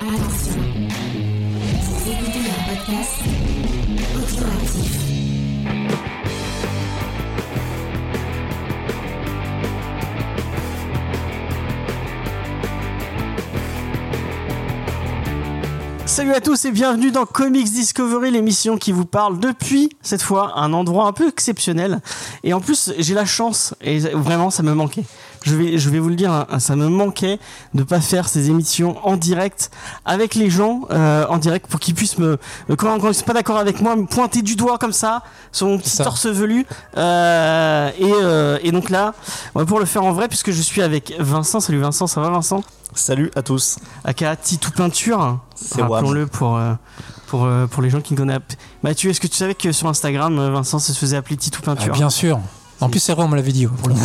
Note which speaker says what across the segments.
Speaker 1: Attention, vous écoutez un podcast audioactif.
Speaker 2: Salut à tous et bienvenue dans Comics Discovery, l'émission qui vous parle depuis, cette fois, un endroit un peu exceptionnel. Et en plus, j'ai la chance, et vraiment, ça me manquait. Je vais, je vais vous le dire, hein, ça me manquait de pas faire ces émissions en direct avec les gens, euh, en direct, pour qu'ils puissent me, me- quand, quand ils sont pas d'accord avec moi, me pointer du doigt comme ça, sur mon petit
Speaker 3: ça.
Speaker 2: torse velu. Euh, et, euh, et donc là, on va pouvoir le faire en vrai, puisque je suis avec Vincent. Salut Vincent, ça va Vincent
Speaker 4: Salut à tous.
Speaker 2: Aka Titou Peinture.
Speaker 4: C'est
Speaker 2: Rappelons-le pour, euh, pour, euh, pour les gens qui ne connaissent pas. Mathieu, est-ce que tu savais que sur Instagram, euh, Vincent se faisait appeler Titou
Speaker 3: Ah,
Speaker 2: Peinture
Speaker 3: bien sûr. En plus, c'est vrai, on me l'avait dit. pour le coup.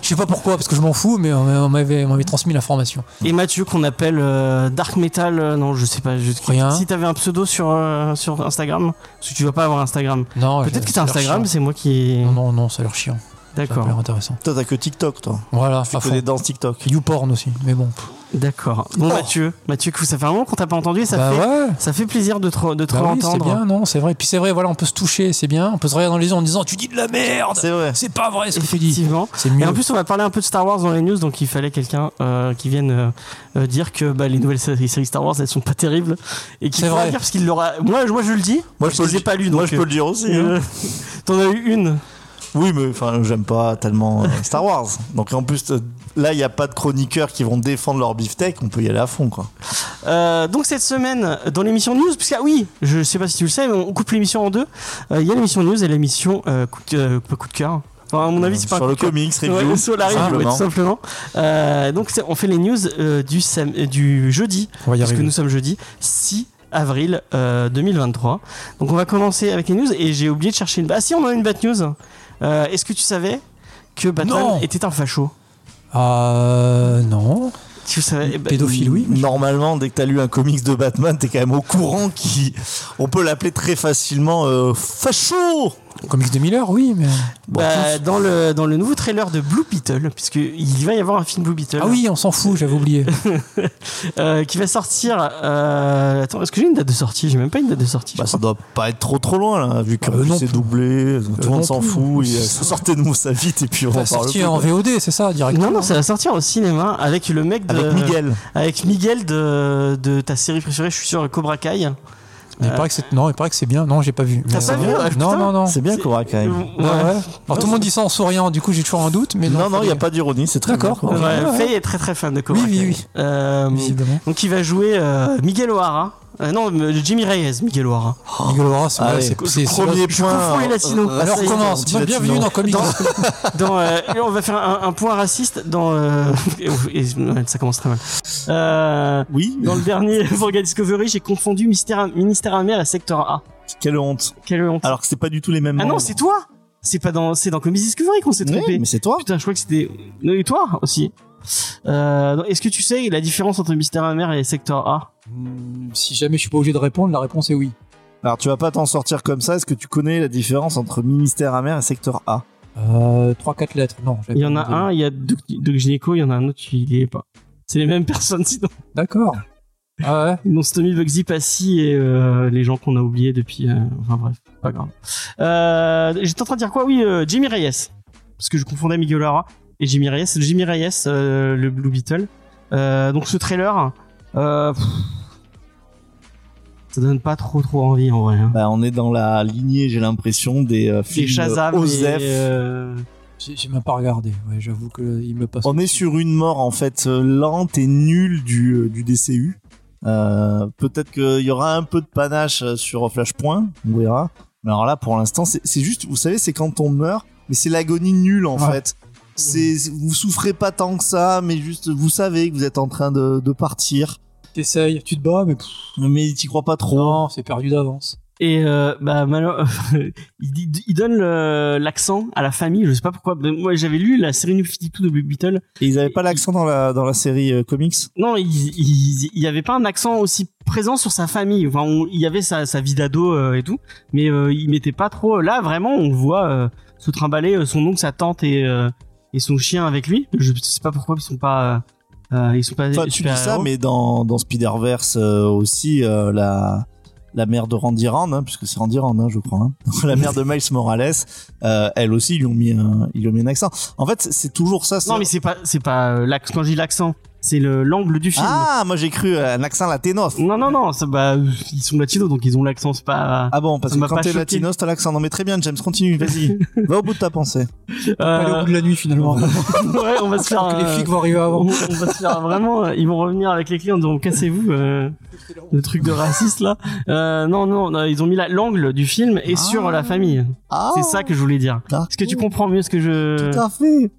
Speaker 3: Je sais pas pourquoi, parce que je m'en fous, mais on m'a- on m'avait on m'avait transmis l'information.
Speaker 2: Et Mathieu, qu'on appelle euh, Dark Metal. euh, non, je sais pas. je-
Speaker 3: Rien.
Speaker 2: Si t'avais un pseudo sur, euh, sur Instagram, parce que tu vas pas avoir Instagram.
Speaker 3: Non,
Speaker 2: Peut-être
Speaker 3: je-
Speaker 2: que
Speaker 3: ça
Speaker 2: t'as
Speaker 3: a l'air
Speaker 2: Instagram,
Speaker 3: chiant.
Speaker 2: c'est moi qui.
Speaker 3: Non, non, non, ça a l'air chiant. Ça a
Speaker 2: D'accord.
Speaker 3: l'air intéressant.
Speaker 4: Toi, t'as que TikTok, toi.
Speaker 3: Voilà,
Speaker 4: Tu
Speaker 3: à
Speaker 4: connais
Speaker 3: fond.
Speaker 4: dans TikTok.
Speaker 3: YouPorn aussi, mais bon.
Speaker 2: D'accord. Bon,
Speaker 4: Oh.
Speaker 2: Mathieu, Mathieu, que ça fait un moment qu'on t'a pas entendu et ça,
Speaker 3: bah
Speaker 2: fait,
Speaker 3: ouais,
Speaker 2: ça fait plaisir de te, re- de te
Speaker 3: bah oui, c'est
Speaker 2: entendre.
Speaker 3: bien, non, c'est vrai. Puis c'est vrai, voilà, on peut se toucher, c'est bien. On peut se regarder dans les yeux en disant Tu dis de la merde
Speaker 4: C'est vrai.
Speaker 3: C'est pas vrai ce que tu dis
Speaker 2: Effectivement.
Speaker 3: C'est mieux.
Speaker 4: Mm.
Speaker 2: Et en plus, on va parler un peu de Star Wars dans les news, donc il fallait quelqu'un euh, qui vienne euh, euh, dire que bah, les nouvelles sé- séries Star Wars, elles sont pas terribles. Et qu'il
Speaker 3: C'est
Speaker 2: faut
Speaker 3: vrai.
Speaker 2: le dire parce qu'il l'aura. Moi, je- moi, je le dis.
Speaker 4: Moi, je peux
Speaker 2: les
Speaker 4: le
Speaker 2: ai
Speaker 4: di-
Speaker 2: pas lues.
Speaker 4: Moi,
Speaker 2: donc,
Speaker 4: je peux le dire aussi. hein.
Speaker 2: euh, T'en as eu une.
Speaker 4: Oui, mais enfin, j'aime pas tellement euh, Star Wars. Donc, en plus, euh, là, il n'y a pas de chroniqueurs qui vont défendre leur beefsteak. On peut y aller à fond, quoi.
Speaker 2: Euh, donc cette semaine, dans l'émission News, parce que ah oui, je sais pas si tu le sais, mais on coupe l'émission en deux. Euh, Il y a l'émission News et l'émission euh, coup, de, euh, pas coup de cœur. Enfin, à mon avis, c'est pas un
Speaker 4: Euh, Sur
Speaker 2: coup
Speaker 4: le
Speaker 2: de cœur.
Speaker 4: comics
Speaker 2: Ouais,
Speaker 4: review.
Speaker 2: le Solaris, ouais,
Speaker 4: simplement.
Speaker 2: tout simplement. Euh, donc c'est- on fait les news euh, du, sam- euh, du jeudi,
Speaker 3: On va y
Speaker 2: Parce que
Speaker 3: arriver.
Speaker 2: nous sommes jeudi 6 avril euh, 2023. Donc on va commencer avec les news et j'ai oublié de chercher une... Ah si, on a une bad news. Euh, Est-ce que tu savais que Batman
Speaker 3: Non.
Speaker 2: était un facho
Speaker 3: Euh, non.
Speaker 2: Tu savais eh ben,
Speaker 3: Pédophile, oui.
Speaker 4: Normalement, dès que t'as lu un comics de Batman, t'es quand même au courant qui, on peut l'appeler très facilement euh, facho.
Speaker 3: Comics de Miller, oui, mais.
Speaker 2: bah, dans, le, dans le nouveau trailer de Blue Beetle, puisqu'il va y avoir un film Blue Beetle
Speaker 3: Ah oui, on s'en fout, j'avais oublié.
Speaker 2: euh, qui va sortir... euh, Attends, est-ce que j'ai une date de sortie J'ai même pas une date de sortie. je
Speaker 4: Bah, ça doit pas être trop trop loin là, vu que
Speaker 3: Ah, euh, non
Speaker 4: c'est
Speaker 3: plus.
Speaker 4: doublé, tout le
Speaker 3: non
Speaker 4: monde s'en
Speaker 3: plus.
Speaker 4: fout. et, euh, Sortez-nous ça vite et puis on en
Speaker 3: T'as
Speaker 4: parle.
Speaker 3: Bah, sorti
Speaker 4: plus,
Speaker 3: en
Speaker 4: quoi.
Speaker 3: VOD, c'est ça,
Speaker 2: crois.
Speaker 3: directement
Speaker 2: Non, non, ça va sortir au cinéma avec le mec de...
Speaker 4: Avec Miguel.
Speaker 2: avec Miguel de, de ta série préférée, je suis sûr, Cobra Kai.
Speaker 3: Mais il paraît que c'est non, il paraît que c'est bien. Non, j'ai pas vu.
Speaker 2: T'as
Speaker 3: Mais,
Speaker 2: pas
Speaker 3: euh,
Speaker 2: vu Ah, putain.
Speaker 3: Non, non, non.
Speaker 4: C'est bien
Speaker 2: C'est-
Speaker 4: Cobra Kai.
Speaker 2: Euh,
Speaker 3: Ouais, ouais.
Speaker 2: ouais.
Speaker 3: Alors tout le monde dit ça en souriant. Du coup, j'ai toujours un doute, mais
Speaker 4: non, non, il
Speaker 3: fallait-
Speaker 4: n'y a pas d'ironie, c'est très
Speaker 3: D'accord.
Speaker 4: bien.
Speaker 2: Ouais,
Speaker 3: Ouais, ouais.
Speaker 2: Faye est très très fan de Cobra
Speaker 3: Oui, oui,
Speaker 2: Kai.
Speaker 3: oui.
Speaker 2: Euh,
Speaker 3: Visiblement.
Speaker 2: donc il va jouer euh, Miguel O'Hara. Euh, non, euh, Jimmy Reyes, Miguel O'Hara.
Speaker 3: Miguel O'Hara, c'est
Speaker 4: Oh. Allez,
Speaker 3: ouais, c'est- c'est- c'est-
Speaker 4: premier
Speaker 2: je
Speaker 4: point.
Speaker 2: confonds les latinos.
Speaker 3: Alors
Speaker 4: euh,
Speaker 3: on
Speaker 4: raciste,
Speaker 3: commence.
Speaker 4: anti-latino.
Speaker 3: Bienvenue dans Comics.
Speaker 2: Dans, euh, et on va faire un, un point raciste dans. euh, et- ouais, ça commence très mal. Euh,
Speaker 4: Oui,
Speaker 2: dans le dernier Volga Discovery, j'ai confondu Mystère- Ministère amer et Secteur A.
Speaker 4: quelle honte.
Speaker 2: Quelle honte.
Speaker 4: Alors que c'est pas du tout les mêmes.
Speaker 2: ah non,
Speaker 4: membres.
Speaker 2: c'est toi C'est pas dans, c'est dans Comics Discovery qu'on s'est
Speaker 4: Oui,
Speaker 2: trompé.
Speaker 4: mais c'est toi.
Speaker 2: Putain, je crois que c'était. Non, Et toi aussi. Euh, Est-ce que tu sais la différence entre Mystère amer et Secteur A
Speaker 3: Hmm, Si jamais je suis pas obligé de répondre, la réponse est oui.
Speaker 4: Alors tu vas pas t'en sortir comme ça. Est-ce que tu connais la différence entre ministère amer et secteur A
Speaker 3: Euh, 3-4 lettres. Non. j'avais
Speaker 2: Il y en a
Speaker 3: pas
Speaker 2: un, il y a Doc Doc Gynéco, il y en a un autre, il y est pas. C'est les mêmes personnes, sinon.
Speaker 3: D'accord. Ah ouais.
Speaker 2: Non, Stomy, Bugsy, Passy et euh, les gens qu'on a oubliés depuis. euh, enfin bref, pas grave. Euh, J'étais en train de dire quoi Oui, euh, Jimmy Reyes. Parce que je confondais Miguel O'Hara et Jimmy Reyes. Le Jimmy Reyes, euh, le Blue Beetle. Euh, donc ce trailer, euh, pff, ça donne pas trop trop envie en vrai. hein.
Speaker 4: Bah on est dans la lignée, j'ai l'impression des euh,
Speaker 2: Les
Speaker 4: films
Speaker 2: Shazam, et,
Speaker 4: Osef.
Speaker 2: euh,
Speaker 3: J'ai j'ai même pas regardé. Ouais, j'avoue que il me passe.
Speaker 4: On est sur une mort en fait euh, lente et nulle du, euh, du DCU. Euh, Peut-être qu'il y aura un peu de panache euh, sur Flashpoint, on verra. Mais alors là, pour l'instant, c'est c'est juste, vous savez, c'est quand on meurt, mais c'est l'agonie nulle en
Speaker 3: Ouais.
Speaker 4: fait. C'est vous souffrez pas tant que ça, mais juste vous savez que vous êtes en train de, de partir,
Speaker 3: T'essayes, tu te bats, mais pff,
Speaker 4: mais t'y crois pas trop.
Speaker 3: non, c'est perdu d'avance.
Speaker 2: Et euh, bah malo- il, dit- il donne le- l'accent à la famille, je sais pas pourquoi. Mais Moi j'avais lu la série New 52 de Blue Beetle.
Speaker 4: Et ils avaient pas l'accent dans la dans la série euh, comics.
Speaker 2: Non, il il- il y avait pas un accent aussi présent sur sa famille. Enfin, on- il y avait sa, sa vie d'ado euh, et tout, mais euh, il mettait pas trop. Là vraiment, on voit euh, se trimballer euh, son oncle, sa tante et euh, et son chien avec lui. Je sais pas pourquoi ils sont pas euh, Euh, ils sont pas
Speaker 4: Enfin,
Speaker 2: des
Speaker 4: tu dis ça,
Speaker 2: super-héros.
Speaker 4: mais dans, dans Spider-Verse euh, aussi, euh, la, la mère de Randy Rand, hein, puisque c'est Randy Rand, hein, je crois, hein, la mère de Miles Morales, euh, elle aussi, ils lui ont mis un, ils lui ont mis un accent. En fait, c'est- c'est toujours ça. c'est-
Speaker 2: Non, mais c'est pas, c'est pas euh, l'accent. Quand je dis l'accent, c'est le l'angle du film.
Speaker 4: ah, moi j'ai cru euh, un accent latinos.
Speaker 2: non, non, non. Ça, bah, ils sont latinos, donc ils ont l'accent. C'est pas.
Speaker 4: Ah bon, parce
Speaker 2: Ça
Speaker 4: que
Speaker 2: m'a
Speaker 4: quand
Speaker 2: pas
Speaker 4: t'es
Speaker 2: choqué.
Speaker 4: latinos, t'as l'accent. Non mais très bien, James, continue, vas-y. Va au bout de ta pensée.
Speaker 3: Pas aller au
Speaker 2: Euh,
Speaker 3: bout de la nuit finalement.
Speaker 2: ouais, on va se faire.
Speaker 3: Alors que les
Speaker 2: euh,
Speaker 3: flics vont arriver avant.
Speaker 2: on, on va se faire vraiment. euh, Ils vont revenir avec les clients. Donc cassez-vous. euh, le truc de raciste là. Euh, non, non, non, ils ont mis la- l'angle du film et sur
Speaker 4: Ah.
Speaker 2: la famille.
Speaker 4: Ah,
Speaker 2: C'est ça que je voulais dire.
Speaker 4: d'accord.
Speaker 2: Est-ce que tu comprends mieux ce que je
Speaker 4: Tout à fait.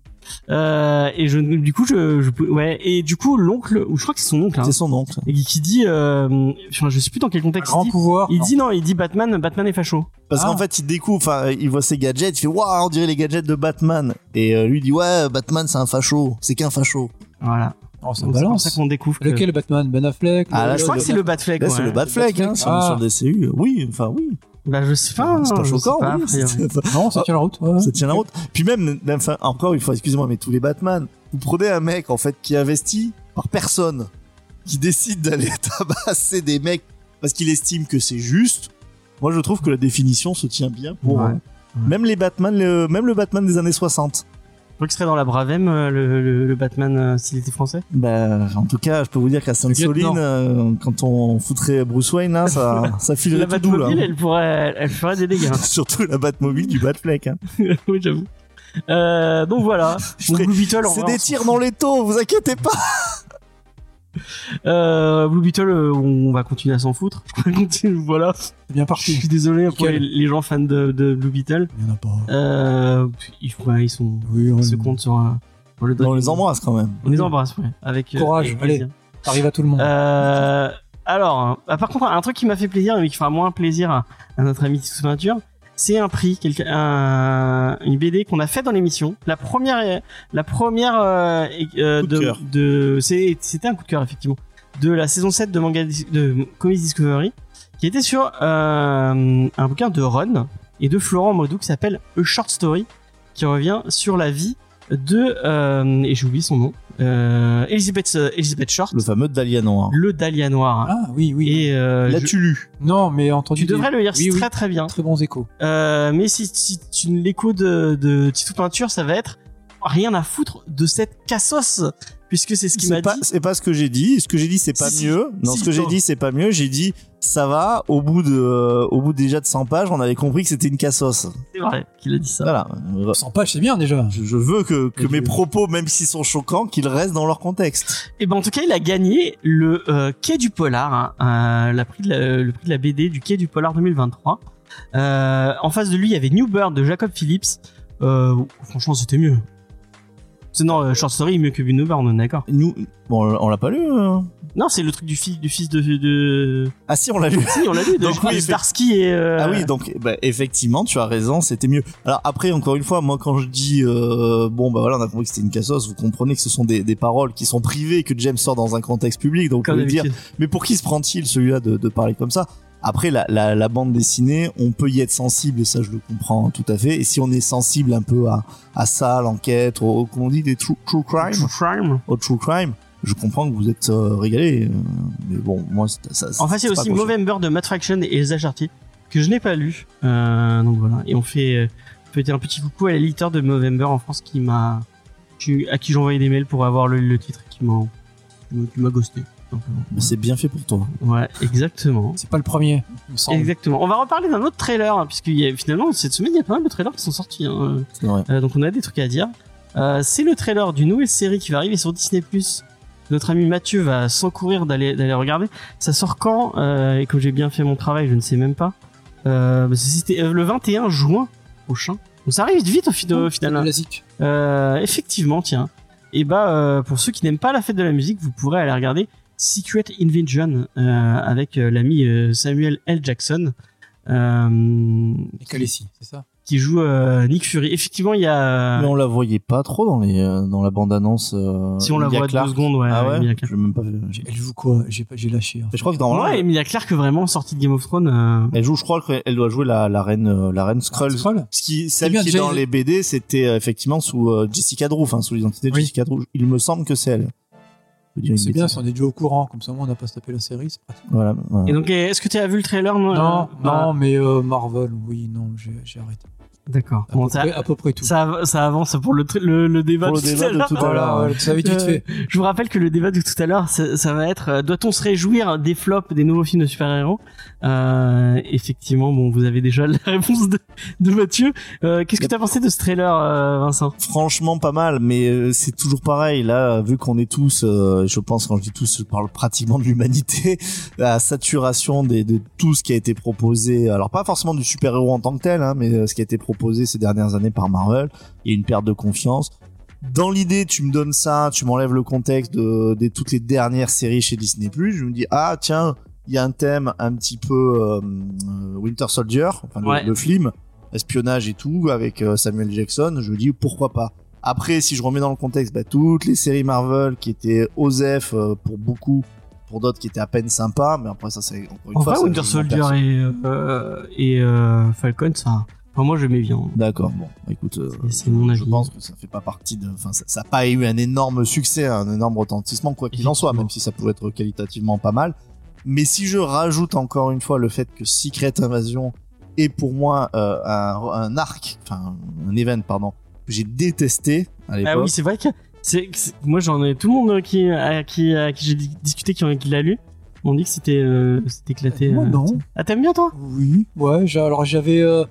Speaker 2: euh, et je du coup je, je peux- ouais et du coup l'oncle ou je crois que c'est son oncle hein,
Speaker 4: C'est son oncle.
Speaker 2: et qui- qui dit euh, enfin je sais plus dans quel contexte
Speaker 3: Grand
Speaker 2: il dit,
Speaker 3: pouvoir.
Speaker 2: il dit non il dit Batman Batman est facho
Speaker 4: Parce
Speaker 3: Ah.
Speaker 4: qu'en fait, il découvre, enfin, il voit ses gadgets, il fait waouh, on dirait les gadgets de Batman. Et euh, lui il dit ouais, Batman c'est un facho, c'est qu'un facho.
Speaker 2: voilà
Speaker 3: Oh, ça
Speaker 2: Donc, c'est pour ça
Speaker 3: balance.
Speaker 2: qu'on découvre que-
Speaker 3: Lequel Batman Ben Affleck
Speaker 4: Ah, là,
Speaker 2: je
Speaker 4: le-
Speaker 2: crois que c'est le Batfleck
Speaker 4: Là, c'est
Speaker 2: ouais.
Speaker 4: le Batfleck, hein, sur,
Speaker 3: Ah.
Speaker 4: sur le DCU. Oui, enfin oui.
Speaker 2: bah je sais pas
Speaker 4: c'est
Speaker 2: hein,
Speaker 4: pas
Speaker 2: je sais
Speaker 4: choquant.
Speaker 2: pas,
Speaker 4: oui,
Speaker 2: a priori.
Speaker 4: c'est-
Speaker 3: Non,
Speaker 2: Ah.
Speaker 3: ça tient la route. ouais.
Speaker 4: ça tient la route. Puis même, enfin, encore une fois, excusez-moi, mais tous les Batman, vous prenez un mec en fait qui est investi par personne, qui décide d'aller tabasser des mecs parce qu'il estime que c'est juste. Moi, je trouve que la définition se tient bien pour
Speaker 2: Ouais.
Speaker 4: euh, même les Batman, le- même le Batman des années 60.
Speaker 2: je crois qu'il serait dans la Bravem euh, le, le- le Batman euh, s'il était français
Speaker 4: Bah, en tout cas, je peux vous dire qu'à Sainte-Soline,
Speaker 3: lieutenant.
Speaker 4: euh, quand on foutrait Bruce Wayne, là, ça, ça
Speaker 2: la
Speaker 4: filerait tout doux, là.
Speaker 2: Batmobile elle pourrait elle, elle ferait des dégâts
Speaker 4: Surtout la Batmobile du Batfleck. Hein.
Speaker 2: oui j'avoue euh, donc voilà
Speaker 4: Je
Speaker 2: Bon,
Speaker 4: ferais-
Speaker 2: Blue Beetle en
Speaker 4: C'est
Speaker 2: vrai,
Speaker 4: des
Speaker 2: on s'en
Speaker 4: tirs dans les taux, vous inquiétez pas.
Speaker 2: Euh, Blue Beetle, euh, on va continuer à s'en foutre. On continue, voilà.
Speaker 3: C'est bien
Speaker 2: Je
Speaker 3: parti.
Speaker 2: suis désolé pour les,
Speaker 3: Nickel.
Speaker 2: les gens fans de, de Blue Beetle.
Speaker 3: Il y en a pas.
Speaker 2: Euh, ils, ouais, ils sont,
Speaker 3: Oui, on
Speaker 2: ils se comptent sur, euh, sur le doigt
Speaker 4: On
Speaker 2: d'une
Speaker 4: les
Speaker 2: main.
Speaker 4: embrasse quand même.
Speaker 2: On les embrasse, ouais. Avec, euh,
Speaker 3: Courage,
Speaker 2: avec plaisir.
Speaker 3: Arrive à tout le monde.
Speaker 2: Euh, alors, euh, par contre, un truc qui m'a fait plaisir, mais qui fera moins plaisir à, à notre ami sous Peinture, c'est un prix, quelqu'un- un- une BD qu'on a fait dans l'émission. La première, euh, la première euh, euh,
Speaker 4: Coup de
Speaker 2: de,
Speaker 4: cœur.
Speaker 2: de- c'est- c'était un coup de cœur effectivement, de la saison 7 de manga Dis- de Comics Discovery, qui était sur euh, un bouquin de Ron et de Florent Modou qui s'appelle A Short Story, qui revient sur la vie de euh, et j'ai oublié son nom, euh, Elizabeth euh, Elizabeth Short.
Speaker 4: Le fameux hein. Dahlia Noir.
Speaker 2: Le Dahlia Noir. hein.
Speaker 3: Ah oui, oui.
Speaker 2: Et euh,
Speaker 4: Là,
Speaker 2: je-
Speaker 4: tu lu.
Speaker 3: Non, mais entendu.
Speaker 2: tu devrais le lire,
Speaker 3: Oui,
Speaker 2: c'est
Speaker 3: oui.
Speaker 2: très très bien.
Speaker 3: des Très bons échos.
Speaker 2: Euh, mais si, si tu ne l'écho de, de Titou Peinture, ça va être rien à foutre de cette cassos, puisque c'est ce qu'il m'a
Speaker 4: C'est pas,
Speaker 2: dit.
Speaker 4: c'est pas ce que j'ai dit. Ce que j'ai dit, c'est pas
Speaker 2: Si, si.
Speaker 4: mieux. Non,
Speaker 2: Si,
Speaker 4: ce que j'ai
Speaker 2: non.
Speaker 4: dit, c'est pas mieux. J'ai dit, ça va. Au bout de, euh, au bout déjà de 100 pages, on avait compris que c'était une cassos.
Speaker 2: C'est vrai qu'il a dit ça.
Speaker 4: Voilà. Euh,
Speaker 3: 100 pages, c'est bien déjà.
Speaker 4: Je je veux que, que
Speaker 3: Et
Speaker 4: mes
Speaker 3: du-
Speaker 4: propos, même s'ils sont choquants, qu'ils restent dans leur contexte.
Speaker 2: Et ben en tout cas, il a gagné le euh, Quai du Polar, hein, euh, la prix de la- le prix de la BD du Quai du Polar 2023. Euh, en face de lui, il y avait New Bird de Jacob Phillips. Euh, franchement, c'était mieux. C'est non, euh, Short Story est mieux que New Bird, on est d'accord.
Speaker 4: Nous, bon, on l'a pas lu. hein.
Speaker 2: Non, c'est le truc du fils du fils de, de...
Speaker 4: Ah si, on l'a lu.
Speaker 2: Si, on l'a vu, de,
Speaker 4: Donc
Speaker 2: je crois,
Speaker 4: oui,
Speaker 2: de
Speaker 4: effectivement.
Speaker 2: Starsky et. euh,
Speaker 4: Ah oui, donc bah, effectivement, tu as raison, c'était mieux. Alors après, encore une fois, moi quand je dis euh, bon bah voilà, on a compris que c'était une cassos, vous comprenez que ce sont des, des paroles qui sont privées que James sort dans un contexte public, donc on
Speaker 2: comme
Speaker 4: peut dire.
Speaker 2: d'habitude.
Speaker 4: Mais pour qui se prend-il celui-là de, de parler comme ça Après, la, la, la bande dessinée, on peut y être sensible, et ça je le comprends hein, tout à fait. Et si on est sensible un peu à, à ça, à l'enquête, au, au- comment on dit des true, true crime,
Speaker 2: True crime.
Speaker 4: au true crime, je comprends que vous êtes euh, régalé. euh, Mais bon, moi c'est- ça.
Speaker 2: En face, il y a aussi Movember de Matt Fraction et Elsa Chartier, que je n'ai pas lu. Euh, donc voilà. Et on fait euh, peut-être un petit coucou à l'éditeur de Movember en France qui m'a. qui- à qui j'ai envoyé des mails pour avoir le, le titre qui m'a. qui m'a- qui m'a ghosté. simplement.
Speaker 4: Mais c'est bien fait pour toi.
Speaker 2: Ouais, exactement.
Speaker 3: C'est pas le premier, il me semble.
Speaker 2: Exactement. On va reparler d'un autre trailer, hein, puisque finalement, cette semaine, il y a pas mal de trailers qui sont sortis. hein, euh,
Speaker 4: C'est vrai.
Speaker 2: Euh, donc on a des trucs à dire. Euh, c'est le trailer d'une nouvelle série qui va arriver sur Disney+. Notre ami Mathieu va s'encourir d'aller d'aller regarder. Ça sort quand Euh, Et comme j'ai bien fait mon travail, je ne sais même pas. Euh, parce que C'était euh, le 21 juin prochain. Donc ça arrive vite au, fi- au final. hein.
Speaker 3: Classique.
Speaker 2: Euh, effectivement, tiens. Et bah, euh, pour ceux qui n'aiment pas la fête de la musique, vous pourrez aller regarder Secret Invasion euh, avec euh, l'ami euh, Samuel L. Jackson. euh,
Speaker 3: Et Khaleesi, c'est ça
Speaker 2: qui joue euh, Nick Fury. Effectivement, il y a.
Speaker 4: Mais on la voyait pas trop dans les euh, dans la bande annonce. euh,
Speaker 2: Si on la
Speaker 4: Emilia
Speaker 2: voit
Speaker 4: Clarke.
Speaker 2: deux secondes, ouais.
Speaker 4: ah ouais.
Speaker 2: Emilia
Speaker 4: Je
Speaker 2: Clarke.
Speaker 4: l'ai même pas. j'ai-
Speaker 3: Elle joue quoi J'ai pas- j'ai lâché. hein.
Speaker 4: Mais je crois que dans
Speaker 2: Ouais, Emilia Clarke vraiment sortie de Game of Thrones. euh,
Speaker 4: elle joue. Je crois qu'elle doit jouer la, la reine euh, la reine Skrull.
Speaker 3: Troll
Speaker 4: Ce qui celle
Speaker 3: bien,
Speaker 4: qui est
Speaker 3: Jane-
Speaker 4: dans les BD, c'était euh, effectivement sous euh, Jessica Drew, enfin sous l'identité de
Speaker 3: Oui.
Speaker 4: Jessica Drew. Il me semble que c'est elle. peut dire une
Speaker 3: C'est bien
Speaker 4: bêtise.
Speaker 3: si on est déjà au courant, comme ça, moi, on n'a pas se tapé la série, c'est pratique.
Speaker 4: Voilà, voilà.
Speaker 2: Et donc, eh, est-ce que tu as vu le trailer Non,
Speaker 3: Non,
Speaker 2: euh, bah,
Speaker 3: non, mais euh, Marvel, oui, non, j'ai j'ai arrêté.
Speaker 2: D'accord.
Speaker 3: À,
Speaker 2: Bon,
Speaker 3: peu
Speaker 2: ça,
Speaker 3: près, à peu près tout.
Speaker 2: ça, av- ça avance pour le, tr- le, le débat
Speaker 4: Pour le
Speaker 2: de tout
Speaker 4: débat
Speaker 2: à
Speaker 4: de
Speaker 2: l'heure.
Speaker 4: tout à l'heure.
Speaker 3: Voilà,
Speaker 4: Voilà,
Speaker 3: ouais, ça va vite
Speaker 2: Euh,
Speaker 3: fait.
Speaker 2: Je vous rappelle que le débat de tout à l'heure, ça, ça va être euh, doit-on se réjouir des flops des nouveaux films de super-héros Euh, Effectivement, bon, vous avez déjà la réponse de, de Mathieu. Euh, Qu'est-ce que t'as pensé de ce trailer, euh, Vincent
Speaker 4: franchement pas mal, mais euh, c'est toujours pareil. Là, vu qu'on est tous, euh, je pense quand je dis tous, je parle pratiquement de l'humanité, la saturation des- de tout ce qui a été proposé. Alors pas forcément du super-héros en tant que tel, hein, mais euh, ce qui a été proposé ces dernières années par Marvel, il y a une perte de confiance. Dans l'idée, tu me donnes ça, tu m'enlèves le contexte de, des- toutes les dernières séries chez Disney+. Je me dis ah tiens, il y a un thème un petit peu euh, euh, Winter Soldier, enfin le-
Speaker 2: Ouais.
Speaker 4: le film espionnage et tout avec euh, Samuel Jackson, je me dis pourquoi pas. Après, si je remets dans le contexte bah, toutes les séries Marvel qui étaient OSEF euh, pour beaucoup, pour d'autres qui étaient à peine sympas, mais après ça c'est encore une
Speaker 2: En
Speaker 4: fois.
Speaker 2: vrai,
Speaker 4: ça,
Speaker 2: Winter
Speaker 4: c'est
Speaker 2: Soldier hein.
Speaker 4: mon perso.
Speaker 2: et, euh, et euh, Falcon, ça. Enfin, moi, je hein. mets bien.
Speaker 4: D'accord, bon, écoute, euh,
Speaker 2: C'est- c'est mon avis.
Speaker 4: je pense que ça fait pas partie de. Enfin, ça n'a pas eu un énorme succès, un énorme retentissement, quoi qu'il en soit,
Speaker 2: Effectivement.
Speaker 4: même si ça pouvait être qualitativement pas mal. Mais si je rajoute encore une fois le fait que Secret Invasion est pour moi euh, un, un arc, enfin un event, pardon, que j'ai détesté à l'époque.
Speaker 2: Ah oui, c'est vrai que c'est que c'est- moi j'en ai tout le monde qui à qui à qui j'ai di- discuté qui, en- qui l'a lu, m'ont dit que c'était euh, c'était éclaté.
Speaker 3: Moi,
Speaker 2: euh.
Speaker 3: non.
Speaker 2: Ah t'aimes bien toi
Speaker 3: Oui, ouais, j'ai- alors j'avais. euh,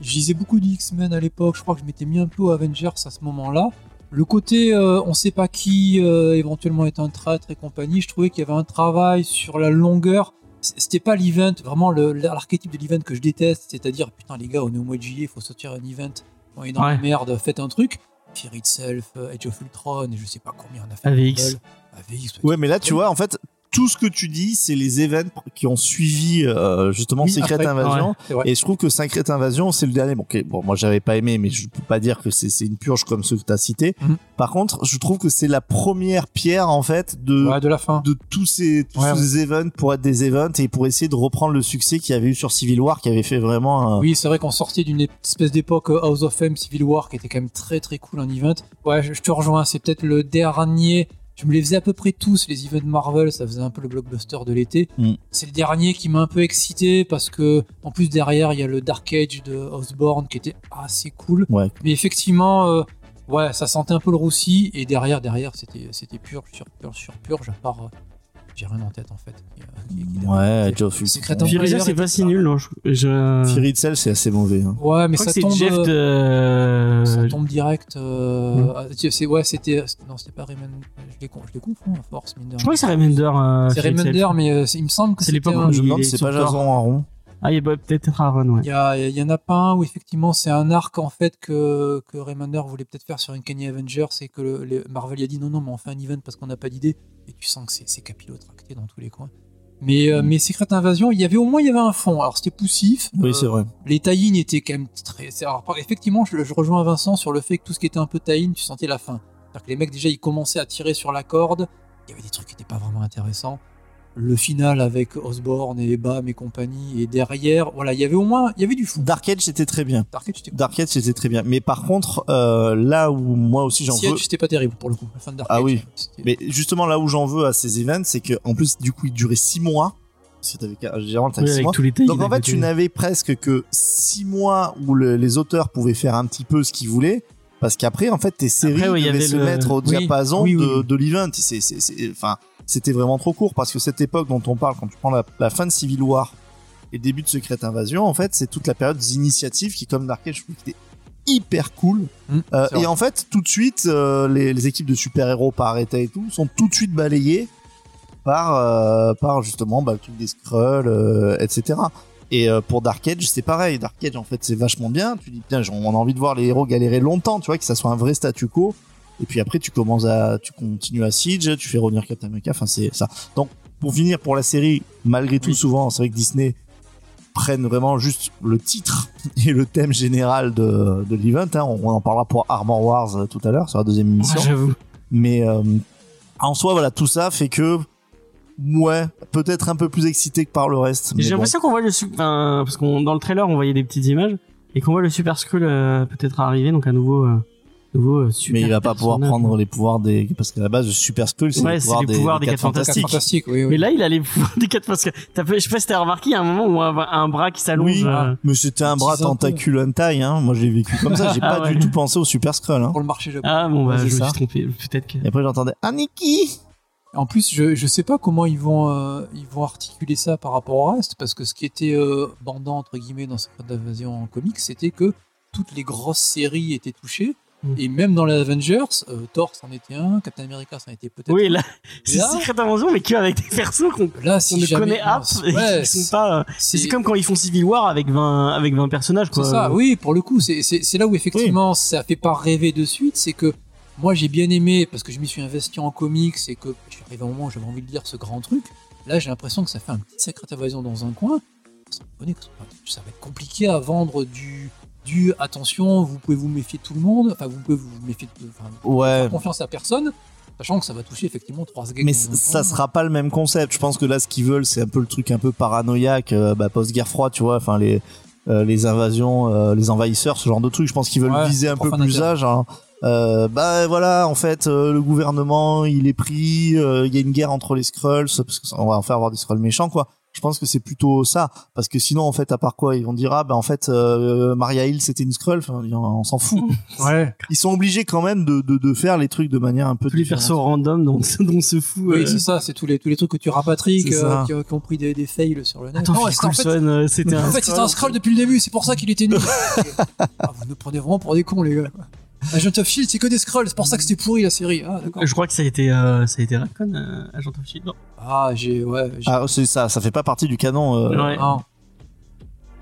Speaker 3: je lisais beaucoup de X-Men à l'époque, je crois que je m'étais mis un peu aux Avengers à ce moment-là. Le côté euh, on sait pas qui euh, éventuellement est un traître et compagnie, je trouvais qu'il y avait un travail sur la longueur. C- C'était pas l'event, vraiment le- l'archétype de l'event que je déteste, c'est-à-dire putain les gars, on est au mois de juillet, faut sortir un event, on est dans la
Speaker 2: Ouais.
Speaker 3: merde, faites un truc. Fear Itself, euh, Age of Ultron, et je sais pas combien on a fait.
Speaker 2: AVX.
Speaker 3: AVX,
Speaker 4: Ouais, mais là, tu vois, en fait, tout ce que tu dis, c'est les events qui ont suivi euh, justement
Speaker 3: Oui,
Speaker 4: Secret
Speaker 3: après,
Speaker 4: Invasion.
Speaker 3: c'est vrai.
Speaker 4: Et je trouve que Secret Invasion, c'est le dernier. Bon, ok, bon moi, j'avais pas aimé, mais je peux pas dire que c'est c'est une purge comme ceux que t'as cités.
Speaker 3: Mhm.
Speaker 4: Par contre, je trouve que c'est la première pierre, en fait, de,
Speaker 3: Ouais, de la fin.
Speaker 4: de tous ces, tous
Speaker 3: Ouais,
Speaker 4: ces events pour être des events et pour essayer de reprendre le succès qu'il y avait eu sur Civil War, qui avait fait vraiment un-
Speaker 3: Oui, c'est vrai qu'on sortait d'une espèce d'époque euh, House of Fame, Civil War, qui était quand même très très cool en event. Ouais, je, je te rejoins, c'est peut-être le dernier. Je me les faisais à peu près tous, les events Marvel, ça faisait un peu le blockbuster de l'été.
Speaker 4: Mm.
Speaker 3: C'est le dernier qui m'a un peu excité parce que, en plus, derrière, il y a le Dark Age de Osborne qui était assez cool.
Speaker 4: Ouais.
Speaker 3: Mais effectivement, euh, ouais, ça sentait un peu le roussi. Et derrière, derrière, c'était c'était purge sur purge sur purge, à part. euh, J'ai rien en tête en fait. qui, euh,
Speaker 4: Mm.
Speaker 3: qui- qui est derrière.
Speaker 4: Ouais, Age of
Speaker 3: Secret
Speaker 4: Ultron.
Speaker 3: Invasion.
Speaker 2: Firisa c'est pas si nul non. Je, je...
Speaker 4: Fury Itself, c'est assez mauvais. hein.
Speaker 3: Ouais, mais
Speaker 2: je crois que c'est
Speaker 3: ça tombe.
Speaker 2: Jeff
Speaker 3: euh,
Speaker 2: de
Speaker 3: Ça tombe direct. euh,
Speaker 2: Hmm.
Speaker 3: ah, tu sais, c'est- ouais, c'était. Non, c'était pas Raymond. Je les, con- je les confonds à force, mine de
Speaker 2: Je
Speaker 3: rien.
Speaker 2: crois que c'est Remender. euh,
Speaker 3: C'est
Speaker 2: Fury
Speaker 3: Raymonder,
Speaker 2: Itself.
Speaker 3: mais euh, c'est- il me semble que
Speaker 2: C'est
Speaker 3: c'était
Speaker 2: l'époque
Speaker 3: un-
Speaker 2: où
Speaker 4: Je
Speaker 2: il
Speaker 4: me demande,
Speaker 2: est
Speaker 4: si c'est pas
Speaker 2: sauteur.
Speaker 4: Jason Aaron.
Speaker 2: Ah il y a bah, peut-être Aaron ouais.
Speaker 3: Il y, a- il y en a pas un où effectivement c'est un arc en fait que, que Raymonder voulait peut-être faire sur Uncanny Avengers et que le, les- Marvel y a dit non, non, mais on fait un event parce qu'on n'a pas d'idée. Et tu sens que c'est- c'est capillotracté dans tous les coins. Mais,
Speaker 2: Hmm.
Speaker 3: euh, mais Secret Invasion, il y avait au moins il y avait un fond. Alors c'était poussif.
Speaker 4: Oui,
Speaker 3: euh,
Speaker 4: c'est vrai.
Speaker 3: les tie étaient quand même très. c'est- Alors, par- effectivement, je, je rejoins Vincent sur le fait que tout ce qui était un peu tie tu sentais la fin. C'est-à-dire que les mecs, déjà, ils commençaient à tirer sur la corde. Il y avait des trucs qui n'étaient pas vraiment intéressants. Le final avec Osborne et Bam et compagnie, et derrière, voilà, il y avait au moins, il y avait du fou.
Speaker 4: Dark Age, c'était très bien.
Speaker 3: Dark Age, c'était
Speaker 4: Dark Age, c'était très bien. Mais par contre, euh, là où moi aussi j'en
Speaker 3: Sea
Speaker 4: veux,
Speaker 3: Edge, c'était pas terrible pour le coup. La fin de Dark
Speaker 4: Ah
Speaker 3: Age,
Speaker 4: oui.
Speaker 3: c'était-
Speaker 4: mais justement là où j'en veux à ces events, c'est que en plus du coup ils duraient six mois. Parce que t'avais généralement t'avais
Speaker 2: Oui,
Speaker 4: six
Speaker 2: avec
Speaker 4: mois.
Speaker 2: tous les tailles.
Speaker 4: Donc en fait, tu n'avais presque que six mois où le- les auteurs pouvaient faire un petit peu ce qu'ils voulaient. Parce qu'après, en fait, tes séries
Speaker 2: ouais, il y
Speaker 4: devaient
Speaker 2: avait
Speaker 4: se
Speaker 2: le-
Speaker 4: mettre au
Speaker 3: Oui,
Speaker 4: diapason
Speaker 3: oui, oui,
Speaker 4: de,
Speaker 3: oui.
Speaker 4: de l'event. C'est- c'est- c'est- Enfin, c'était vraiment trop court parce que cette époque dont on parle, quand tu prends la, la fin de Civil War et le début de Secret Invasion, en fait, c'est toute la période des initiatives qui, comme Dark Age, je trouve que c'était hyper cool.
Speaker 3: Hmm,
Speaker 4: Euh,
Speaker 3: c'est vrai.
Speaker 4: et en fait, tout de suite, euh, les, les équipes de super-héros par arrêté et tout sont tout de suite balayées par, euh, par justement bah, le truc des Skrulls, euh, etc. Et euh, pour Dark Age, c'est pareil. Dark Age, en fait, c'est vachement bien. Tu dis, tiens, on a envie de voir les héros galérer longtemps, tu vois, que ça soit un vrai statu quo. Et puis après, tu commences à, tu continues à Siege, tu fais revenir Captain America. Enfin, c'est ça. Donc, pour finir pour la série, malgré tout,
Speaker 3: Oui.
Speaker 4: souvent, c'est vrai que Disney prennent vraiment juste le titre et le thème général de, de l'event. hein. On, on en parlera pour Armor Wars euh, tout à l'heure sur la deuxième émission.
Speaker 2: J'avoue.
Speaker 4: Mais euh, en soi, voilà, tout ça fait que, ouais, peut-être un peu plus excité que par le reste. mais
Speaker 2: J'ai
Speaker 4: bon.
Speaker 2: l'impression qu'on voit le su- enfin, parce qu'on dans le trailer on voyait des petites images et qu'on voit le Super Skrull euh, peut-être arriver donc à nouveau. euh, nouveau euh, super.
Speaker 4: Mais il va pas pouvoir
Speaker 2: personnage.
Speaker 4: prendre les pouvoirs des. Parce qu'à la base, Super Skull, c'est
Speaker 2: Ouais,
Speaker 4: les
Speaker 2: c'est
Speaker 4: pouvoirs
Speaker 2: les
Speaker 4: des,
Speaker 2: pouvoirs des
Speaker 4: quatre
Speaker 2: quatre fantastiques.
Speaker 4: fantastiques.
Speaker 3: Fantastique, oui,
Speaker 2: Mais
Speaker 3: oui.
Speaker 2: là, il a les pouvoirs des quatre parce que t'as fait- je sais pas si t'as remarqué, il y a un moment où un, un bras qui s'allonge.
Speaker 4: Oui.
Speaker 2: euh,
Speaker 4: Mais c'était un
Speaker 3: Ils
Speaker 4: bras
Speaker 3: disent un peu.
Speaker 4: tentacule hentai, hein. Moi, je l'ai vécu comme ça. J'ai
Speaker 2: Ah
Speaker 4: pas
Speaker 2: ouais.
Speaker 4: du tout pensé au Super Skrull, hein.
Speaker 3: Pour le marché japonais.
Speaker 2: Ah bon, bah,
Speaker 4: Ouais, c'est
Speaker 2: je me
Speaker 4: ça.
Speaker 2: suis trompé. Peut-être que.
Speaker 4: Et après, j'entendais Aniki!
Speaker 3: En plus, je, je sais pas comment ils vont, euh, ils vont articuler ça par rapport au reste, parce que ce qui était euh, bandant, entre guillemets, dans Secret d'Invasion en comics, c'était que toutes les grosses séries étaient touchées,
Speaker 2: Mm.
Speaker 3: et même dans les Avengers, euh, Thor s'en était un, Captain America s'en était peut-être
Speaker 2: Oui, là, c'est
Speaker 3: Là-
Speaker 2: Secret Invasion, mais que avec des persos qu'on
Speaker 3: un. Là,
Speaker 2: qu'on
Speaker 3: si
Speaker 2: ne
Speaker 3: jamais-
Speaker 2: connaît
Speaker 3: non,
Speaker 2: app
Speaker 3: c'est-
Speaker 2: et
Speaker 3: ouais,
Speaker 2: qui sont pas. euh,
Speaker 3: c'est-
Speaker 2: C'est comme quand ils font Civil War avec 20, avec 20 personnages, quoi. euh,
Speaker 3: C'est ça, oui, pour le coup, c'est- c'est c'est là où effectivement ça fait pas rêver de suite, c'est que moi j'ai bien aimé, parce que je m'y suis investi en comics et que je suis arrivé au moment où j'avais envie de lire ce grand truc, là j'ai l'impression que ça fait un petit secret invasion dans un coin, ça me connaît que ça va être compliqué à vendre du, du attention, vous pouvez vous méfier de tout le monde, enfin vous pouvez vous méfier de... Enfin,
Speaker 4: Ouais.
Speaker 3: confiance à personne, sachant que ça va toucher effectivement trois gags.
Speaker 4: Mais
Speaker 3: dans un
Speaker 4: ça
Speaker 3: coin.
Speaker 4: sera pas le même concept. Je pense que là, ce qu'ils veulent, c'est un peu le truc un peu paranoïaque, euh, bah, post-guerre froide, tu vois. Enfin, les, euh, les invasions, euh, les envahisseurs, ce genre de truc. Je pense qu'ils veulent
Speaker 3: Ouais,
Speaker 4: viser un
Speaker 3: pour
Speaker 4: peu
Speaker 3: fin
Speaker 4: plus
Speaker 3: d'intérêt.
Speaker 4: ça, genre. euh, bah voilà, en fait, euh, le gouvernement, il est pris. euh, Il y a une guerre entre les Skrulls, parce qu'on va en faire avoir des Skrulls méchants, quoi. Je pense que c'est plutôt ça, parce que sinon, en fait, à part quoi, ils vont dire ah bah en fait, euh, Maria Hill c'était une Skrull. Enfin, on, on s'en fout.
Speaker 3: Ouais.
Speaker 4: Ils sont obligés quand même de, de, de faire les trucs de manière un peu.
Speaker 2: Tous les
Speaker 4: différente.
Speaker 2: persos random dont, dont on se fout.
Speaker 3: Oui,
Speaker 2: euh,
Speaker 3: c'est ça, c'est tous les, tous les trucs que tu rapatries,
Speaker 4: C'est
Speaker 3: que-
Speaker 4: ça.
Speaker 3: qui, qui ont pris des, des fails sur le net.
Speaker 2: Attends,
Speaker 3: Non,
Speaker 2: Phil
Speaker 3: c'est- en fait,
Speaker 2: Coulson, euh, c'était un.
Speaker 3: En fait, c'était un scroll depuis le début, c'est pour ça qu'il était nul. Ah, vous nous prenez vraiment pour des cons, les gars. Ah, Agent of Shield, E c'est que des scrolls, c'est pour ça que c'était pourri la série. Ah, d'accord.
Speaker 2: Je crois que ça a été, euh, ça a été Raccoon, euh, Agent of Shield. Non.
Speaker 3: Ah, j'ai. Ouais, j'ai.
Speaker 4: Ah c'est ça, ça fait pas partie du canon. euh,
Speaker 2: Ouais.
Speaker 3: non.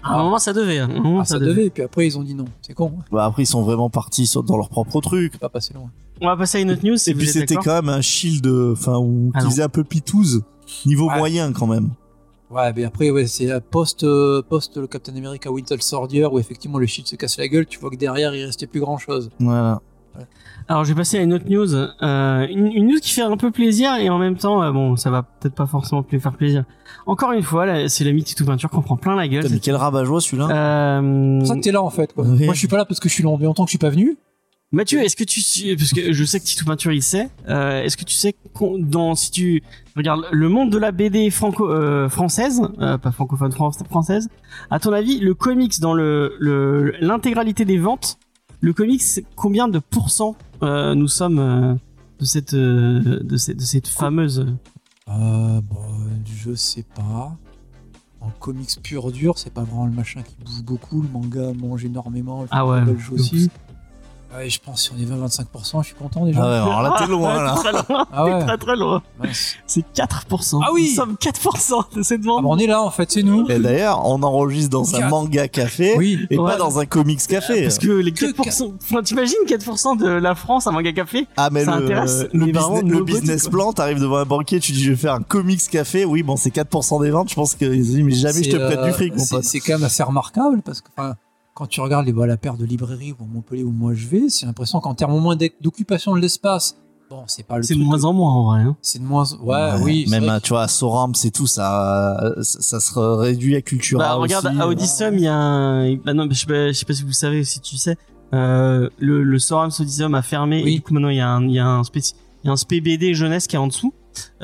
Speaker 2: À un moment, ça devait. hein. À un moment,
Speaker 3: Ah, ça devait, et puis après, ils ont dit non. C'est con, hein.
Speaker 4: Bah après ils sont vraiment partis sur- dans leur propre truc.
Speaker 3: c'est pas passé loin.
Speaker 2: On va passer à une autre news. Si
Speaker 4: Et
Speaker 2: vous
Speaker 4: puis
Speaker 2: êtes
Speaker 4: c'était
Speaker 2: d'accord.
Speaker 4: quand même un shield, euh, enfin ou
Speaker 2: Ah
Speaker 4: qui
Speaker 2: non.
Speaker 4: faisait un peu pitouze niveau
Speaker 3: Ouais.
Speaker 4: moyen quand même.
Speaker 3: Ouais, mais après, ouais, c'est euh, post, euh, post le Captain America Winter Soldier où effectivement le Shield se casse la gueule, tu vois que derrière, il restait plus grand chose.
Speaker 4: Voilà.
Speaker 2: Alors, je vais passer à une autre news. Euh, une, une news qui fait un peu plaisir et en même temps, euh, bon, ça va peut-être pas forcément plus faire plaisir. Encore une fois, là, c'est l'ami Titou Peinture qu'on prend plein la gueule.
Speaker 4: Putain, mais quel rabat joie celui-là.
Speaker 2: Euh,
Speaker 3: C'est pour ça que t'es là en fait, quoi.
Speaker 4: Ouais.
Speaker 3: Moi, je suis pas là parce que je suis long- longtemps que je suis pas venu.
Speaker 2: Mathieu, est-ce que tu sais- parce que je sais que Titou Peinture il sait, euh, est-ce que tu sais qu'on- dans si tu regardes le monde de la BD franco euh, française, euh, pas francophone fran- française, à ton avis le comics dans le le- l'intégralité des ventes, le comics combien de pourcents euh, nous sommes euh, de cette euh, de cette de cette fameuse
Speaker 3: Euh, bon, je sais pas. En comics pur dur, c'est pas vraiment le machin qui bouge beaucoup. Le manga mange énormément. Le
Speaker 2: Ah ouais.
Speaker 3: manga joue Bah, aussi. Ouais, je pense si on est 20-25%, je suis content
Speaker 4: Ah ouais,
Speaker 3: déjà.
Speaker 4: alors là t'es loin là.
Speaker 2: Très loin,
Speaker 3: Ah ouais,
Speaker 2: très très loin.
Speaker 3: mince.
Speaker 2: C'est 4%.
Speaker 3: Ah oui
Speaker 2: Nous sommes 4% de cette
Speaker 3: Ah bah,
Speaker 2: vente.
Speaker 3: on est là en fait, c'est nous.
Speaker 4: Et d'ailleurs on enregistre dans un
Speaker 3: Quatre.
Speaker 4: manga café
Speaker 3: Oui.
Speaker 4: et
Speaker 2: Ouais.
Speaker 4: pas dans un comics café.
Speaker 2: Parce que les
Speaker 3: Que
Speaker 2: 4%, enfin, t'imagines 4% de la France, un manga café
Speaker 4: Ah mais
Speaker 2: ça
Speaker 4: le,
Speaker 2: intéresse,
Speaker 4: le,
Speaker 2: mais vraiment
Speaker 4: business,
Speaker 2: nos
Speaker 4: le
Speaker 2: goûts,
Speaker 4: business
Speaker 2: quoi.
Speaker 4: plan, t'arrives devant un banquier, tu dis je vais faire un comics café. Oui bon c'est 4% des ventes. Je pense qu'ils disent mais jamais je te
Speaker 3: C'est,
Speaker 4: prête du
Speaker 3: euh,
Speaker 4: fric mon
Speaker 3: c'est-
Speaker 4: pote.
Speaker 3: C'est quand même assez remarquable parce que enfin, quand tu regardes les, bah, la paire de librairies où à Montpellier où moi je vais, c'est l'impression qu'en termes au moins d'oc- d'occupation de l'espace, bon, c'est pas le
Speaker 2: C'est de
Speaker 3: truc-
Speaker 2: moins en moins en vrai. hein.
Speaker 3: C'est de moins. Ouais, oui. c'est
Speaker 4: Même
Speaker 3: vrai
Speaker 4: euh, tu vois à Soramb c'est tout ça, euh, ça ça se réduit à Cultura.
Speaker 2: Bah, regarde,
Speaker 4: aussi. euh,
Speaker 2: à Odyssum, il y a un. Bah, non, mais je sais, pas, je sais pas si vous le savez, si tu sais. Euh, le, le Sorams Odyssum a fermé
Speaker 3: Oui.
Speaker 2: et du coup maintenant il y a un, il y a un, spéci- il y a un SPBD jeunesse qui est en dessous.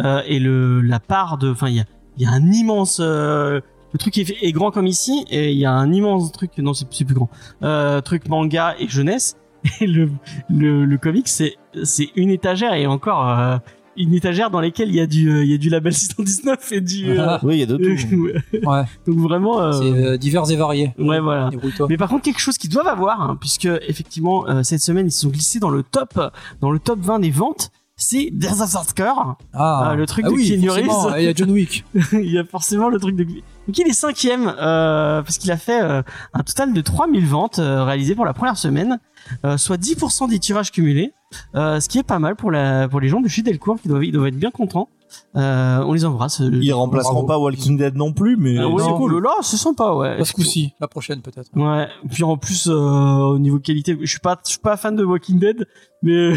Speaker 2: Euh, et le, la part de. Enfin, il y a, il y a un immense. euh, le truc est, fait- est grand comme ici et il y a un immense truc. Non, c'est c'est plus grand. Euh, truc manga et jeunesse. Et le, le, le comic, c'est c'est une étagère et encore. euh, une étagère dans laquelle il y a du euh, il y a du label 619 et du euh,
Speaker 3: Ah,
Speaker 4: Oui il y a de tout.
Speaker 3: Ouais.
Speaker 2: donc vraiment euh,
Speaker 3: C'est euh, divers et variés.
Speaker 2: Ouais, voilà.
Speaker 3: Débrouille-toi.
Speaker 2: Mais par contre, quelque chose qu'ils doivent avoir, hein, puisque effectivement, euh, cette semaine, ils se sont glissés dans le top, dans le top 20 des ventes, c'est Berserker.
Speaker 3: Ah,
Speaker 2: Ah, le truc
Speaker 3: ah
Speaker 2: de
Speaker 3: oui,
Speaker 2: Keanu
Speaker 3: forcément.
Speaker 2: Reeves.
Speaker 3: Ah, Il y a John Wick.
Speaker 2: il y a forcément le truc de... Donc il est cinquième, euh, parce qu'il a fait euh, un total de 3000 ventes euh, réalisées pour la première semaine, euh, soit 10% des tirages cumulés, euh, ce qui est pas mal pour, la, pour les gens de chez Delcourt, qui doivent, ils doivent être bien contents. Euh, on les embrasse. euh,
Speaker 4: Ils remplaceront
Speaker 3: Bravo.
Speaker 4: pas Walking Dead non plus, mais
Speaker 2: Ah ouais,
Speaker 4: c'est
Speaker 2: non,
Speaker 4: cool.
Speaker 2: Là, c'est sympa, ouais.
Speaker 3: Pas ce coup-ci, la prochaine peut-être.
Speaker 2: Ouais, puis en plus euh, au niveau qualité, je suis pas je suis pas fan de Walking Dead, mais euh,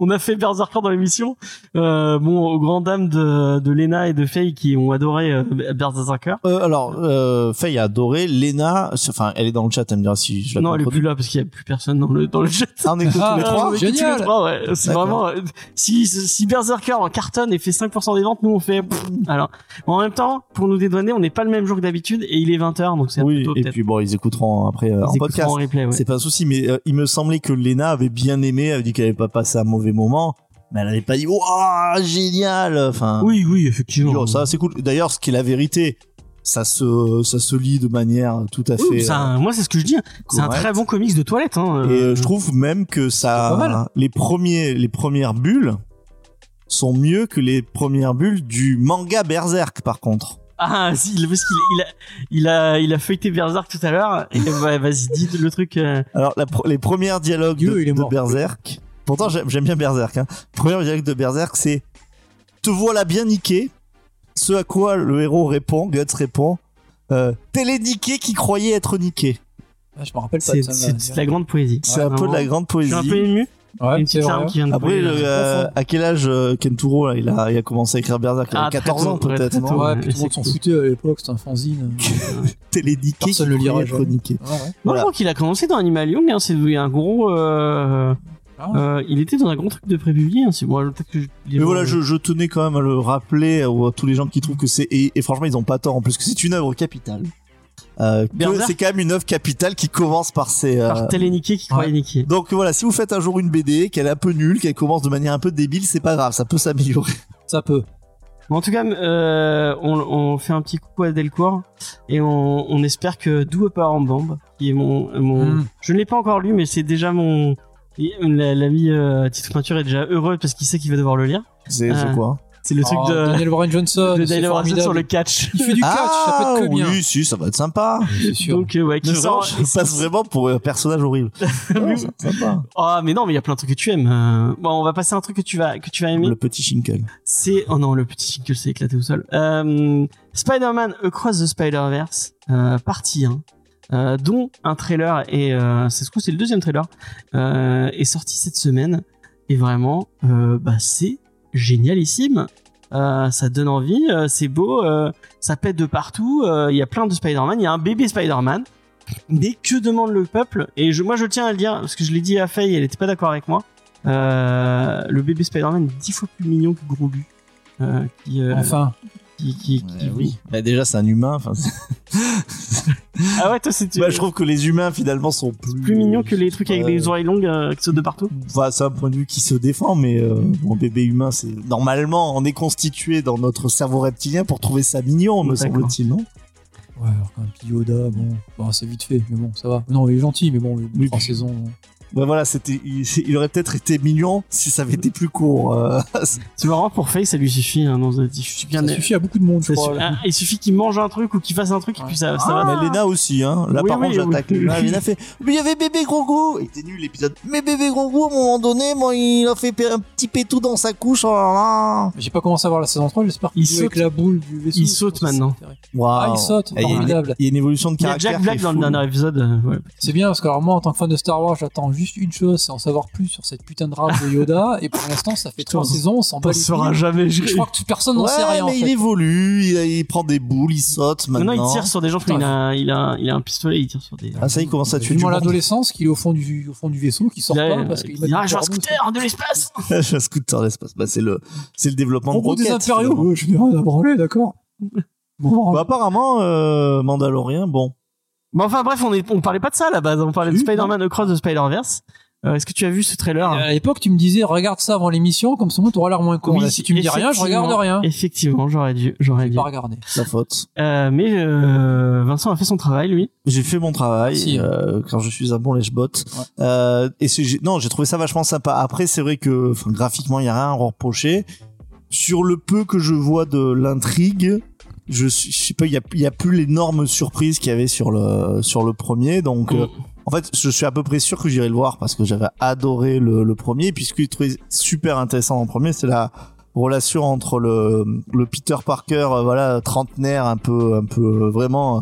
Speaker 2: on a fait Berserker dans l'émission. Euh, bon, aux grandes dames de, de Lena et de Faye qui ont adoré euh, Berserker.
Speaker 4: Euh, alors, euh, Faye a adoré. Lena, enfin, elle est dans le chat, elle me dira si je la
Speaker 2: Non, elle est
Speaker 4: contredis.
Speaker 2: plus là parce qu'il y a plus personne dans le dans le chat.
Speaker 4: Ah, on est que tous
Speaker 3: Ah,
Speaker 4: les
Speaker 2: Euh,
Speaker 4: trois
Speaker 2: on est que tous les
Speaker 3: Génial.
Speaker 2: trois, ouais. C'est
Speaker 4: D'accord.
Speaker 2: vraiment euh, si si Berserker en cartonne et fait 5% des ventes, nous on fait. pff, Alors, en même temps, pour nous dédouaner, on n'est pas le même jour que d'habitude et il est 20h donc c'est un peu
Speaker 4: Oui,
Speaker 2: tôt
Speaker 4: et
Speaker 2: peut-être.
Speaker 4: puis bon, ils écouteront après euh,
Speaker 2: Ils
Speaker 4: en
Speaker 2: écouteront
Speaker 4: podcast.
Speaker 2: en replay, ouais.
Speaker 4: C'est pas un souci, mais euh, il me semblait que Lena avait bien aimé, elle avait dit qu'elle avait pas passé un mauvais moment, mais elle avait pas dit Waouh, génial Enfin,
Speaker 2: Oui, oui,
Speaker 4: je
Speaker 2: effectivement.
Speaker 4: veux dire, ça c'est cool. D'ailleurs, ce qui est la vérité, ça se, ça se lit de manière tout à
Speaker 2: Oui,
Speaker 4: fait.
Speaker 2: c'est
Speaker 4: euh,
Speaker 2: un- moi, c'est ce que je dis. hein. C'est un
Speaker 4: correcte.
Speaker 2: très bon comics de toilette. Hein.
Speaker 4: Et
Speaker 2: euh,
Speaker 4: euh, je trouve même que
Speaker 3: C'est pas
Speaker 4: ça,
Speaker 3: mal.
Speaker 4: les premiers, les premières bulles sont mieux que les premières bulles du manga Berserk, par contre.
Speaker 2: Ah, si, parce qu'il il a, il a, il a feuilleté Berserk tout à l'heure. Et bah, vas-y, dis le truc. euh,
Speaker 4: Alors, la pro- les premières dialogues de,
Speaker 3: Dieu, il est
Speaker 4: de
Speaker 3: mort.
Speaker 4: Berserk. Pourtant, j'aime j'aime bien Berserk. Hein. Premier dialogue de Berserk, c'est Te voilà bien niqué. Ce à quoi le héros répond, Guts répond euh, T'es les niqués qui croyaient être niqués.
Speaker 3: Ah, je me rappelle pas
Speaker 2: C'est
Speaker 3: de ça.
Speaker 2: c'est- c'est de la grande poésie.
Speaker 4: C'est
Speaker 2: Ouais,
Speaker 4: un peu de la
Speaker 2: vraiment.
Speaker 4: grande
Speaker 2: Je suis un peu
Speaker 4: poésie.
Speaker 2: ému.
Speaker 3: Ouais,
Speaker 2: une petite
Speaker 3: Ah c'est
Speaker 2: larme
Speaker 3: vrai.
Speaker 2: qui vient de
Speaker 4: Après,
Speaker 2: couler, là.
Speaker 4: le, euh,
Speaker 3: profond.
Speaker 4: à quel âge euh, Kenturo là, il, a, il a commencé à écrire Berserk Il
Speaker 2: Ah,
Speaker 4: avait
Speaker 2: très
Speaker 4: 14 ans
Speaker 2: tôt, ouais,
Speaker 4: peut-être.
Speaker 2: très
Speaker 4: non
Speaker 2: tôt.
Speaker 3: Ouais, puis tout le
Speaker 2: c'est
Speaker 3: monde s'en
Speaker 2: cool.
Speaker 3: foutait à l'époque, c'était un fanzine.
Speaker 4: T'es les niqués
Speaker 3: Personne
Speaker 4: qui
Speaker 3: le lira
Speaker 4: croyaient être
Speaker 3: jamais.
Speaker 4: niqués.
Speaker 3: Ouais, ouais.
Speaker 2: Moi,
Speaker 4: voilà.
Speaker 2: je crois qu'il a commencé dans Animal Young. Hein, c'est un gros. euh,
Speaker 3: Ah.
Speaker 2: euh, il était dans un gros truc de prépublié. Hein, c'est moi, peut-être que. je- euh,
Speaker 4: Mais voilà, je, je tenais quand même à le rappeler euh, à tous les gens qui trouvent que c'est et, et franchement ils ont pas tort en plus que c'est une œuvre capitale. Euh, que
Speaker 2: Berserk.
Speaker 4: c'est quand même une œuvre capitale qui commence par ses. euh,
Speaker 2: Par tel et niqué qui croyait niqué.
Speaker 4: Donc voilà, si vous faites un jour une BD qu'elle est un peu nulle, qu'elle commence de manière un peu débile, c'est pas grave, ça peut s'améliorer.
Speaker 3: Ça peut.
Speaker 2: Bon, en tout cas, euh, on, on fait un petit coucou à Delcourt et on, on espère que D'où part en bombe, qui est mon, mon
Speaker 3: Mm.
Speaker 2: je ne l'ai pas encore lu, mais c'est déjà mon et la- l'ami euh, Titre Peinture est déjà heureux parce qu'il sait qu'il va devoir le lire.
Speaker 4: C'est
Speaker 2: Ah.
Speaker 4: c'est quoi
Speaker 2: C'est le truc
Speaker 3: Oh,
Speaker 2: de
Speaker 3: Daniel Warren Johnson.
Speaker 2: de
Speaker 3: c'est
Speaker 2: Daniel Warren
Speaker 3: formidable.
Speaker 2: sur le catch.
Speaker 3: Il fait du catch, ça peut
Speaker 4: Ah,
Speaker 3: être que bien.
Speaker 4: oui, si, ça va être sympa.
Speaker 3: C'est sûr.
Speaker 2: Donc euh, ouais, qui
Speaker 4: Mais ça,
Speaker 2: vraiment-
Speaker 4: je passe vraiment pour un personnage horrible. Non, c'est sympa.
Speaker 2: Ah mais non, mais il y a plein de trucs que tu aimes. euh. Bon, on va passer à un truc que tu vas que tu vas aimer.
Speaker 4: Le petit Shinkel.
Speaker 2: C'est oh non, le petit jingle s'est éclaté au sol. Euh, Spider-Man Across the Spider-Verse, euh, partie 1, euh, dont un trailer et euh, c'est ce coup c'est le deuxième trailer euh, est sorti cette semaine et vraiment euh, bah c'est génialissime. Euh, ça donne envie, euh, c'est beau, euh, ça pète de partout. euh, Il y a plein de Spider-Man, il y a un bébé Spider-Man. Mais que demande le peuple Et je, moi, je tiens à le dire parce que je l'ai dit à Faye, elle n'était pas d'accord avec moi. Euh, le bébé Spider-Man est dix fois plus mignon que Grogu. Euh, qui, euh,
Speaker 3: Enfin,
Speaker 2: qui, qui- qui-
Speaker 4: Bah, déjà, c'est un humain. enfin, c'est-
Speaker 2: Ah ouais, toi, c'est tu-
Speaker 4: Bah, je trouve que les humains finalement sont plus,
Speaker 2: plus mignon que les trucs avec
Speaker 4: Ouais.
Speaker 2: des oreilles longues euh, qui sautent de partout.
Speaker 4: Enfin, c'est un point de vue qui se défend, mais euh, mon bébé humain, c'est normalement, on est constitué dans notre cerveau reptilien pour trouver ça mignon, me
Speaker 2: D'accord.
Speaker 4: semble-t-il, non
Speaker 3: ouais, alors qu'un petit Yoda, bon, bon c'est vite fait, mais bon, ça va. Non, il est gentil, mais bon,
Speaker 4: Oui,
Speaker 3: les trois
Speaker 4: puis-
Speaker 3: saisons.
Speaker 4: Ben voilà, c'était, il, il aurait peut-être été mignon si ça avait été plus court. euh.
Speaker 2: C'est marrant pour Faye, ça lui suffit. hein, dans un- je suis bien-
Speaker 3: Ça suffit à beaucoup de monde, je
Speaker 2: ça
Speaker 3: crois.
Speaker 2: suffit-
Speaker 3: là.
Speaker 2: Ah, il suffit qu'il mange un truc ou qu'il fasse un truc et puis ça, ça va.
Speaker 4: Ah, Mais Léna aussi, hein. Là,
Speaker 2: Oui,
Speaker 4: par
Speaker 2: oui,
Speaker 4: contre, j'attaque
Speaker 2: oui.
Speaker 4: Léna. Léna fait Mais il y avait bébé Grogu Il était nul l'épisode. Mais bébé Grogu, à un moment donné, moi, il a fait un petit pétou dans sa couche. Oh là là.
Speaker 2: Ah,
Speaker 3: Mais J'ai pas commencé à voir la saison 3, j'espère qu'il
Speaker 2: Il
Speaker 3: joue avec
Speaker 2: saute.
Speaker 3: la boule du vaisseau.
Speaker 2: Il saute
Speaker 3: Ça, c'est
Speaker 2: maintenant.
Speaker 3: intéressant.
Speaker 4: Waouh.
Speaker 3: Ah, il saute,
Speaker 4: Eh, il y a une-
Speaker 3: formidable.
Speaker 4: Il y a une évolution de
Speaker 2: Il y a
Speaker 4: caractère.
Speaker 2: Jack
Speaker 4: qui
Speaker 2: Black
Speaker 4: est
Speaker 2: dans le
Speaker 4: fou.
Speaker 2: dernier épisode. euh, ouais.
Speaker 3: C'est bien parce que alors moi en tant que fan de Star Wars j'attends juste une chose c'est en savoir plus sur cette putain de race de Yoda et pour l'instant ça fait
Speaker 2: Putain,
Speaker 3: trois saisons on s'en bat
Speaker 2: On
Speaker 3: les
Speaker 2: saura
Speaker 3: couilles.
Speaker 2: jamais. je-
Speaker 3: je crois que toute personne n'en
Speaker 4: Ouais,
Speaker 3: sait rien en
Speaker 4: mais il
Speaker 3: fait.
Speaker 4: évolue, il, il prend des boules, il saute maintenant.
Speaker 2: Maintenant, il tire sur des gens. Il a, il, a, il a un pistolet, il tire sur des.
Speaker 4: Ah ça il commence à tuer
Speaker 3: C'est
Speaker 4: du
Speaker 3: à
Speaker 4: monde.
Speaker 3: l'adolescence qu'il est au fond du au fond du vaisseau qui sort
Speaker 2: Il a-
Speaker 3: pas parce qu'il
Speaker 2: il dit, Ah, j'ai un scooter de l'espace
Speaker 4: J'ai un scooter d'espace. Bah c'est le c'est le développement
Speaker 3: en
Speaker 4: de
Speaker 3: gros des
Speaker 4: Rocket.
Speaker 3: impériaux
Speaker 4: finalement.
Speaker 3: ouais, je n'ai rien à branler d'accord bon
Speaker 4: Bah, apparemment euh, Mandalorien bon.
Speaker 2: Bon, enfin bref, on, est, on parlait pas de ça à la base, on parlait de
Speaker 3: Oui,
Speaker 2: Spider-Man Across the Spider-Verse. Euh, Est-ce que tu as vu ce trailer
Speaker 3: à l'époque tu me disais regarde ça avant l'émission comme ça tu auras l'air moins con
Speaker 2: Oui,
Speaker 3: Là, si tu me dis rien je regarde
Speaker 2: effectivement.
Speaker 3: rien
Speaker 2: Effectivement, j'aurais dû, j'aurais
Speaker 3: j'ai
Speaker 2: dû.
Speaker 3: pas regardé
Speaker 4: Sa faute.
Speaker 2: Euh, mais euh, Vincent a fait son travail, lui.
Speaker 4: J'ai fait mon travail
Speaker 3: Si.
Speaker 4: euh, quand je suis un bon lèche-bot.
Speaker 3: Ouais.
Speaker 4: Euh, et c'est- j'ai- non, j'ai trouvé ça vachement sympa. Après, c'est vrai que enfin, graphiquement, il y a rien à reprocher. Sur le peu que je vois de l'intrigue, je, suis- je sais pas, il y a, il y a plus l'énorme surprise qu'il y avait sur le sur le premier. Donc, euh, en fait, je suis à peu près sûr que j'irai le voir parce que j'avais adoré le, le premier, puisqu'il trouvait super intéressant en premier, c'est la relation entre le, le Peter Parker, euh, voilà, trentenaire, un peu, un peu euh, vraiment euh,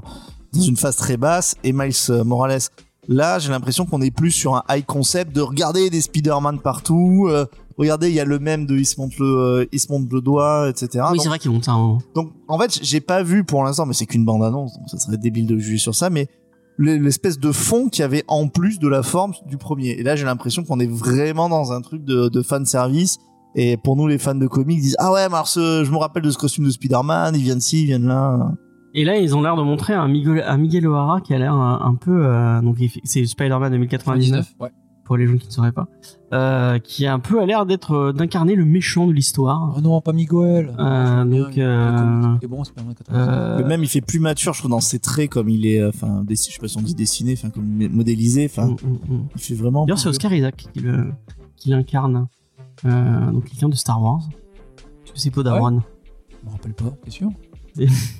Speaker 4: dans une phase très basse, et Miles euh, Morales. Là, j'ai l'impression qu'on est plus sur un high concept de regarder des Spider-Man partout. euh, regardez, il y a le même de il se monte le, euh, il se monte le doigt, etc.
Speaker 2: oui,
Speaker 4: Ah, Donc,
Speaker 2: c'est vrai qu'ils montent un moment.
Speaker 4: donc, en fait, j'ai pas vu pour l'instant, mais c'est qu'une bande-annonce, donc ça serait débile de juger sur ça, mais le- l'espèce de fond qu'il y avait en plus de la forme du premier. Et là, j'ai l'impression qu'on est vraiment dans un truc de, de fan service. Et pour nous, les fans de comics disent Ah ouais, mais alors ce- je me rappelle de ce costume de Spider-Man, il vient de ci, il vient de là.
Speaker 2: Et là, ils ont l'air de montrer un Miguel, un Miguel O'Hara qui a l'air un, un peu. euh, donc, il fait- c'est Spider-Man 2099
Speaker 3: 19, ouais.
Speaker 2: pour les gens qui ne sauraient pas, euh, qui a un peu a l'air d'être euh, d'incarner le méchant de l'histoire.
Speaker 3: Oh non, pas Miguel.
Speaker 2: Euh, donc, euh,
Speaker 3: C'est bon, c'est pas mal.
Speaker 2: Euh,
Speaker 4: Mais même, il fait plus mature, je trouve, dans ses traits, comme il est, euh, enfin, dessi- je sais pas si on dit dessiné, enfin, comme modélisé, enfin,
Speaker 2: mm, mm, mm.
Speaker 4: il fait vraiment.
Speaker 2: D'ailleurs, c'est Oscar Isaac qui le- qui l'incarne, Euh, donc quelqu'un de Star Wars. Parce que C'est Poe Dameron.
Speaker 3: Je me rappelle pas, t'es sûr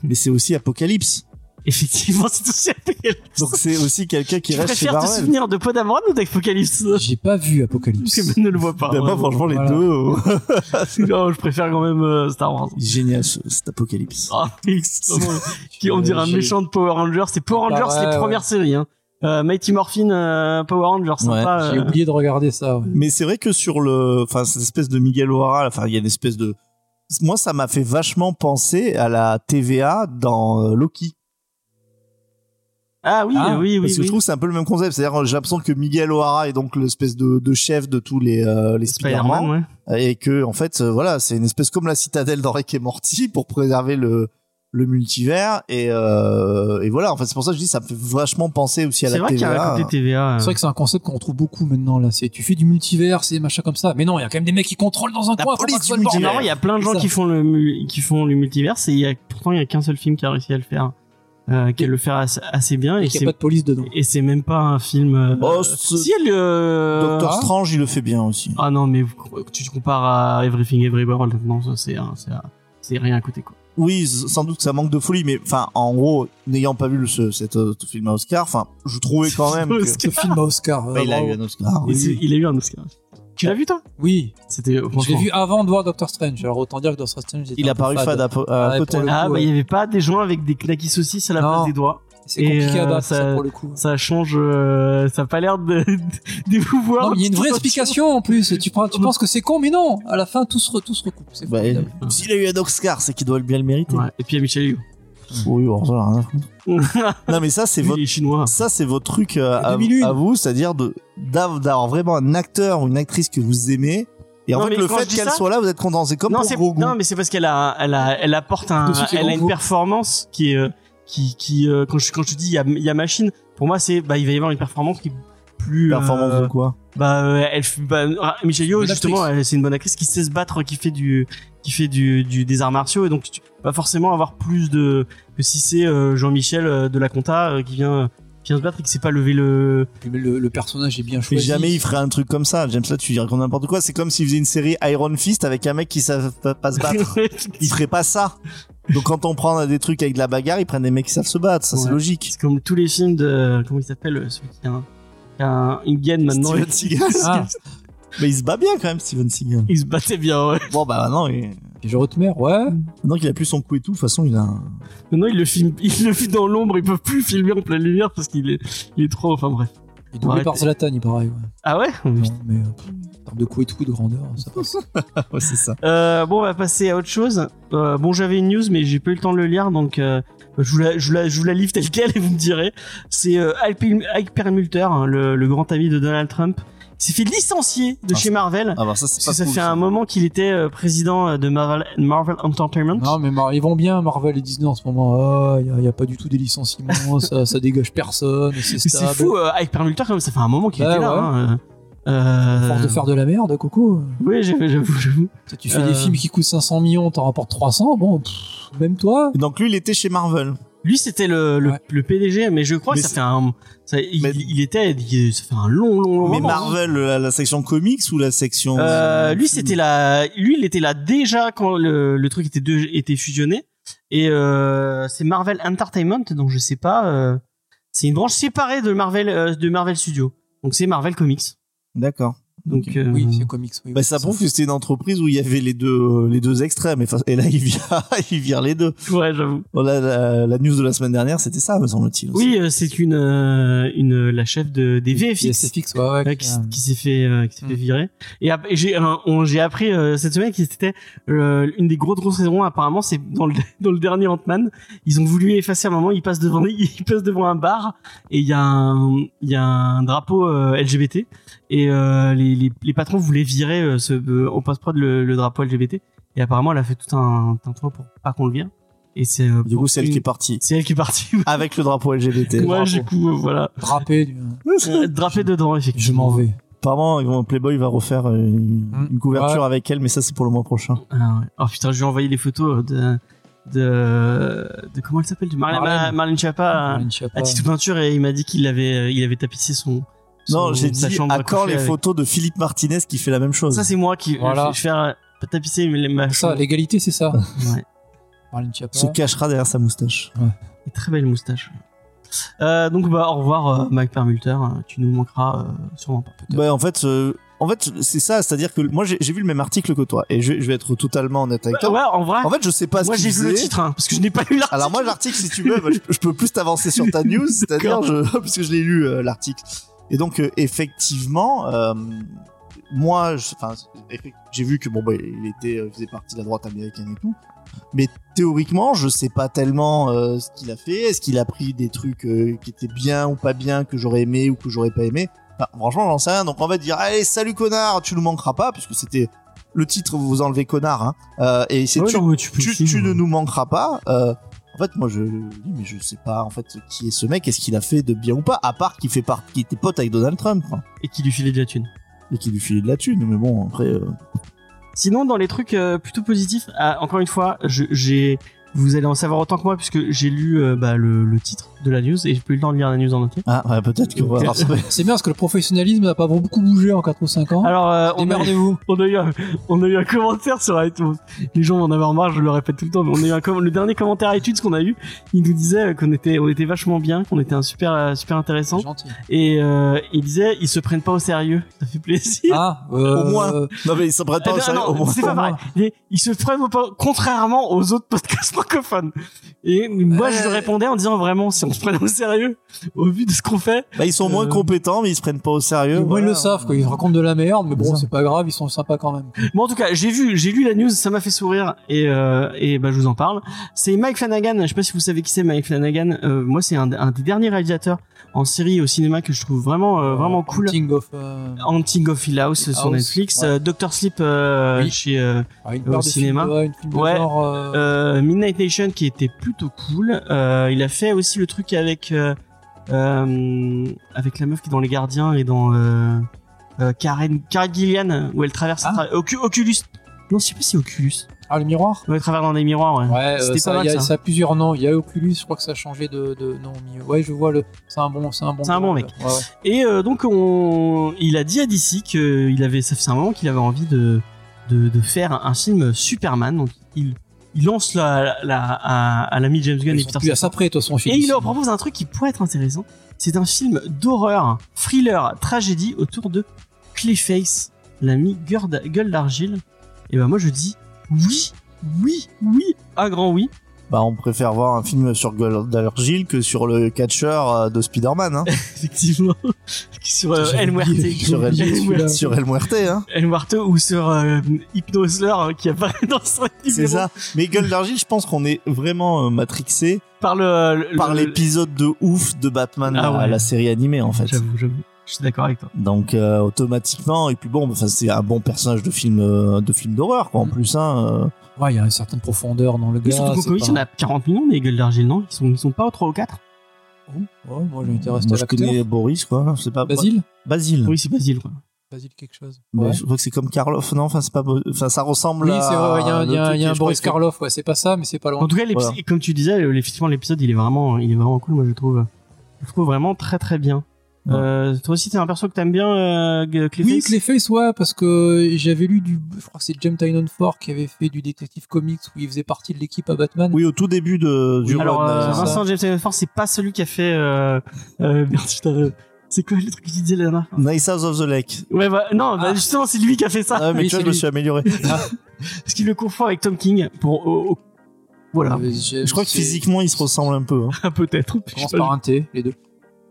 Speaker 4: Mais c'est aussi Apocalypse.
Speaker 2: Effectivement, c'est tout ça.
Speaker 4: Donc, c'est aussi quelqu'un qui
Speaker 2: Tu
Speaker 4: reste chez
Speaker 2: préfères te
Speaker 4: Marvel.
Speaker 2: souvenir de Poe Dameron ou d'Apocalypse
Speaker 3: J'ai pas vu
Speaker 2: Parce
Speaker 3: Apocalypse.
Speaker 2: que Ben ne le voit pas.
Speaker 4: D'abord,
Speaker 2: vraiment.
Speaker 4: Bah, franchement, les
Speaker 3: Voilà.
Speaker 4: deux. oh.
Speaker 2: Non, je préfère quand même euh, Star Wars.
Speaker 4: Génial, ce- cet apocalypse.
Speaker 2: Ah, X, vraiment. Qui- on dirait un
Speaker 3: J'ai-
Speaker 2: méchant de Power Rangers. C'est Power
Speaker 3: Ah
Speaker 2: Rangers,
Speaker 3: ouais,
Speaker 2: les
Speaker 3: ouais.
Speaker 2: premières séries. Hein. Euh, Mighty Morphin, euh, Power Rangers,
Speaker 4: Ouais,
Speaker 2: sympa.
Speaker 3: J'ai
Speaker 2: euh,
Speaker 3: oublié de regarder ça. ouais.
Speaker 4: Mais c'est vrai que sur le, enfin, cette espèce de Miguel O'Hara, enfin, il y a une espèce de, moi, ça m'a fait vachement penser à la TVA dans euh, Loki.
Speaker 2: Ah oui,
Speaker 3: Ah,
Speaker 2: oui, oui.
Speaker 4: Parce que
Speaker 2: oui.
Speaker 4: je trouve que c'est un peu le même concept. C'est-à-dire, euh, j'ai l'impression que Miguel O'Hara est donc l'espèce de, de chef de tous les, euh, les Spider-Man.
Speaker 2: Spider-Man, ouais.
Speaker 4: et que en fait euh, voilà c'est une espèce comme la citadelle dans Rick et Morty pour préserver le le multivers et euh, et voilà en fait c'est pour ça que je dis ça me fait vachement penser aussi à
Speaker 2: C'est
Speaker 4: la
Speaker 2: vrai qu'il y a
Speaker 4: TVA
Speaker 2: un côté TVA. euh.
Speaker 3: C'est vrai que c'est un concept qu'on retrouve beaucoup maintenant. là. C'est tu fais du multivers, c'est machin comme ça. Mais non, il y a quand même des mecs qui contrôlent dans un
Speaker 4: La
Speaker 3: coin. faut pas
Speaker 4: police
Speaker 3: que ce soit
Speaker 4: du
Speaker 3: le
Speaker 2: C'est
Speaker 3: bordel.
Speaker 4: multivers.
Speaker 2: marrant, il y a plein de gens
Speaker 3: Ça.
Speaker 2: qui font le mu- qui font le multivers et il y a, pourtant il y a qu'un seul film qui a réussi à le faire, euh, qui a le faire assez, assez bien et
Speaker 3: Et qu'il n'y
Speaker 2: Ah, c'est
Speaker 3: a pas de police dedans.
Speaker 2: et c'est même pas un film. euh,
Speaker 4: Oh, ce-
Speaker 2: si elle. euh,
Speaker 4: Doctor
Speaker 3: Ah.
Speaker 4: Strange il le fait bien aussi
Speaker 2: Ah non mais vous- tu te compares à Everything Everywhere non ça, c'est un- c'est un- c'est rien à côté quoi.
Speaker 4: oui s- sans doute que ça manque de folie mais enfin en gros n'ayant pas vu le, ce, cet, euh, ce film à Oscar enfin je trouvais quand même que...
Speaker 3: Ce film à Oscar.
Speaker 4: Bah,
Speaker 2: Ah,
Speaker 3: euh,
Speaker 4: il a eu
Speaker 3: bravo.
Speaker 4: un Oscar
Speaker 2: Et
Speaker 4: oui.
Speaker 2: c'est- Il a eu un Oscar. Tu l'as vu toi
Speaker 3: Oui,
Speaker 2: C'était
Speaker 4: euh,
Speaker 3: je l'ai
Speaker 2: franchement.
Speaker 3: vu avant de voir Doctor Strange. Alors autant dire que Doctor Strange, j'étais
Speaker 4: il
Speaker 3: un
Speaker 4: a
Speaker 3: peu
Speaker 4: paru fade à, po- à
Speaker 3: Ouais,
Speaker 4: côté
Speaker 3: pour le-
Speaker 2: Ah
Speaker 3: coup,
Speaker 2: bah
Speaker 3: ouais.
Speaker 2: il y avait pas des gens avec des knackis saucisses à la
Speaker 3: Non.
Speaker 2: place des doigts.
Speaker 3: C'est
Speaker 2: Et,
Speaker 3: compliqué
Speaker 2: euh,
Speaker 3: à battre, ça,
Speaker 2: ça-
Speaker 3: pour le coup.
Speaker 2: Ça change. euh, ça a pas l'air de d'émouvoir.
Speaker 3: Non, mais il y a une vraie explication en plus. Tu, prends- tu penses que c'est con, mais non. À la fin, tout se, re- tout se recoupe. C'est
Speaker 4: Bah,
Speaker 3: formidable.
Speaker 4: et- s'il a eu un Oscar c'est qu'il doit bien le mériter
Speaker 2: Ouais, Et puis il y a Michel Hugo.
Speaker 4: oui bon, ça, rien à foutre. hein. non mais ça c'est
Speaker 2: Lui,
Speaker 4: votre
Speaker 2: il est chinois.
Speaker 4: Ça, c'est votre truc euh, à,
Speaker 3: 2001.
Speaker 4: à vous, c'est-à-dire de d'av- d'avoir vraiment un acteur ou une actrice que vous aimez. Et en
Speaker 2: Non,
Speaker 4: fait,
Speaker 2: mais
Speaker 4: le
Speaker 2: quand
Speaker 4: fait
Speaker 2: je dis
Speaker 4: qu'elle
Speaker 2: ça-
Speaker 4: soit là, vous êtes content. C'est comme
Speaker 2: non,
Speaker 4: pour
Speaker 2: c'est-
Speaker 4: Grogu.
Speaker 2: non, mais c'est parce qu'elle a, elle a, elle apporte un,
Speaker 3: Tout de suite, les
Speaker 2: elle a
Speaker 3: gros
Speaker 2: une
Speaker 3: goûts.
Speaker 2: performance qui est, euh, qui, qui, euh, quand je, quand je te dis il y a, il y a machine, pour moi c'est, bah, il va y avoir une performance qui est plus, euh,
Speaker 4: Performance de quoi
Speaker 2: bah, euh, elle, f- bah, Ra- Michelle Yeoh
Speaker 3: Bonne
Speaker 2: justement,
Speaker 3: actrice.
Speaker 2: elle- c'est une bonne actrice qui sait se battre, qui fait du, qui fait du, du des arts martiaux, et donc tu vas forcément avoir plus de, que si c'est euh, Jean-Michel euh, de la Conta euh, qui vient, qui vient se battre et qui sait pas lever le,
Speaker 3: Puis le, le personnage est bien
Speaker 4: Mais
Speaker 3: choisi.
Speaker 4: jamais il ferait un truc comme ça. James, là, tu dirais qu'on n'importe quoi. C'est comme s'il faisait une série Iron Fist avec un mec qui savait pas, pas se battre. il ferait pas ça. Donc quand on prend des trucs avec de la bagarre, ils prennent des mecs qui savent se battre. Ça,
Speaker 2: Ouais.
Speaker 4: c'est logique.
Speaker 2: c'est comme tous les films de, comment il s'appelle, euh, celui qui a, un, qui a un- une gaine maintenant.
Speaker 4: Steven Seagal.
Speaker 3: Ah,
Speaker 4: Mais il se bat bien quand même, Steven Seagal.
Speaker 2: Il se battait bien, ouais.
Speaker 4: Bon, bah non. Il...
Speaker 3: puis je retenais, ouais.
Speaker 4: Maintenant qu'il a plus son coup et tout, de toute façon, il a. un-
Speaker 2: Maintenant, il le filme, il le filme dans l'ombre, il peut plus filmer en pleine lumière parce qu'il est, il est trop, enfin bref.
Speaker 3: Il est doublé
Speaker 2: Ouais,
Speaker 3: par
Speaker 2: t'es-
Speaker 3: Zlatan, il paraît. Ouais.
Speaker 2: Ah ouais?
Speaker 3: Non, mais euh, pff, en termes de coup et tout, de grandeur, ça passe.
Speaker 4: Ouais, c'est ça.
Speaker 2: Euh, bon, on va passer à autre chose. Euh, bon, j'avais une news, mais j'ai pas eu le temps de le lire, donc, euh, je vous la, je vous la, je vous la livre telle quelle et vous me direz. C'est, euh, Hyper- Hypermulter, hein, le, le grand ami de Donald Trump, qui s'est fait licencier de
Speaker 4: Ah,
Speaker 2: chez Marvel.
Speaker 4: Ah, bah ça,
Speaker 2: Parce
Speaker 4: c'est
Speaker 2: que
Speaker 4: pas
Speaker 2: ça
Speaker 4: cool,
Speaker 2: fait un moment qu'il était euh, président de Marvel, Marvel Entertainment.
Speaker 3: Non, mais Mar- ils vont bien, Marvel et Disney en ce moment. Il n'y a, pas du tout des licenciements, ça, ça dégage personne, c'est
Speaker 2: Mais c'est
Speaker 3: stable.
Speaker 2: fou, euh, Hypermulter, quand même, ça fait un moment qu'il
Speaker 3: Bah
Speaker 2: était là.
Speaker 3: ouais.
Speaker 2: hein, euh,
Speaker 3: À
Speaker 2: euh,
Speaker 3: force de faire de la merde, Coco.
Speaker 2: Oui, j'avoue, j'avoue, j'avoue.
Speaker 3: Tu sais, Tu fais
Speaker 2: Euh.
Speaker 3: des films qui coûtent 500 millions, t'en rapportes 300, bon, pff, même toi.
Speaker 4: Et Donc lui, il était chez Marvel.
Speaker 2: Lui, c'était le, le,
Speaker 3: Ouais.
Speaker 2: le PDG, mais je crois que
Speaker 4: Mais
Speaker 2: ça
Speaker 4: c'est-
Speaker 2: fait un. ça- il,
Speaker 4: Mais-
Speaker 2: il était. il- ça fait un long, long, long
Speaker 4: Mais
Speaker 2: moment.
Speaker 4: Marvel, la, la section comics ou la section
Speaker 2: Euh, lui, c'était là. Lui, il était là déjà quand le, le truc était, deux- était fusionné. Et euh, c'est Marvel Entertainment, donc je sais pas. euh, c'est une branche séparée de Marvel, euh, de Marvel Studios. Donc c'est Marvel Comics.
Speaker 4: D'accord.
Speaker 2: Donc, euh,
Speaker 3: Oui, c'est comics. Oui,
Speaker 4: Bah,
Speaker 3: oui,
Speaker 4: ça prouve que c'était une entreprise où il y avait les deux, les deux extrêmes. Et, fa- et là, il vire, il vire les deux.
Speaker 2: ouais, j'avoue.
Speaker 4: Bon, là, la, la news de la semaine dernière, c'était ça, me semble-t-il. aussi.
Speaker 2: Oui, euh, c'est une, euh, une, la chef de, des VFX.
Speaker 3: Et C'est fixe, ouais, ouais,
Speaker 2: Ouais,
Speaker 3: qui-
Speaker 2: qui, s- qui s'est fait euh, qui s'est fait virer et, ap- et j'ai euh, on- j'ai appris euh, cette semaine que c'était euh, une des grosses grosses raisons apparemment c'est dans le dans le dernier Ant-Man ils ont voulu effacer un moment ils passent devant ils passent devant un bar et il y a un il y a un drapeau euh, LGBT et euh, les, les les patrons voulaient virer euh, ce euh, au post prod le, le drapeau LGBT et apparemment elle a fait tout un un toit pour pas qu'on le vire et c'est euh,
Speaker 4: Du
Speaker 2: pour
Speaker 4: coup, c'est elle
Speaker 2: une-
Speaker 4: qui est partie.
Speaker 2: c'est elle qui est partie
Speaker 4: Avec le drapeau LGBT.
Speaker 2: moi
Speaker 3: drapeau.
Speaker 2: du coup euh, voilà
Speaker 3: drapé. du-
Speaker 2: drapé dedans effectivement
Speaker 3: Je m'en vais.
Speaker 4: Apparemment, ils vont- Playboy va refaire euh, une,
Speaker 3: Mm.
Speaker 4: une couverture avec elle, mais ça, c'est pour le mois prochain.
Speaker 2: Ah ouais. Oh putain, je lui ai envoyé les photos de. de, de comment elle s'appelle De Marlène,
Speaker 3: Marlène.
Speaker 2: Marlène Chapa à,
Speaker 3: Marlène Schiappa.
Speaker 2: Ah, à Tito Peinture et il m'a dit qu'il avait, euh, il avait tapissé son.
Speaker 4: Non,
Speaker 2: son-
Speaker 4: j'ai
Speaker 2: sa
Speaker 4: dit
Speaker 2: chambre
Speaker 4: à quand
Speaker 2: coucher
Speaker 4: les
Speaker 2: avec-
Speaker 4: photos de Philippe Martinez qui fait la même chose.
Speaker 2: Ça, c'est moi qui.
Speaker 3: Voilà.
Speaker 2: Je vais faire euh, tapisser ma ma
Speaker 3: Ça,
Speaker 2: chambre.
Speaker 3: l'égalité, c'est ça.
Speaker 2: Ouais.
Speaker 3: Marlène Schiappa.
Speaker 4: se cachera derrière sa moustache.
Speaker 2: Et très belle moustache. Euh, donc, bah, au revoir, euh, Mike Permulter. euh, Tu nous manqueras euh, sûrement pas. peut-être.
Speaker 4: Bah, en fait, euh, en fait, c'est ça, c'est-à-dire que moi j'ai j'ai vu le même article que toi et je, je vais être totalement honnête avec toi.
Speaker 2: ouais, en vrai,
Speaker 4: En fait, je sais pas
Speaker 2: moi
Speaker 4: ce
Speaker 2: j'ai
Speaker 4: qu'il
Speaker 2: vu le
Speaker 4: faisait.
Speaker 2: titre, hein, parce que je n'ai pas lu l'article.
Speaker 4: Alors moi l'article si tu veux, bah, je, je peux plus t'avancer sur ta news, c'est-à-dire
Speaker 2: D'accord.
Speaker 4: je parce que je l'ai lu euh, l'article. Et donc euh, effectivement, euh, moi je- enfin, effe- j'ai vu que bon bah, il était euh, faisait partie de la droite américaine et tout. Mais théoriquement, je sais pas tellement euh, ce qu'il a fait, est-ce qu'il a pris des trucs euh, qui étaient bien ou pas bien que j'aurais aimé ou que j'aurais pas aimé. Enfin, franchement, j'en sais rien. Donc on va dire allez, salut connard, tu nous manqueras pas parce que c'était le titre vous enlevez connard hein. Euh, et c'est
Speaker 2: Ouais,
Speaker 4: tu-
Speaker 2: non, mais tu peux
Speaker 4: tu,
Speaker 2: aussi,
Speaker 4: tu ne
Speaker 2: euh,
Speaker 4: nous manqueras pas. Euh, en fait, moi, je dis, mais je sais pas, en fait, qui est ce mec, est-ce qu'il a fait de bien ou pas, à part qu'il fait part, qu'il était pote avec Donald Trump, quoi.
Speaker 2: Et qui lui filait de la thune.
Speaker 4: et qu'il lui filait de la thune, mais bon, après, euh,
Speaker 2: Sinon, dans les trucs euh, plutôt positifs, ah, encore une fois, je- j'ai, vous allez en savoir autant que moi puisque j'ai lu euh, bah, le, le titre de la news et j'ai plus eu le temps de lire la news en entier.
Speaker 4: ah, ouais, peut-être que,
Speaker 2: Ok.
Speaker 4: alors, ça-
Speaker 3: C'est bien parce que le professionnalisme n'a pas beaucoup bougé en 4 ou 5 ans.
Speaker 2: Alors, euh, on, a,
Speaker 3: Démerdez-vous.
Speaker 2: on a eu un, on a eu un commentaire sur iTunes. Les gens en avoir marre, je le répète tout le temps. Mais on a eu un com- le dernier commentaire iTunes qu'on a eu, il nous disait euh, qu'on était, on était vachement bien, qu'on était un super, euh, super intéressant.
Speaker 3: Gentil.
Speaker 2: Et euh, il disait, ils se prennent pas au sérieux. Ça fait plaisir.
Speaker 3: Ah, euh,
Speaker 4: Au moins. non, mais il s'en prête
Speaker 2: Ah,
Speaker 4: pas au
Speaker 2: non,
Speaker 4: sérieux,
Speaker 2: non,
Speaker 4: au moins.
Speaker 2: c'est pas
Speaker 3: Au moins.
Speaker 2: pareil. Ils, ils se prennent au pas, contrairement aux autres podcasts francophones. Et moi, je lui
Speaker 3: Euh.
Speaker 2: répondais en disant vraiment, si on se prenait au sérieux, au vu de ce qu'on fait,
Speaker 4: Bah, ils sont moins
Speaker 2: Euh,
Speaker 4: compétents, mais ils se prennent pas au sérieux.
Speaker 3: Au moins, ils
Speaker 4: voilà.
Speaker 3: le savent, quoi. Ils racontent de la merde, mais bon,
Speaker 4: Ça.
Speaker 3: c'est pas grave, ils sont sympas quand même.
Speaker 2: Bon, en tout cas, j'ai vu, j'ai lu la news, ça m'a fait sourire et, euh, et bah, je vous en parle. C'est Mike Flanagan. Je sais pas si vous savez qui c'est Mike Flanagan. Euh, moi, c'est un, un des derniers réalisateurs en série et au cinéma que je trouve vraiment, euh, vraiment cool.
Speaker 3: Hunting of, euh,
Speaker 2: Haunting of Hill House
Speaker 3: Hill
Speaker 2: sur
Speaker 3: House,
Speaker 2: Netflix,
Speaker 3: Oh, ouais.
Speaker 2: Euh, Doctor Sleep euh,
Speaker 3: Oui.
Speaker 2: chez euh,
Speaker 3: ah, une
Speaker 2: au
Speaker 3: part de
Speaker 2: cinéma.
Speaker 3: film, ouais, une film de
Speaker 2: Ouais.
Speaker 3: genre, euh,
Speaker 2: Euh, Midnight Nation qui était plutôt cool. Euh, il a fait aussi le truc avec euh, euh, avec la meuf qui est dans Les Gardiens et dans euh, euh, Karen, Karen Gillian où elle traverse
Speaker 3: Ah.
Speaker 2: tra- Ocu- Oculus. Non, je sais pas si Oculus.
Speaker 3: Ah, le miroir
Speaker 2: Ouais, elle traverse dans des miroirs. Ouais.
Speaker 3: Ouais, euh,
Speaker 2: C'était
Speaker 3: ça,
Speaker 2: pas mal,
Speaker 3: il y a,
Speaker 2: ça.
Speaker 3: ça a plusieurs noms. Il y a Oculus, je crois que ça a changé de, de nom au milieu. Ouais, je vois le. C'est un bon, c'est un bon.
Speaker 2: C'est un bon mec.
Speaker 3: Ouais, ouais.
Speaker 2: Et euh, donc on, il a dit à DC que il avait, ça fait un moment qu'il avait envie de, de de faire un film Superman. Donc il il lance la, la, à, à l'ami James Gunn et
Speaker 3: Ils sont
Speaker 2: Peter
Speaker 3: plus à
Speaker 2: Safran.
Speaker 3: ça près, de toute façon. chez
Speaker 2: Et il
Speaker 3: DC.
Speaker 2: leur propose un truc qui pourrait être intéressant. C'est un film d'horreur, thriller, tragédie autour de Clayface, l'ami gueule d'- gueule d'argile. Et ben moi je dis oui, oui, oui, un grand oui.
Speaker 4: Bah, on préfère voir un film sur Gueule d'Argile que sur le catcheur euh, de Spider-Man, hein.
Speaker 2: Effectivement, sur euh,
Speaker 3: J'avais
Speaker 2: El Muerte.
Speaker 3: oublié,
Speaker 4: sur El,
Speaker 3: oublié
Speaker 2: El
Speaker 3: celui-là.
Speaker 2: Muerte.
Speaker 4: sur El Muerte, hein.
Speaker 2: El Muerte ou sur euh, Hypnoser euh, qui apparaît dans ce
Speaker 4: C'est
Speaker 2: numéro
Speaker 4: ça. Mais Gueule d'Argile, je pense qu'on est vraiment euh, matrixé
Speaker 2: par le, le-
Speaker 4: par
Speaker 2: le-
Speaker 4: l'épisode de ouf de Batman,
Speaker 2: Ah
Speaker 4: la-
Speaker 2: ouais.
Speaker 4: la série animée en fait.
Speaker 2: J'avoue, j'avoue. Je suis d'accord avec toi.
Speaker 4: Donc euh, automatiquement et puis bon, enfin c'est un bon personnage de film euh, de film d'horreur quoi en
Speaker 3: Mm.
Speaker 4: plus hein. euh.
Speaker 3: Ouais, il y a une certaine profondeur dans le
Speaker 2: Mais
Speaker 3: gars.
Speaker 2: surtout qu'en
Speaker 3: c'est
Speaker 2: comics,
Speaker 3: pas-
Speaker 2: il y en a 40 millions des gueules d'argile, non ils sont, ils sont pas aux 3 ou 4
Speaker 3: Ouais, moi, je m'étais resté
Speaker 4: Moi
Speaker 3: à
Speaker 4: je
Speaker 3: l'acteur.
Speaker 4: connais Boris quoi, c'est
Speaker 2: euh,
Speaker 4: pas
Speaker 2: bah.
Speaker 3: Basile
Speaker 4: Basile.
Speaker 2: Oui, c'est Basile. Quoi.
Speaker 3: Basile quelque chose.
Speaker 2: Bah,
Speaker 4: Mais
Speaker 3: Ouais.
Speaker 4: je crois que c'est comme Karloff, non Enfin c'est pas Bo- enfin ça ressemble
Speaker 3: Oui,
Speaker 4: à
Speaker 3: c'est vrai, il
Speaker 2: Bah,
Speaker 3: y a, un- il y a un-
Speaker 4: le
Speaker 3: il y a un
Speaker 4: truc, je
Speaker 3: Boris
Speaker 4: crois que-
Speaker 3: Karloff, ouais, c'est pas ça, mais c'est pas loin.
Speaker 2: En tout cas, l'épis-
Speaker 4: Voilà.
Speaker 2: comme tu disais, le- effectivement, l'épisode, il est vraiment, il est vraiment cool. Moi, je trouve, je trouve vraiment très, très bien.
Speaker 4: Ouais.
Speaker 2: Euh, toi aussi, t'es un perso que t'aimes bien, euh, G- Clayface.
Speaker 3: Oui, Clayface, ouais, parce que j'avais lu du. Je crois que c'est James Tynion Ford qui avait fait du Detective Comics où il faisait partie de l'équipe à Batman.
Speaker 4: Oui, au tout début de du
Speaker 2: Alors,
Speaker 4: run,
Speaker 2: euh,
Speaker 4: euh,
Speaker 2: Vincent James Ford, c'est pas celui qui a fait euh, euh, merde, putain, euh, C'est quoi le truc qu'il disait la dernière fois
Speaker 4: Nice House of the Lake.
Speaker 2: Ouais, bah, non, bah,
Speaker 3: Ah.
Speaker 2: justement, c'est lui qui a fait ça.
Speaker 4: Ah, mais
Speaker 3: oui,
Speaker 4: tu
Speaker 3: c'est
Speaker 4: vois, je me
Speaker 3: lui. Euh,
Speaker 4: suis amélioré.
Speaker 3: Ah.
Speaker 2: Parce qu'il le confond avec Tom King pour. oh, oh. Voilà,
Speaker 4: Je crois que physiquement, ils se ressemblent un peu. hein.
Speaker 2: peut-être.
Speaker 3: euh, Je commence par un T, les deux.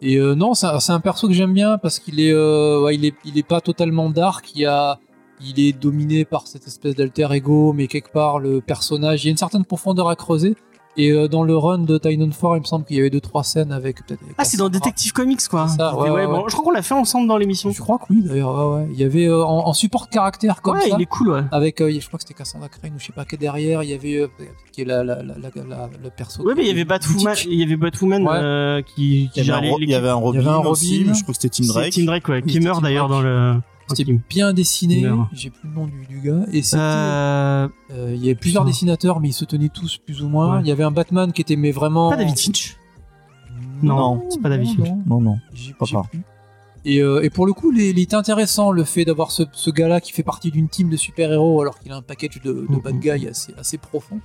Speaker 3: Et euh, non, c'est un, c'est un perso que j'aime bien parce qu'il est, euh, ouais, il est, il est pas totalement dark. Il y a, il est dominé par cette espèce d'alter ego, mais quelque part le personnage, il y a une certaine profondeur à creuser. Et euh, dans le run de Titanfall, il me semble qu'il y avait deux trois scènes avec. peut-être avec
Speaker 2: Ah, c'est dans
Speaker 3: Cassandra.
Speaker 2: Detective Comics, quoi.
Speaker 3: C'est ça, ouais, ouais,
Speaker 2: bon, je crois qu'on l'a fait ensemble dans l'émission.
Speaker 3: Je crois que oui, d'ailleurs. ouais, ouais. Il y avait euh, en, en support caractère comme
Speaker 2: ouais,
Speaker 3: ça.
Speaker 2: il est cool, ouais.
Speaker 3: Avec, euh, je crois que c'était Cassandra Crane ou je sais pas, qui est derrière. Il y avait euh, qui est la, la, la, la, la- le perso.
Speaker 2: Ouais, mais il y avait
Speaker 3: boutique.
Speaker 2: Batwoman, il y avait Batwoman
Speaker 3: Ouais.
Speaker 2: euh, qui, qui
Speaker 4: Il y,
Speaker 2: gère
Speaker 4: avait un,
Speaker 2: les-
Speaker 4: Ro- il y avait un Robin,
Speaker 3: avait un
Speaker 4: aussi,
Speaker 3: Robin.
Speaker 4: mais je crois que c'était Tim
Speaker 2: C'est
Speaker 4: Drake.
Speaker 2: Tim Drake, ouais,
Speaker 3: Oui,
Speaker 2: qui
Speaker 3: c'était
Speaker 2: meurt
Speaker 3: Tim
Speaker 2: d'ailleurs
Speaker 3: Drake.
Speaker 2: dans le.
Speaker 3: C'était bien dessiné.
Speaker 2: Merde.
Speaker 3: J'ai plus le nom du, du gars. Et c'était.
Speaker 2: Euh,
Speaker 3: Euh, il y avait plusieurs
Speaker 2: Putain.
Speaker 3: dessinateurs, mais ils se tenaient tous plus ou moins.
Speaker 2: Ouais.
Speaker 3: Il y avait un Batman qui était mais vraiment.
Speaker 2: Pas David
Speaker 3: Bah
Speaker 2: Finch. Non, c'est pas
Speaker 3: non,
Speaker 2: David Finch.
Speaker 3: non.
Speaker 4: Non, non.
Speaker 3: J'ai-
Speaker 4: Pas
Speaker 3: j'ai
Speaker 4: part.
Speaker 3: plus. Et, euh, et pour le coup, les- il était intéressant le fait d'avoir ce, ce gars-là qui fait partie d'une team de super-héros alors qu'il a un package de, de
Speaker 2: Mhm.
Speaker 3: bad guy assez, assez profond.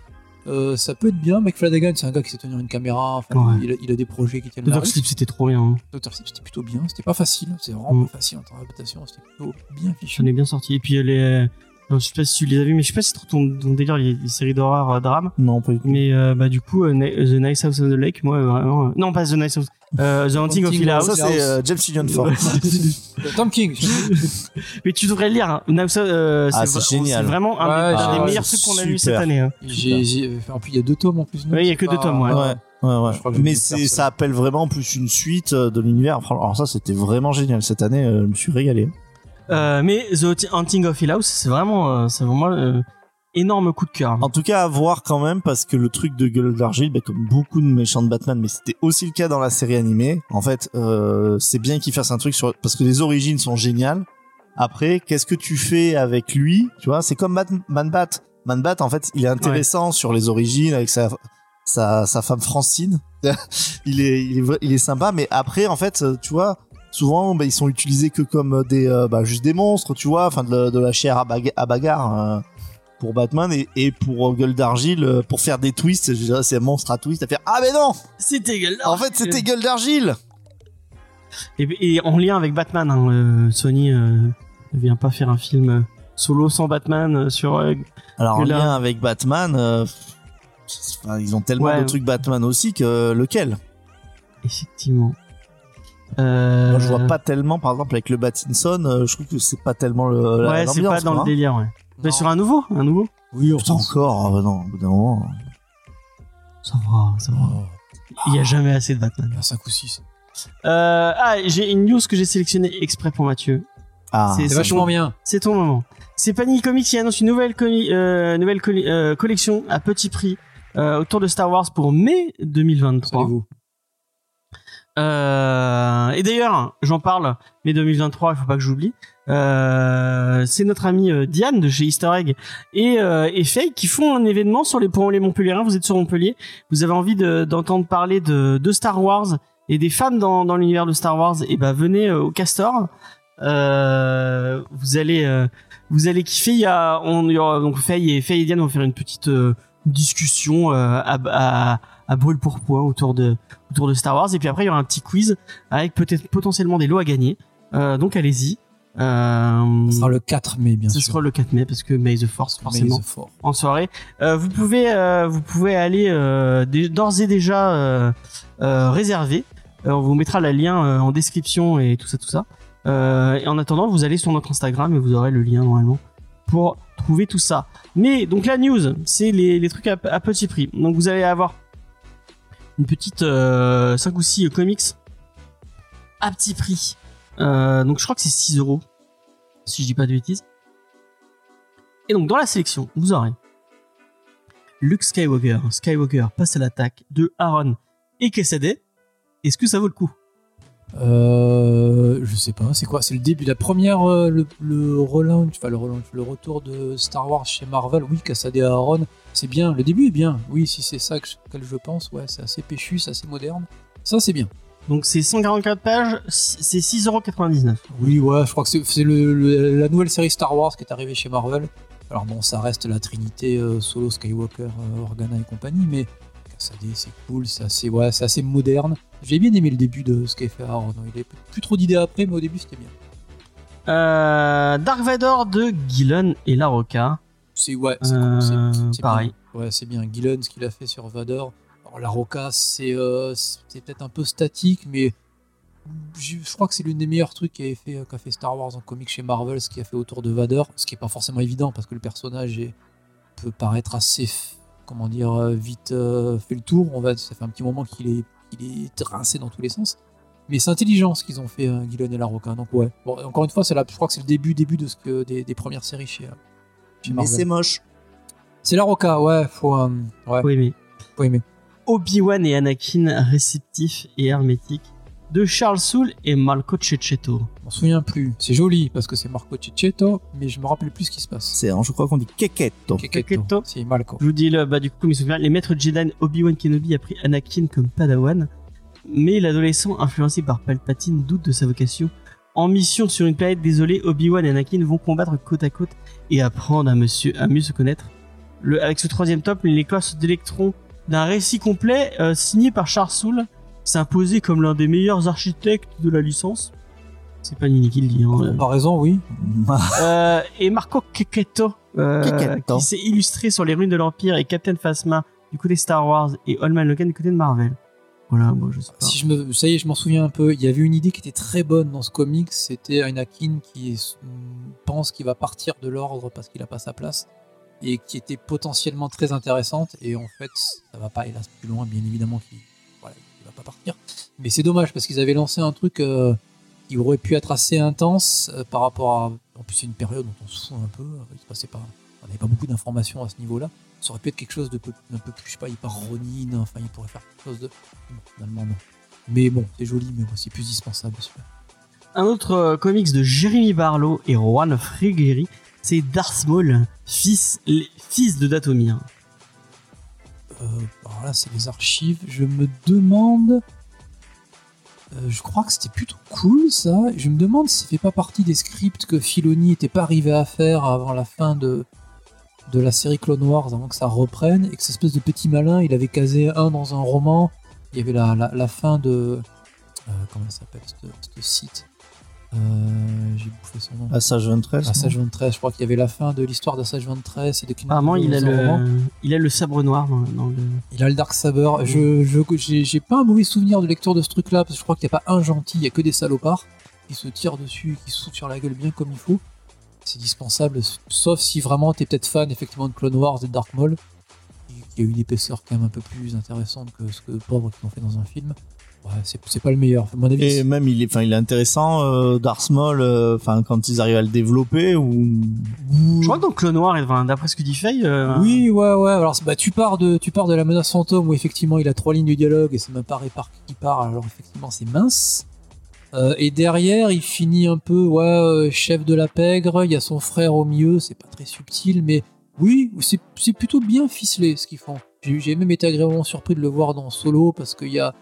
Speaker 3: Euh, ça peut être bien. Mike Flanagan, c'est un gars qui sait tenir une caméra. Enfin,
Speaker 2: Ouais.
Speaker 3: il, a, il a des projets qui tiennent la
Speaker 2: Doctor
Speaker 3: route.
Speaker 2: Sleep, c'était trop bien. hein.
Speaker 3: Dr. Sleep, c'était plutôt bien. C'était pas facile. C'est vraiment
Speaker 2: Mhm.
Speaker 3: pas facile en termes d'adaptation. C'était plutôt bien fichu.
Speaker 2: J'en ai bien sorti. Et puis, les... non, je sais pas si tu les as vus, mais je sais pas si c'est trop ton, ton délire, les, les séries d'horreur, euh, drame.
Speaker 4: Non, pas du tout.
Speaker 2: Mais euh, bah, du coup, euh, Na- The Nice House of the Lake, moi, vraiment. euh, Non, pas The Nice House. euh, The Hunting of
Speaker 3: Haunting
Speaker 2: Hill
Speaker 3: of-
Speaker 2: House.
Speaker 4: Ça, c'est euh, James Gillian Ford.
Speaker 3: Euh, Tom King.
Speaker 2: Mais tu devrais le lire. hein. Nice House, euh,
Speaker 4: Ah,
Speaker 2: c'est
Speaker 4: c'est
Speaker 2: vra-
Speaker 4: génial.
Speaker 2: C'est vraiment un
Speaker 3: Ouais,
Speaker 2: des, un
Speaker 3: j'ai-
Speaker 2: des
Speaker 3: ouais,
Speaker 2: meilleurs
Speaker 4: c'est
Speaker 2: trucs qu'on a lu cette
Speaker 4: super.
Speaker 2: année. hein.
Speaker 3: J'ai- j'ai- enfin, en plus, il y a deux tomes en plus. non
Speaker 2: Ouais, il y a que
Speaker 3: C'est
Speaker 2: deux
Speaker 3: pas-
Speaker 2: tomes, ouais.
Speaker 4: Ouais, ouais, ouais.
Speaker 3: Je crois que je vais
Speaker 4: Mais
Speaker 3: le
Speaker 4: c'est,
Speaker 3: faire,
Speaker 4: ça appelle vraiment en plus une suite euh, de l'univers. Enfin, Alors ça, c'était vraiment génial cette année. euh, je me suis régalé.
Speaker 2: Euh, mais The Hunting of Hill House, c'est vraiment, euh, c'est vraiment euh, énorme coup de cœur.
Speaker 4: En tout cas, à voir quand même parce que le truc de gueule d'argile, bah, comme beaucoup de méchants de Batman, mais c'était aussi le cas dans la série animée. En fait, euh, c'est bien qu'ils fassent un truc sur parce que les origines sont géniales. Après, qu'est-ce que tu fais avec lui Tu vois, c'est comme Batman Bat. Man Bat, en fait, il est intéressant sur les origines avec sa sa, sa femme Francine. il, est, il est vrai- il est sympa, mais après, en fait, euh, tu vois, souvent, bah, ils sont utilisés que comme des euh, bah, juste des monstres, tu vois, enfin de, la- de la chair à, baga- à bagarre. euh, pour Batman et, et pour euh, Gueule d'Argile, euh, pour faire des twists, je dirais c'est un monstre à twist à faire Ah, mais non
Speaker 2: C'était dégueulasse.
Speaker 4: En fait, c'était Gueule d'Argile
Speaker 2: Et, et en lien avec Batman, hein, euh, Sony euh, ne vient pas faire un film euh, solo sans Batman euh, sur. euh,
Speaker 4: Alors, en
Speaker 2: Et là-
Speaker 4: lien avec Batman, euh, c'est- enfin, ils ont tellement
Speaker 2: Ouais.
Speaker 4: de trucs Batman aussi que euh, lequel
Speaker 2: effectivement. Euh,
Speaker 4: Moi, je vois pas tellement, par exemple, avec le Batinson, euh, je trouve que c'est pas tellement le. la-
Speaker 2: Ouais, c'est pas
Speaker 4: l'ambiance,
Speaker 2: dans
Speaker 4: quoi,
Speaker 2: le
Speaker 4: hein.
Speaker 2: délire. Ouais. Mais
Speaker 3: Non.
Speaker 2: sur un nouveau, un nouveau.
Speaker 3: Oui, on
Speaker 4: Putain, encore, ah, bah non, au bout d'un moment.
Speaker 2: Ça va, ça va.
Speaker 3: Oh,
Speaker 2: Il y a jamais assez de Batman.
Speaker 3: il y a 5 ou 6.
Speaker 2: Euh, ah, j'ai une news que j'ai sélectionnée exprès pour Mathieu.
Speaker 4: Ah,
Speaker 2: C'est-
Speaker 3: C'est
Speaker 2: ça
Speaker 3: vachement
Speaker 2: tombe.
Speaker 3: bien.
Speaker 2: C'est ton moment. C'est Panini Comics qui annonce une nouvelle, comi- euh, nouvelle colli- euh, collection à petit prix euh, autour de Star Wars pour mai 2023.
Speaker 3: Savez-vous
Speaker 2: Euh, et d'ailleurs, j'en parle, mais 2023, il faut pas que j'oublie. Euh, c'est notre amie euh, Diane de chez Easter Egg et, euh, et Faye qui font un événement sur les ponts les Montpelliérains. Vous êtes sur Montpellier, vous avez envie de- d'entendre parler de, de Star Wars et des fans dans, dans l'univers de Star Wars, et ben venez euh, au Castor. Euh, vous allez euh, vous allez kiffer. Il y a on il y aura, donc Faye et Faye et Diane vont faire une petite euh, discussion euh, à, à à brûle pour point autour de autour de Star Wars. Et puis après, il y aura un petit quiz avec peut-être potentiellement des lots à gagner. Euh, donc allez-y. Euh,
Speaker 3: Ce sera le 4 mai, bien
Speaker 2: ce
Speaker 3: sûr.
Speaker 2: sera le 4 mai parce que May the Force forcément
Speaker 3: Mais c'est fort.
Speaker 2: en soirée. Euh, vous pouvez euh, vous pouvez aller euh, dé- d'ores et déjà euh, euh, réserver. Euh, on vous mettra le lien euh, en description et tout ça tout ça. Euh, et en attendant, vous allez sur notre Instagram et vous aurez le lien normalement pour trouver tout ça. Mais donc la news, c'est les, les trucs à, à petit prix. Donc vous allez avoir une petite 5 ou 6 comics à petit prix. Euh, donc je crois que c'est 6 euros, si je dis pas de bêtises. Et donc dans la sélection, vous aurez Luke Skywalker, Skywalker passe à l'attaque de Aaron et Quesade. Est-ce que ça vaut le coup
Speaker 3: Euh, je sais pas, c'est quoi C'est le début, la première, euh, le, le relaunch, enfin le relaunch, le retour de Star Wars chez Marvel. Oui, Cassade et Aaron, c'est bien. Le début est bien. Oui, si c'est ça que je, auquel je pense, ouais, c'est assez péchu, c'est assez moderne. Ça, c'est bien.
Speaker 2: Donc c'est 144 pages, c'est 6,99€.
Speaker 3: Oui, ouais, je crois que c'est- c'est le- le- la nouvelle série Star Wars qui est arrivée chez Marvel. Alors bon, ça reste la trinité euh, solo Skywalker, euh, Organa et compagnie, mais SAD, c'est cool, c'est assez, ouais, c'est assez moderne. J'ai bien aimé le début de Skyfire. Non, hein. il avait plus trop d'idées après, mais au début c'était bien.
Speaker 2: Euh, Dark Vador de Gillen et LaRocca.
Speaker 3: C'est ouais, c'est cool, c'est-
Speaker 2: Euh,
Speaker 3: c'est- c'est
Speaker 2: pareil.
Speaker 3: bien. Ouais, c'est bien. Gillen, ce qu'il a fait sur Vador. Alors, la Roca, c'est euh, c'est peut-être un peu statique, mais je je crois que c'est l'une des meilleurs trucs qu'a fait, euh, qu'a fait Star Wars en comics chez Marvel, ce qu'il a fait autour de Vador, ce qui n'est pas forcément évident parce que le personnage est- peut paraître assez, f- comment dire, euh, vite euh, fait le tour. On va, ça fait un petit moment qu'il est, il est rincé dans tous les sens. Mais c'est intelligent ce qu'ils ont fait, hein, Gillen et la Roca. Donc ouais. Bon, et encore une fois, c'est la- je crois que c'est le début, début de ce que des, des premières séries chez, euh, chez
Speaker 4: Mais
Speaker 3: Marvel.
Speaker 4: c'est moche.
Speaker 3: C'est la Roca, ouais, faut, euh, ouais,
Speaker 2: Oui, mais
Speaker 3: faut aimer.
Speaker 2: Obi-Wan et Anakin réceptifs et hermétiques de Charles Soule et Marco Cecchetto.
Speaker 3: Je m'en souviens plus. C'est joli parce que c'est Marco Cicchetto, mais je me rappelle plus ce qui se passe.
Speaker 4: C'est, hein, je crois qu'on dit kékette.
Speaker 2: Cicchetto.
Speaker 3: C'est Malco.
Speaker 2: Je vous dis là, bah du coup, mes souvenirs, les maîtres Jedi Obi-Wan Kenobi a pris Anakin comme padawan, mais l'adolescent influencé par Palpatine doute de sa vocation. En mission sur une planète désolée, Obi-Wan et Anakin vont combattre côte à côte et apprendre à, monsieur, à mieux se connaître. Le, avec ce troisième top, l'écosse d'électron d'un récit complet euh, signé par Charles Soule s'est imposé comme l'un des meilleurs architectes de la licence. C'est pas Nini qui le dit. hein, euh.
Speaker 3: Par raison, oui.
Speaker 4: Ah,
Speaker 2: Euh, et Marco Cecchetto, euh,
Speaker 4: Cecchetto.
Speaker 2: qui s'est illustré sur les ruines de l'Empire et Captain Phasma du côté Star Wars et Old Man Logan du côté de Marvel. Voilà, moi je sais pas.
Speaker 3: Si je me, ça y est, je m'en souviens un peu. Il y avait une idée qui était très bonne dans ce comic. C'était Anakin qui est- pense qu'il va partir de l'ordre parce qu'il a pas sa place et qui était potentiellement très intéressante. Et en fait, ça va pas hélas plus loin, bien évidemment qu'il voilà, il va pas partir. Mais c'est dommage parce qu'ils avaient lancé un truc euh, qui aurait pu être assez intense euh, par rapport à. En plus, c'est une période dont on se fout un peu. euh, Il se passait pas. On n'avait pas beaucoup d'informations à ce niveau-là. Ça aurait pu être quelque chose de peu- d'un peu plus, je sais pas, hyper Ronin. Enfin, il pourrait faire quelque chose de. Non, finalement, non. Mais bon, c'est joli, mais bon, c'est plus dispensable. celui-là.
Speaker 2: Un autre euh, comics de Jeremy Barlow et Juan Frigeri, c'est Darth Maul, fils, les- fils de hein. Datomir.
Speaker 3: Euh, alors là, c'est les archives. Je me demande. euh, je crois que c'était plutôt cool ça. Je me demande si ça fait pas partie des scripts que Filoni était pas arrivé à faire avant la fin de, de la série Clone Wars, avant que ça reprenne, et que cette espèce de petit malin, il avait casé un dans un roman. Il y avait la, la, la fin de. euh, comment ça s'appelle ce- ce site Euh, J'ai bouffé son nom.
Speaker 4: Passage
Speaker 2: Ah,
Speaker 4: 23.
Speaker 3: Assage 23, je crois qu'il y avait la fin de l'histoire d'Assage 23 et de Kingdom
Speaker 2: Apparemment, il a,
Speaker 3: Hearts dans un roman.
Speaker 2: le, il a le sabre noir dans, dans le.
Speaker 3: Il a le Dark Saber. Je, je, j'ai, j'ai pas un mauvais souvenir de lecture de ce truc-là, parce que je crois qu'il n'y a pas un gentil, il y a que des salopards qui se tirent dessus, qui se foutent sur la gueule bien comme il faut. C'est dispensable, sauf si vraiment t'es peut-être fan effectivement de Clone Wars et de Dark Maul, qui qui a une épaisseur quand même un peu plus intéressante que ce que pauvre qu'ils ont fait dans un film. Ouais, c'est, c'est pas le meilleur. À mon avis,
Speaker 4: Et même il est, enfin il est intéressant euh, Darth Maul, euh, enfin quand ils arrivent à le développer ou
Speaker 2: Je crois que dans Clone Noir, enfin, d'après ce que dit Faye. euh,
Speaker 3: Oui, ouais, ouais. Alors, bah, tu pars de, tu pars de la menace fantôme où effectivement il a trois lignes de dialogue et c'est même pas par qui part. Alors effectivement c'est mince. Euh, et derrière il finit un peu, ouais, euh, chef de la pègre. Il y a son frère au milieu. C'est pas très subtil, mais oui, c'est c'est plutôt bien ficelé ce qu'ils font. J'ai j'ai même été agréablement surpris de le voir dans Solo parce qu'il y a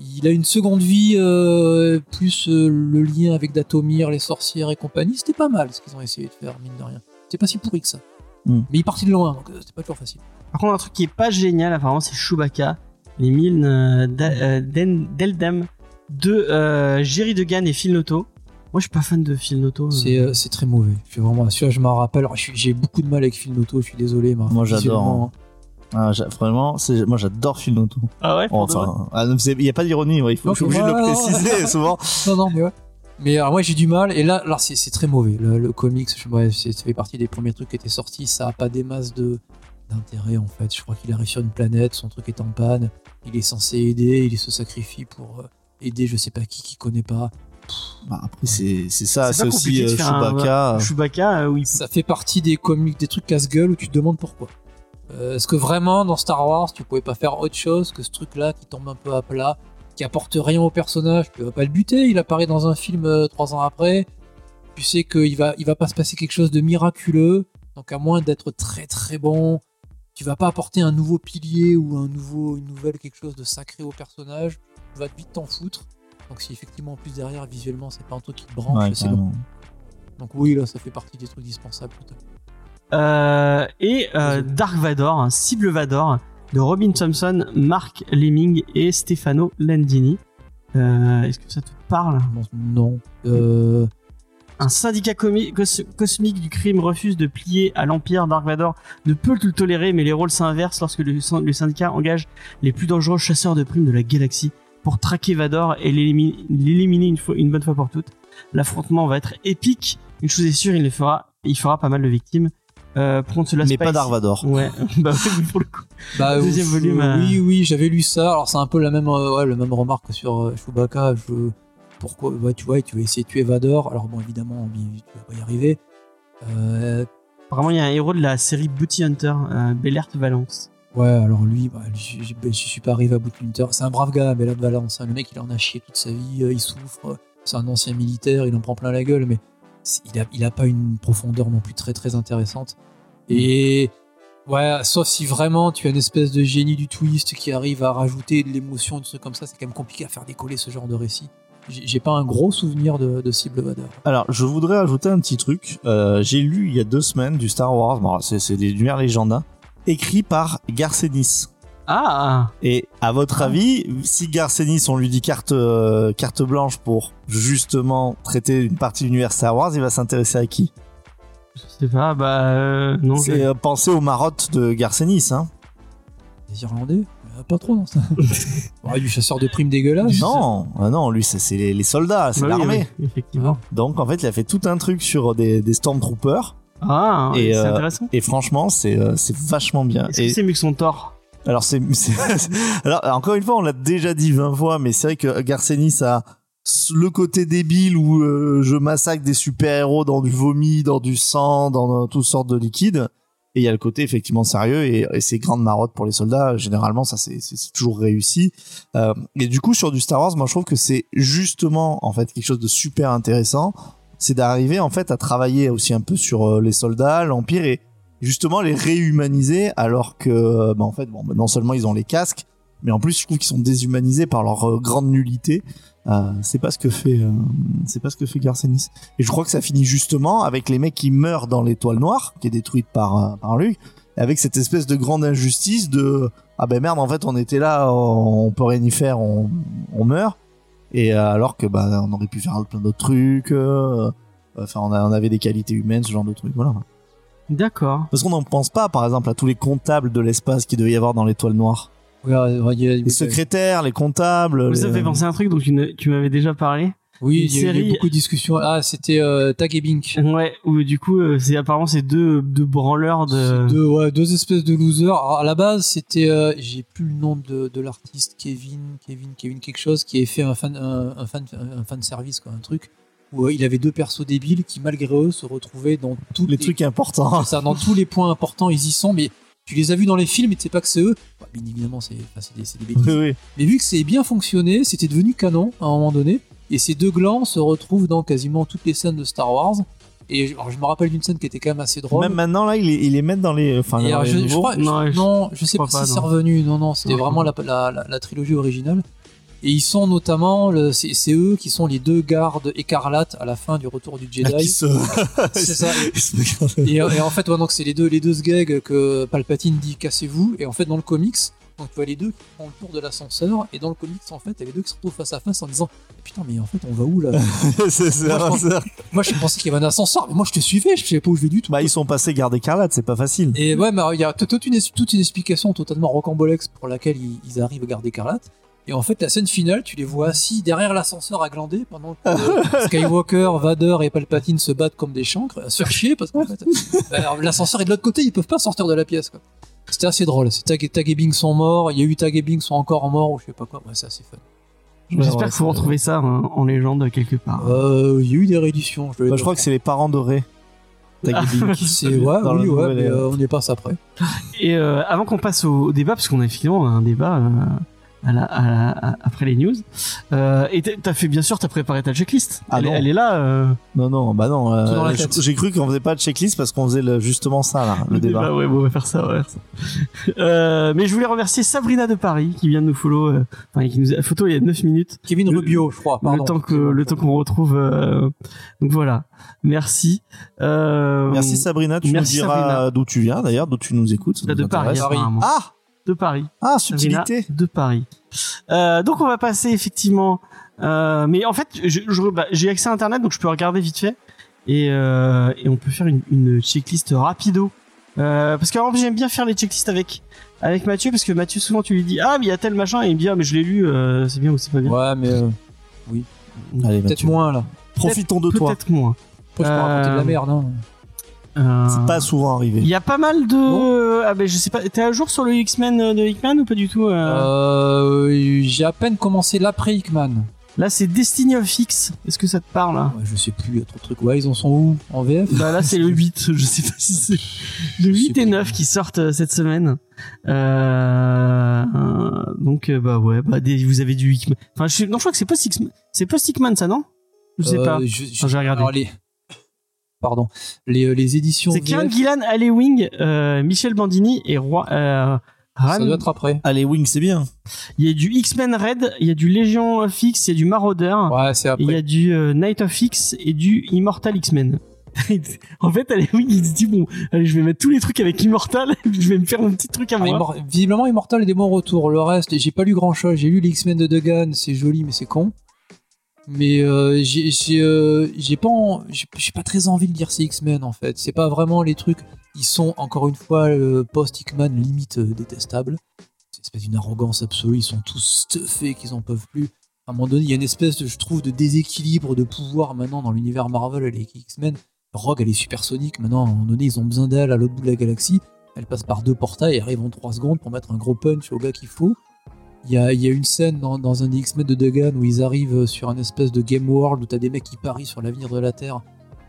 Speaker 3: il a une seconde vie, euh, plus euh, le lien avec Datomir, les sorcières et compagnie. C'était pas mal ce qu'ils ont essayé de faire, mine de rien. C'était pas si pourri que ça.
Speaker 4: Mm.
Speaker 3: Mais il partit de loin, donc euh, c'était pas toujours facile.
Speaker 4: Mmh.
Speaker 2: Par contre, un truc qui est pas génial, apparemment, c'est Chewbacca, les mines euh, d'A- euh, d'En- d'Eldam de euh, Jerry Degan et Phil Noto. Moi, je suis pas fan de Phil Noto. euh.
Speaker 3: C'est euh, c'est très mauvais. Je suis vraiment, celui-là, je m'en rappelle. Alors, je suis- J'ai beaucoup de mal avec Phil Noto, je suis désolé. mais
Speaker 4: Moi, j'adore,
Speaker 3: visuellement,
Speaker 4: Ah, j'a- vraiment c'est moi j'adore Phil Noto.
Speaker 2: Ah ouais.
Speaker 3: Oh,
Speaker 2: pour de vrai
Speaker 4: Enfin, ah, non, c'est- il y a pas d'ironie, ouais, il faut je suis
Speaker 3: Ok.
Speaker 4: obligé de
Speaker 3: Ouais, ouais,
Speaker 4: le
Speaker 3: ouais.
Speaker 4: préciser souvent.
Speaker 3: hein. Non, non, mais ouais. Mais alors, moi, j'ai du mal. Et là, alors, c'est c'est très mauvais. Le, le comics, je, ouais, c'est- ça fait partie des premiers trucs qui étaient sortis. Ça a pas des masses de d'intérêt, en fait. Je crois qu'il arrive sur une planète, son truc est en panne. Il est censé aider, il se sacrifie pour euh, aider je sais pas qui, qui connaît pas.
Speaker 4: Bah, après c'est c'est ça,
Speaker 2: C'est
Speaker 4: c'est
Speaker 2: pas
Speaker 4: aussi
Speaker 2: compliqué de
Speaker 4: euh,
Speaker 2: faire un-
Speaker 4: Chewbacca.
Speaker 2: Chewbacca, euh, oui.
Speaker 3: Ça fait partie des comics, des trucs casse-gueule où tu te demandes pourquoi. Euh, Est-ce que vraiment, dans Star Wars, tu pouvais pas faire autre chose que ce truc-là qui tombe un peu à plat, qui apporte rien au personnage Tu vas pas le buter, il apparaît dans un film euh, trois ans après. Tu sais qu'il va, il va pas se passer quelque chose de miraculeux. Donc, à moins d'être très très bon, tu vas pas apporter un nouveau pilier ou un nouveau, une nouvelle quelque chose de sacré au personnage. Tu vas vite t'en foutre. Donc, si effectivement, en plus derrière, visuellement, c'est pas un truc qui te branche,
Speaker 4: Ouais,
Speaker 3: c'est long.
Speaker 4: carrément.
Speaker 3: Donc, oui, là, ça fait partie des trucs dispensables. tout à fait.
Speaker 2: Euh, et euh, Dark Vador, hein, Cible Vador, de Robin Thompson, Mark Lemming et Stefano Landini. Euh, Est-ce que ça te parle
Speaker 3: Non. Euh,
Speaker 2: Un syndicat comi- cos- cosmique du crime refuse de plier à l'Empire. Dark Vador ne peut le tolérer, mais les rôles s'inversent lorsque le, syn- le syndicat engage les plus dangereux chasseurs de primes de la galaxie pour traquer Vador et l'élimi- l'éliminer une, fois- une bonne fois pour toutes. L'affrontement va être épique. Une chose est sûre, il, le fera, il fera pas mal de victimes. Euh, par contre, cela
Speaker 4: mais
Speaker 2: Spice-
Speaker 4: pas Darvador.
Speaker 2: Ouais, bah oui, pour le coup.
Speaker 3: bah,
Speaker 2: Deuxième
Speaker 3: je-
Speaker 2: volume, euh.
Speaker 3: Oui, oui, j'avais lu ça. Alors, c'est un peu la même, euh, ouais, la même remarque que sur euh, Chewbacca. Je... Pourquoi bah, Tu vois, tu vas essayer de tuer Vador. Alors, bon, évidemment, bien vite, tu vas pas y arriver. Euh,
Speaker 2: Apparemment, il y a un héros de la série Booty Hunter, euh, Bellert Valence.
Speaker 3: ouais, alors lui, bah, j- j- ben, j'y suis pas arrivé à bout de Hunter. C'est un brave gars, mais là, de Valence. hein. Le mec, il en a chié toute sa vie. euh, il souffre. C'est un ancien militaire. Il en prend plein la gueule, mais c'est- il a, il a pas une profondeur non plus très, très intéressante. Et. Ouais, sauf si vraiment tu as une espèce de génie du twist qui arrive à rajouter de l'émotion, des trucs comme ça, c'est quand même compliqué à faire décoller ce genre de récit. J'ai j'ai pas un gros souvenir de, de Cible Vador.
Speaker 4: Alors, je voudrais ajouter un petit truc. Euh, J'ai lu il y a deux semaines du Star Wars, bon, c'est c'est des lumières légendaires, écrit par Garcenis.
Speaker 2: Ah
Speaker 4: Et à votre avis, si Garcenis, on lui dit carte, euh, carte blanche pour justement traiter une partie de l'univers Star Wars, il va s'intéresser à qui
Speaker 2: Je sais pas, bah euh, non.
Speaker 4: C'est euh, penser aux marottes de Garcenis, hein
Speaker 3: Les Irlandais Euh, Pas trop, non ça. Ouais, du chasseur de primes dégueulasse.
Speaker 4: Non, ah non, lui, c'est c'est les, les soldats, c'est
Speaker 2: bah oui,
Speaker 4: l'armée.
Speaker 2: oui, effectivement.
Speaker 4: Donc en fait, il a fait tout un truc sur des, des Stormtroopers.
Speaker 2: Ah,
Speaker 4: Et,
Speaker 2: c'est
Speaker 4: euh,
Speaker 2: intéressant.
Speaker 4: Et franchement, c'est euh, c'est vachement bien.
Speaker 2: Est-ce
Speaker 4: Et-
Speaker 2: que c'est mieux que son tort
Speaker 4: Alors, c'est. c'est- Alors, encore une fois, on l'a déjà dit 20 fois, mais c'est vrai que Garcenis a s- le côté débile où euh, je massacre des super-héros dans du vomi, dans du sang, dans euh, toutes sortes de liquides. Et il y a le côté effectivement sérieux et, et ces grandes marottes pour les soldats. Généralement, ça, c'est c'est- c'est toujours réussi. Euh, et du coup, sur du Star Wars, moi, je trouve que c'est justement, en fait, quelque chose de super intéressant. C'est d'arriver, en fait, à travailler aussi un peu sur euh, les soldats, l'Empire et, justement les réhumaniser alors que bah, en fait bon bah, non seulement ils ont les casques mais en plus je trouve qu'ils sont déshumanisés par leur euh, grande nullité Euh, c'est pas ce que fait euh, c'est pas ce que fait Garcenis et je crois que ça finit justement avec les mecs qui meurent dans l'étoile noire qui est détruite par euh, par Luke et avec cette espèce de grande injustice de ah ben merde en fait on était là on, on peut rien y faire on, on meurt et euh, alors que bah on aurait pu faire plein d'autres trucs euh, enfin on, a- on avait des qualités humaines ce genre de trucs voilà
Speaker 2: D'accord.
Speaker 4: parce qu'on n'en pense pas, par exemple, à tous les comptables de l'espace qu'il devait y avoir dans l'étoile noire.
Speaker 3: Regarde, regarde, il y a-
Speaker 4: Les secrétaires, les comptables.
Speaker 2: Vous ça
Speaker 4: les-
Speaker 2: me fait penser à un truc dont tu, ne- tu m'avais déjà parlé.
Speaker 3: Oui,
Speaker 2: Une
Speaker 3: il y a eu- il y a eu
Speaker 2: série-
Speaker 3: beaucoup de discussions. Ah, c'était euh, Tag et Bink.
Speaker 2: Ouais, où du coup, euh, c'est apparemment c'est deux, deux branleurs de.
Speaker 3: C'est Deux, ouais, deux espèces de losers. Alors, à la base, c'était, euh, j'ai plus le nom de, de l'artiste, Kevin, Kevin, Kevin quelque chose, qui avait fait un fan, un, un fan, un fan service, quoi, un truc, où euh, il avait deux persos débiles qui, malgré eux, se retrouvaient dans tous
Speaker 4: les trucs importants.
Speaker 3: ça, dans tous les points importants, ils y sont, mais tu les as vus dans les films et tu sais pas que c'est eux. Bah, bien évidemment, c'est, enfin, c'est des, c'est des bêtises.
Speaker 4: Oui, oui.
Speaker 3: Mais vu que c'est bien fonctionné, c'était devenu canon à un moment donné. Et ces deux glands se retrouvent dans quasiment toutes les scènes de Star Wars. Et alors, je me rappelle d'une scène qui était quand même assez drôle.
Speaker 4: Même maintenant, là, ils les, ils les mettent dans les. euh, Enfin,
Speaker 3: Et
Speaker 4: dans
Speaker 3: alors,
Speaker 4: les
Speaker 3: je, je
Speaker 4: nouveaux.
Speaker 3: crois, je-
Speaker 2: Non,
Speaker 3: non,
Speaker 2: je
Speaker 3: je, sais pas,
Speaker 2: crois pas,
Speaker 3: si c'est
Speaker 2: non.
Speaker 3: revenu. Non, non, c'était
Speaker 2: Non.
Speaker 3: vraiment la, la- la- la trilogie originale. Et ils sont notamment, le- c'est c'est eux qui sont les deux gardes écarlates à la fin du retour du
Speaker 4: Ah, qui
Speaker 3: Jedi.
Speaker 4: se-
Speaker 3: C'est ça.
Speaker 4: ils se-
Speaker 3: Et, et en fait, ouais, donc c'est les deux, les deux sgags que Palpatine dit cassez-vous. Et en fait, dans le comics, donc tu vois les deux qui font le tour de l'ascenseur. Et dans le comics, en fait, t'as les deux qui se retrouvent face à face en disant putain, mais en fait, on va où là
Speaker 4: c'est- c'est
Speaker 3: Moi, je pense-
Speaker 4: ça.
Speaker 3: Moi, je pensais qu'il y avait un ascenseur, mais moi, je te suivais, je savais pas où je vais du tout.
Speaker 4: Bah, ils sont passés garde écarlate, c'est pas facile.
Speaker 3: Et ouais, mais alors, il y a t- toute une, es- toute une explication totalement rocambolesque pour laquelle ils, ils arrivent à garder Carlate. Et en fait, la scène finale, tu les vois assis derrière l'ascenseur à glander pendant que euh, Skywalker, Vader et Palpatine se battent comme des chancres, à se faire chier, parce qu'en fait, alors, l'ascenseur est de l'autre côté, ils peuvent pas sortir de la pièce. quoi. C'était assez drôle. C'est Tag, Tag et Bing sont morts, il y a eu Tag et Bing sont encore morts, ou je sais pas quoi. Ouais, c'est assez fun.
Speaker 4: Ouais,
Speaker 2: J'espère
Speaker 4: ouais,
Speaker 2: que vous
Speaker 4: c'est-
Speaker 2: retrouvez ça en, en légende quelque part.
Speaker 3: Euh, Il y a eu des rééditions. Je,
Speaker 4: Bah, je crois que c'est les parents dorés. Tag et Bink.
Speaker 3: c'est. Ouais,
Speaker 4: Dans
Speaker 3: oui,
Speaker 4: le
Speaker 3: ouais,
Speaker 4: nouvel,
Speaker 3: mais,
Speaker 4: euh,
Speaker 3: euh, on y passe après.
Speaker 2: Et euh, avant qu'on passe au, au débat, parce qu'on a effectivement un débat euh, à la- à la- à- après les news, euh, et t'as- t'as fait bien sûr, t'as préparé ta checklist.
Speaker 4: Ah
Speaker 2: elle, est-
Speaker 4: non.
Speaker 2: elle est là. euh,
Speaker 4: Non, non, bah non. euh,
Speaker 3: Tout dans la
Speaker 4: je-
Speaker 3: tête.
Speaker 4: J'ai cru qu'on faisait pas de checklist parce qu'on faisait le- justement ça, là, le, débat.
Speaker 2: ouais, bon, on va faire ça. on va faire ça. Euh, mais je voulais remercier Sabrina de Paris qui vient de nous follow, euh, enfin qui nous a photo il y a 9 minutes.
Speaker 3: Kevin
Speaker 2: le-
Speaker 3: Rubio, je crois. Pardon.
Speaker 2: le temps que le temps qu'on retrouve. euh, donc voilà, merci. Euh,
Speaker 4: Merci Sabrina, tu
Speaker 2: Merci,
Speaker 4: nous diras
Speaker 2: Sabrina. Bah,
Speaker 4: d'où tu viens d'ailleurs, d'où tu nous écoutes. ça
Speaker 2: de
Speaker 4: nous
Speaker 2: Paris. hein.
Speaker 4: intéresse.
Speaker 3: Paris.
Speaker 2: apparemment.
Speaker 4: Ah
Speaker 2: de Paris.
Speaker 4: Ah,
Speaker 2: Rina
Speaker 4: subtilité.
Speaker 2: de Paris. Euh, donc on va passer effectivement. euh, mais en fait, je- je- bah, j'ai accès à Internet, donc je peux regarder vite fait. Et, euh, et on peut faire une, une checklist rapido. Euh, parce qu'en plus, j'aime bien faire les checklists avec, avec Mathieu, parce que Mathieu, souvent, tu lui dis Ah, mais il y a tel machin, et il me dit Ah, mais je l'ai lu, euh, c'est bien ou c'est pas bien.
Speaker 3: Ouais, mais euh,
Speaker 4: Allez,
Speaker 3: peut-être
Speaker 4: Mathieu,
Speaker 3: moins là.
Speaker 4: profitons de toi.
Speaker 2: Peut-être moins.
Speaker 3: Après, je peux raconter de
Speaker 2: Euh,
Speaker 3: la merde. Hein.
Speaker 2: Euh,
Speaker 4: C'est pas
Speaker 2: Il
Speaker 4: souvent arrivé.
Speaker 2: y a pas mal de. Ah, ben je sais pas, t'es à jour sur le X-Men euh, de Hickman ou pas du tout euh
Speaker 3: Euh, J'ai à peine commencé l'après Hickman.
Speaker 2: Là, c'est Destiny of X. Est-ce que ça te parle hein
Speaker 3: Ouais, je sais plus, il y a trop de trucs. Ouais, ils en sont où En VF
Speaker 2: Bah là, c'est le 8, je sais pas si c'est. Le 8 et 9 qui sortent euh, cette semaine. Euh, euh, donc, euh, bah ouais, bah, des- vous avez du Hickman. Enfin, je, sais- non, je crois que c'est pas Hickman, c'est pas Hickman, ça, non Je sais
Speaker 3: Euh,
Speaker 2: pas. Ah,
Speaker 3: Je, je-
Speaker 2: Enfin, je vais regarder.
Speaker 3: alors, les... Pardon. Les, euh, les éditions
Speaker 2: C'est
Speaker 3: VF,
Speaker 2: Karen Gillan, Alley Wing, euh, Michel Bandini et Roy. Euh,
Speaker 3: ça
Speaker 2: Ran.
Speaker 3: doit être après.
Speaker 4: Allez, Wing, c'est bien.
Speaker 2: Il y a du X-Men Red, il y a du Légion of X, il y a du Marauder,
Speaker 3: Ouais, c'est
Speaker 2: et Ah. il y
Speaker 3: après.
Speaker 2: a du euh, Night of X et du Immortal X-Men. en fait, Alley Wing, il se dit bon, allez, je vais mettre tous les trucs avec Immortal, je vais me faire mon petit truc à
Speaker 3: Ah,
Speaker 2: moi.
Speaker 3: Immor- Visiblement, Immortal est des bons retours. Le reste, j'ai pas lu grand chose. J'ai lu les X-Men de Degan, c'est joli, mais c'est con. Mais euh, j'ai j'ai, euh, j'ai pas, en- j'ai j'ai pas très envie de lire ces X-Men en fait. C'est pas vraiment les trucs. Ils sont encore une fois euh, post-Hickman limite euh, détestables. C'est une espèce d'une arrogance absolue. Ils sont tous stuffés qu'ils en peuvent plus. À un moment donné, il y a une espèce, de, je trouve, de déséquilibre de pouvoir maintenant dans l'univers Marvel et les X-Men. Rogue, elle est supersonique. Maintenant, à un moment donné, ils ont besoin d'elle à l'autre bout de la galaxie. Elle passe par deux portails et arrive en 3 secondes pour mettre un gros punch au gars qu'il faut. Il y a, il y a une scène dans, dans un des X-Men de Degan où ils arrivent euh, sur un espèce de game world où t'as des mecs qui parient sur l'avenir de la Terre.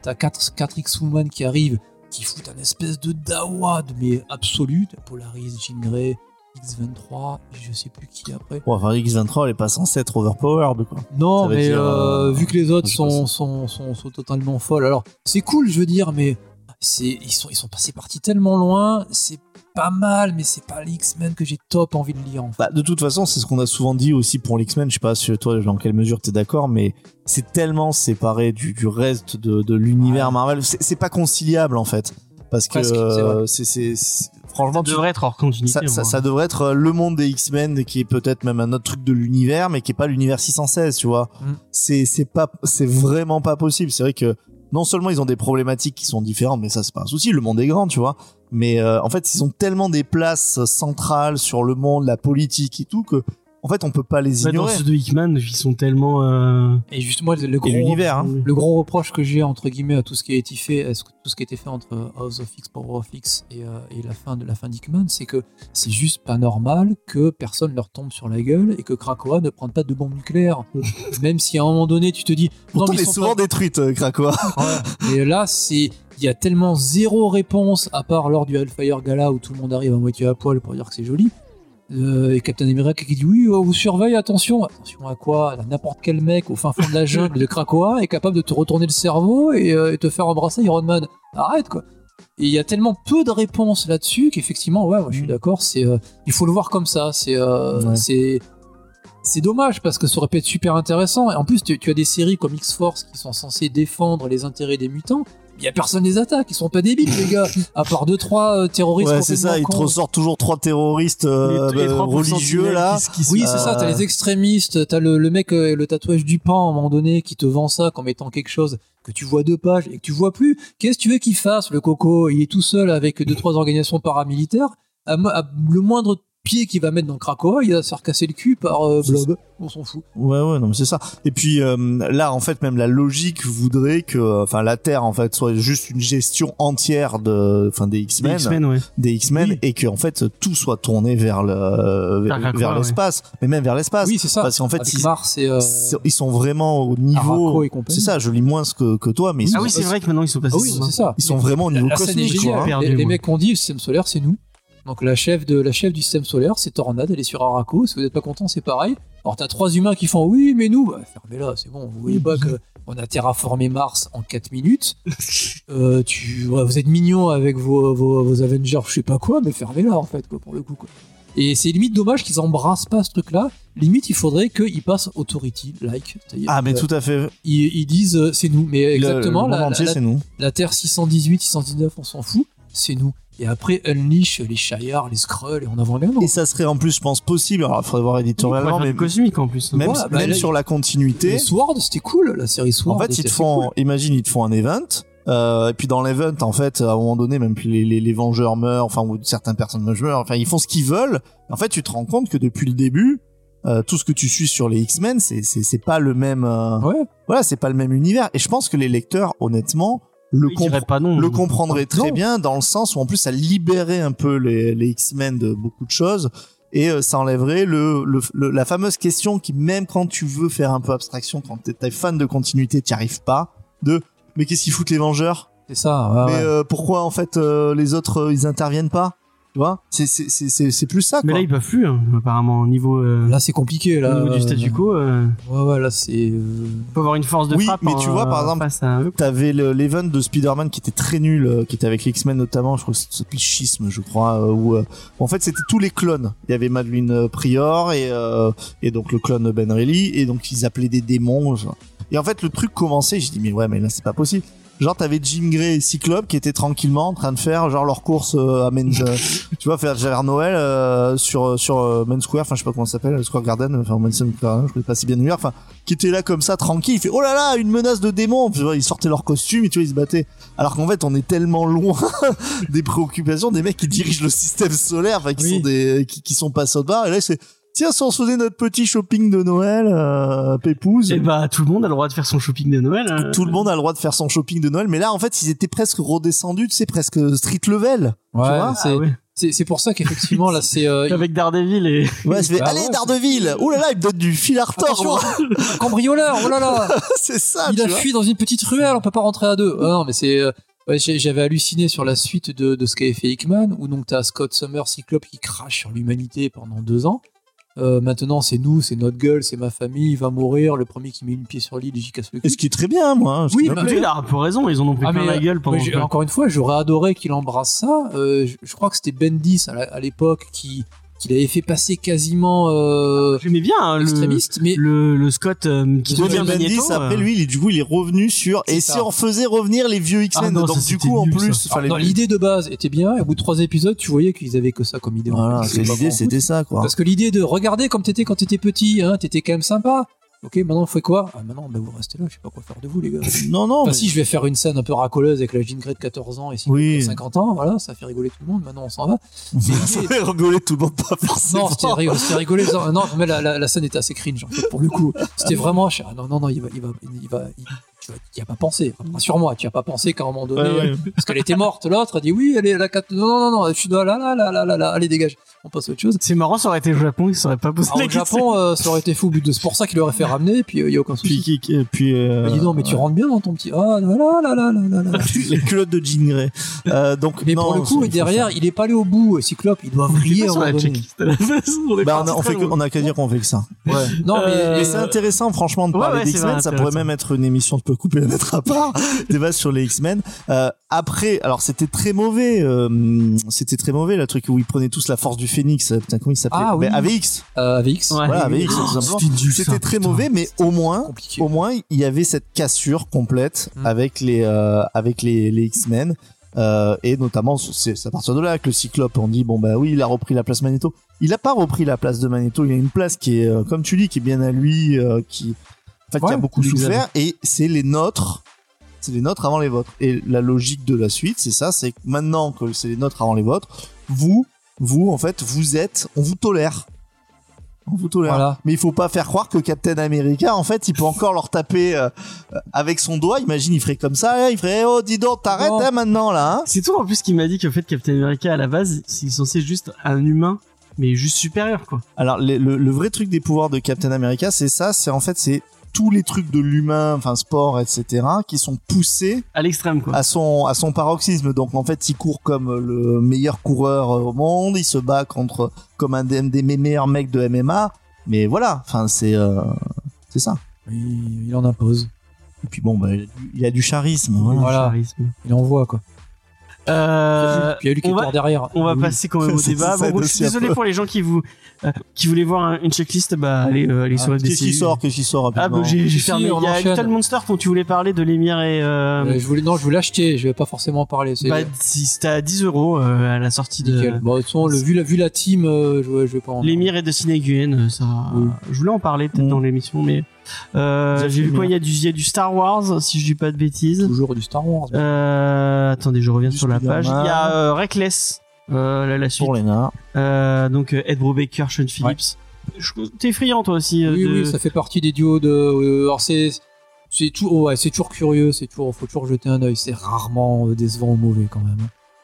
Speaker 3: T'as 4, X-Woman qui arrivent, qui foutent un espèce de dawa de- mais absolu. T'as Polaris, Jean Grey, X-23, et je sais plus qui après.
Speaker 4: Bon, enfin, X23, elle est pas censée être overpowered, quoi.
Speaker 3: Non,
Speaker 4: Ça veut
Speaker 3: mais
Speaker 4: dire,
Speaker 3: euh,
Speaker 4: euh,
Speaker 3: vu que les autres
Speaker 4: je
Speaker 3: sont,
Speaker 4: pense.
Speaker 3: sont, sont, sont totalement folles, alors c'est cool, je veux dire, mais c'est ils sont, ils sont passés partis tellement loin, c'est pas mal, mais c'est pas les X-Men que j'ai top envie de lire en fait.
Speaker 4: Bah, de toute façon, c'est ce qu'on a souvent dit aussi pour l'X-Men. Je sais pas si toi, dans quelle mesure t'es d'accord, mais c'est tellement séparé du, du reste de, de l'univers
Speaker 3: Ouais.
Speaker 4: Marvel. C'est c'est pas conciliable, en fait. Parce que,
Speaker 3: Presque, c'est vrai.
Speaker 4: euh, c'est, c'est- c'est- franchement,
Speaker 2: Ça
Speaker 4: tu-
Speaker 2: devrait être hors continuité.
Speaker 4: ça,
Speaker 2: au
Speaker 4: ça-
Speaker 2: moins.
Speaker 4: ça devrait être euh, le monde des X-Men qui est peut-être même un autre truc de l'univers, mais qui est pas l'univers 616, tu vois.
Speaker 3: Mm.
Speaker 4: C'est, c'est pas, c'est vraiment pas possible. C'est vrai que non seulement ils ont des problématiques qui sont différentes, mais ça c'est pas un souci. Le monde est grand, tu vois. Mais euh, en fait, ils ont tellement des places centrales sur le monde, la politique et tout que, en fait, on peut pas les
Speaker 2: Bah, dans
Speaker 4: ignorer.
Speaker 2: ceux de Hickman, ils sont tellement. euh,
Speaker 3: Et justement, le, le
Speaker 4: Et
Speaker 3: gros,
Speaker 4: l'univers, hein.
Speaker 3: le gros reproche que j'ai entre guillemets à tout ce qui a été fait, à ce- tout ce qui a été fait entre euh, House of X, Power of X et, euh, et la fin de la fin d'Hickman, c'est que c'est juste pas normal que personne leur tombe sur la gueule et que Krakoa ne prenne pas de bombe nucléaire. Même si à un moment donné, tu te dis, non,
Speaker 4: Pourtant,
Speaker 3: mais
Speaker 4: elle
Speaker 3: ils
Speaker 4: est
Speaker 3: sont
Speaker 4: souvent
Speaker 3: pas-
Speaker 4: détruite, euh, Krakoa.
Speaker 3: Et là, c'est il y a tellement zéro réponse à part lors du Hellfire Gala où tout le monde arrive à moitié à poil pour dire que c'est joli. Euh, et Captain America qui dit oui, on vous surveille, attention, attention à quoi À N'importe quel mec au fin fond de la jungle de Krakoa est capable de te retourner le cerveau et, euh, et te faire embrasser Iron Man. Arrête quoi. Et il y a tellement peu de réponses là-dessus qu'effectivement, ouais, moi, je suis
Speaker 4: Mm.
Speaker 3: d'accord, c'est euh, il faut le voir comme ça. C'est euh,
Speaker 4: Ouais.
Speaker 3: c'est c'est dommage parce que ça aurait pu être super intéressant. Et en plus, tu, tu as des séries comme X-Force qui sont censées défendre les intérêts des mutants. Il y a personne les attaque, ils sont pas débiles les gars, à part deux trois euh, terroristes.
Speaker 4: Ouais, c'est ça. Ils
Speaker 3: complètement
Speaker 4: te
Speaker 3: cons.
Speaker 4: ressortent toujours trois terroristes
Speaker 2: les-
Speaker 4: euh,
Speaker 2: les
Speaker 4: euh,
Speaker 2: 3%
Speaker 4: religieux là.
Speaker 2: qui- qui sont-
Speaker 3: Oui, c'est ça,
Speaker 4: euh,
Speaker 3: t'as les extrémistes, t'as le, le mec, euh, le tatouage du pan à un moment donné qui te vend ça comme étant quelque chose que tu vois deux pages et que tu vois plus. Qu'est-ce que tu veux qu'il fasse, le coco Il est tout seul avec deux, trois organisations paramilitaires. À mo- à le moindre pied qu'il va mettre dans Krakow, il va se faire casser le cul par euh, Blob. On s'en fout.
Speaker 4: Ouais, ouais, non, mais c'est ça. Et puis euh, là, en fait, même la logique voudrait que, euh, enfin, la Terre, en fait, soit juste une gestion entière de, enfin, des
Speaker 2: Des
Speaker 4: X-Men,
Speaker 2: X-Men, ouais.
Speaker 4: des X-Men,
Speaker 2: Oui.
Speaker 4: et que, en fait, tout soit tourné vers le,
Speaker 2: Vers
Speaker 4: vers,
Speaker 2: Krakoa,
Speaker 4: vers
Speaker 2: ouais.
Speaker 4: l'espace, mais même vers l'espace,
Speaker 3: Oui, c'est ça.
Speaker 4: Ah, parce qu'en fait,
Speaker 3: avec
Speaker 4: ils,
Speaker 3: Mars et euh,
Speaker 4: ils sont vraiment au niveau.
Speaker 3: Araco et compagnie.
Speaker 4: C'est ça. Je lis moins ce que, que toi, mais ils
Speaker 2: Ah
Speaker 4: sont,
Speaker 2: oui, c'est vrai que maintenant ils sont
Speaker 3: Ah
Speaker 2: passés.
Speaker 3: oui,
Speaker 2: sur
Speaker 3: c'est ça.
Speaker 4: ils sont vraiment au niveau
Speaker 3: la scène est
Speaker 4: cosmique. quoi,
Speaker 3: géniale.
Speaker 4: hein.
Speaker 2: perdu,
Speaker 3: les, les
Speaker 2: moi.
Speaker 3: mecs ont dit le système solaire, c'est nous. Donc la chef de la chef du système solaire, c'est Tornade, elle est sur Araco. Si vous n'êtes pas content, c'est pareil. Alors t'as trois humains qui font oui, mais nous, bah, fermez-la, c'est bon. Vous voyez pas que on a terraformé Mars en 4 minutes. Euh, tu, ouais, vous êtes mignons avec vos, vos, vos Avengers, je sais pas quoi, mais fermez-la en fait, quoi, pour le coup. Quoi. Et c'est limite dommage qu'ils embrassent pas ce truc-là. Limite, il faudrait qu'ils passent Authority, like. c'est-à-dire,
Speaker 4: Ah, mais
Speaker 3: euh,
Speaker 4: tout à fait.
Speaker 3: ils, ils disent euh, c'est nous, mais
Speaker 4: Le-
Speaker 3: exactement
Speaker 4: Le,
Speaker 3: la-
Speaker 4: monde
Speaker 3: la-
Speaker 4: entier,
Speaker 3: la-
Speaker 4: c'est nous.
Speaker 3: la Terre 618, 619, on s'en fout. c'est nous. Et après, Unleash, les Shire, les Skrulls, et on avance bien.
Speaker 4: Et ça serait en plus, je pense, possible. Alors, il faudrait voir éditorialement, mais
Speaker 2: cosmique en plus. Hein.
Speaker 4: même,
Speaker 3: Ouais, bah,
Speaker 4: même
Speaker 3: là,
Speaker 4: sur la continuité.
Speaker 3: Les Sword, c'était cool, la série Sword.
Speaker 4: En fait, ils
Speaker 3: c'était
Speaker 4: te font,
Speaker 3: cool.
Speaker 4: imagine, ils te font un event. Euh, et puis dans l'event, en fait, à un moment donné, même les, les, les vengeurs meurent, enfin, ou certaines personnes meurent, enfin, ils font ce qu'ils veulent. En fait, tu te rends compte que depuis le début, euh, tout ce que tu suis sur les X-Men, c'est, c'est, c'est pas le même, euh,
Speaker 3: Ouais,
Speaker 4: voilà, c'est pas le même univers. Et je pense que les lecteurs, honnêtement, le,
Speaker 2: Je
Speaker 4: compre-
Speaker 2: dirais pas Mmh. non.
Speaker 4: le comprendraient très
Speaker 3: Non.
Speaker 4: bien dans le sens où en plus ça libérait un peu les, les X-Men de beaucoup de choses et euh, ça enlèverait le, le- le- la fameuse question qui même quand tu veux faire un peu abstraction quand t'es t'es fan de continuité t'y arrives pas de mais qu'est-ce qu'ils foutent les Vengeurs
Speaker 3: c'est ça. Ah ouais,
Speaker 4: mais
Speaker 3: ouais.
Speaker 4: euh, pourquoi en fait euh, les autres euh, ils interviennent pas tu vois c'est c'est- c'est- c'est c'est plus ça
Speaker 2: Mais là,
Speaker 4: quoi.
Speaker 2: ils peuvent plus, hein, apparemment, au niveau, euh,
Speaker 3: Là, c'est compliqué.
Speaker 2: au
Speaker 3: Là,
Speaker 2: niveau du statu quo. euh,
Speaker 3: Ouais, ouais, là, c'est. euh,
Speaker 2: on peut avoir une force de
Speaker 4: Oui,
Speaker 2: frappe.
Speaker 4: mais tu
Speaker 2: en-
Speaker 4: vois, par exemple-
Speaker 2: face à eux.
Speaker 4: T'avais le- l'event de Spider-Man qui était très nul, euh, qui était avec les X-Men notamment, je crois que c'était le schisme, je crois, euh, où euh, en fait c'était tous les clones. Il y avait Madeline euh, Prior et, euh, et donc le clone Ben Reilly, et donc ils appelaient des démons. genre. Et en fait le truc commençait, j'ai dit mais ouais mais là c'est pas possible. Genre t'avais Jim Gray et Cyclope qui étaient tranquillement en train de faire genre leur course euh, à Main, euh, tu vois faire vers Noël euh, sur sur euh, Main Square, enfin je sais pas comment ça s'appelle, Square Garden, enfin Main Square, Garden, je connais pas si bien New York, enfin qui étaient là comme ça tranquille, il fait oh là là une menace de démon, Tu vois, ils sortaient leur costume et tu vois ils se battaient. Alors qu'en fait on est tellement loin des préoccupations des mecs qui dirigent le système solaire, enfin qui
Speaker 3: Oui.
Speaker 4: sont des qui, qui sont pas soda et là c'est tiens si on se faisait notre petit shopping de Noël euh, pépouze.
Speaker 3: ben,
Speaker 2: Eh bah, tout le monde a le droit de faire son shopping de Noël. hein.
Speaker 4: Tout le monde a le droit de faire son shopping de Noël, mais là en fait ils étaient presque redescendus, tu sais presque street level.
Speaker 3: Ouais,
Speaker 4: vois
Speaker 2: Ah
Speaker 3: c'est
Speaker 2: ouais.
Speaker 3: c'est- c'est pour ça qu'effectivement, là, c'est. euh,
Speaker 2: Avec Daredevil et.
Speaker 4: Ouais, ça fait,
Speaker 3: Bah
Speaker 4: allez
Speaker 3: ouais, c'est-
Speaker 4: Daredevil, oh là là il me donne du fil à
Speaker 2: hein.
Speaker 3: Attention,
Speaker 4: retordre,
Speaker 3: un cambrioleur, oh là là
Speaker 4: c'est ça.
Speaker 3: Il
Speaker 4: Ah, tu
Speaker 3: a
Speaker 4: vois.
Speaker 3: fui dans une petite ruelle, on peut pas rentrer à deux. Ah non, mais c'est. euh, ouais, j'ai- J'avais halluciné sur la suite de, de ce qu'avait fait Hickman, où donc t'as Scott Summer, Cyclope, qui crache sur l'humanité pendant deux ans. Euh, maintenant, c'est nous, c'est notre gueule, c'est ma famille, il va mourir. Le premier qui met une pied sur l'île, j'y casse le cul.
Speaker 4: Et ce qui est très bien moi. ce qui
Speaker 3: Oui,
Speaker 4: m'a
Speaker 3: bah,
Speaker 4: plu.
Speaker 2: Lui, il a un peu raison, ils en ont pris
Speaker 3: Ah,
Speaker 2: plein
Speaker 3: mais,
Speaker 2: la gueule pendant.
Speaker 3: Mais je- encore une fois, j'aurais adoré qu'il embrasse ça. Euh, je, je crois que c'était Bendis à la- à l'époque qui, qui l'avait fait passer quasiment euh,
Speaker 2: J'aimais bien
Speaker 4: Ah,
Speaker 2: hein, le,
Speaker 3: extrémiste, mais
Speaker 2: le, le Scott euh, qui
Speaker 3: Oui,
Speaker 4: Dwayne
Speaker 2: devient
Speaker 4: Bendis,
Speaker 2: Magneto.
Speaker 4: après
Speaker 2: euh,
Speaker 4: lui, il, est- du coup, il est revenu sur.
Speaker 3: C'est
Speaker 4: Et
Speaker 3: ça.
Speaker 4: si on faisait revenir les vieux X-Men
Speaker 2: Ah non,
Speaker 4: Donc,
Speaker 2: ça,
Speaker 4: du
Speaker 2: c'était
Speaker 4: coup, en
Speaker 2: nul,
Speaker 4: plus.
Speaker 2: ça.
Speaker 4: enfin, les-
Speaker 3: dans l'idée de base était bien. Et au bout de trois épisodes, tu voyais qu'ils avaient que ça comme idée. en
Speaker 4: Voilà,
Speaker 3: fait.
Speaker 4: c'est l'idée,
Speaker 3: pas grand-chose.
Speaker 4: c'était ça, quoi.
Speaker 3: Parce que l'idée de regarder comme t'étais quand t'étais petit, hein, t'étais quand même sympa. Ok, maintenant faut quoi Ah maintenant bah, vous restez là, je sais pas quoi faire de vous les gars.
Speaker 4: Non, non,
Speaker 3: Enfin
Speaker 4: mais-
Speaker 3: si je vais faire une scène un peu racoleuse avec la Jean Grey de 14 ans et si
Speaker 4: Oui.
Speaker 3: 50 ans, voilà, ça fait rigoler tout le monde, maintenant on s'en va.
Speaker 4: Ça fait rigoler tout le monde, pas forcément.
Speaker 3: Non, c'était rigolo, c'était rigolé. Non, non, mais la, la, la scène était assez cringe, en fait, pour le coup. C'était vraiment. je- Ah, non, non, non, il va. Il va, il va il- tu vas- tu y as pas pensé. Rassure-moi, tu y as pas pensé qu'à un moment donné.
Speaker 4: Ouais, ouais.
Speaker 3: Parce qu'elle était morte, l'autre a dit oui, elle est la 4. Non, non, non, non, je suis là, là, là, là, là, là, là, allez, dégage. On passe à autre chose.
Speaker 2: C'est marrant, ça aurait été au Japon, ils sauraient pas posé
Speaker 3: Ah,
Speaker 2: la
Speaker 3: au
Speaker 2: question.
Speaker 3: Japon, euh, ça aurait été fou, but de c'est pour ça qu'il aurait fait ramener, puis il y a aucun
Speaker 4: Puis,
Speaker 3: souci.
Speaker 4: qui- qui- puis, euh,
Speaker 3: Bah, dis donc, mais tu rentres bien dans ton petit. Ah, là, là, là, là, là, là, là.
Speaker 4: les culottes de Jean Grey. Euh, donc,
Speaker 3: Mais
Speaker 4: non,
Speaker 3: pour le
Speaker 4: il
Speaker 3: coup,
Speaker 4: faut
Speaker 3: et derrière, il est pas allé au bout, euh, Cyclope, ils doivent
Speaker 2: Je sais
Speaker 3: briller
Speaker 2: pas
Speaker 3: à un
Speaker 2: sur la
Speaker 3: moment donné.
Speaker 2: checklist. On est
Speaker 4: faire- Bah, on,
Speaker 2: parti
Speaker 4: a- on
Speaker 2: très
Speaker 4: fait que-
Speaker 2: loin.
Speaker 4: on a qu'à dire qu'on fait que ça.
Speaker 3: Ouais. Non, mais.
Speaker 2: Euh,
Speaker 4: Mais c'est intéressant, franchement, de
Speaker 2: ouais,
Speaker 4: parler
Speaker 2: ouais, c'est
Speaker 4: des X-Men.
Speaker 2: vrai,
Speaker 4: Ça pourrait
Speaker 2: intéressant.
Speaker 4: même être une émission, tu peux couper la mettre à part. des bases sur les X-Men. Euh, après, alors c'était très mauvais. euh, c'était très mauvais, la truc où ils prenaient tous la force du phénix. euh, Putain, comment il s'appelait
Speaker 3: Ah, oui.
Speaker 4: Ben, AVX.
Speaker 3: euh, AVX,
Speaker 2: Ouais.
Speaker 4: Voilà,
Speaker 2: oui,
Speaker 4: AVX, tout simplement.
Speaker 3: c'était nul, ça,
Speaker 4: C'était très
Speaker 3: putain.
Speaker 4: mauvais, mais au moins,
Speaker 3: compliqué.
Speaker 4: au moins, il y avait cette cassure complète
Speaker 3: Mm.
Speaker 4: avec les, euh, avec les, les X-Men. Euh, et notamment, c'est c'est à partir de là que le Cyclope, on dit, bon bah oui, il a repris la place Magneto. Il a pas repris la place de Magneto, il a une place qui est, euh, comme tu dis, qui est bien à lui, euh, qui, en fait, qui a
Speaker 3: Ouais,
Speaker 4: beaucoup
Speaker 2: ils
Speaker 4: souffert, et c'est les nôtres, c'est les nôtres avant les vôtres. Et la logique de la suite, c'est ça, c'est que maintenant que c'est les nôtres avant les vôtres, vous, vous, en fait, vous êtes, on vous tolère. On vous tolère.
Speaker 3: Voilà.
Speaker 4: Mais il faut pas faire croire que Captain America, en fait, il peut encore leur taper euh, euh, avec son doigt. Imagine, il ferait comme ça, hein, il ferait Oh, dis donc, t'arrêtes
Speaker 3: Non.
Speaker 4: hein, maintenant là. hein.
Speaker 2: C'est tout en plus qui m'a dit qu'en fait Captain America à la base c'est censé juste un humain mais juste supérieur quoi.
Speaker 4: Alors, les- le, le vrai truc des pouvoirs de Captain America, c'est ça c'est en fait, c'est tous les trucs de l'humain, enfin sport, etc., qui sont poussés
Speaker 2: À l'extrême quoi.
Speaker 4: à son, à son paroxysme. Donc, en fait, il court comme le meilleur coureur euh, au monde, il se bat contre comme un des, des meilleurs mecs de MMA. Mais voilà, enfin, c'est euh, c'est ça.
Speaker 3: Il, il en impose.
Speaker 4: Et puis bon, bah, il a du- il a du charisme. voilà.
Speaker 3: Voilà.
Speaker 2: Le charisme.
Speaker 3: Il envoie, quoi.
Speaker 2: Euh,
Speaker 3: Puis il y a eu
Speaker 2: on va-
Speaker 3: Lucator derrière.
Speaker 2: on va
Speaker 4: Oui.
Speaker 2: passer quand même au
Speaker 4: Ça, ça,
Speaker 2: débat.
Speaker 4: ça
Speaker 2: Bon,
Speaker 4: aide
Speaker 2: moi, je
Speaker 4: aussi
Speaker 2: suis
Speaker 4: un
Speaker 2: désolé
Speaker 4: peu.
Speaker 2: pour les gens qui, vous, euh, qui voulaient voir un- une checklist, bah, allez, euh, allez
Speaker 3: Ah,
Speaker 2: sur la
Speaker 4: Qu'est-ce qui sort Qu'est-ce qui sort
Speaker 2: Ah, bah,
Speaker 4: rapidement
Speaker 2: j'ai j'ai
Speaker 3: Si,
Speaker 2: fermé.
Speaker 3: on
Speaker 2: Il y a
Speaker 3: enchaîne.
Speaker 2: Little Monster dont tu voulais parler de l'émir et. euh,
Speaker 3: Euh, je voulais, non, je voulais l'acheter, je vais pas forcément en parler. C'est
Speaker 2: bah, si c'était à 10 euros euh, à la sortie
Speaker 3: nickel.
Speaker 2: de.
Speaker 3: Bon, de toute façon, le, vu, la, vu la team, euh, je, ouais, je vais pas en
Speaker 2: L'émir et de Sineguen, euh, ça.
Speaker 3: Oui.
Speaker 2: Je voulais en parler peut-être
Speaker 4: Mm.
Speaker 2: dans l'émission, mais.
Speaker 4: Vous
Speaker 2: Euh, j'ai
Speaker 4: avez fait
Speaker 2: vu
Speaker 4: le
Speaker 2: quoi Il y, a du- il y a du Star Wars, si je dis pas de bêtises.
Speaker 3: Toujours du Star Wars.
Speaker 2: Euh, attendez, je reviens
Speaker 4: Du
Speaker 2: sur la page. Il
Speaker 4: Spider-Man.
Speaker 2: y a euh, Reckless, euh, la, la suite.
Speaker 4: Pour les nains.
Speaker 2: Euh, donc euh, Ed Brubaker, Sean Phillips. Je- T'es friand toi aussi. euh,
Speaker 3: Oui,
Speaker 2: de-
Speaker 3: oui, ça fait partie des duos de. euh, alors c'est, c'est tout, ouais, c'est toujours curieux, c'est toujours, faut toujours jeter un œil. C'est rarement euh, décevant ou mauvais quand même.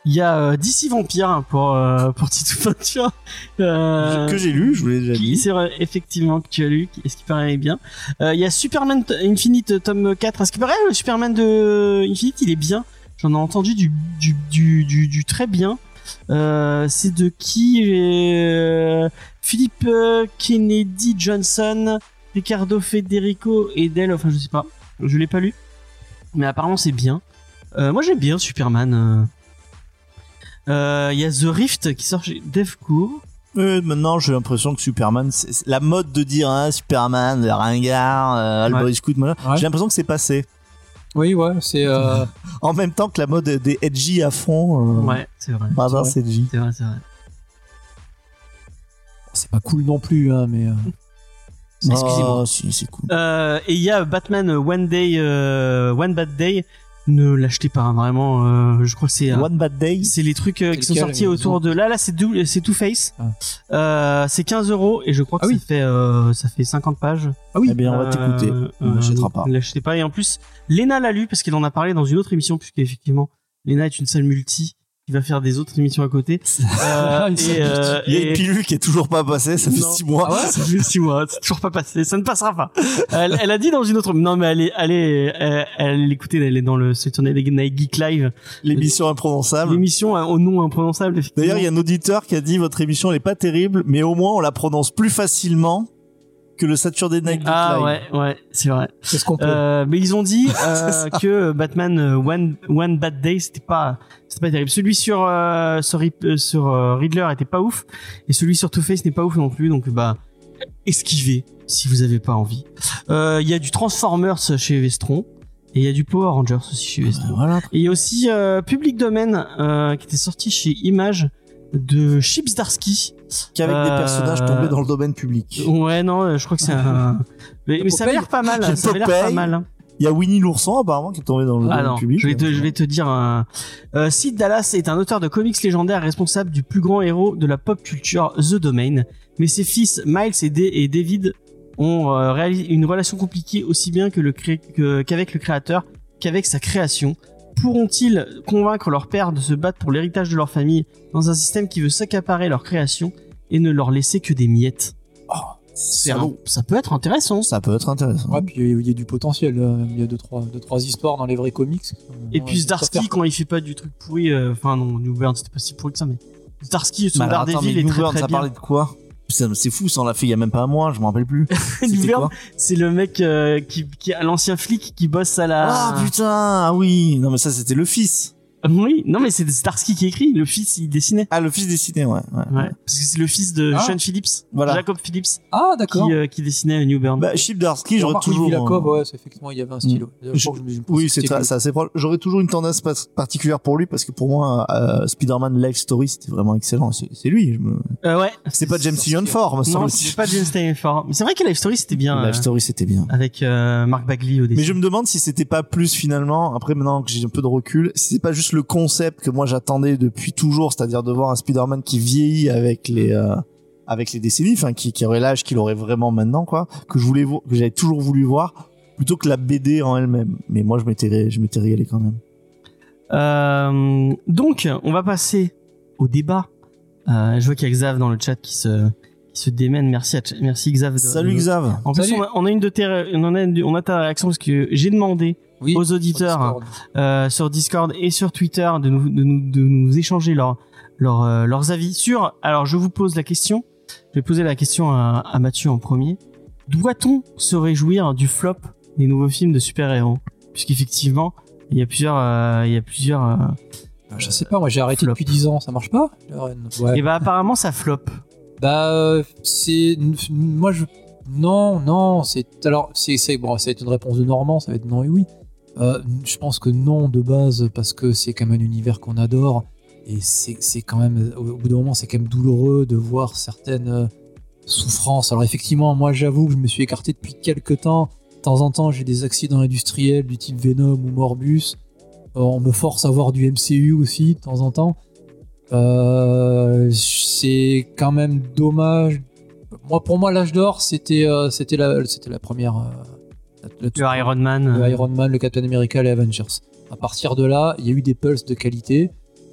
Speaker 2: Il y a euh, DC Vampire hein, pour euh, pour Tito Peinture. Euh,
Speaker 4: Que j'ai lu, je vous l'ai déjà
Speaker 2: qui-
Speaker 4: dit.
Speaker 2: c'est vrai, effectivement que tu as lu, est ce qui paraît bien. Euh, Il y a Superman t- Infinite tome 4, à ce qui paraît, le Superman de Infinite, il est bien. J'en ai entendu du, du, du, du, du très bien. Euh, c'est de qui euh, Philippe euh, Kennedy Johnson, Ricardo Federico et Del, enfin je sais pas, je l'ai pas lu, mais apparemment c'est bien. Euh, moi j'aime bien Superman. euh. Euh, Il y a The Rift qui sort chez Devcourt.
Speaker 4: Euh, maintenant, j'ai l'impression que Superman, c'est- c'est la mode de dire hein, Superman, le ringard, euh,
Speaker 2: Ouais.
Speaker 4: Al Boy Scout, voilà.
Speaker 3: Ouais.
Speaker 4: j'ai l'impression que c'est passé.
Speaker 3: Oui, ouais, c'est. euh,
Speaker 4: En même temps que la mode des edgy à fond. Euh,
Speaker 2: Ouais, c'est vrai.
Speaker 4: Par hasard, c'est edgy.
Speaker 2: C'est vrai, c'est vrai.
Speaker 3: c'est pas cool non plus, hein, mais. euh,
Speaker 2: Excusez-moi.
Speaker 4: Oh, si, c'est cool.
Speaker 2: Euh, et il y a Batman One Day, euh, One Bad Day. Ne l'achetez pas, hein, vraiment. euh, je crois que c'est. euh,
Speaker 4: One Bad Day.
Speaker 2: c'est les trucs euh,
Speaker 3: C'est
Speaker 2: qui sont
Speaker 3: lequel,
Speaker 2: sortis
Speaker 3: euh,
Speaker 2: autour de là là c'est Dou- c'est Two Face
Speaker 3: Ah.
Speaker 2: Euh, c'est 15 euros et je crois que
Speaker 3: Ah
Speaker 2: ça
Speaker 3: oui.
Speaker 2: fait euh, ça fait 50 pages
Speaker 3: Ah oui.
Speaker 4: Eh bien, on va
Speaker 2: Euh,
Speaker 4: t'écouter. On l'achètera pas.
Speaker 2: ne l'achetez pas et en plus Lena l'a lu parce qu'elle en a parlé dans une autre émission puisqu'effectivement Lena est une salle multi qui va faire des autres émissions à côté
Speaker 4: Ah,
Speaker 2: Euh,
Speaker 3: Une salle
Speaker 2: et, euh,
Speaker 4: Il y a
Speaker 2: et-
Speaker 4: une pilule qui est toujours pas passée, ça fait
Speaker 2: Non. Ah
Speaker 4: 6 mois.
Speaker 2: ça fait six mois, c'est toujours pas passé, ça ne passera pas. Elle, elle a dit dans une autre, non mais allez, allez, elle, elle écoutez, elle est dans le Saturday Night Geek Live,
Speaker 4: L'émission imprononçable.
Speaker 2: l'émission euh, au nom imprononçable. effectivement.
Speaker 4: Ah bah. D'ailleurs, il y a un auditeur qui a dit votre émission elle est pas terrible, mais au moins on la prononce plus facilement que le Saturday Night Geek
Speaker 2: ah
Speaker 4: Live.
Speaker 2: ouais, ouais, c'est vrai.
Speaker 3: C'est ce qu'on peut.
Speaker 2: Euh, mais ils ont dit euh, que Batman euh, One One Bad Day c'était pas c'était pas terrible. Celui sur euh, sur, Rip- euh, sur, euh, Riddler était pas ouf et celui sur Two Face n'est pas ouf non plus donc bah esquivez si vous avez pas envie. Euh, Il y a du Transformers chez Vestron et il y a du Power Rangers aussi chez Vestron.
Speaker 4: Voilà.
Speaker 2: Et il y a aussi euh, Public Domain euh, qui était sorti chez Image de Chips Darsky.
Speaker 4: Qu'avec des
Speaker 2: Euh,
Speaker 4: personnages tombés dans le domaine public.
Speaker 2: Ouais non, euh, je crois que c'est un mais, mais ça a
Speaker 3: Popeye.
Speaker 2: l'air pas mal, ça a l'air pas
Speaker 4: Popeye.
Speaker 2: mal. hein.
Speaker 4: Il y a Winnie l'ourson apparemment qui est tombé dans le
Speaker 2: Ah
Speaker 4: domaine
Speaker 2: non,
Speaker 4: public.
Speaker 2: je vais te, je vais te dire. un- Euh, Sid Dallas est un auteur de comics légendaire responsable du plus grand héros de la pop culture, The Domain. Mais ses fils, Miles et, Da- et David, ont euh, réalisé une relation compliquée aussi bien que le cré- que- qu'avec le créateur qu'avec sa création. Pourront-ils convaincre leur père de se battre pour l'héritage de leur famille dans un système qui veut s'accaparer leur création et ne leur laisser que des miettes
Speaker 4: C'est
Speaker 2: un- Ça peut être intéressant.
Speaker 4: Ça peut être intéressant.
Speaker 3: Ouais, puis il y a du potentiel. euh, Il y a deux trois, deux, trois histoires dans les vrais comics.
Speaker 2: Et
Speaker 3: Ouais,
Speaker 2: puis
Speaker 3: ça peut
Speaker 2: Zdarsky,
Speaker 3: faire.
Speaker 2: quand il fait pas du truc pourri, euh, enfin non, New Burn c'était pas si pourri que ça, mais Zdarsky, son
Speaker 4: Mais alors, Bah, attends,
Speaker 2: Daredevil
Speaker 4: mais
Speaker 2: est
Speaker 4: New
Speaker 2: très
Speaker 4: Burn,
Speaker 2: très
Speaker 4: ça
Speaker 2: bien.
Speaker 4: parlait de quoi Putain, C'est fou, ça on l'a fait il y a même pas un mois, je m'en rappelle plus.
Speaker 2: New
Speaker 4: C'était
Speaker 2: Burn,
Speaker 4: quoi
Speaker 2: c'est le mec euh, qui, qui l'ancien flic qui bosse à la.
Speaker 4: Ah putain, ah oui Non mais ça c'était le fils.
Speaker 2: Oui, non mais c'est Zdarsky qui écrit, le fils il dessinait.
Speaker 4: Ah le fils dessiné, ouais. ouais.
Speaker 2: Ouais, parce que c'est le fils de
Speaker 3: Ah.
Speaker 2: Sean Phillips,
Speaker 4: Voilà.
Speaker 2: Jacob Phillips,
Speaker 3: Ah
Speaker 2: qui,
Speaker 3: d'accord.
Speaker 2: euh, hein. qui dessinait New Burn.
Speaker 4: Bah, Chip Darsky, j'aurais
Speaker 3: Remarque,
Speaker 4: toujours...
Speaker 3: Olivier Lacob,
Speaker 4: euh,
Speaker 3: ouais, c'est effectivement, il y avait un stylo.
Speaker 4: Je- Oui, c'est
Speaker 3: ça.
Speaker 4: ça, c'est assez proche. J'aurais toujours une tendance pas- particulière pour lui parce que pour moi, euh, Spider-Man Life Story, c'était vraiment excellent. C'est c'est lui. je me-
Speaker 2: Euh, ouais.
Speaker 4: C'est pas James Tynion Ford, me
Speaker 2: Non,
Speaker 4: semble
Speaker 2: c'est pas James Stafford. Mais c'est vrai que Life Story c'était bien euh,
Speaker 4: Life Story, c'était bien.
Speaker 2: avec euh, Mark Bagley
Speaker 5: Mhm.
Speaker 2: au
Speaker 4: Mais
Speaker 2: début.
Speaker 4: je me demande si c'était pas plus finalement, après maintenant que j'ai un peu de recul, si c'est pas juste le concept que moi j'attendais depuis toujours, c'est-à-dire de voir un Spider-Man qui vieillit avec les
Speaker 5: Mhm.
Speaker 4: euh, avec les décennies, enfin qui, qui aurait l'âge qu'il aurait vraiment maintenant quoi, que je voulais vo- que j'avais toujours voulu voir plutôt que la BD en elle-même. Mais moi je m'étais ré- je m'étais régalé quand même.
Speaker 2: Euh, donc, on va passer au débat. Euh, je vois qu'il y a Xav dans le chat qui se, qui se démène. Merci, à, merci Xav. de-
Speaker 4: Salut
Speaker 2: de-
Speaker 4: Xav.
Speaker 2: En plus,
Speaker 3: Salut.
Speaker 2: on a, on a une de tes, on en a, une- on a ta réaction parce que j'ai demandé
Speaker 3: Oui,
Speaker 2: aux auditeurs euh, sur Discord et sur Twitter de nous, de nous, de nous échanger leur, leur, euh, leurs avis sur. Alors, je vous pose la question. Je vais poser la question à, à Mathieu en premier. Doit-on se réjouir du flop des nouveaux films de super-héros Puisqu'effectivement, il y a plusieurs, euh, il y a plusieurs euh,
Speaker 3: Je sais pas, moi j'ai arrêté
Speaker 2: flop.
Speaker 3: depuis 10 ans, ça marche pas
Speaker 2: Et
Speaker 3: Ouais.
Speaker 2: bah apparemment ça floppe.
Speaker 3: Bah, euh, c'est. Moi je. Non, non, c'est. Alors, c'est c'est- bon, ça va être une réponse de Normand, ça va être non et oui. Euh, je pense que non de base, parce que c'est quand même un univers qu'on adore. Et c'est c'est quand même. Au au bout d'un moment, c'est quand même douloureux de voir certaines euh, souffrances. Alors, effectivement, moi j'avoue que je me suis écarté depuis quelques temps. De temps en temps, j'ai des accidents industriels du type Venom ou Morbus. Euh, on me force à voir du MCU aussi, de temps en temps. Euh, c'est quand même dommage. Moi, pour moi, l'âge d'or, c'était euh, c'était la c'était la première. euh, la-
Speaker 2: Le
Speaker 3: la-
Speaker 2: Iron Man.
Speaker 3: le
Speaker 2: euh,
Speaker 3: Iron Man, le Captain America, les Avengers. À partir de là, il y a eu des pulses de qualité.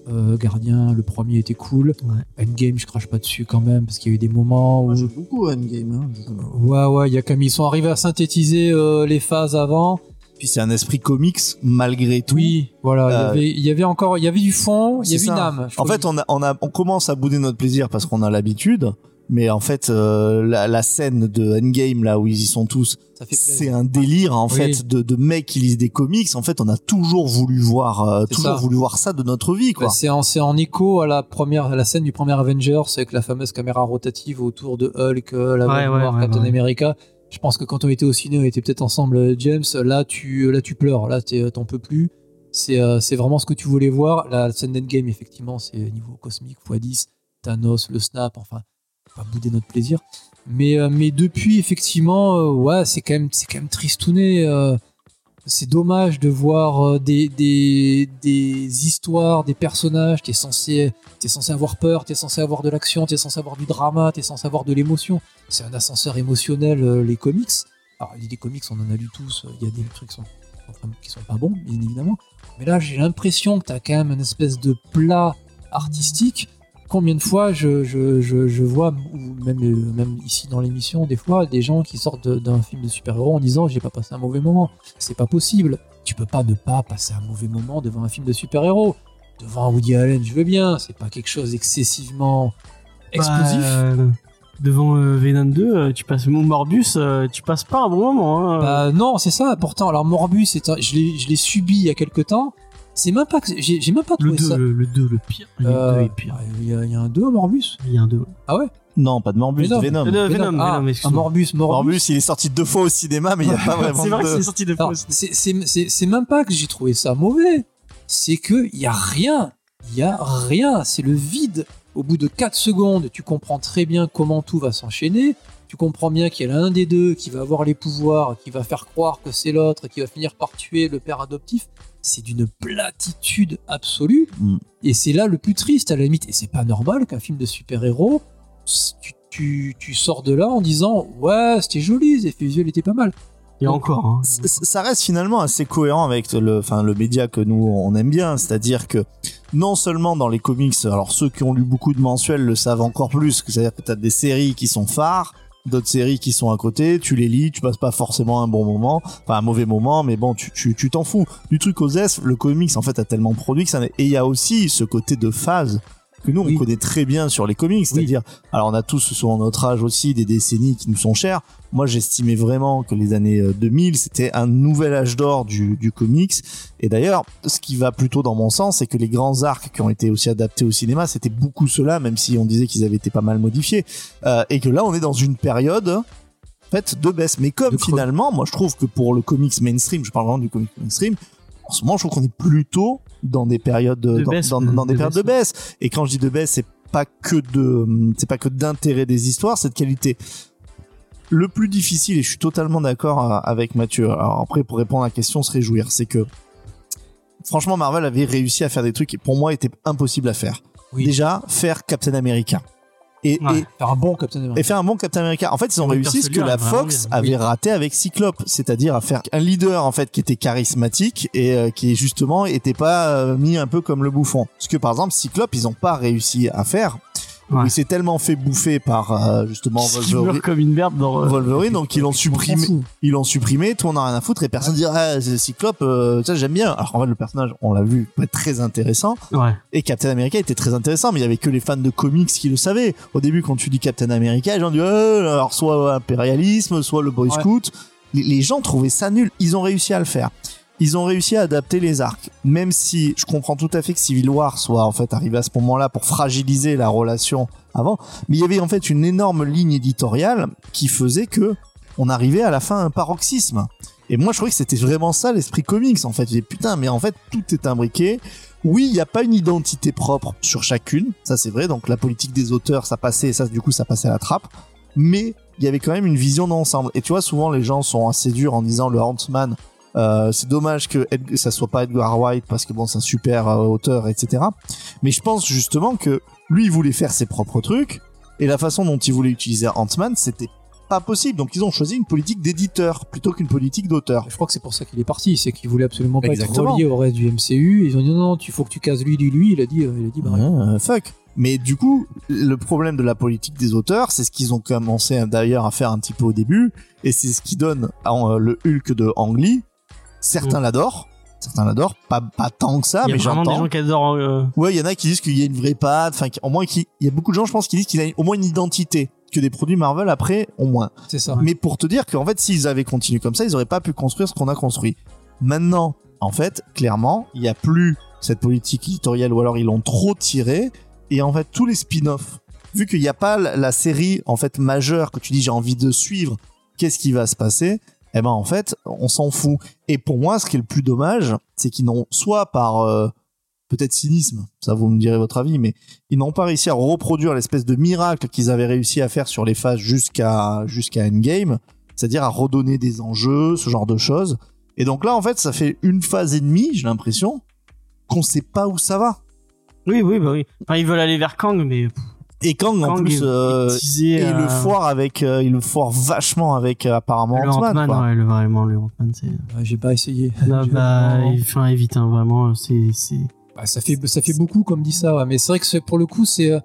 Speaker 3: Euh, Gardien, le premier était cool. Endgame, je crache pas dessus quand même parce qu'il y a eu des moments où
Speaker 5: Moi, j'aime beaucoup Endgame. Hein, du coup.
Speaker 3: ouais ouais, il y a comme ils sont arrivés à synthétiser euh, les phases avant.
Speaker 4: Puis c'est un esprit comics malgré tout.
Speaker 3: Oui, voilà, il y
Speaker 4: Euh,
Speaker 3: avait- il y, avait encore, il y avait du fond, il y
Speaker 4: c'est
Speaker 3: avait une
Speaker 4: ça.
Speaker 3: âme. Je
Speaker 4: En
Speaker 3: trouve
Speaker 4: fait, on, a, on, a, on commence à bouder notre plaisir parce qu'on a l'habitude. Mais en fait, euh, la, la scène de Endgame, là où ils y sont tous,
Speaker 3: que ça fait
Speaker 4: c'est
Speaker 3: plaisir.
Speaker 4: un délire en
Speaker 3: Oui.
Speaker 4: fait de, de mecs qui lisent des comics. En fait, on a toujours voulu voir, euh,
Speaker 3: C'est
Speaker 4: toujours
Speaker 3: ça.
Speaker 4: voulu voir ça de notre vie, quoi.
Speaker 3: Bah, c'est en, c'est en écho à la première, à la scène du premier Avengers avec la fameuse caméra rotative autour de Hulk, euh, la
Speaker 2: Ouais,
Speaker 3: Veuve
Speaker 2: ouais,
Speaker 3: Noire,
Speaker 2: ouais,
Speaker 3: Captain
Speaker 2: ouais.
Speaker 3: America. Je pense que quand on était au ciné, on était peut-être ensemble, euh, James. Là, tu, là, tu pleures. Là, t'es- euh, t'en peux plus. C'est, euh, c'est vraiment ce que tu voulais voir. La scène d'Endgame, effectivement, c'est niveau cosmique x 10, Thanos, le snap, enfin, faut pas bouder notre plaisir. Mais, euh, mais depuis, effectivement, euh, ouais, c'est quand même, c'est quand même tristouné. euh, c'est dommage de voir euh, des, des, des histoires, des personnages. T'es censé, t'es censé avoir peur, t'es censé avoir de l'action, t'es censé avoir du drama, t'es censé avoir de l'émotion. C'est un ascenseur émotionnel, euh, les comics. Alors, les comics, on en a lu tous. euh, Il y a des trucs qui sont, enfin, qui sont pas bons, bien évidemment. Mais là, j'ai l'impression que t'as quand même une espèce de plat artistique. Combien de fois je, je, je, je vois, ou même, euh, même ici dans l'émission, des fois, des gens qui sortent de- d'un film de super-héros en disant j'ai pas passé un mauvais moment. C'est pas possible. Tu peux pas ne pas passer un mauvais moment devant un film de super-héros. Devant un Woody Allen, je veux bien. C'est pas quelque chose d'excessivement explosif.
Speaker 2: bah, euh, devant euh, Venom 2, euh, tu passes mon Morbus, euh, tu passes pas un bon moment. hein.
Speaker 3: Bah, non, c'est ça. Pourtant, alors Morbus, c'est un- je l'ai je l'ai subi il y a quelques temps. C'est même pas que j'ai j'ai même pas
Speaker 2: le
Speaker 3: trouvé
Speaker 2: 2,
Speaker 3: ça.
Speaker 2: le, le 2, le pire. Le
Speaker 3: Euh,
Speaker 2: 2 est pire.
Speaker 3: ouais, Il y, a- il y a un 2 à Morbus
Speaker 2: Il y a un 2.
Speaker 4: Non, pas de Morbus,
Speaker 3: Venom.
Speaker 4: de Venom.
Speaker 2: Le
Speaker 3: Mais non,
Speaker 2: Euh, Venom,
Speaker 3: ah,
Speaker 2: Venom,
Speaker 3: un
Speaker 2: excuse-moi.
Speaker 3: Morbus, Morbus.
Speaker 4: Morbus, il est sorti deux fois au cinéma, mais il n'y a pas vraiment
Speaker 2: C'est vrai que
Speaker 4: de...
Speaker 2: c'est sorti de
Speaker 3: Alors,
Speaker 2: fausse.
Speaker 3: c'est- c'est c'est- c'est même pas que j'ai trouvé ça mauvais. C'est que il y a rien. Il y a rien. C'est le vide. Au bout de 4 secondes, tu comprends très bien comment tout va s'enchaîner. Tu comprends bien qu'il y a l'un des deux qui va avoir les pouvoirs, qui va faire croire que c'est l'autre, qui va finir par tuer le père adoptif. C'est d'une platitude absolue.
Speaker 4: Mm.
Speaker 3: Et c'est là le plus triste, à la limite. Et c'est pas normal qu'un film de super-héros, tu, tu- tu sors de là en disant Ouais, c'était joli, les effets visuels étaient pas mal.
Speaker 2: Il y
Speaker 4: Oh.
Speaker 2: a encore. hein.
Speaker 4: C- c- ça reste finalement assez cohérent avec le, enfin, le média que nous on aime bien, c'est-à-dire que non seulement dans les comics, alors ceux qui ont lu beaucoup de mensuels le savent encore plus, c'est-à-dire que t'as des séries qui sont phares, d'autres séries qui sont à côté, tu les lis, tu passes pas forcément un bon moment, enfin un mauvais moment, mais bon, tu tu tu t'en fous. Du truc aux S, le comics en fait a tellement produit que ça, n'est- et il y a aussi ce côté de phase que nous
Speaker 3: Oui.
Speaker 4: on connaît très bien sur les comics, c'est-à-dire, alors on a tous selon notre âge aussi des décennies qui nous sont chères. Moi, j'estimais vraiment que les années euh, 2000, c'était un nouvel âge d'or du, du comics. Et d'ailleurs, ce qui va plutôt dans mon sens, c'est que les grands arcs qui ont été aussi adaptés au cinéma, c'était beaucoup cela, même si on disait qu'ils avaient été pas mal modifiés. Euh, et que là, on est dans une période en fait, de baisse. Mais comme
Speaker 3: De creux.
Speaker 4: finalement, moi, je trouve que pour le comics mainstream, je parle vraiment du comics mainstream, en ce moment, je trouve qu'on est plutôt dans des périodes de,
Speaker 2: De
Speaker 4: dans,
Speaker 2: baisse,
Speaker 4: dans-
Speaker 2: de-
Speaker 4: dans des
Speaker 2: de
Speaker 4: périodes de baisse. Et quand je dis de baisse, c'est pas que de, c'est pas que d'intérêt des histoires, c'est de qualité. Le plus difficile, et je suis totalement d'accord euh, avec Mathieu. Alors après, pour répondre à la question, se réjouir, c'est que franchement, Marvel avait réussi à faire des trucs qui pour moi étaient impossibles à faire.
Speaker 3: Oui.
Speaker 4: Déjà, faire Captain America. Et,
Speaker 2: Ouais.
Speaker 4: et-
Speaker 3: Faire un bon Captain America.
Speaker 4: et faire un bon Captain America. En fait, ils ont
Speaker 2: Oui,
Speaker 4: réussi ce que
Speaker 2: Percellier
Speaker 4: la
Speaker 2: a vraiment
Speaker 4: Fox
Speaker 2: bien,
Speaker 4: avait
Speaker 2: oui.
Speaker 4: raté avec Cyclope, c'est-à-dire à faire un leader en fait qui était charismatique et euh, qui justement était pas euh, mis un peu comme le bouffon. Ce que par exemple Cyclope, ils ont pas réussi à faire.
Speaker 2: Ouais.
Speaker 4: Il s'est tellement fait bouffer par euh, justement
Speaker 2: Il
Speaker 4: Wolverine,
Speaker 2: meurt comme une merde dans. euh,
Speaker 4: Wolverine, donc ils l'ont
Speaker 3: On
Speaker 4: supprimé
Speaker 3: s'en fout.
Speaker 4: ils l'ont supprimé, tout on a rien à foutre et personne dit ah c'est Cyclope, euh, ça j'aime bien. Alors en fait le personnage, on l'a vu, peut être très intéressant
Speaker 2: Ouais.
Speaker 4: et Captain America était très intéressant, mais il y avait que les fans de comics qui le savaient. Au début quand tu dis Captain America, les gens disent Euh, alors soit impérialisme, soit le Boy
Speaker 3: Ouais.
Speaker 4: Scout. Les, les gens trouvaient ça nul, ils ont réussi à le faire. ils ont réussi à adapter les arcs. Même si je comprends tout à fait que Civil War soit en fait arrivé à ce moment-là pour fragiliser la relation avant, mais il y avait en fait une énorme ligne éditoriale qui faisait que on arrivait à la fin à un paroxysme. Et moi, je trouvais que c'était vraiment ça l'esprit comics, en fait. J'ai dit, putain, mais en fait, tout est imbriqué. Oui, il n'y a pas une identité propre sur chacune. Ça, c'est vrai. Donc, la politique des auteurs, ça passait, ça, du coup, ça passait à la trappe. Mais il y avait quand même une vision d'ensemble. Et tu vois, souvent, les gens sont assez durs en disant le Huntsman. euh, c'est dommage que Ed- ça soit pas Edgar White parce que bon, c'est un super euh, auteur, etc. Mais je pense justement que lui, il voulait faire ses propres trucs. Et la façon dont il voulait utiliser Ant-Man, c'était pas possible. Donc ils ont choisi une politique d'éditeur plutôt qu'une politique d'auteur.
Speaker 3: Je crois que c'est pour ça qu'il est parti, c'est qu'il voulait absolument pas
Speaker 4: Exactement.
Speaker 3: être relié au reste du MCU. Ils ont dit non, non, il faut que tu cases lui, lui, lui. Il a dit, euh, il a dit, bah,
Speaker 4: Ouais, euh, fuck. Mais du coup, le problème de la politique des auteurs, c'est ce qu'ils ont commencé hein, d'ailleurs à faire un petit peu au début, et c'est ce qui donne en, euh, le Hulk de Ang Lee. Certains l'adorent, certains l'adorent, pas, pas tant que ça,
Speaker 2: Il y a
Speaker 4: Ah, mais
Speaker 2: vraiment des
Speaker 4: j'entends.
Speaker 2: gens qui adorent. euh,
Speaker 4: Ouais, il y en a qui disent qu'il y a une vraie patte, enfin, qui- au moins, qu'il- il y a beaucoup de gens, je pense, qui disent qu'il a au moins une identité, que des produits Marvel après, au moins.
Speaker 3: c'est ça.
Speaker 4: Mais pour te dire qu'en fait, s'ils avaient continué comme ça, ils auraient pas pu construire ce qu'on a construit. Maintenant, en fait, clairement, il n'y a plus cette politique éditoriale ou alors ils l'ont trop tiré. Et en fait, tous les spin-offs, vu qu'il n'y a pas la la série en fait majeure que tu dis j'ai envie de suivre, qu'est-ce qui va se passer Eh ben en fait, on s'en fout. Et pour moi, ce qui est le plus dommage, c'est qu'ils n'ont soit par euh, peut-être cynisme, ça vous me direz votre avis, mais ils n'ont pas réussi à reproduire l'espèce de miracle qu'ils avaient réussi à faire sur les phases jusqu'à jusqu'à Endgame, c'est-à-dire à redonner des enjeux, ce genre de choses. Et donc là, en fait, ça fait une phase et demie, j'ai l'impression, qu'on sait pas où ça va.
Speaker 2: Oui, oui, bah oui. Enfin, ils veulent aller vers Kang, mais
Speaker 4: Et Kang, en
Speaker 2: Kang
Speaker 4: plus,
Speaker 2: est-
Speaker 4: euh,
Speaker 2: est teasé,
Speaker 4: et il le
Speaker 2: euh,
Speaker 4: foire avec, euh, il le foire vachement avec euh, apparemment
Speaker 2: le
Speaker 4: Ant-Man,
Speaker 2: Ant-Man,
Speaker 4: quoi.
Speaker 2: ouais, le, vraiment, le Ant-Man, c'est.
Speaker 3: Ouais, J'ai pas essayé.
Speaker 2: Là,
Speaker 3: J'ai-
Speaker 2: bah, enfin, évite, hein, vraiment, c'est. c'est-
Speaker 3: Bah, ça fait ça fait beaucoup comme dit ça, ouais. mais c'est vrai que c'est- pour le coup c'est euh,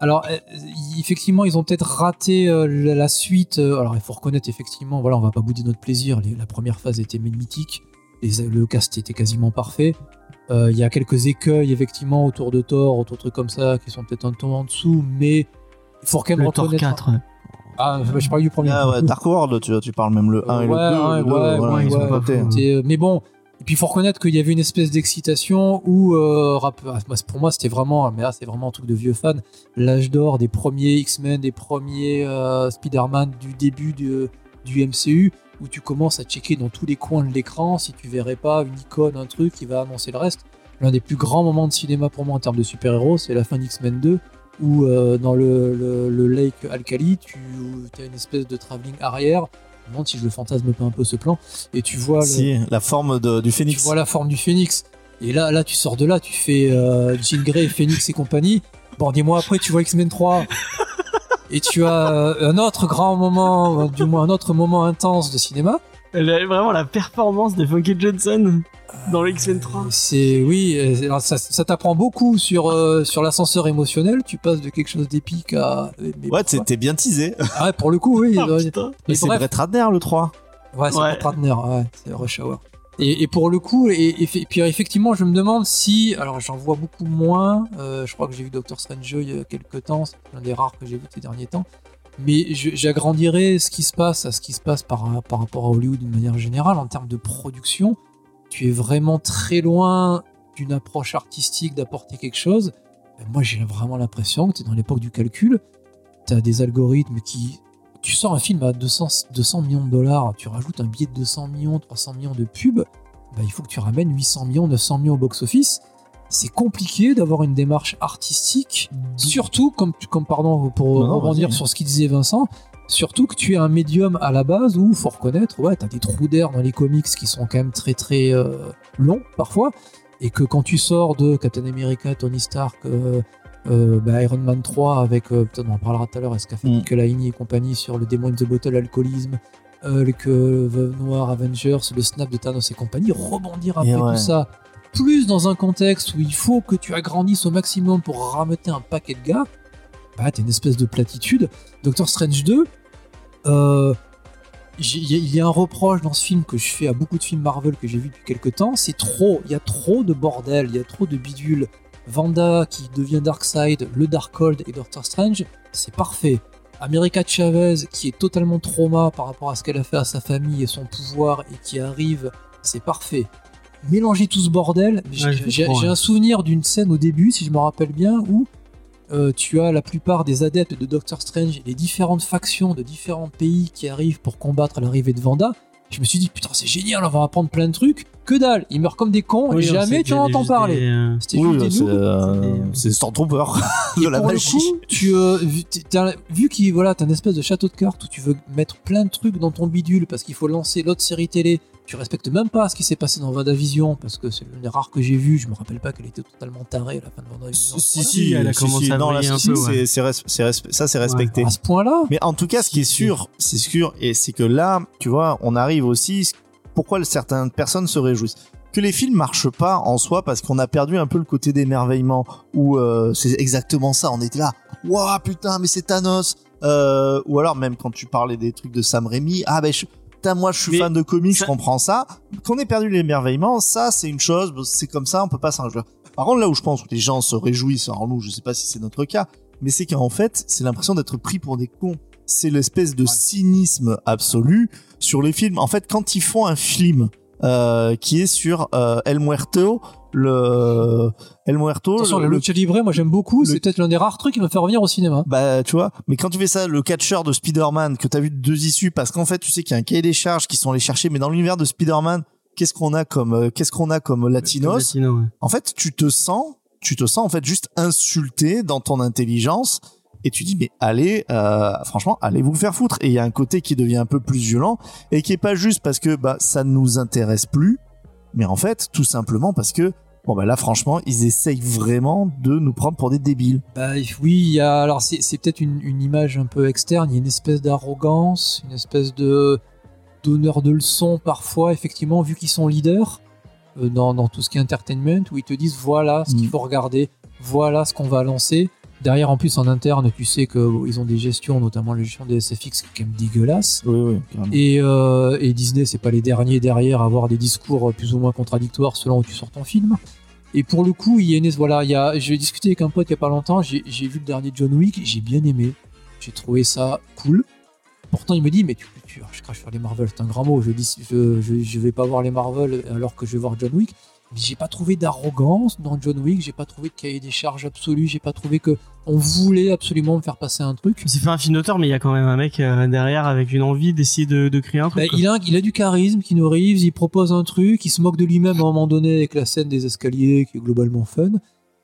Speaker 3: alors euh, y- effectivement ils ont peut-être raté euh, la, la suite. euh, alors il faut reconnaître effectivement voilà on va pas bouder notre plaisir. les- la première phase était mythique, les- le cast était quasiment parfait. Euh, Il y a quelques écueils effectivement autour de Thor, autour de trucs comme ça qui sont peut-être un ton en dessous, mais il faut quand même
Speaker 2: Le Thor
Speaker 3: reconnaître.
Speaker 2: 4. ouais.
Speaker 3: Ah bah, je parlais du premier.
Speaker 4: Ah ouais, Dark World, tu, tu parles même le 1 et le 2.
Speaker 3: Ouais, ouais,
Speaker 4: le deux,
Speaker 3: ouais,
Speaker 4: voilà,
Speaker 3: ouais,
Speaker 4: ils sont
Speaker 3: ouais.
Speaker 4: cotés.
Speaker 3: C'était- E. Mais bon, et puis il faut reconnaître qu'il y avait une espèce d'excitation où, euh, rap- ah, moi, pour moi, c'était vraiment, ah, mais là, c'est vraiment un truc de vieux fan, l'âge d'or des premiers X-Men, des premiers euh, Spider-Man du début de- du MCU, où tu commences à checker dans tous les coins de l'écran si tu verrais pas une icône, un truc qui va annoncer le reste. L'un des plus grands moments de cinéma pour moi en termes de super-héros, c'est la fin d'X-Men 2, où euh, dans le, le- le lake Alcali, tu as une espèce de travelling arrière. Je me demande si je le fantasme pas un peu ce plan. Et tu vois, le-
Speaker 4: Si, la forme de- du
Speaker 3: tu
Speaker 4: phénix.
Speaker 3: vois la forme du phénix. Et là, là, tu sors de là, tu fais euh, Jean Grey, Phoenix et compagnie. Bon, des mois après, tu vois X-Men 3. Et tu as euh, un autre grand moment, euh, du moins un autre moment intense de cinéma.
Speaker 2: Elle a vraiment la performance de Funky Johnson dans le X-Men 3.
Speaker 3: C'est oui, euh, alors ça, ça t'apprend beaucoup sur euh, sur l'ascenseur émotionnel. Tu passes de quelque chose d'épique à. euh, mais
Speaker 4: Ouais,
Speaker 3: pourquoi
Speaker 4: c'était bien teasé.
Speaker 3: Ah ouais, pour le coup, oui.
Speaker 2: Ah,
Speaker 3: euh,
Speaker 2: putain.
Speaker 3: mais
Speaker 4: Mais c'est
Speaker 3: bref,
Speaker 4: Brett Ratner le 3.
Speaker 3: Ouais, c'est
Speaker 2: Ouais.
Speaker 3: Brett Ratner, ouais, c'est Rush Hour. Et, et pour le coup, et, et- et puis effectivement, je me demande si, alors j'en vois beaucoup moins, euh, je crois que j'ai vu Doctor Strange euh, il y a quelques temps, c'est l'un des rares que j'ai vu ces derniers temps, mais je- j'agrandirais ce qui se passe à ce qui se passe par, par rapport à Hollywood d'une manière générale en termes de production. Tu es vraiment très loin d'une approche artistique d'apporter quelque chose. Ben, moi, j'ai vraiment l'impression que tu es dans l'époque du calcul, tu as des algorithmes qui tu sors un film à 200, 200 millions de dollars, tu rajoutes un billet de 200 millions, 300 millions de pubs, bah, il faut que tu ramènes 800 millions, 900 millions au box-office. C'est compliqué d'avoir une démarche artistique, surtout, comme, comme pardon, pour
Speaker 4: Non, non,
Speaker 3: rebondir
Speaker 4: vas-y.
Speaker 3: sur ce qu'il disait Vincent, surtout que tu es un médium à la base où, faut reconnaître, ouais, t'as des trous d'air dans les comics qui sont quand même très très euh, longs parfois, et que quand tu sors de Captain America, Tony Stark, euh, euh, bah, Iron Man 3 avec, euh, putain, on en parlera tout à l'heure, est-ce qu'a fait
Speaker 4: Mm.
Speaker 3: Nicolaini et compagnie sur le Demon in the Bottle, l'alcoolisme, euh, le que- le Veuve Noire, Avengers, le snap de Thanos et compagnie, rebondir après
Speaker 4: Et ouais.
Speaker 3: tout ça, plus dans un contexte où il faut que tu agrandisses au maximum pour rameuter un paquet de gars, bah t'es une espèce de platitude. Doctor Strange 2, euh, j'ai- il y, a- il y a un reproche dans ce film que je fais à beaucoup de films Marvel que j'ai vu depuis quelques temps, c'est trop, il y a trop de bordel, il y a trop de bidule. Vanda qui devient Darkseid, le Darkhold et Doctor Strange, c'est parfait. America Chavez qui est totalement trauma par rapport à ce qu'elle a fait à sa famille et son pouvoir et qui arrive, c'est parfait. mélanger tout ce bordel. J'ai
Speaker 2: Ouais, je
Speaker 3: j'ai-
Speaker 2: comprends,
Speaker 3: j'ai
Speaker 2: ouais.
Speaker 3: un souvenir d'une scène au début, si je me rappelle bien, où euh, tu as la plupart des adeptes de Doctor Strange et les différentes factions de différents pays qui arrivent pour combattre l'arrivée de Vanda. Je me suis dit, putain, c'est génial, on va apprendre plein de trucs. Que dalle, ils meurent comme des cons et
Speaker 2: Oui, on sait
Speaker 3: Oh, jamais
Speaker 2: qu'il
Speaker 3: tu
Speaker 2: y a
Speaker 3: en entends
Speaker 2: des-
Speaker 3: parler.
Speaker 2: des, euh,
Speaker 3: C'était
Speaker 4: Oui,
Speaker 3: juste des
Speaker 4: c'est
Speaker 3: noobs.
Speaker 4: euh,
Speaker 2: C'était-
Speaker 4: c'est Stormtrooper de la
Speaker 3: Pour le
Speaker 4: magie.
Speaker 3: coup, tu, euh, vu t'es- t'as- vu qu'il voilà, t'as un espèce de château de cartes où tu veux mettre plein de trucs dans ton bidule parce qu'il faut lancer l'autre série télé, tu respectes même pas ce qui s'est passé dans Vendavision parce que c'est l'une des rares que j'ai vu, je me rappelle pas qu'elle était totalement tarée à la fin de Vendavision.
Speaker 4: Si,
Speaker 2: Voilà.
Speaker 4: si,
Speaker 2: Elle a
Speaker 4: si,
Speaker 2: commencé
Speaker 4: si,
Speaker 2: à
Speaker 4: non, là,
Speaker 2: briller un
Speaker 4: si,
Speaker 2: peu,
Speaker 4: c'est-
Speaker 2: ouais.
Speaker 4: c'est res- c'est res- ça, c'est respecté.
Speaker 3: À ce point-là,
Speaker 4: Mais en tout cas, ce qui est sûr, c'est sûr, et c'est que là, tu vois, on arrive aussi. Pourquoi certaines personnes se réjouissent Que les films marchent pas en soi parce qu'on a perdu un peu le côté d'émerveillement où euh, c'est exactement ça. On était là, waouh putain, mais c'est Thanos. Euh, ou alors même quand tu parlais des trucs de Sam Raimi, ah ben je- putain, moi je suis
Speaker 2: Mais
Speaker 4: fan de comics,
Speaker 2: ça-
Speaker 4: je comprends ça. Qu'on ait perdu l'émerveillement, ça c'est une chose, c'est comme ça, on peut pas s'en réjouir. Par contre, là où je pense que les gens se réjouissent, alors nous, je sais pas si c'est notre cas, mais c'est qu'en fait, c'est l'impression d'être pris pour des cons c'est l'espèce de cynisme absolu sur les films. En fait, quand ils font un film euh, qui est sur euh, El Muerto, le El Muerto,
Speaker 3: attention,
Speaker 4: le-
Speaker 3: le Lucha Libre, moi j'aime beaucoup,
Speaker 4: le-
Speaker 3: c'est peut-être l'un des rares trucs qui m'a fait revenir au cinéma.
Speaker 4: bah tu vois, mais quand tu fais ça, le catcheur de Spider-Man que t'as vu de deux issues, parce qu'en fait, tu sais qu'il y a un cahier des charges qui sont allés chercher, mais dans l'univers de Spider-Man, qu'est-ce qu'on a comme euh, qu'est-ce qu'on a comme
Speaker 2: comme
Speaker 4: latinos
Speaker 2: Latino, ouais.
Speaker 4: en fait, tu te sens, tu te sens en fait juste insulté dans ton intelligence et tu dis mais allez, euh, franchement, allez vous faire foutre. Et il y a un côté qui devient un peu plus violent et qui est pas juste parce que bah ça ne nous intéresse plus, mais en fait tout simplement parce que bon bah là franchement ils essayent vraiment de nous prendre pour des débiles.
Speaker 3: Bah, oui, il y a, alors c'est, c'est peut-être une, une image un peu externe, il y a une espèce d'arrogance, une espèce de d'honneur de leçon parfois, effectivement, vu qu'ils sont leaders euh, dans, dans tout ce qui est entertainment, où ils te disent voilà ce qu'il
Speaker 4: Mm.
Speaker 3: faut regarder, voilà ce qu'on va lancer. Derrière, en plus, en interne, tu sais qu'ils ont des gestions, notamment la gestion des SFX qui est quand même dégueulasse.
Speaker 4: Oui oui. carrément.
Speaker 3: Et, euh, et Disney, c'est pas les derniers derrière à avoir des discours euh, plus ou moins contradictoires selon où tu sors ton film. Et pour le coup, il y a une- voilà, il y a, j'ai discuté avec un pote il y a pas longtemps, j'ai j'ai vu le dernier John Wick, j'ai bien aimé, j'ai trouvé ça cool. Pourtant, il me dit, mais tu, tu- je crache sur les Marvel, c'est un grand mot, je, dis, je, je, je vais pas voir les Marvel alors que je vais voir John Wick. Mais j'ai pas trouvé d'arrogance dans John Wick, j'ai pas trouvé de cahier des charges absolu, j'ai pas trouvé que on voulait absolument me faire passer un truc.
Speaker 2: C'est pas un film d'auteur, mais il y a quand même un mec euh, derrière avec une envie d'essayer de, de créer un
Speaker 3: Bah,
Speaker 2: truc. quoi.
Speaker 3: il, a, il a du charisme, Keanu Reeves, il propose un truc, il se moque de lui-même à un moment donné avec la scène des escaliers qui est globalement fun.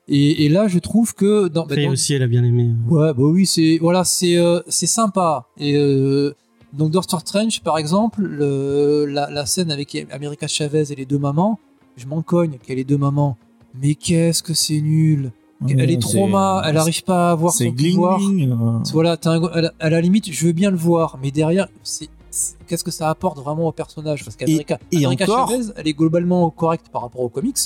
Speaker 3: Et, et là, je trouve que dans, bah,
Speaker 2: Faye
Speaker 3: dans-
Speaker 2: aussi, elle a bien aimé. euh,
Speaker 3: ouais, bah oui, c'est voilà, c'est euh, c'est sympa. Et euh, donc Doctor Strange, par exemple, le- la, la scène avec America Chavez et les deux mamans, je m'en cogne qu'elle les deux mamans. Mais qu'est-ce que c'est nul Elle est trauma, elle arrive pas à avoir
Speaker 4: C'est
Speaker 3: son
Speaker 4: gling
Speaker 3: pouvoir.
Speaker 4: gling, euh,
Speaker 3: Voilà, t'as un go- à la- à la limite, je veux bien le voir, mais derrière, c'est c'est- qu'est-ce que ça apporte vraiment au personnage Parce qu'America
Speaker 4: et
Speaker 3: America
Speaker 4: encore-
Speaker 3: Chavez, elle est globalement correcte par rapport aux comics,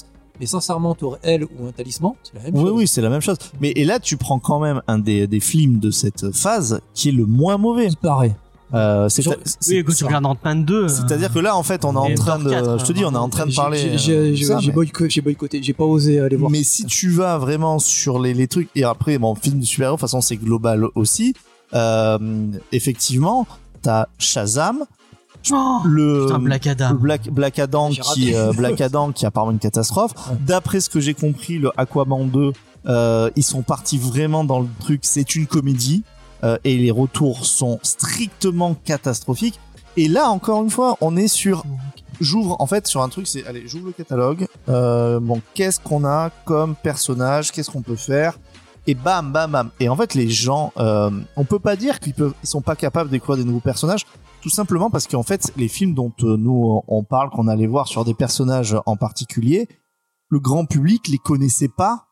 Speaker 3: mais sincèrement, t'aurais elle ou un talisman, c'est la même
Speaker 4: Oui,
Speaker 3: chose.
Speaker 4: oui, c'est la même chose. Mais et là, tu prends quand même un des, des films de cette phase qui est le moins mauvais.
Speaker 3: Il paraît.
Speaker 4: Euh, c'est-
Speaker 3: Genre-
Speaker 4: c'est-
Speaker 2: Oui, quand tu
Speaker 4: c'est-
Speaker 2: regardes Ant-Man euh, 2.
Speaker 4: C'est-à-dire que là, en fait, on est en
Speaker 2: Et
Speaker 4: train
Speaker 2: Thor
Speaker 4: de.
Speaker 2: quatre,
Speaker 4: je te dis, on est en train de
Speaker 3: J'ai-
Speaker 4: parler.
Speaker 3: j'ai-
Speaker 4: euh,
Speaker 3: J'ai
Speaker 4: de ça,
Speaker 3: j'ai
Speaker 4: mais-
Speaker 3: boyco- j'ai boycotté, j'ai pas osé aller voir.
Speaker 4: mais si tu vas vraiment sur les, les trucs, et après, bon, film de super-héros, de toute façon, c'est global aussi. Euh, effectivement, t'as Shazam,
Speaker 2: Oh,
Speaker 4: le.
Speaker 2: putain, Black
Speaker 4: euh, le
Speaker 2: Adam.
Speaker 4: Black, Black Adam
Speaker 3: J'ai
Speaker 4: qui
Speaker 3: raté.
Speaker 4: euh, Black Adam qui apparemment une catastrophe.
Speaker 3: Ouais.
Speaker 4: D'après ce que j'ai compris, le Aquaman 2, euh, ils sont partis vraiment dans le truc. C'est une comédie euh, et les retours sont strictement catastrophiques. Et là encore une fois, on est sur j'ouvre en fait sur un truc. C'est allez, j'ouvre le catalogue. Euh, bon, qu'est-ce qu'on a comme personnage Qu'est-ce qu'on peut faire et bam, bam, bam. Et en fait, les gens, euh, on peut pas dire qu'ils peuvent, ils sont pas capables de découvrir des nouveaux personnages. Tout simplement parce qu'en fait, les films dont euh, nous on parle, qu'on allait voir sur des personnages en particulier, le grand public les connaissait pas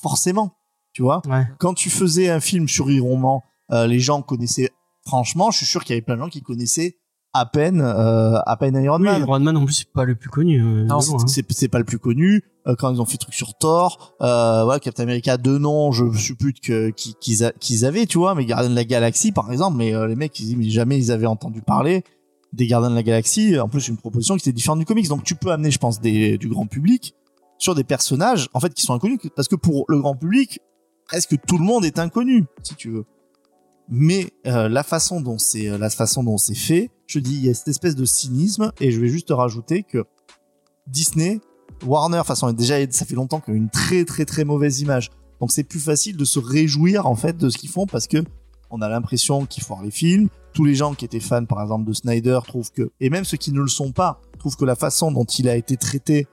Speaker 4: forcément. Tu vois
Speaker 2: Ouais.
Speaker 4: Quand tu faisais un film sur Iron Man, euh, les gens connaissaient. Franchement, je suis sûr qu'il y avait plein de gens qui connaissaient à peine, euh, à peine Iron
Speaker 2: Oui,
Speaker 4: Man.
Speaker 2: Iron Man en plus, c'est pas le plus connu. euh,
Speaker 3: Non,
Speaker 2: de
Speaker 4: C'est-
Speaker 2: loin, hein.
Speaker 4: c'est c'est pas le plus connu. Euh, quand ils ont fait le truc sur Thor, euh, voilà, Captain America, deux noms, je suppute que qui- qu'ils a- qu'ils avaient, tu vois. Mais Gardiens de la Galaxie, par exemple, mais euh, les mecs, ils disent, mais jamais ils avaient entendu parler des Gardiens de la Galaxie. En plus, une proposition qui était différente du comics. Donc, tu peux amener, je pense, des, du grand public sur des personnages, en fait, qui sont inconnus, parce que pour le grand public, presque tout le monde est inconnu, si tu veux. Mais euh, la façon dont c'est euh, la façon dont c'est fait, je dis, il y a cette espèce de cynisme, et je vais juste rajouter que Disney Warner, façon, déjà, ça fait longtemps qu'il y a une très très très mauvaise image. Donc c'est plus facile de se réjouir en fait de ce qu'ils font parce que on a l'impression qu'ils foirent les films. Tous les gens qui étaient fans par exemple de Snyder trouvent que, et même ceux qui ne le sont pas, trouvent que la façon dont il a été traité,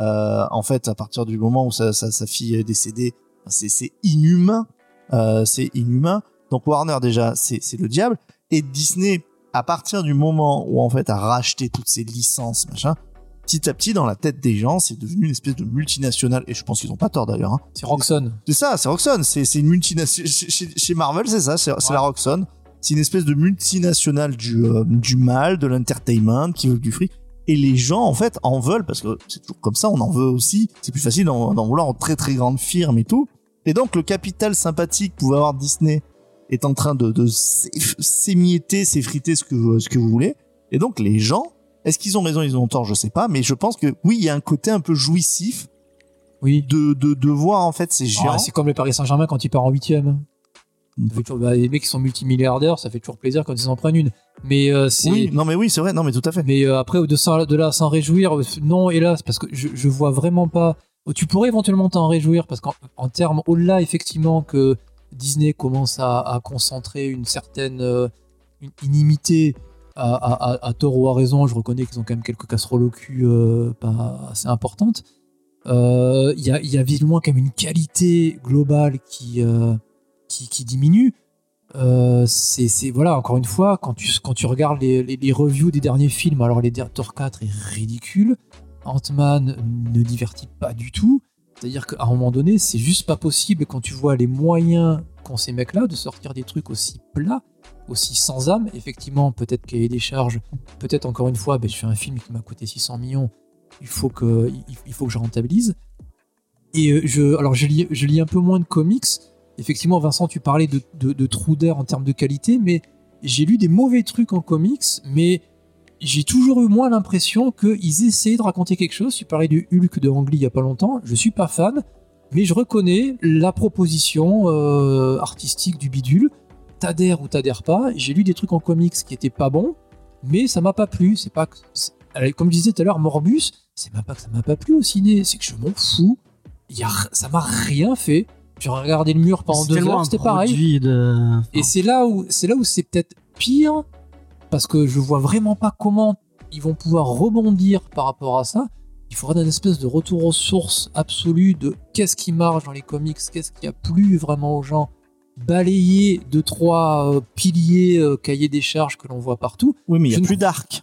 Speaker 4: euh, en fait, à partir du moment où sa, sa, sa fille est décédée, c'est c'est inhumain. Euh, c'est inhumain. Donc Warner déjà, c'est c'est le diable. Et Disney, à partir du moment où en fait a racheté toutes ces licences, machin, petit à petit dans la tête des gens, c'est devenu une espèce de multinationale. Et je pense qu'ils n'ont pas tort d'ailleurs. hein.
Speaker 3: C'est Roxxon.
Speaker 4: C'est ça, c'est Roxxon. C'est c'est une multinationale. Chez, chez Marvel, c'est ça, c'est c'est la Roxxon. C'est une espèce de multinationale du, euh, du mal, de l'entertainment, qui veut du fric. Et les gens, en fait, en veulent, parce que c'est toujours comme ça, on en veut aussi. C'est plus facile d'en d'en vouloir en très très grande firme et tout. Et donc, le capital sympathique que pouvait avoir Disney est en train de, de s'eff- s'émietter, s'effriter, ce que, vous- ce que vous voulez. Et donc, les gens, est-ce qu'ils ont raison, ils ont tort, je sais pas, mais je pense que oui, il y a un côté un peu jouissif
Speaker 3: Oui.
Speaker 4: de, de, de voir, en fait, ces géants.
Speaker 3: Ah, c'est comme le Paris Saint-Germain quand il part en huitième.
Speaker 4: Mm.
Speaker 3: Ça fait toujours- bah, les mecs qui sont multimilliardaires, ça fait toujours plaisir quand ils en prennent une. Mais euh, c'est.
Speaker 4: Oui, non mais oui, c'est vrai, non mais tout à fait.
Speaker 3: Mais euh, après, de, ça- de là à s'en réjouir, euh, non, hélas, parce que je, je vois vraiment pas. Oh, Tu pourrais éventuellement t'en réjouir, parce qu'en en termes, au-delà, effectivement, que Disney commence à, à concentrer une certaine euh, une inimité à, à- à- à tort ou à raison, je reconnais qu'ils ont quand même quelques casseroles au cul euh, pas assez importantes. Euh, Il y, a, il y a visiblement quand même une qualité globale qui, euh, qui, qui diminue. Euh, c'est c'est- voilà encore une fois quand tu quand tu regardes les, les, les reviews des derniers films alors les der- Thor 4 est ridicule Ant-Man ne divertit pas du tout c'est-à-dire qu'à un moment donné c'est juste pas possible quand tu vois les moyens qu'ont ces mecs-là de sortir des trucs aussi plats aussi sans âme effectivement peut-être qu'il y a des charges peut-être encore une fois ben, je fais un film qui m'a coûté 600 millions il faut que il, il faut que je rentabilise et euh, je alors je lis je lis un peu moins de comics effectivement, Vincent, tu parlais de, de, de trous d'air en termes de qualité, mais j'ai lu des mauvais trucs en comics, mais j'ai toujours eu moins l'impression qu'ils essayaient de raconter quelque chose. Tu parlais du Hulk de Ang Lee il y a pas longtemps, je suis pas fan, mais je reconnais la proposition euh, artistique du bidule. T'adhères ou t'adhères pas. J'ai lu des trucs en comics qui étaient pas bons, mais ça m'a pas plu. C'est pas que- c'est- Alors, comme je disais tout à l'heure, Morbus, c'est même pas que ça m'a pas plu au ciné, c'est que je m'en fous. Il Y a... Ça m'a rien fait. J'ai regardé le mur pendant
Speaker 2: C'est
Speaker 3: deux
Speaker 2: tellement un
Speaker 3: heures, c'était pareil.
Speaker 2: produit de-
Speaker 3: Et c'est là où c'est là où c'est peut-être pire parce que je vois vraiment pas comment ils vont pouvoir rebondir par rapport à ça. Il faudra une espèce de retour aux sources absolu de qu'est-ce qui marche dans les comics, qu'est-ce qui a plu vraiment aux gens, balayer deux trois euh, piliers euh, cahiers des charges que l'on voit partout.
Speaker 4: Oui, mais il y
Speaker 3: Je
Speaker 4: a
Speaker 3: ne-
Speaker 4: plus d'arc.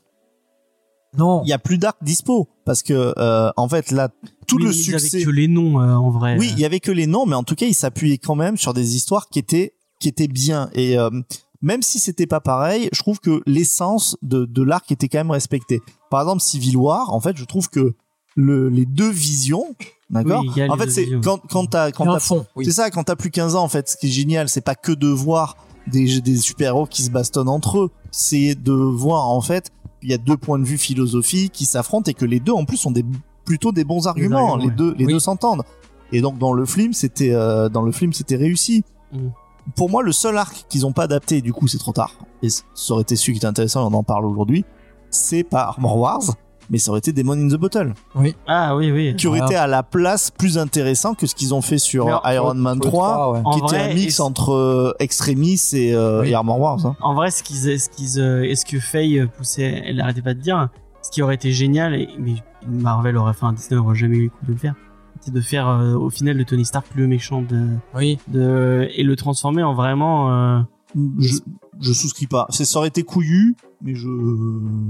Speaker 3: Non,
Speaker 4: Il y a plus d'arc dispo parce que euh, en fait là tout
Speaker 2: Mais
Speaker 4: le
Speaker 2: ils avaient
Speaker 4: succès.
Speaker 2: que les noms euh, en vrai.
Speaker 4: Oui, il y avait que les noms, mais en tout cas, il s'appuyait quand même sur des histoires qui étaient qui étaient bien et euh, même si c'était pas pareil, je trouve que l'essence de, de l'arc était quand même respectée. Par exemple, Civil War, en fait, je trouve que le, les deux visions, d'accord.
Speaker 2: Oui, il y a
Speaker 4: en
Speaker 2: les
Speaker 4: fait,
Speaker 2: deux
Speaker 4: c'est
Speaker 2: visions.
Speaker 4: quand quand t'as quand
Speaker 3: il y a un
Speaker 4: t'as-
Speaker 3: fond. oui.
Speaker 4: c'est ça, quand t'as plus 15 ans, en fait, ce qui est génial, c'est pas que de voir des, des super-héros qui se bastonnent entre eux, c'est de voir, en fait, il y a deux points de vue philosophiques qui s'affrontent et que les deux, en plus, ont des, plutôt des bons arguments.
Speaker 2: arguments,
Speaker 4: les
Speaker 2: ouais.
Speaker 4: deux, les
Speaker 3: Oui.
Speaker 4: deux s'entendent. Et donc, dans le film, c'était, euh, dans le film, c'était réussi.
Speaker 2: Mm.
Speaker 4: Pour moi, le seul arc qu'ils ont pas adapté, et du coup, c'est trop tard. Et c- ça aurait été celui qui était intéressant, et on en parle aujourd'hui. C'est pas Armor Wars, mais ça aurait été Demon in the Bottle,
Speaker 2: Ah oui, oui.
Speaker 4: qui aurait
Speaker 3: Voilà.
Speaker 4: été à la place plus intéressant que ce qu'ils ont fait sur
Speaker 2: Mais en-
Speaker 4: euh, Iron Man
Speaker 3: Sur le
Speaker 4: 3
Speaker 3: ouais.
Speaker 2: En
Speaker 4: qui était
Speaker 2: vrai,
Speaker 4: un mix
Speaker 2: est-ce-
Speaker 4: entre euh, Extremis et, euh,
Speaker 3: Oui.
Speaker 4: et Armor Wars. hein.
Speaker 2: En vrai, ce qu'ils, ce qu'ils, euh, est-ce que Faye euh, poussait, elle arrêtait pas de dire, ce qui aurait été génial, et, mais Marvel aurait, enfin Disney aurait jamais eu le coup de le faire, c'est de faire euh, au final de Tony Stark le méchant de,
Speaker 3: Oui.
Speaker 2: de et le transformer en vraiment. euh,
Speaker 4: Je, je souscris pas. C'est- Ça aurait été couillu, mais je,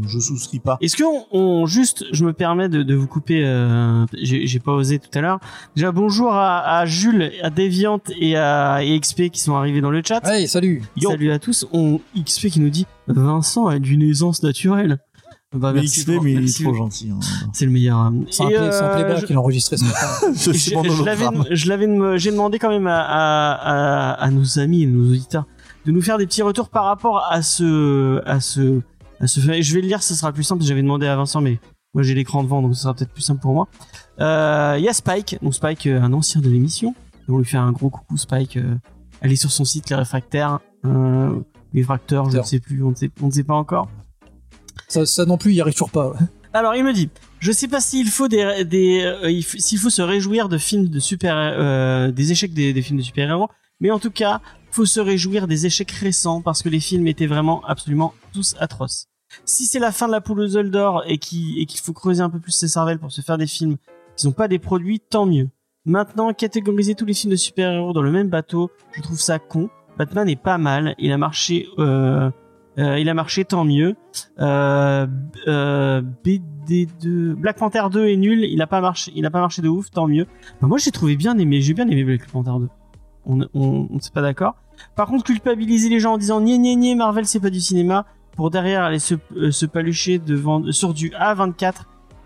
Speaker 4: je souscris pas.
Speaker 2: Est-ce que on, on- juste, je me permets de, de vous couper, euh, j'ai j'ai pas osé tout à l'heure. Déjà bonjour à, à Jules, à Deviant et à et XP qui sont arrivés dans le chat.
Speaker 3: Allez, salut.
Speaker 4: Yo.
Speaker 2: Salut à tous. On XP qui nous dit Vincent a d'une aisance naturelle. Bah,
Speaker 4: Mais
Speaker 2: merci
Speaker 4: XP,
Speaker 2: pour-
Speaker 4: mais il est
Speaker 2: merci.
Speaker 4: trop gentil. hein.
Speaker 2: C'est le meilleur. euh,
Speaker 3: C'est un,
Speaker 2: et,
Speaker 3: play- c'est un
Speaker 2: euh,
Speaker 3: playback
Speaker 2: je-
Speaker 3: qu'il a enregistré ce matin.
Speaker 4: C'est
Speaker 2: Je
Speaker 4: mon
Speaker 2: je l'avais,
Speaker 4: hologramme.
Speaker 2: je l'avais dem- j'ai demandé quand même à, à- à- à nos amis et nos auditeurs de nous faire des petits retours par rapport à ce, à ce, à ce fait. Je vais le lire, ce sera plus simple. J'avais demandé à Vincent, mais moi j'ai l'écran devant, donc ce sera peut-être plus simple pour moi. Euh, Il y a Spike, donc Spike, euh, un ancien de l'émission. On lui fait un gros coucou, Spike. euh, allez sur son site, les réfractaires, euh, les fracteurs, je ne
Speaker 3: Fracteurs.
Speaker 2: sais plus, on ne sait, on ne sait pas encore.
Speaker 3: ça, ça non plus, il y arrive toujours pas.
Speaker 2: Alors il me dit, je sais pas s'il faut des, des euh, il f- s'il faut se réjouir de films de super, euh, des échecs des, des films de super héros, mais en tout cas, faut se réjouir des échecs récents parce que les films étaient vraiment absolument tous atroces. Si c'est la fin de la poule aux œufs d'or et qui- et qu'il faut creuser un peu plus ses cervelles pour se faire des films qui sont pas des produits, tant mieux. Maintenant, catégoriser tous les films de super-héros dans le même bateau, je trouve ça con. Batman est pas mal, il a marché, euh, euh, il a marché, tant mieux. Euh, b- euh, BD2, Black Panther 2 est nul, il a pas marché, il a pas marché de ouf, tant mieux. Bah, moi, j'ai trouvé bien aimé, j'ai bien aimé Black Panther 2. On, on, on s'est pas d'accord. Par contre, culpabiliser les gens en disant ni ni ni Marvel c'est pas du cinéma, pour derrière aller se, euh, se palucher devant sur du A24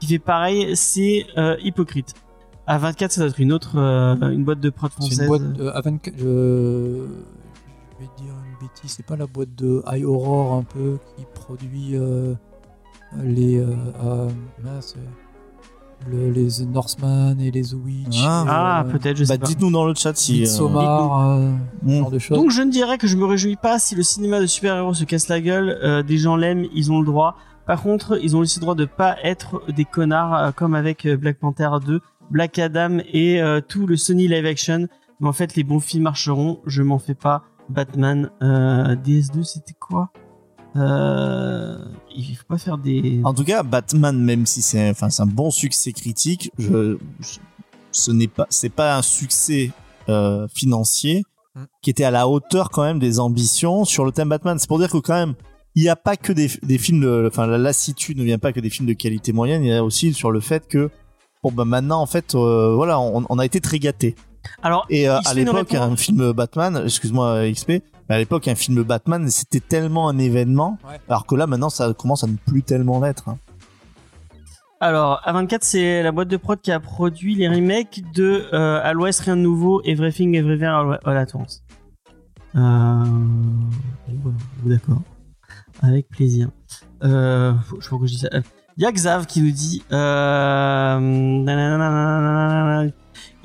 Speaker 2: qui fait pareil, c'est euh, hypocrite. A24, ça doit être une autre, euh, une boîte de prod
Speaker 3: C'est
Speaker 2: française.
Speaker 3: une boîte euh, à 24 euh, Je vais dire une bêtise, c'est pas la boîte de High Aurore un peu qui produit euh, les. euh, euh, mince, euh, le- les The Northman et les The Witch.
Speaker 4: Ah.
Speaker 3: et,
Speaker 2: Ah,
Speaker 3: euh,
Speaker 2: peut-être, je sais
Speaker 4: Bah,
Speaker 2: pas.
Speaker 4: dites-nous dans le chat si. euh,
Speaker 3: Midsommar, euh, ce
Speaker 4: hmm.
Speaker 3: genre de choses.
Speaker 2: Donc je ne dirais que je me réjouis pas si le cinéma de super-héros se casse la gueule, euh, des gens l'aiment, ils ont le droit. Par contre, ils ont aussi le droit de pas être des connards euh, comme avec euh, Black Panther 2, Black Adam et euh, tout le Sony live action. Mais en fait, les bons films marcheront, je m'en fais pas. Batman euh, DS2, c'était quoi euh, Il faut pas faire des
Speaker 4: En tout cas, Batman, même si c'est, enfin, c'est un bon succès critique, je, je- ce n'est pas, c'est pas un succès euh, financier
Speaker 3: Mm.
Speaker 4: qui était à la hauteur quand même des ambitions sur le thème Batman. C'est pour dire que quand même, il n'y a pas que des, des films de, enfin, la lassitude ne vient pas que des films de qualité moyenne. Il y a aussi sur le fait que, bon, bah maintenant, en fait, euh, voilà, on, on a été très gâté.
Speaker 2: Alors
Speaker 4: Et euh,
Speaker 2: Il se
Speaker 4: à
Speaker 2: fait une
Speaker 4: l'époque,
Speaker 2: réponse.
Speaker 4: un film Batman, excuse-moi euh, XP, mais à l'époque, un film Batman, c'était tellement un événement,
Speaker 3: Ouais.
Speaker 4: alors que là, maintenant, ça commence à ne plus tellement l'être. hein.
Speaker 2: Alors, A24, c'est la boîte de prod qui a produit les remakes de euh, À l'Ouest, Rien de Nouveau, Everything, Everywhere, All, All at Once. Euh... bon, voilà, D'accord. Avec plaisir. Euh... faut- Je crois que je dis ça. Il y a Xav qui nous dit... Euh... nananananananana.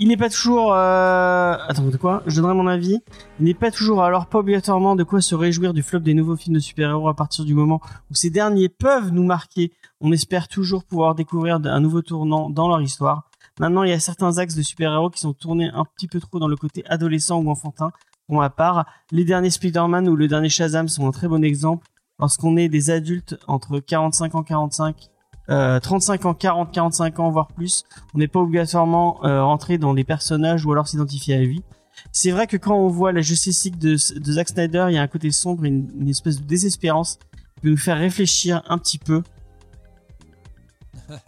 Speaker 2: Il n'est pas toujours... euh, Attends, de quoi Je donnerai mon avis. Il n'est pas toujours alors pas obligatoirement de quoi se réjouir du flop des nouveaux films de super-héros à partir du moment où ces derniers peuvent nous marquer on espère toujours pouvoir découvrir d- un nouveau tournant dans leur histoire. Maintenant, il y a certains axes de super-héros qui sont tournés un petit peu trop dans le côté adolescent ou enfantin. Pour ma part, les derniers Spider-Man ou le dernier Shazam sont un très bon exemple. Lorsqu'on est des adultes entre 45 ans, 45, euh, 35 ans, 40, 45 ans, voire plus, on n'est pas obligatoirement euh, rentré dans les personnages ou alors s'identifier à lui. C'est vrai que quand on voit la Justice League de, de Zack Snyder, il y a un côté sombre, et une, une espèce de désespérance qui peut nous faire réfléchir un petit peu.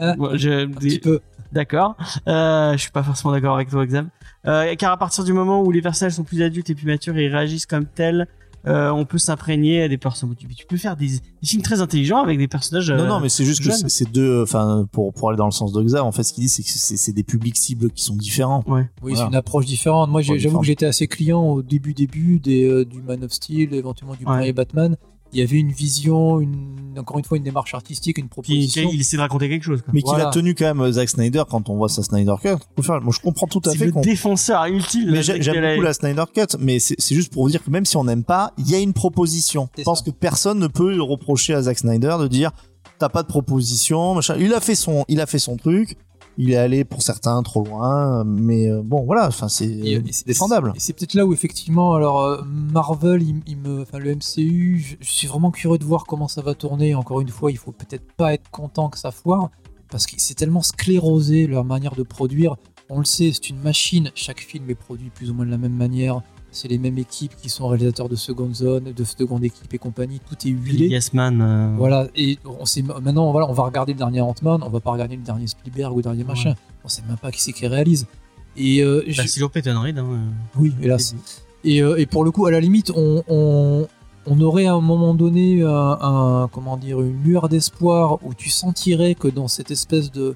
Speaker 2: Ouais, je-
Speaker 3: Un petit peu.
Speaker 2: D'accord. Euh, je suis pas forcément d'accord avec toi, Xav. Euh, car à partir du moment où les personnages sont plus adultes et plus matures et ils réagissent comme tels, euh, on peut s'imprégner des personnages. Tu, tu peux faire des, des films très intelligents avec des personnages. euh,
Speaker 4: non, non, mais c'est juste que
Speaker 2: jeune.
Speaker 4: c'est- c'est deux, enfin, pour, pour aller dans le sens de Xav, en fait, ce qu'il dit, c'est que c'est c'est des publics cibles qui sont différents.
Speaker 3: Oui,
Speaker 4: Voilà.
Speaker 3: c'est une approche différente. Moi, j'ai-
Speaker 4: Approche
Speaker 3: j'avoue
Speaker 4: différente.
Speaker 3: que j'étais assez client au début, début des, euh, du Man of Steel, éventuellement du
Speaker 2: Ouais.
Speaker 3: premier Batman. Il y avait une vision, une, encore une fois, une démarche artistique, une
Speaker 2: Qui,
Speaker 3: proposition.
Speaker 2: qui- il essaie de raconter quelque chose. quoi.
Speaker 4: Mais qu'il
Speaker 3: Voilà.
Speaker 4: a tenu quand même euh, Zack Snyder quand on voit sa Snyder Cut. Enfin, moi, je comprends tout à
Speaker 2: C'est
Speaker 4: fait
Speaker 2: le
Speaker 4: qu'on.
Speaker 2: défenseur ultime. de
Speaker 4: Mais
Speaker 2: la-
Speaker 4: j'ai-
Speaker 2: de
Speaker 4: j'aime
Speaker 2: la-
Speaker 4: beaucoup la Snyder Cut, mais c'est c'est juste pour vous dire que même si on n'aime pas, il y a une proposition.
Speaker 3: C'est
Speaker 4: Je pense
Speaker 3: ça.
Speaker 4: que personne ne peut le reprocher à Zack Snyder de dire t'as pas de proposition, machin. Il a fait son, il a fait son truc. Il est allé pour certains trop loin, mais euh, bon voilà, enfin c'est
Speaker 3: Et-
Speaker 4: euh,
Speaker 3: et c'est-
Speaker 4: défendable.
Speaker 3: et C'est peut-être là où effectivement, alors euh, Marvel, il, il me, enfin le MCU, je, je suis vraiment curieux de voir comment ça va tourner. Encore une fois, il faut peut-être pas être content que ça foire parce que c'est tellement sclérosé leur manière de produire. On le sait, c'est une machine. Chaque film est produit plus ou moins de la même manière. C'est les mêmes équipes qui sont réalisateurs de seconde zone, de seconde équipe et compagnie. Tout est huilé.
Speaker 2: Yes Man. euh,
Speaker 3: Voilà, et on sait maintenant, voilà, on va regarder le dernier Ant-Man, on va pas regarder le dernier Spielberg ou le dernier machin. On sait même pas qui c'est qui réalise. Et euh, je-
Speaker 2: bah, c'est toujours Peyton Reed. hein,
Speaker 3: oui,
Speaker 2: euh,
Speaker 3: hélas. Et, euh, et pour le coup, à la limite, on, on- on aurait à un moment donné un, un- comment dire, une lueur d'espoir où tu sentirais que dans cette espèce de,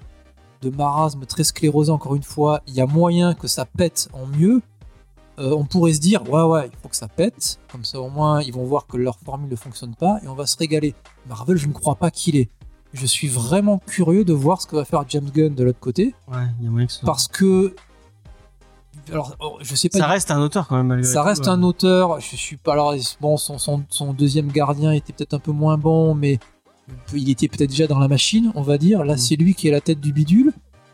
Speaker 3: de marasme très sclérosé, encore une fois, il y a moyen que ça pète en mieux. Euh, on pourrait se dire, ouais, ouais, il faut que ça pète, comme ça au moins ils vont voir que leur formule ne fonctionne pas et on va se régaler. Marvel, je ne crois pas qu'il est. Je suis vraiment curieux de voir ce que va faire James Gunn de l'autre côté,
Speaker 2: Ouais, il y a moyen que ce soit-
Speaker 3: parce que. Alors, je sais pas
Speaker 2: Mmh. Ça reste un auteur quand même. malgré
Speaker 3: ça
Speaker 2: tout,
Speaker 3: reste
Speaker 2: euh.
Speaker 3: un auteur. Je suis pas alors bon. Son, son, son deuxième gardien était peut-être un peu moins bon, mais il était peut-être déjà dans la machine, on va dire. Là,
Speaker 2: Mm.
Speaker 3: c'est lui qui est la tête du bidule.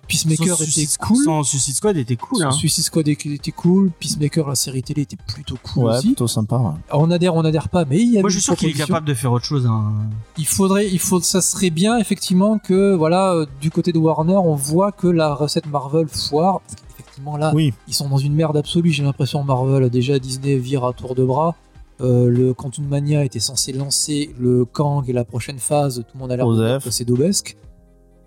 Speaker 3: Peacemaker
Speaker 2: Sans
Speaker 3: était
Speaker 2: Suicide-
Speaker 3: cool.
Speaker 2: sans Suicide Squad était cool. Hein.
Speaker 3: Suicide Squad était cool. Peacemaker, la série télé, était plutôt cool
Speaker 4: Ouais,
Speaker 3: aussi.
Speaker 4: plutôt sympa. ouais.
Speaker 3: Alors, on adhère, on adhère pas, mais il y a
Speaker 2: Moi,
Speaker 3: des
Speaker 2: je suis sûr qu'il est
Speaker 3: propositions.
Speaker 2: capable de faire autre chose. hein.
Speaker 3: Il faudrait, il faut, ça serait bien effectivement que voilà, euh, du côté de Warner, on voit que la recette Marvel foire. Parce qu'effectivement là,
Speaker 4: Oui,
Speaker 3: ils sont dans une merde absolue. J'ai l'impression Marvel déjà Disney vire à tour de bras. Euh, le Quantum Mania était censé lancer le Kang et la prochaine phase. Tout le monde a l'air de dire
Speaker 4: Osef.
Speaker 3: que c'est daubesque.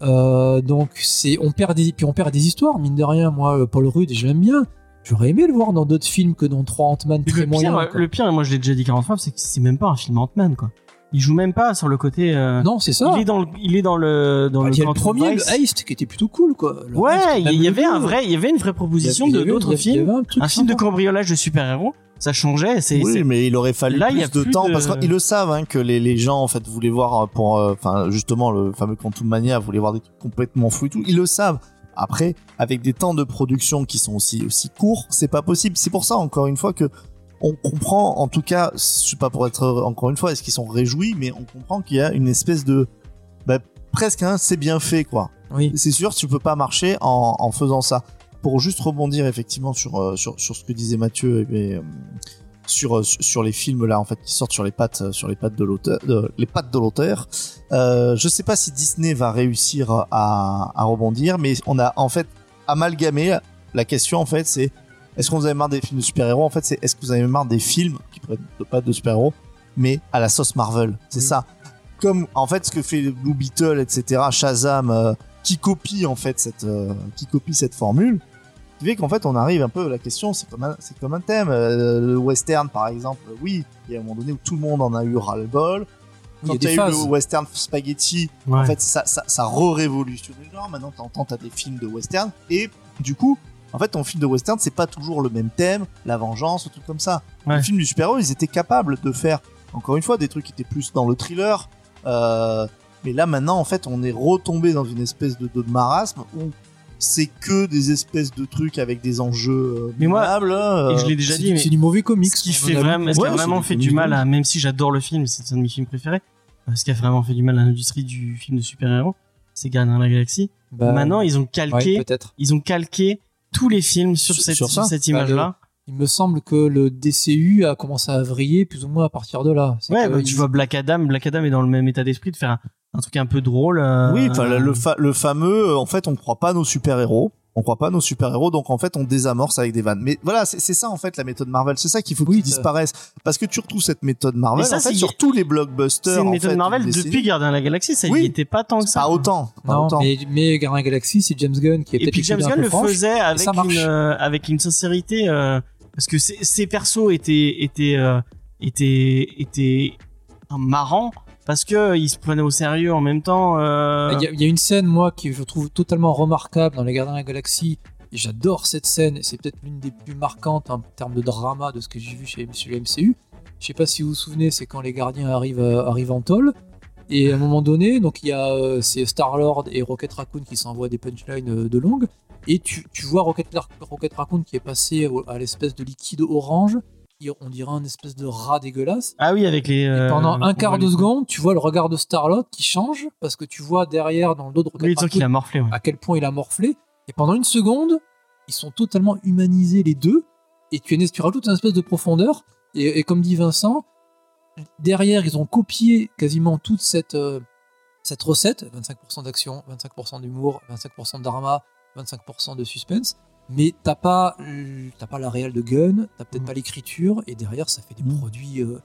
Speaker 3: Euh, donc c'est, on perd des, puis on perd des histoires. Mine de rien, moi euh, Paul Rudd, je l'aime bien. J'aurais aimé le voir dans d'autres films que dans trois Ant-Man
Speaker 2: Et
Speaker 3: très
Speaker 2: le,
Speaker 3: moyens.
Speaker 2: pire, euh,
Speaker 3: quoi.
Speaker 2: le pire, et moi je l'ai déjà dit 40 fois, c'est que c'est même pas un film Ant-Man. quoi. Il joue même pas sur le côté. euh,
Speaker 3: Non, c'est ça.
Speaker 2: Il est dans le, il est dans le, dans
Speaker 3: Bah,
Speaker 2: le
Speaker 3: Il y a le
Speaker 2: Quantum
Speaker 3: premier,
Speaker 2: Vice.
Speaker 3: le Heist, qui était plutôt cool, quoi. Le Heist,
Speaker 2: Ouais, il
Speaker 3: même
Speaker 2: y,
Speaker 3: le
Speaker 2: avait
Speaker 3: deux.
Speaker 2: un vrai, il y avait une vraie proposition
Speaker 3: Il y
Speaker 2: de
Speaker 3: avait- il y
Speaker 2: d'autres
Speaker 3: avait- il y
Speaker 2: films.
Speaker 3: avait truc
Speaker 2: Un film de
Speaker 3: sympa.
Speaker 2: cambriolage de super-héros, ça changeait. C'est
Speaker 4: oui,
Speaker 2: c'est-
Speaker 4: mais il aurait fallu
Speaker 2: Là, il y a
Speaker 4: plus de
Speaker 2: plus
Speaker 4: temps
Speaker 2: de-
Speaker 4: parce qu'ils le savent hein, que les, les gens en fait voulaient voir pour euh, enfin justement le fameux Quantum Mania voulait voir des trucs complètement fous et tout. Ils le savent. Après, avec des temps de production qui sont aussi aussi courts, c'est pas possible. C'est pour ça encore une fois que on comprend, en tout cas, c'est pas pour être encore une fois, est-ce qu'ils sont réjouis, mais on comprend qu'il y a une espèce de bah, presque hein, c'est bien fait quoi.
Speaker 3: Oui.
Speaker 4: C'est sûr, tu peux pas marcher en, en faisant ça. Pour juste rebondir effectivement sur, euh, sur, sur ce que disait Mathieu et, et, euh, sur, euh, sur sur les films là en fait qui sortent sur les pattes euh, sur les pattes de l'auteur de- les pattes de l'auteur. Euh, je sais pas si Disney va réussir à, à rebondir, mais on a en fait amalgamé la question en fait c'est est-ce qu'on vous avez marre des films de super-héros en fait c'est est-ce que vous avez marre des films qui prennent pas de super-héros mais à la sauce Marvel c'est
Speaker 3: Oui.
Speaker 4: ça comme en fait ce que fait Blue Beetle etc Shazam euh, qui copie en fait cette euh, qui copie cette formule qui fait qu'en fait on arrive un peu la question c'est comme un, c'est comme un thème Euh, le western par exemple oui il y a un moment donné où tout le monde en a eu ras le bol
Speaker 3: Il y a
Speaker 4: quand
Speaker 3: des
Speaker 4: t'as eu
Speaker 3: phases.
Speaker 4: le western spaghetti
Speaker 2: ouais.
Speaker 4: en fait, ça, ça, ça re-révolutionne le genre. Maintenant, t'entends, t'as des films de western. Et du coup, en fait, ton film de western, c'est pas toujours le même thème, la vengeance, ou tout comme ça.
Speaker 2: Ouais.
Speaker 4: Les films du super-héros, ils étaient capables de faire, encore une fois, des trucs qui étaient plus dans le thriller. Euh, mais là, maintenant, en fait, on est retombé dans une espèce de, de marasme où c'est que des espèces de trucs avec des enjeux euh,
Speaker 2: Mais moi,
Speaker 4: minables, euh,
Speaker 2: Et je l'ai déjà
Speaker 3: C'est
Speaker 2: dit,
Speaker 3: du,
Speaker 2: mais
Speaker 3: c'est du mauvais comics.
Speaker 2: ce qui
Speaker 3: on en
Speaker 2: fait
Speaker 3: a-
Speaker 2: vraiment, ce qui a
Speaker 4: Ouais, c'est
Speaker 2: vraiment
Speaker 4: des
Speaker 2: fait du
Speaker 4: comics.
Speaker 2: mal à, même si j'adore le film, c'est un de mes films préférés, euh, ce qui a vraiment fait du mal à l'industrie du film de super-héros, c'est Gardien de la Galaxie.
Speaker 3: Bah,
Speaker 2: Maintenant, ils ont
Speaker 3: ouais,
Speaker 2: calqué,
Speaker 3: peut-être.
Speaker 2: ils ont calqué tous les films sur,
Speaker 4: Sur-
Speaker 2: cette,
Speaker 4: sur
Speaker 2: sur
Speaker 4: ça.
Speaker 2: cette
Speaker 3: Bah, le-
Speaker 2: image-là.
Speaker 3: Il me semble que le DCU a commencé à vriller plus ou moins à partir de là. C'est
Speaker 2: Ouais,
Speaker 3: que
Speaker 2: bah,
Speaker 3: ils-
Speaker 2: tu vois Black Adam, Black Adam est dans le même état d'esprit de faire un, un truc un peu drôle. euh,
Speaker 4: Oui, enfin, le, fa- le fameux, euh, en fait, on ne croit pas à nos super-héros. On croit pas à nos super-héros, donc en fait, on désamorce avec des vannes. Mais voilà, c'est c'est ça, en fait, la méthode Marvel. C'est ça qu'il faut
Speaker 3: Oui,
Speaker 4: qu'ils
Speaker 3: ça-
Speaker 4: disparaissent. Parce que tu retrouves cette méthode Marvel,
Speaker 2: Mais ça,
Speaker 4: en fait,
Speaker 2: c'est-
Speaker 4: sur tous les
Speaker 2: c'est
Speaker 4: blockbusters.
Speaker 2: une
Speaker 4: en
Speaker 2: méthode
Speaker 4: fait,
Speaker 2: Marvel
Speaker 4: d'une
Speaker 2: depuis
Speaker 4: décennie.
Speaker 2: Gardien de la Galaxie, ça
Speaker 4: Oui.
Speaker 2: n'y était pas tant que ça.
Speaker 4: Pas autant. Pas
Speaker 3: Non,
Speaker 4: autant.
Speaker 3: mais, mais Gardien Galaxy, c'est James Gunn qui est
Speaker 2: Et
Speaker 3: peut-être
Speaker 2: puis James
Speaker 3: l'idée un
Speaker 2: Gunn
Speaker 3: peu
Speaker 2: le
Speaker 3: franche.
Speaker 2: faisait avec
Speaker 3: ça marche.
Speaker 2: une, euh, avec une sincérité euh, parce que ses, ses persos étaient étaient euh, étaient étaient euh, marrants parce que euh, ils se prenaient au sérieux en même temps. euh,
Speaker 3: Bah, Il y, a- il y a une scène, moi, que je trouve totalement remarquable dans Les Gardiens de la Galaxie. Et J'adore cette scène. et C'est peut-être l'une des plus marquantes en termes de drama de ce que j'ai vu chez, chez le MCU. Je sais pas si vous vous souvenez, c'est quand les gardiens arrivent, euh, arrivent en tôle. Et à un moment donné, donc il y a euh, c'est Star Lord et Rocket Raccoon qui s'envoient des punchlines euh, de longue. Et tu, tu vois Rocket, Lar- Rocket Raccoon qui est passé au- à l'espèce de liquide orange. qui- On dirait un espèce de rat dégueulasse.
Speaker 2: Ah oui, avec les
Speaker 3: Et
Speaker 2: euh,
Speaker 3: pendant un quart de
Speaker 2: les-
Speaker 3: seconde, tu vois le regard de Starlot qui change parce que tu vois derrière dans le dos de
Speaker 2: Oui,
Speaker 3: Rocket
Speaker 2: tu sens qu'il a
Speaker 3: Raccoon
Speaker 2: morflé. ouais.
Speaker 3: à quel point il a morflé. Et pendant une seconde, ils sont totalement humanisés les deux. Et tu, es- tu rajoutes une espèce de profondeur. Et, et comme dit Vincent, derrière, ils ont copié quasiment toute cette, euh, cette recette 25% d'action, 25% d'humour, 25% de drama, 25% de suspense. Mais t'as pas, euh, t'as pas la réelle de Gun, t'as peut-être pas l'écriture, et derrière, ça fait des
Speaker 4: Mm.
Speaker 3: produits euh,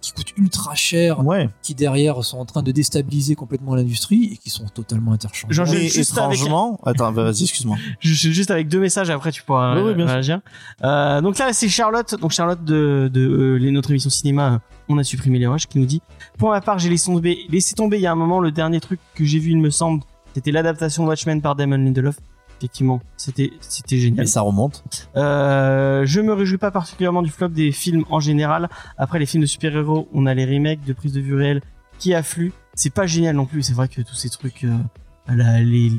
Speaker 3: qui coûtent ultra cher
Speaker 4: Ouais.
Speaker 3: qui derrière sont en train de déstabiliser complètement l'industrie et qui sont totalement interchangeables.
Speaker 2: Genre, je-
Speaker 4: Mais
Speaker 2: juste avec-
Speaker 4: étrangement. Attends, bah, vas-y, excuse-moi.
Speaker 2: Je suis juste avec deux messages après tu pourras
Speaker 4: Oui, oui, bien sûr.
Speaker 2: réagir. Euh, donc là c'est Charlotte, donc Charlotte de, de euh, les- notre émission cinéma, euh, on a supprimé les rushs qui nous dit pour ma part j'ai laissé tomber, laissé tomber il y a un moment le dernier truc que j'ai vu il me semble c'était l'adaptation de Watchmen par Damon Lindelof. Effectivement c'était c'était génial.
Speaker 4: Mais ça remonte.
Speaker 2: Euh, je me réjouis pas particulièrement du flop des films en général. Après les films de super-héros, on a les remakes de prise de vue réelle qui affluent. C'est pas génial non plus, c'est vrai que tous ces trucs euh, la- les,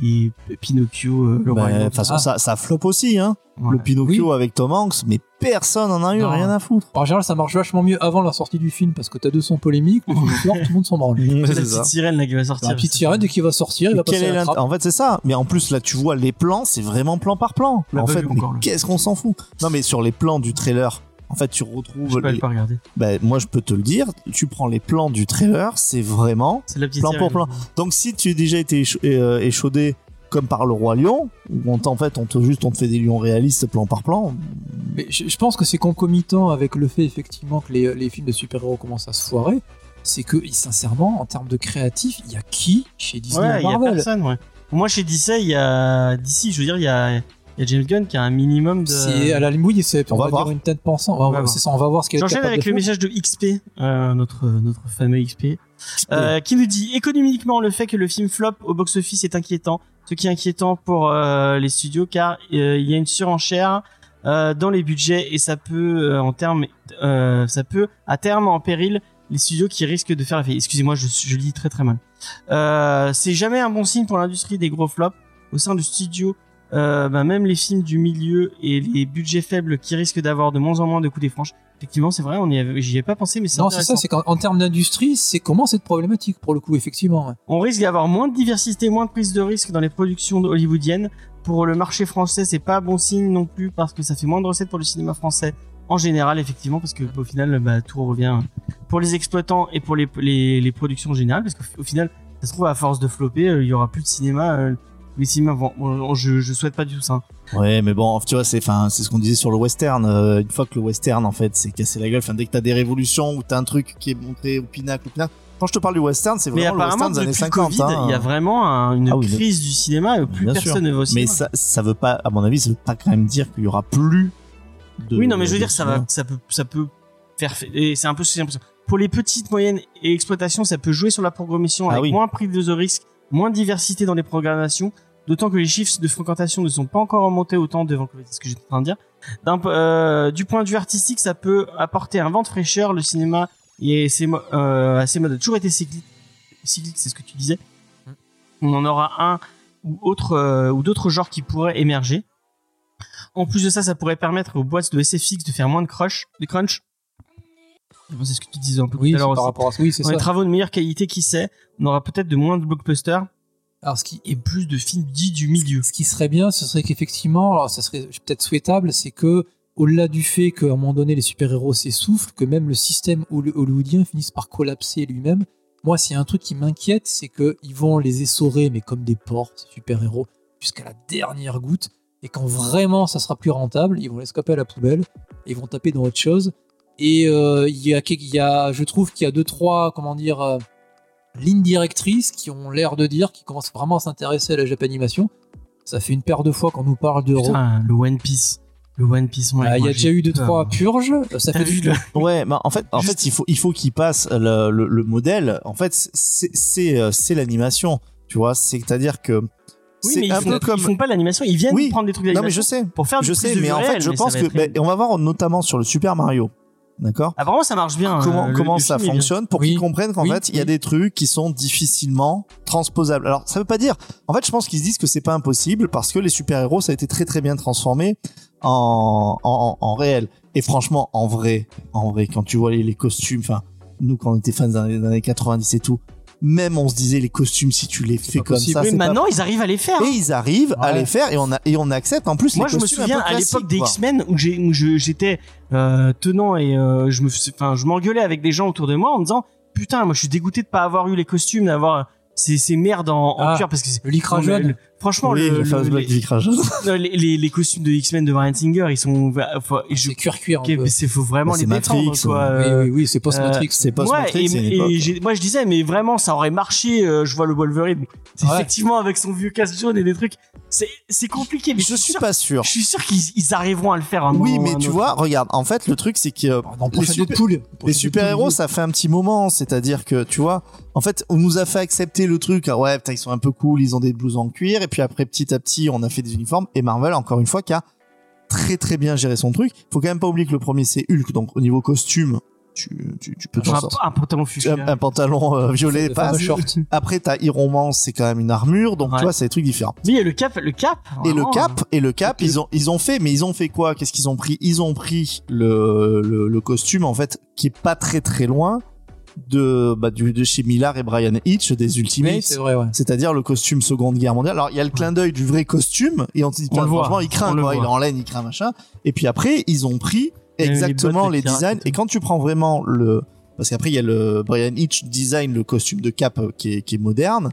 Speaker 2: les Pinocchio, euh, le
Speaker 4: Bah,
Speaker 2: roi
Speaker 4: De
Speaker 2: lion.
Speaker 4: toute façon,
Speaker 3: Ah.
Speaker 4: ça, ça flop aussi, hein.
Speaker 2: Ouais.
Speaker 4: Le Pinocchio avec Tom Hanks, mais personne en a eu
Speaker 3: Non.
Speaker 4: rien à foutre.
Speaker 3: En général, ça marche vachement mieux avant la sortie du film parce que t'as deux sons polémiques, le film sort, tout le monde s'en branle.
Speaker 2: C'est la petite sirène là qui va
Speaker 3: T'as
Speaker 2: sortir.
Speaker 3: un petit sirène, dès qu'il va sortir, il
Speaker 4: Mais
Speaker 3: va
Speaker 4: quel
Speaker 3: passer
Speaker 4: est
Speaker 3: à la
Speaker 4: l'int-
Speaker 3: trappe.
Speaker 4: en fait, c'est ça. Mais en plus, là, tu vois les plans, c'est vraiment plan par plan.
Speaker 2: l'a
Speaker 4: en
Speaker 2: pas
Speaker 4: fait,
Speaker 2: vu
Speaker 4: mais
Speaker 2: encore, là.
Speaker 4: qu'est-ce qu'on s'en fout Non, mais sur les plans du trailer, en fait, tu
Speaker 2: Je
Speaker 4: retrouves.
Speaker 2: peux
Speaker 4: les-
Speaker 2: pas regarder.
Speaker 4: Ben, moi, je peux te le dire. Tu prends les plans du trailer, c'est vraiment.
Speaker 2: C'est la petite
Speaker 4: Plan pour
Speaker 2: sirène.
Speaker 4: Donc, si tu as déjà été écha- euh, échaudé comme par le roi lion, où on t'en fait, on te juste, on te fait des lions réalistes plan par plan.
Speaker 3: Mais je, je pense que c'est concomitant avec le fait effectivement que les, les films de super-héros commencent à se foirer. C'est que, et sincèrement, en termes de créatif, il y a qui chez Disney
Speaker 2: Ouais,
Speaker 3: ou
Speaker 2: il y a
Speaker 3: Marvel
Speaker 2: personne, ouais. Moi, chez DC, il y a DC, je veux dire, il y a, il y a James Gunn qui a un minimum de.
Speaker 3: C'est à la limouille, c'est
Speaker 4: On
Speaker 3: on,
Speaker 4: va
Speaker 3: va,
Speaker 4: voir.
Speaker 3: dire une tête pensante.
Speaker 2: On va
Speaker 3: On va-
Speaker 2: voir.
Speaker 3: C'est ça, on va voir ce qu'elle est
Speaker 2: J'enchaîne
Speaker 3: capable
Speaker 2: avec
Speaker 3: de
Speaker 2: le
Speaker 3: faire.
Speaker 2: message de XP, euh, notre, notre fameux XP, euh, qui nous dit économiquement le fait que le film flop au box-office est inquiétant, ce qui est inquiétant pour euh, les studios car euh, il y a une surenchère euh, dans les budgets et ça peut euh, en termes euh, ça peut à terme en péril les studios qui risquent de faire la faillite. Excusez-moi, je, je lis très très mal. Euh, c'est jamais un bon signe pour l'industrie des gros flops au sein du studio. euh, bah, même les films du milieu et les budgets faibles qui risquent d'avoir de moins en moins de coups des franches. Effectivement, c'est vrai, on y avait- j'y ai pas pensé, mais c'est
Speaker 3: Non, c'est
Speaker 2: intéressant.
Speaker 3: ça, c'est qu'en en termes d'industrie, c'est comment cette problématique pour le coup, effectivement. ouais.
Speaker 2: On risque d'avoir moins de diversité, moins de prise de risque dans les productions hollywoodiennes. Pour le marché français, c'est pas bon signe non plus parce que ça fait moins de recettes pour le cinéma français en général, effectivement, parce que au final, bah, tout revient pour les exploitants et pour les, les, les productions générales, parce qu'au au final, ça se trouve à force de flopper, euh, il y aura plus de cinéma. euh, les cinémas vont. bon, je, je souhaite pas du tout ça. hein.
Speaker 4: Ouais, mais bon, tu vois, c'est, enfin, c'est ce qu'on disait sur le western. euh, une fois que le western, en fait, c'est cassé la gueule. Enfin, dès que t'as des révolutions ou t'as un truc qui est monté au pinacle, au pinacle. Quand je te parle du western, c'est
Speaker 2: Mais
Speaker 4: vraiment le
Speaker 2: apparemment,
Speaker 4: western des
Speaker 2: depuis
Speaker 4: années
Speaker 2: le
Speaker 4: 50.
Speaker 2: Covid,
Speaker 4: hein.
Speaker 2: il y a vraiment un- une
Speaker 4: Ah oui, mais-
Speaker 2: crise du cinéma et plus
Speaker 4: Bien sûr.
Speaker 2: personne ne va au cinéma.
Speaker 4: Mais ça, ça veut pas, à mon avis, ça veut pas quand même dire qu'il y aura plus de.
Speaker 2: Oui, non, mais je veux
Speaker 4: de
Speaker 2: dire, ça va,
Speaker 4: cinéma.
Speaker 2: ça peut, ça peut faire. Et c'est un peu, c'est un peu ça. Pour les petites, moyennes et exploitations, ça peut jouer sur la programmation
Speaker 4: Ah
Speaker 2: avec
Speaker 4: oui.
Speaker 2: moins prise de risque, moins de diversité dans les programmations. D'autant que les chiffres de fréquentation ne sont pas encore remontés autant devant Covid, c'est ce que j'étais en train de dire. D'un po- euh, du point de vue artistique, ça peut apporter un vent de fraîcheur. Le cinéma et ses, mo- euh, à ses modes a toujours été cyclique. Cyclique, c'est ce que tu disais.
Speaker 4: Mm.
Speaker 2: On en aura un ou autre euh, ou d'autres genres qui pourraient émerger. En plus de ça, ça pourrait permettre aux boîtes de SFX de faire moins de crush, de crunch. Je pense que C'est ce que tu disais un peu
Speaker 3: Oui,
Speaker 2: tout
Speaker 3: c'est
Speaker 2: à l'heure.
Speaker 3: par
Speaker 2: aussi.
Speaker 3: rapport à oui, c'est
Speaker 2: Dans
Speaker 3: ça.
Speaker 2: les travaux de meilleure qualité, qui sait, on aura peut-être de moins de blockbusters
Speaker 3: Alors, ce qui,
Speaker 2: et plus de films dits du milieu.
Speaker 3: ce qui serait bien, ce serait qu'effectivement, alors ça serait peut-être souhaitable, c'est que au-delà du fait qu'à un moment donné les super-héros s'essoufflent, que même le système hol- hollywoodien finisse par collapser lui-même. Moi, s'il y a un truc qui m'inquiète, c'est qu'ils vont les essorer, mais comme des porcs, ces super-héros, jusqu'à la dernière goutte. Et quand vraiment ça sera plus rentable, ils vont les scaper à la poubelle, et ils vont taper dans autre chose. Et euh, il y a, quel- il y a- je trouve qu'il y a deux, trois, comment dire, euh, lignes directrices qui ont l'air de dire, qui commencent vraiment à s'intéresser à la japanimation. Ça fait une paire de fois qu'on nous parle de.
Speaker 2: Putain, le One Piece. Le One Piece, on
Speaker 3: Ah, Il y a déjà eu deux, trois purges. Euh, Ça
Speaker 2: T'as
Speaker 3: fait
Speaker 2: vu
Speaker 3: du
Speaker 2: le...
Speaker 4: Ouais, mais en fait, en
Speaker 2: Juste-
Speaker 4: fait, il faut, il faut qu'il passe le, le, le modèle. En fait, c'est, c'est, euh, c'est l'animation. Tu vois, c'est-à-dire que.
Speaker 2: Oui,
Speaker 4: c'est
Speaker 2: mais ils,
Speaker 4: un
Speaker 2: font,
Speaker 4: peu comme.
Speaker 2: ils font pas l'animation, ils viennent
Speaker 4: Oui.
Speaker 2: prendre des trucs
Speaker 4: Non, mais
Speaker 2: d'animation
Speaker 4: je sais.
Speaker 2: pour faire
Speaker 4: Je
Speaker 2: du
Speaker 4: sais,
Speaker 2: plus de
Speaker 4: mais en
Speaker 2: réel,
Speaker 4: fait, je
Speaker 2: mais ça
Speaker 4: pense
Speaker 2: va
Speaker 4: que.
Speaker 2: être réel.
Speaker 4: ben, on va voir notamment sur le Super Mario. D'accord
Speaker 2: Ah, vraiment, ça marche bien.
Speaker 4: Comment,
Speaker 2: euh, le-
Speaker 4: comment
Speaker 2: le
Speaker 4: ça
Speaker 2: film est bien.
Speaker 4: fonctionne pour
Speaker 3: Oui.
Speaker 4: qu'ils comprennent qu'en
Speaker 2: Oui,
Speaker 4: fait, il y a
Speaker 2: oui.
Speaker 4: des trucs qui sont difficilement transposables. Alors, ça veut pas dire. En fait, je pense qu'ils se disent que c'est pas impossible parce que les super-héros, ça a été très très bien transformé en, en, en- en réel. Et franchement, en vrai, en vrai, quand tu vois les, les costumes, enfin, nous quand on était fans des années des années 90 et tout, même on se disait les costumes, si tu les fais
Speaker 3: pas
Speaker 4: comme
Speaker 3: possible.
Speaker 4: ça,
Speaker 2: Oui,
Speaker 4: c'est pas
Speaker 2: maintenant, ils arrivent à les faire. hein.
Speaker 4: et ils arrivent à
Speaker 3: Ouais.
Speaker 4: les faire et on, a, et on accepte en plus
Speaker 2: Moi,
Speaker 4: les
Speaker 2: je me
Speaker 4: costumes un
Speaker 2: souviens
Speaker 4: peu
Speaker 2: à l'époque
Speaker 4: classiques,
Speaker 2: des
Speaker 4: quoi.
Speaker 2: X-Men où j'ai- où je- j'étais euh, tenant et euh, je me, fais- enfin, je m'engueulais avec des gens autour de moi en me disant putain, moi, je suis dégoûté de pas avoir eu les costumes, d'avoir euh, ces, ces merdes en, en
Speaker 3: Ah,
Speaker 2: cuir parce que c'est-
Speaker 3: le lycra
Speaker 2: non, mais
Speaker 3: jaune.
Speaker 2: le- Franchement,
Speaker 4: Oui,
Speaker 2: le-
Speaker 4: la
Speaker 2: le-
Speaker 4: fameuse blague
Speaker 2: les,
Speaker 4: du crachat.
Speaker 2: non, les, les- les costumes de X-Men de Brian Singer, ils sont, enfin, je,
Speaker 3: Ah, C'est cuir-cuir un
Speaker 2: ok,
Speaker 3: peu.
Speaker 2: mais c'est faut vraiment
Speaker 4: Bah,
Speaker 2: les
Speaker 4: c'est Matrix,
Speaker 2: défendre, quoi.
Speaker 3: Oui,
Speaker 2: euh,
Speaker 3: oui, oui, c'est post-matrix.
Speaker 4: C'est pas
Speaker 2: Ouais,
Speaker 4: Matrix,
Speaker 2: et-
Speaker 4: c'est une
Speaker 2: et
Speaker 4: époque.
Speaker 2: j'ai- moi je disais, mais vraiment, ça aurait marché. euh, je vois le Wolverine. C'est
Speaker 3: Ah Ouais.
Speaker 2: effectivement avec son vieux casque jaune et des trucs. C'est c'est compliqué, mais
Speaker 4: Je suis
Speaker 2: sûr
Speaker 4: pas sûr.
Speaker 2: je suis sûr qu'ils ils arriveront à le faire. à Un
Speaker 4: Oui,
Speaker 2: moment ou
Speaker 4: mais
Speaker 2: un
Speaker 4: tu
Speaker 2: autre.
Speaker 4: vois, regarde, en fait, le truc, c'est que euh,
Speaker 3: Dans le
Speaker 4: les
Speaker 3: prochain
Speaker 4: super-
Speaker 3: Deadpool. le prochain
Speaker 4: les super-héros,
Speaker 3: Deadpool,
Speaker 4: ça fait un petit moment. C'est-à-dire que, tu vois, en fait, on nous a fait accepter le truc. Ah ouais, putain, ils sont un peu cool, ils ont des blouses en cuir. Et puis après, petit à petit, on a fait des uniformes. Et Marvel, encore une fois, qui a très très bien géré son truc. Faut quand même pas oublier que le premier, c'est Hulk. Donc, au niveau costume, tu, tu, tu peux t'en
Speaker 2: Un,
Speaker 4: sortir.
Speaker 2: un pantalon fusil.
Speaker 4: Un, un pantalon euh, violet,
Speaker 3: Le
Speaker 4: pas.
Speaker 3: fameux short.
Speaker 4: Après, t'as Iron Man, c'est quand même une armure, donc
Speaker 2: Ouais.
Speaker 4: tu vois, c'est des trucs différents.
Speaker 2: Oui, et le cap, le cap.
Speaker 4: Et le
Speaker 2: vraiment, hein.
Speaker 4: cap, et le cap,
Speaker 2: Et-
Speaker 4: ils ont, ils ont fait, mais ils ont fait quoi Qu'est-ce qu'ils ont pris Ils ont pris le, le, le costume en fait qui est pas très très loin de bah, du, de chez Millard et Brian Hitch des
Speaker 3: Oui,
Speaker 4: Ultimates.
Speaker 3: c'est vrai, ouais.
Speaker 4: C'est-à-dire le costume Seconde Guerre mondiale. Alors il y a le clin d'œil du vrai costume et on te dit
Speaker 2: On
Speaker 4: putain,
Speaker 2: le voit,
Speaker 4: franchement il
Speaker 2: on
Speaker 4: craint
Speaker 2: le
Speaker 4: quoi, il est
Speaker 2: voit.
Speaker 4: en laine, il craint machin. Et puis après ils ont pris
Speaker 2: Il y a eu les
Speaker 4: exactement
Speaker 2: bottes, les
Speaker 4: les,
Speaker 2: pirates et
Speaker 4: designs
Speaker 2: tout.
Speaker 4: et quand tu prends vraiment le parce qu'après il y a le Brian Hitch design le costume de Cap euh, qui est, qui est moderne.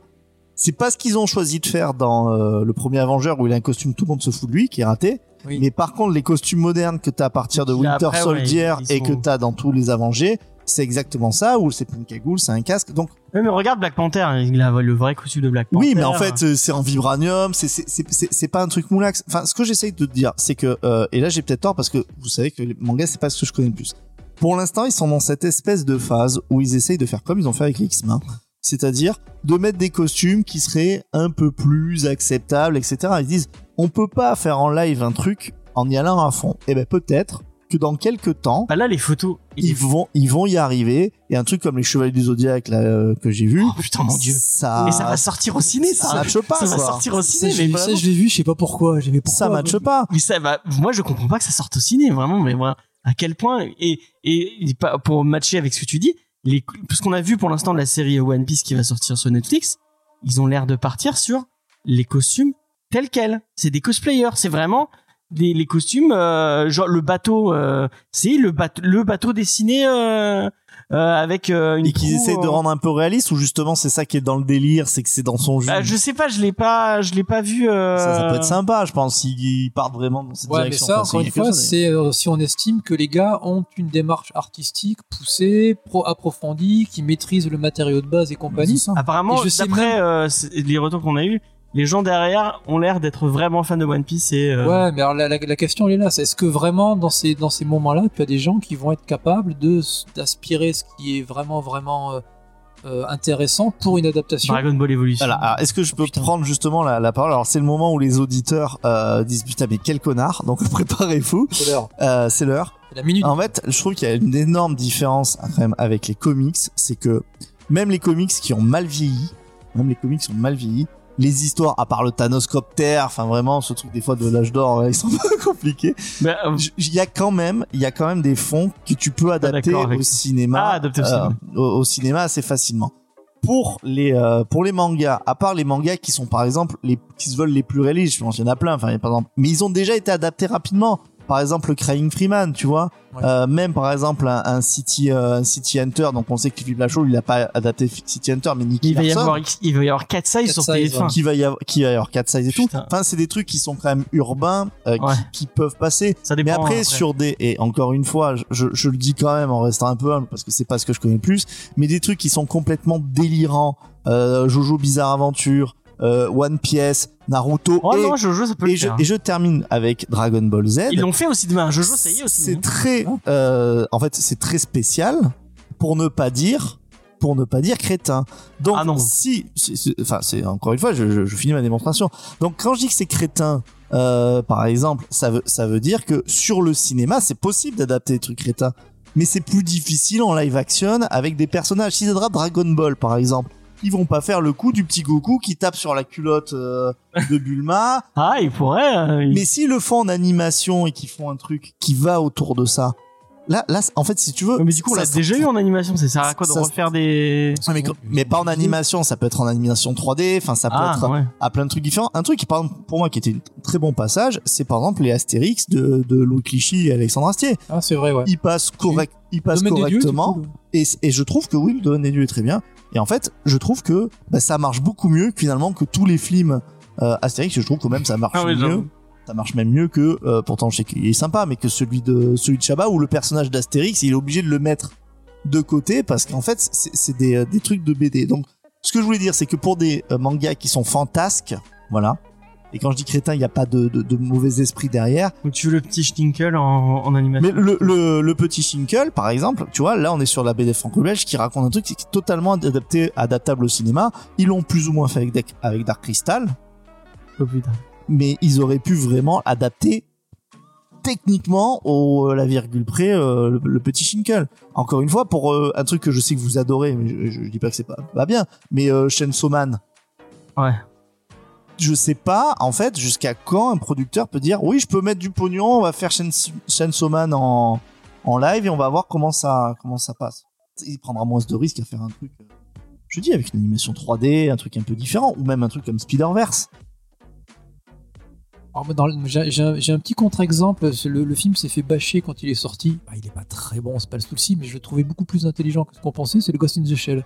Speaker 4: C'est pas ce qu'ils ont choisi de faire dans euh, le premier Avenger où il a un costume tout le monde se fout de lui qui est raté.
Speaker 3: Oui.
Speaker 4: Mais par contre les costumes modernes que t'as à partir de
Speaker 2: Et qu'il a
Speaker 4: Winter
Speaker 2: après, ouais,
Speaker 4: Soldier
Speaker 2: ils- ils
Speaker 4: et que
Speaker 2: sont-
Speaker 4: t'as dans tous les Avengers, c'est exactement ça où c'est plus une cagoule, c'est un casque. Donc
Speaker 2: Ouais, mais regarde Black Panther, il a le vrai costume de Black Panther.
Speaker 4: oui, mais en fait, euh, c'est en vibranium, c'est- c'est- c'est c'est- c'est pas un truc moulax. Enfin, ce que j'essaye de te dire, c'est que, euh, et là j'ai peut-être tort parce que vous savez que les mangas, c'est pas ce que je connais le plus. Pour l'instant, ils sont dans cette espèce de phase où ils essayent de faire comme ils ont fait avec les X-Men, c'est-à-dire de mettre des costumes qui seraient un peu plus acceptables, etc. Ils disent, on peut pas faire en live un truc en y allant à fond. Eh ben peut-être que dans quelques temps,
Speaker 2: Bah là, les photos.
Speaker 4: ils vont, ils vont y arriver. Et un truc comme les Chevaliers du Zodiac là, euh, que j'ai vu,
Speaker 2: Oh putain, mon dieu.
Speaker 4: ça,
Speaker 2: Et ça va sortir au ciné, ça.
Speaker 4: ça matche pas.
Speaker 2: ça va
Speaker 4: quoi.
Speaker 2: sortir au
Speaker 3: Ça,
Speaker 2: ciné,
Speaker 3: je
Speaker 2: mais
Speaker 3: l'ai-
Speaker 2: vraiment.
Speaker 3: ça, je l'ai vu, je sais pas pourquoi. J'ai vu pourquoi.
Speaker 4: ça matche pas.
Speaker 2: Mais ça va. Moi, je comprends pas que ça sorte au ciné, vraiment. Mais moi, à quel point et et et pas- pour matcher avec ce que tu dis, les parce qu'on a vu pour l'instant de la série One Piece qui va sortir sur Netflix, ils ont l'air de partir sur les costumes tels quels. C'est des cosplayers. C'est vraiment des les costumes euh, genre le bateau. euh, c'est le bateau le bateau dessiné euh, euh, avec euh, une.
Speaker 4: Et qu'ils
Speaker 2: proue,
Speaker 4: essayent de
Speaker 2: euh,
Speaker 4: rendre un peu réaliste, ou justement, c'est ça qui est dans le délire, c'est que c'est dans son jeu.
Speaker 2: bah, je sais pas, je l'ai pas, je l'ai pas vu. euh,
Speaker 4: ça, ça peut être sympa, je pense, s'ils partent vraiment dans cette
Speaker 3: Ouais, mais
Speaker 4: direction.
Speaker 3: ça,
Speaker 4: Enfin,
Speaker 3: encore
Speaker 4: c'est
Speaker 3: une
Speaker 4: quelque
Speaker 3: fois,
Speaker 4: chose, mais-
Speaker 3: c'est euh, si on estime que les gars ont une démarche artistique poussée, pro approfondie, qui maîtrisent le matériau de base et compagnie.
Speaker 2: Apparemment,
Speaker 3: Et je sais
Speaker 2: d'après euh, c'est- les retours qu'on a eu, les gens derrière ont l'air d'être vraiment fans de One Piece et euh,
Speaker 3: Ouais, mais alors la, la- la question elle est là, c'est est-ce que vraiment dans ces, dans ces moments-là, tu as des gens qui vont être capables de s- d'aspirer ce qui est vraiment vraiment euh, euh, intéressant pour une adaptation
Speaker 2: Dragon Ball Evolution.
Speaker 4: Voilà, alors, est-ce que je peux
Speaker 3: Putain.
Speaker 4: prendre justement la, la parole Alors, c'est le moment où les auditeurs euh, disent Putain, mais quel connard Donc, préparez-vous,
Speaker 3: C'est l'heure.
Speaker 4: Euh, c'est l'heure.
Speaker 3: C'est la minute.
Speaker 4: En fait, je trouve qu'il y a une énorme différence hein, quand même avec les comics, c'est que même les comics qui ont mal vieilli, même les comics qui ont mal vieilli, les histoires, à part le Thanos Copter, enfin vraiment, ce truc des fois de l'âge d'or, là, ils sont pas compliqués.
Speaker 2: Bah, euh,
Speaker 4: J- Il y a quand même, il y a quand même des fonds que tu peux adapter
Speaker 2: Ah, d'accord avec
Speaker 4: au
Speaker 2: ça.
Speaker 4: cinéma,
Speaker 2: Ah, adapter au cinéma.
Speaker 4: au- au cinéma assez facilement. Pour les euh, pour les mangas, à part les mangas qui sont par exemple les qui se veulent les plus réalistes, je pense qu'il y en a plein. Enfin, il y a par exemple, mais ils ont déjà été adaptés rapidement. Par exemple, le Crying Freeman, tu vois.
Speaker 3: Ouais.
Speaker 4: Euh, même par exemple un, un City euh, un City Hunter. Donc on sait que Philippe Lachaud, il a pas adapté City Hunter, mais Nicky
Speaker 2: il va y
Speaker 4: Larson
Speaker 2: avoir X- il va y avoir 4 sizes sur
Speaker 3: Quatre sizes,
Speaker 2: TF1.
Speaker 4: qui va y avoir qui va y avoir 4 sizes et tout.
Speaker 2: Putain.
Speaker 4: Enfin, c'est des trucs qui sont quand même urbains, euh, qui-
Speaker 2: Ouais.
Speaker 4: qui peuvent passer.
Speaker 2: Ça dépend.
Speaker 4: Mais après, sur des et encore une fois, je, je- je le dis quand même en restant un peu humble parce que c'est pas ce que je connais le plus, mais des trucs qui sont complètement délirants, euh, Jojo Bizarre Aventure, euh, One Piece, Naruto
Speaker 2: Oh
Speaker 4: et,
Speaker 2: non, Jojo, ça peut
Speaker 4: et
Speaker 2: le
Speaker 4: je,
Speaker 2: faire.
Speaker 4: et je termine avec Dragon Ball Z.
Speaker 2: Ils l'ont fait aussi demain. Jojo, ça y est aussi. hein.
Speaker 4: C'est très, euh, en fait, c'est très spécial pour ne pas dire pour ne pas dire crétin. Donc
Speaker 2: Ah non.
Speaker 4: si, c'est- c'est- enfin c'est encore une fois, je, je- je finis ma démonstration. Donc quand je dis que c'est crétin, euh, par exemple, ça veut ça veut dire que sur le cinéma, c'est possible d'adapter des trucs crétins, mais c'est plus difficile en live action avec des personnages. Si adaptent Dragon Ball, par exemple. Ils vont pas faire le coup du petit Goku qui tape sur la culotte euh, de Bulma,
Speaker 2: Ah, il pourrait. euh, il-
Speaker 4: mais s'ils le font en animation et qu'ils font un truc qui va autour de ça, là, là, en fait, si tu veux.
Speaker 2: Ouais, mais du coup, on
Speaker 4: ça
Speaker 2: l'a
Speaker 4: se-
Speaker 2: déjà eu en animation. Ça sert à
Speaker 4: ça-
Speaker 2: quoi de
Speaker 4: ça-
Speaker 2: refaire des.
Speaker 4: Ouais, mais, mais pas en animation, ça peut être en animation 3D, enfin, ça peut
Speaker 2: Ah,
Speaker 4: être
Speaker 2: ouais.
Speaker 4: à plein de trucs différents. Un truc qui, par exemple, pour moi, qui était un très bon passage, c'est par exemple les Astérix de, de Louis Clichy et Alexandre Astier.
Speaker 3: Ah, c'est vrai, ouais.
Speaker 4: Ils passent, correct, ils passent
Speaker 3: Domaine des dieux, du
Speaker 4: correctement.
Speaker 3: coup,
Speaker 4: Et, et je trouve que oui, le domaine des dieux est très bien. Et en fait, je trouve que bah, ça marche beaucoup mieux finalement que tous les films euh, Astérix. Je trouve que même ça marche
Speaker 2: Ah oui,
Speaker 4: mieux.
Speaker 2: j'avoue.
Speaker 4: Ça marche même mieux que, euh, pourtant je sais qu'il est sympa, mais que celui de celui de Chabat où le personnage d'Astérix, il est obligé de le mettre de côté parce qu'en fait, c'est c'est des, euh, des trucs de BD. Donc, ce que je voulais dire, c'est que pour des euh, mangas qui sont fantasques, voilà. Et quand je dis crétin, il n'y a pas de, de, de mauvais esprit derrière.
Speaker 2: Donc, tu veux le petit Schninkel en, en animation.
Speaker 4: Mais le, le, le petit Schinkel, par exemple, tu vois, là on est sur la BD franco-belge qui raconte un truc qui est totalement adapté, adaptable au cinéma. Ils l'ont plus ou moins fait avec, Dark- avec Dark Crystal,
Speaker 2: Oh, putain.
Speaker 4: mais ils auraient pu vraiment adapter techniquement au euh, la virgule près euh, le, le petit Shinkel. Encore une fois, pour euh, un truc que je sais que vous adorez, mais je, je- je dis pas que c'est pas, pas bien, mais euh, Chainsaw Man.
Speaker 2: Ouais.
Speaker 4: Je sais pas, en fait, jusqu'à quand un producteur peut dire oui, je peux mettre du pognon, on va faire Chains- Chainsaw Man en, en live et on va voir comment ça, comment ça passe. Il prendra moins de risques à faire un truc, euh, je dis, avec une animation 3D, un truc un peu différent, ou même un truc comme Spider-Verse.
Speaker 3: Alors, moi, dans le- J'ai j'ai un, j'ai un petit contre-exemple. C'est Le, le film s'est fait bâcher quand il est sorti. Ah, il est pas très bon, c'est pas le souci, mais je le trouvais beaucoup plus intelligent que ce qu'on pensait. C'est le Ghost in the Shell.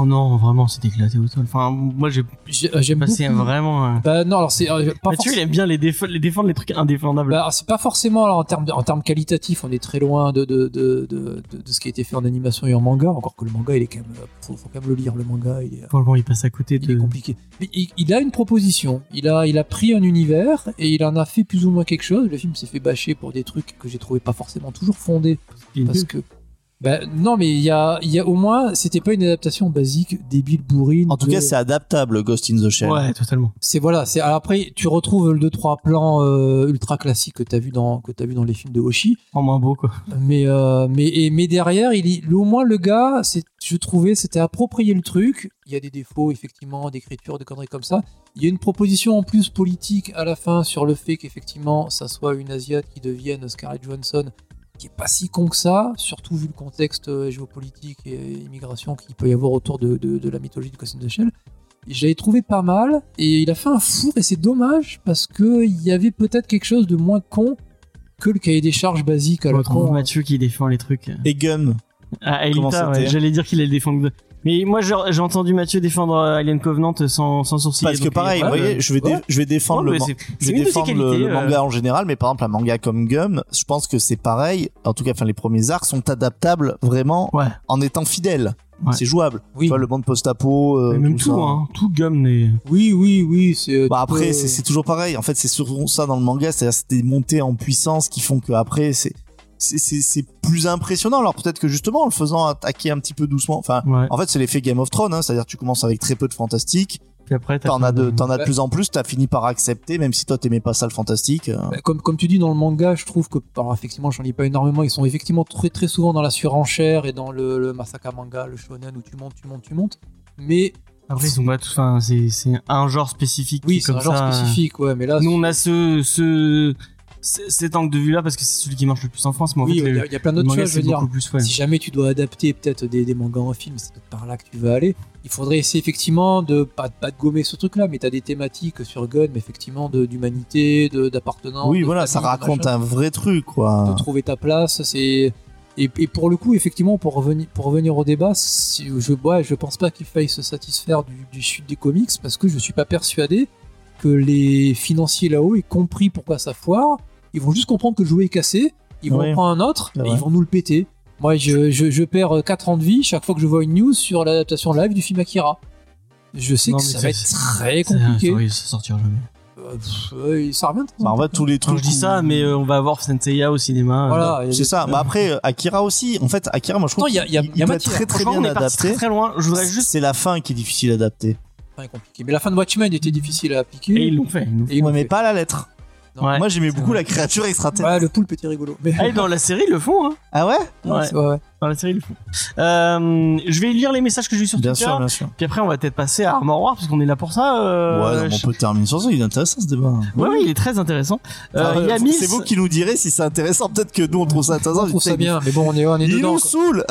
Speaker 2: Oh non, vraiment, c'est éclaté au sol. Enfin, moi, j'ai
Speaker 3: J'ai- euh, J'aime
Speaker 2: passé
Speaker 3: beaucoup.
Speaker 2: vraiment. Bah, un-
Speaker 3: Bah non, alors c'est euh, pas
Speaker 2: Mathieu,
Speaker 3: forcément-
Speaker 2: il aime bien les, défe- les défendre, les trucs indéfendables.
Speaker 3: Bah, alors, c'est pas forcément alors, en termes de- en termes qualitatifs, on est très loin de de, de, de, de- de ce qui a été fait en animation et en manga. Encore que le manga, il est quand même euh, faut, faut quand même le lire. Le manga, il est
Speaker 2: Pour le moment, il passe à côté
Speaker 3: il est
Speaker 2: de.
Speaker 3: compliqué. Mais il, il a une proposition. Il a, il a pris un univers et il en a fait plus ou moins quelque chose. Le film s'est fait bâcher pour des trucs que j'ai trouvé pas forcément toujours fondés. Parce que. Ben, non, mais il y a, il y a au moins, c'était pas une adaptation basique, débile, bourrine.
Speaker 4: En tout
Speaker 3: de-
Speaker 4: cas, c'est adaptable, Ghost in the Shell.
Speaker 2: Ouais, totalement.
Speaker 3: c'est voilà. C'est alors après, tu retrouves le 2-3 plans euh, ultra classiques que t'as vu dans que t'as vu dans les films de Hoshi.
Speaker 2: En moins beau, quoi.
Speaker 3: Mais, euh, mais, et- mais derrière, il y- au moins le gars, c'est, je trouvais, c'était approprié le truc. Il y a des défauts, effectivement, d'écriture, de conneries comme ça. Il y a une proposition en plus politique à la fin sur le fait qu'effectivement, ça soit une Asiate qui devienne Scarlett Johansson, qui est pas si con que ça, surtout vu le contexte euh, géopolitique et euh, immigration qu'il peut y avoir autour de, de- de la mythologie de Ghost in the Shell. Et Je l'avais trouvé pas mal, et il a fait un four, et c'est dommage, parce qu'il y avait peut-être quelque chose de moins con que le cahier des charges basique à
Speaker 2: On
Speaker 3: la
Speaker 2: retrouve
Speaker 3: con. hein.
Speaker 2: Mathieu qui défend les trucs.
Speaker 4: Et Gun.
Speaker 2: Ah, Elita,
Speaker 4: Comment c'était
Speaker 2: ouais, j'allais dire qu'il allait défendre. Mais moi, j'ai j'ai entendu Mathieu défendre euh, Alien Covenant sans, sans sourciller.
Speaker 4: Parce que
Speaker 2: donc,
Speaker 4: pareil,
Speaker 2: euh,
Speaker 4: vous
Speaker 2: ouais,
Speaker 4: voyez, je vais, dé-
Speaker 2: ouais.
Speaker 4: je vais défendre
Speaker 2: Ouais, mais
Speaker 4: le man-
Speaker 2: c'est-
Speaker 4: je
Speaker 2: c'est
Speaker 4: vais
Speaker 2: une de ses
Speaker 4: défendre le-
Speaker 2: qualités,
Speaker 4: le,
Speaker 2: euh.
Speaker 4: manga en général, mais par exemple un manga comme Gum, je pense que c'est pareil. En tout cas, enfin les premiers arcs sont adaptables vraiment
Speaker 2: Ouais.
Speaker 4: en étant fidèles.
Speaker 2: Ouais.
Speaker 4: C'est jouable.
Speaker 3: Oui.
Speaker 4: Tu vois le monde post-apo, euh,
Speaker 2: Mais même tout,
Speaker 4: ça.
Speaker 2: hein, Euh. tout gomme les.
Speaker 3: Oui, oui, oui, c'est. euh,
Speaker 4: Bah
Speaker 3: tu
Speaker 4: après,
Speaker 3: peux-
Speaker 4: c'est c'est toujours pareil. En fait, c'est souvent ça dans le manga, c'est-à-dire c'est des montées en puissance qui font que après c'est c'est- c'est c'est plus impressionnant. Alors peut-être que justement en le faisant attaquer un petit peu doucement, enfin.
Speaker 2: Ouais.
Speaker 4: En fait, c'est l'effet Game of Thrones, hein, c'est-à-dire tu commences avec très peu de fantastique,
Speaker 2: Puis après, t'as
Speaker 4: t'en
Speaker 2: plein
Speaker 4: as de, t'en as de
Speaker 3: Ouais.
Speaker 4: plus en plus, t'as fini par accepter, même si toi t'aimais pas ça le fantastique. euh,
Speaker 3: Bah, Comme, comme tu dis dans le manga, je trouve que, alors effectivement, j'en lis pas énormément, ils sont effectivement très, très souvent dans la surenchère et dans le, le Masaka manga, le shonen où tu montes, tu montes, tu montes. Mais
Speaker 2: Après, ils sont pas tous. Enfin, c'est c'est un genre spécifique. qui
Speaker 3: oui,
Speaker 2: est
Speaker 3: c'est
Speaker 2: comme
Speaker 3: un genre
Speaker 2: ça.
Speaker 3: spécifique, ouais, mais là.
Speaker 2: Nous, on a ce, ce, ce- cet angle de vue-là parce que c'est celui qui marche le plus en France. Mais en
Speaker 3: oui,
Speaker 2: fait,
Speaker 3: il y,
Speaker 2: le,
Speaker 3: a- il y a plein
Speaker 2: le
Speaker 3: d'autres
Speaker 2: manga,
Speaker 3: choses, je
Speaker 2: c'est
Speaker 3: veux dire.
Speaker 2: beaucoup plus. Ouais.
Speaker 3: Si jamais tu dois adapter peut-être des, des mangas en film, c'est peut-être par là que tu vas aller. Il faudrait essayer effectivement de pas, pas de gommer ce truc-là, mais t'as des thématiques sur Gun, mais effectivement de- d'humanité, de- d'appartenance.
Speaker 4: Oui,
Speaker 3: de
Speaker 4: voilà, ça
Speaker 3: famille, de
Speaker 4: raconte
Speaker 3: machin.
Speaker 4: un vrai truc,
Speaker 3: de
Speaker 4: quoi.
Speaker 3: trouver ta place. C'est et, et pour le coup, effectivement, pour revenir pour revenir au débat, si- je ouais, je pense pas qu'il faille se satisfaire du, du chute des comics parce que je suis pas persuadé que les financiers là-haut aient compris pourquoi ça foire. Ils vont juste comprendre que le jouet est cassé, ils vont
Speaker 4: Ouais.
Speaker 3: en prendre un autre
Speaker 4: C'est
Speaker 3: et
Speaker 4: vrai.
Speaker 3: ils vont nous le péter. Moi, je, je, je perds 4 ans de vie chaque fois que je vois une news sur l'adaptation live du film Akira. Je sais
Speaker 2: Non,
Speaker 3: que
Speaker 2: mais
Speaker 3: ça
Speaker 2: c'est-
Speaker 3: va être
Speaker 2: c'est-
Speaker 3: très
Speaker 2: C'est-
Speaker 3: compliqué.
Speaker 2: oui, ça sortira jamais.
Speaker 3: Euh, pff, euh, ça revient. de temps en
Speaker 4: Bah, en
Speaker 3: temps.
Speaker 4: fait, tous les
Speaker 2: Enfin,
Speaker 4: trucs.
Speaker 2: je dis
Speaker 4: où-
Speaker 2: ça, mais euh, on va avoir Senseiya au cinéma. euh,
Speaker 3: Voilà, il y a
Speaker 4: C'est
Speaker 3: des-
Speaker 4: ça. Mais après, euh, Akira aussi. En fait, Akira, moi, je trouve
Speaker 3: Pourtant, il y a, il y a,
Speaker 4: qu'il
Speaker 3: il y a
Speaker 4: peut être
Speaker 3: matière.
Speaker 4: très très
Speaker 2: Franchement,
Speaker 4: bien
Speaker 2: on est parti
Speaker 4: adapté.
Speaker 2: très très loin. Je voudrais juste.
Speaker 4: C'est la fin qui est difficile à adapter.
Speaker 3: Enfin, compliqué. Mais la fin de Watchmen était difficile à appliquer.
Speaker 2: Et ils l'ont fait. ils l'ont fait.
Speaker 3: Et ils l'ont
Speaker 4: Ouais, mais
Speaker 3: fait.
Speaker 4: pas la lettre.
Speaker 3: Non.
Speaker 2: Ouais.
Speaker 4: Moi, j'aimais
Speaker 2: c'est
Speaker 4: beaucoup
Speaker 2: vrai.
Speaker 4: la créature extraterrestre.
Speaker 3: Ouais, le poulpe était rigolo. Mais...
Speaker 2: Ah, et dans la série, ils le font. Hein.
Speaker 4: Ah ouais
Speaker 2: Ouais.
Speaker 3: Ouais, ouais.
Speaker 2: Dans la série, ils le font. Euh, je vais lire les messages que j'ai eu sur
Speaker 4: Bien
Speaker 2: Twitter.
Speaker 4: sûr, bien sûr.
Speaker 2: Puis après, on va peut-être passer à Armor War parce qu'on est là pour ça.
Speaker 4: Ouais,
Speaker 2: Euh...
Speaker 4: non, mais
Speaker 2: je-
Speaker 4: on peut terminer sur ça. Il est intéressant ce débat.
Speaker 2: Ouais, ouais, il est très intéressant. Euh,
Speaker 4: Ah,
Speaker 2: il y a
Speaker 4: c'est-
Speaker 2: Mills-
Speaker 4: C'est vous qui nous direz si c'est intéressant. Peut-être que nous, on trouve ça intéressant.
Speaker 3: On trouve ça
Speaker 4: Putain,
Speaker 3: bien, mais bon, on est, on est
Speaker 4: Il
Speaker 3: dedans.
Speaker 4: nous
Speaker 3: quoi.
Speaker 4: saoule.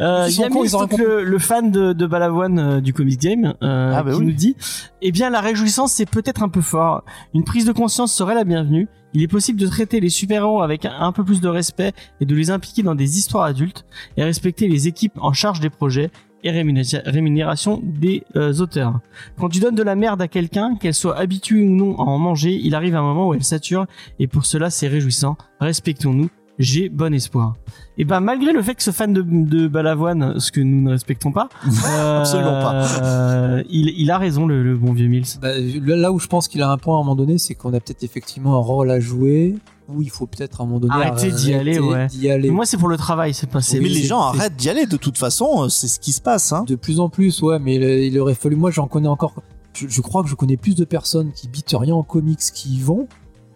Speaker 2: Euh,
Speaker 3: Ils
Speaker 2: il y a
Speaker 3: sont cons,
Speaker 2: Mills,
Speaker 3: ils ont rien
Speaker 2: donc le, le fan de, de Balavoine euh, du Comic Game euh,
Speaker 4: Ah, bah
Speaker 2: qui
Speaker 4: oui.
Speaker 2: nous dit Eh bien, la réjouissance, c'est peut-être un peu fort. Une prise de conscience serait la bienvenue. Il est possible de traiter les super-héros avec un, un peu plus de respect et de les impliquer dans des histoires adultes et respecter les équipes en charge des projets et rémunération, rémunération des euh, auteurs. Quand tu donnes de la merde à quelqu'un, qu'elle soit habituée ou non à en manger, il arrive un moment où elle sature et pour cela, c'est réjouissant. Respectons-nous. J'ai bon espoir. Et ben malgré le fait que ce fan de, de Balavoine, ce que nous ne respectons pas, euh,
Speaker 4: Absolument pas.
Speaker 2: euh, il, il a raison le, le bon vieux Mills.
Speaker 3: Bah, là là où je pense qu'il a un point à un moment donné, c'est qu'on a peut-être effectivement un rôle à jouer où il faut peut-être à un moment donné
Speaker 2: Arrêter d'y aller, ouais.
Speaker 3: d'y aller.
Speaker 2: Mais moi c'est pour le travail, c'est pas. c'est-
Speaker 4: Mais
Speaker 3: oui,
Speaker 4: les
Speaker 3: c'est-
Speaker 4: gens
Speaker 3: c'est-
Speaker 4: arrêtent d'y aller. De toute façon, euh, c'est ce qui se passe. hein.
Speaker 3: De plus en plus, ouais, mais il, il aurait fallu. Moi, j'en connais encore. Je, je crois que je connais plus de personnes qui bitent rien en comics qui y vont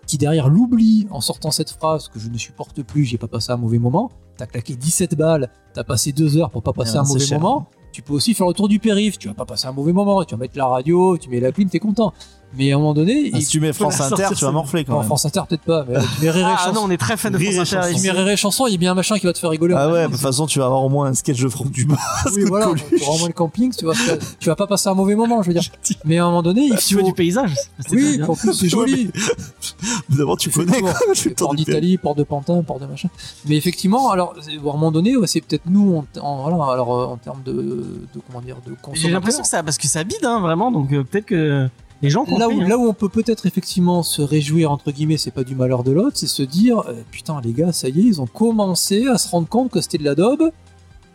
Speaker 3: qui derrière l'oublie en sortant cette phrase que je ne supporte plus, j'ai pas passé un mauvais moment, t'as claqué 17 balles, t'as passé 2 heures pour pas passer
Speaker 4: Ouais,
Speaker 3: un
Speaker 4: Ah, c'est
Speaker 3: mauvais
Speaker 4: cher.
Speaker 3: moment, tu peux aussi faire le tour du périph', tu vas pas passer un mauvais moment, tu vas mettre la radio, tu mets la clim, t'es content. Mais à un moment donné,
Speaker 4: Ah,
Speaker 3: il-
Speaker 4: si tu mets France
Speaker 2: la
Speaker 4: Inter,
Speaker 2: sortir,
Speaker 4: tu vas
Speaker 2: c'est-
Speaker 4: morfler quand
Speaker 3: en
Speaker 4: même.
Speaker 3: France Inter peut-être pas, mais tu mets Rire et
Speaker 2: Ah
Speaker 3: Chanson.
Speaker 2: non, on est très fan de
Speaker 4: Rire et
Speaker 2: France Inter.
Speaker 4: chanson.
Speaker 3: tu mets Rire et Chanson, il y a bien un machin qui va te faire rigoler.
Speaker 4: Ah ouais, de toute façon, tu vas avoir au moins un sketch de Franck Dubas.
Speaker 3: Oui,
Speaker 4: que
Speaker 3: voilà,
Speaker 4: Coluche.
Speaker 3: tu rends moins le camping, tu vois, tu vas, tu vas pas passer un mauvais moment, je veux dire. Mais à un moment donné,
Speaker 4: Ah,
Speaker 3: il
Speaker 2: Tu veux
Speaker 3: faut-
Speaker 2: du paysage c'est très
Speaker 3: Oui,
Speaker 2: bien.
Speaker 3: en plus c'est joli.
Speaker 4: D'abord, tu connais quoi. Je suis
Speaker 3: Le Port d'Italie, port de Pantin, port de machin. Mais effectivement, alors à un moment donné, ouais, c'est peut-être nous, en, en- voilà, alors euh, en termes de, de comment dire, de
Speaker 2: J'ai l'impression
Speaker 3: consommation.
Speaker 2: que ça, parce que ça bide, hein, vraiment. Donc euh, peut-être que les gens
Speaker 3: Là où,
Speaker 2: comprennent, hein.
Speaker 3: là où on peut peut-être effectivement se réjouir, entre guillemets, c'est pas du malheur de l'autre, c'est se dire euh, putain, les gars, ça y est, ils ont commencé à se rendre compte que c'était de la daube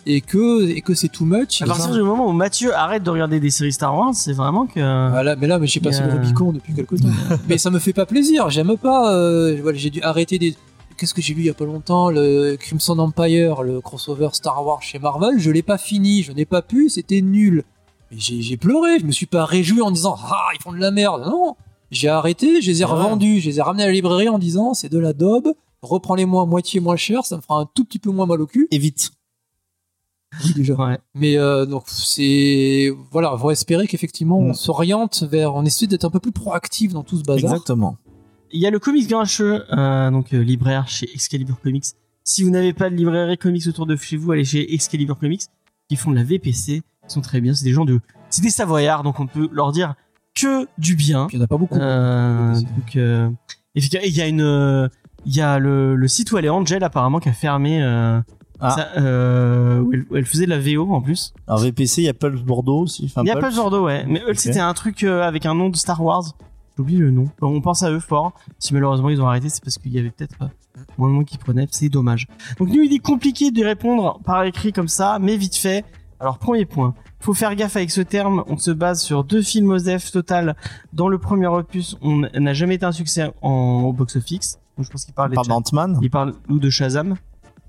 Speaker 3: et que, et que c'est too much.
Speaker 2: À
Speaker 3: Ils
Speaker 2: partir
Speaker 3: ont-
Speaker 2: du moment où Mathieu arrête de regarder des séries Star Wars, c'est vraiment que.
Speaker 3: Ah là, mais là, mais j'ai passé
Speaker 2: Euh.
Speaker 3: le Rubicon depuis quelque temps. mais ça me fait pas plaisir. J'aime pas. euh, voilà, j'ai dû arrêter des. Qu'est-ce que j'ai lu il y a pas longtemps Le Crimson Empire, le crossover Star Wars chez Marvel. Je l'ai pas fini. Je n'ai pas pu. C'était nul. Mais j'ai j'ai pleuré. Je me suis pas réjoui en disant ah ils font de la merde. Non. J'ai arrêté. Je les ai
Speaker 4: Ah ouais.
Speaker 3: revendus. Je les ai ramenés à la librairie en disant c'est de la daube. Reprends-les-moi à moitié moins cher. Ça me fera un tout petit peu moins mal au cul.
Speaker 4: Et vite.
Speaker 3: Oui déjà.
Speaker 2: Ouais.
Speaker 3: Mais euh, donc c'est voilà, faut espérer qu'effectivement
Speaker 4: Mm.
Speaker 3: on s'oriente vers, on essaie d'être un peu plus proactif dans tout ce bazar.
Speaker 4: Exactement.
Speaker 2: Il y a le comics grincheux, euh, donc euh, libraire chez Excalibur Comics. Si vous n'avez pas de librairie comics autour de chez vous, allez chez Excalibur Comics, qui font de la VPC. Ils sont très bien. C'est des gens de. C'est des savoyards, donc on peut leur dire que du bien.
Speaker 3: Puis il y en a pas beaucoup.
Speaker 2: Euh, donc, euh, efficace. Et il y a une. euh, Il y a le, le site où elle est Angel apparemment qui a fermé. euh,
Speaker 4: Ah.
Speaker 2: ça, euh, où, elle, où elle faisait de la VO en plus.
Speaker 4: Alors, VPC, il y a Pulse Bordeaux aussi. Enfin,
Speaker 2: Il y a
Speaker 4: Pulse.
Speaker 2: pas de Zordo, ouais. Mais eux,
Speaker 4: Ok.
Speaker 2: c'était un truc euh, avec un nom de Star Wars. J'oublie le nom. Bon, on pense à eux fort. Si malheureusement ils ont arrêté, c'est parce qu'il y avait peut-être pas moins de monde qui prenait. C'est dommage. Donc nous, il est compliqué de répondre par écrit comme ça, mais vite fait. Alors premier point, faut faire gaffe avec ce terme. On se base sur deux films OSEF total. Dans le premier opus, on n'a jamais été un succès en au box-office. Donc je pense qu'il parle.
Speaker 4: Par
Speaker 2: de
Speaker 4: d'Ant-Man
Speaker 2: il parle ou de Shazam,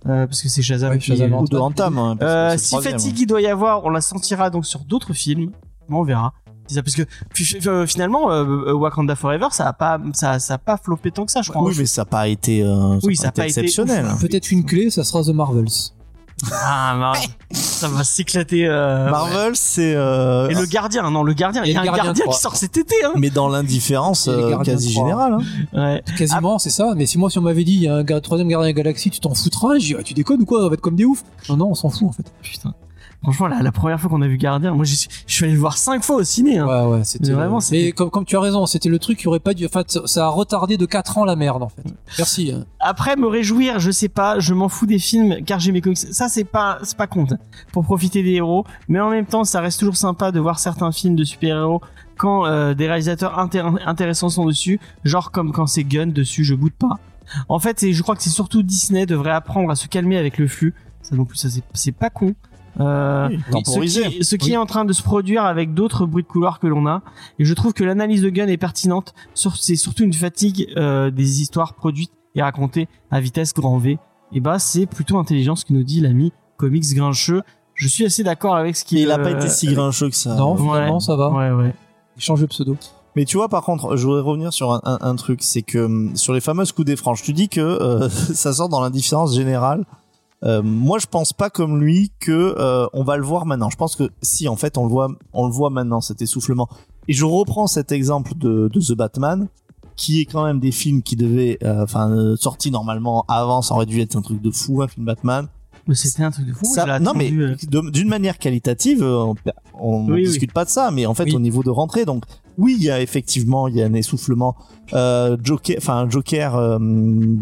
Speaker 2: euh, parce que c'est Shazam.
Speaker 3: Ouais,
Speaker 2: qui-
Speaker 3: Shazam,
Speaker 4: ou de
Speaker 3: Ant-Man.
Speaker 4: Antam. hein, parce que
Speaker 2: euh,
Speaker 4: c'est
Speaker 2: si
Speaker 4: le troisième.
Speaker 2: fatigue il doit y avoir, on la sentira donc sur d'autres films. Bon, on verra. C'est ça, Parce que fi- fi- euh, finalement, euh, euh, Wakanda Forever, ça a pas, ça, ça a pas floppé tant que ça, je crois. hein.
Speaker 4: Oui, mais ça n'a pas été, euh,
Speaker 2: Oui,
Speaker 4: ça a pas été exceptionnel.
Speaker 2: ouf.
Speaker 3: Peut-être une clé, ça sera The Marvels.
Speaker 2: Ah, mar- ça va s'éclater. euh,
Speaker 4: Marvel, c'est. euh,
Speaker 2: Et le gardien, non, le gardien.
Speaker 3: Et
Speaker 2: Il y a un
Speaker 3: le
Speaker 2: gardien,
Speaker 3: Gardien
Speaker 2: qui
Speaker 3: trois.
Speaker 2: sort cet été. Hein.
Speaker 4: Mais dans l'indifférence
Speaker 3: Et les
Speaker 4: euh,
Speaker 3: Gardiens
Speaker 4: quasi
Speaker 3: trois.
Speaker 4: générale. hein.
Speaker 2: Ouais.
Speaker 3: Quasiment, c'est ça. Mais si moi, si on m'avait dit il y a un gar- troisième gardien de la galaxie, tu t'en foutras, je dis Ah, tu déconnes ou quoi On va être comme des oufs. Non, non, on s'en fout en fait.
Speaker 2: Putain. Franchement, la, la première fois qu'on a vu Gardien, moi, je suis, je suis allé le voir cinq fois au ciné. hein.
Speaker 3: Ouais, ouais, c'était euh,
Speaker 2: Mais vraiment, c'était-
Speaker 3: Mais comme, comme tu as raison, c'était le truc qui aurait pas dû. Enfin, ça- ça a retardé de 4 ans la merde en fait.
Speaker 2: Mm.
Speaker 3: Merci. hein.
Speaker 2: Après, me réjouir, je sais pas, je m'en fous des films car j'ai mes comics. Ça, c'est pas, c'est pas compte pour profiter des héros. Mais en même temps, ça reste toujours sympa de voir certains films de super-héros quand euh, des réalisateurs intér- intéressants sont dessus. Genre comme quand c'est Gun dessus, je boude pas. En fait, et je crois que c'est surtout Disney devrait apprendre à se calmer avec le flux. Ça non plus, ça c'est- c'est pas con. Euh,
Speaker 4: Temporisé.
Speaker 2: ce qui, ce qui
Speaker 4: Oui.
Speaker 2: est en train de se produire avec d'autres bruits de couloir que l'on a. Et je trouve que l'analyse de Gunn est pertinente. Sur- C'est surtout une fatigue euh, des histoires produites et racontées à vitesse grand V. Et bah, c'est plutôt intelligent ce que nous dit l'ami comics grincheux. Je suis assez d'accord avec ce qu'il
Speaker 4: Il n'a
Speaker 2: euh,
Speaker 4: pas été si grincheux que ça.
Speaker 3: non,
Speaker 2: ouais.
Speaker 3: finalement, ça va.
Speaker 2: Ouais, ouais.
Speaker 3: Il Change de pseudo.
Speaker 4: Mais tu vois, par contre, je voudrais revenir sur un, un- un truc, c'est que hum, sur les fameuses coups des franges, tu dis que euh, ça sort dans l'indifférence générale. Euh, moi, je pense pas comme lui que euh, on va le voir maintenant. Je pense que si, en fait, on le voit, on le voit maintenant cet essoufflement. Et je reprends cet exemple de, de The Batman, qui est quand même des films qui devaient, euh, enfin, euh, sortis normalement avant, ça aurait dû être un truc de fou, un film Batman.
Speaker 2: Mais C'était un truc de fou.
Speaker 4: Ça-
Speaker 2: je l'ai
Speaker 4: non mais
Speaker 2: attendu, euh.
Speaker 4: de- d'une manière qualitative, euh, on, on
Speaker 2: Oui, oui.
Speaker 4: discute pas de ça, mais en fait
Speaker 2: Oui.
Speaker 4: au niveau de rentrée, donc oui, il y a effectivement il y a un essoufflement. Euh, Joker, enfin Joker euh,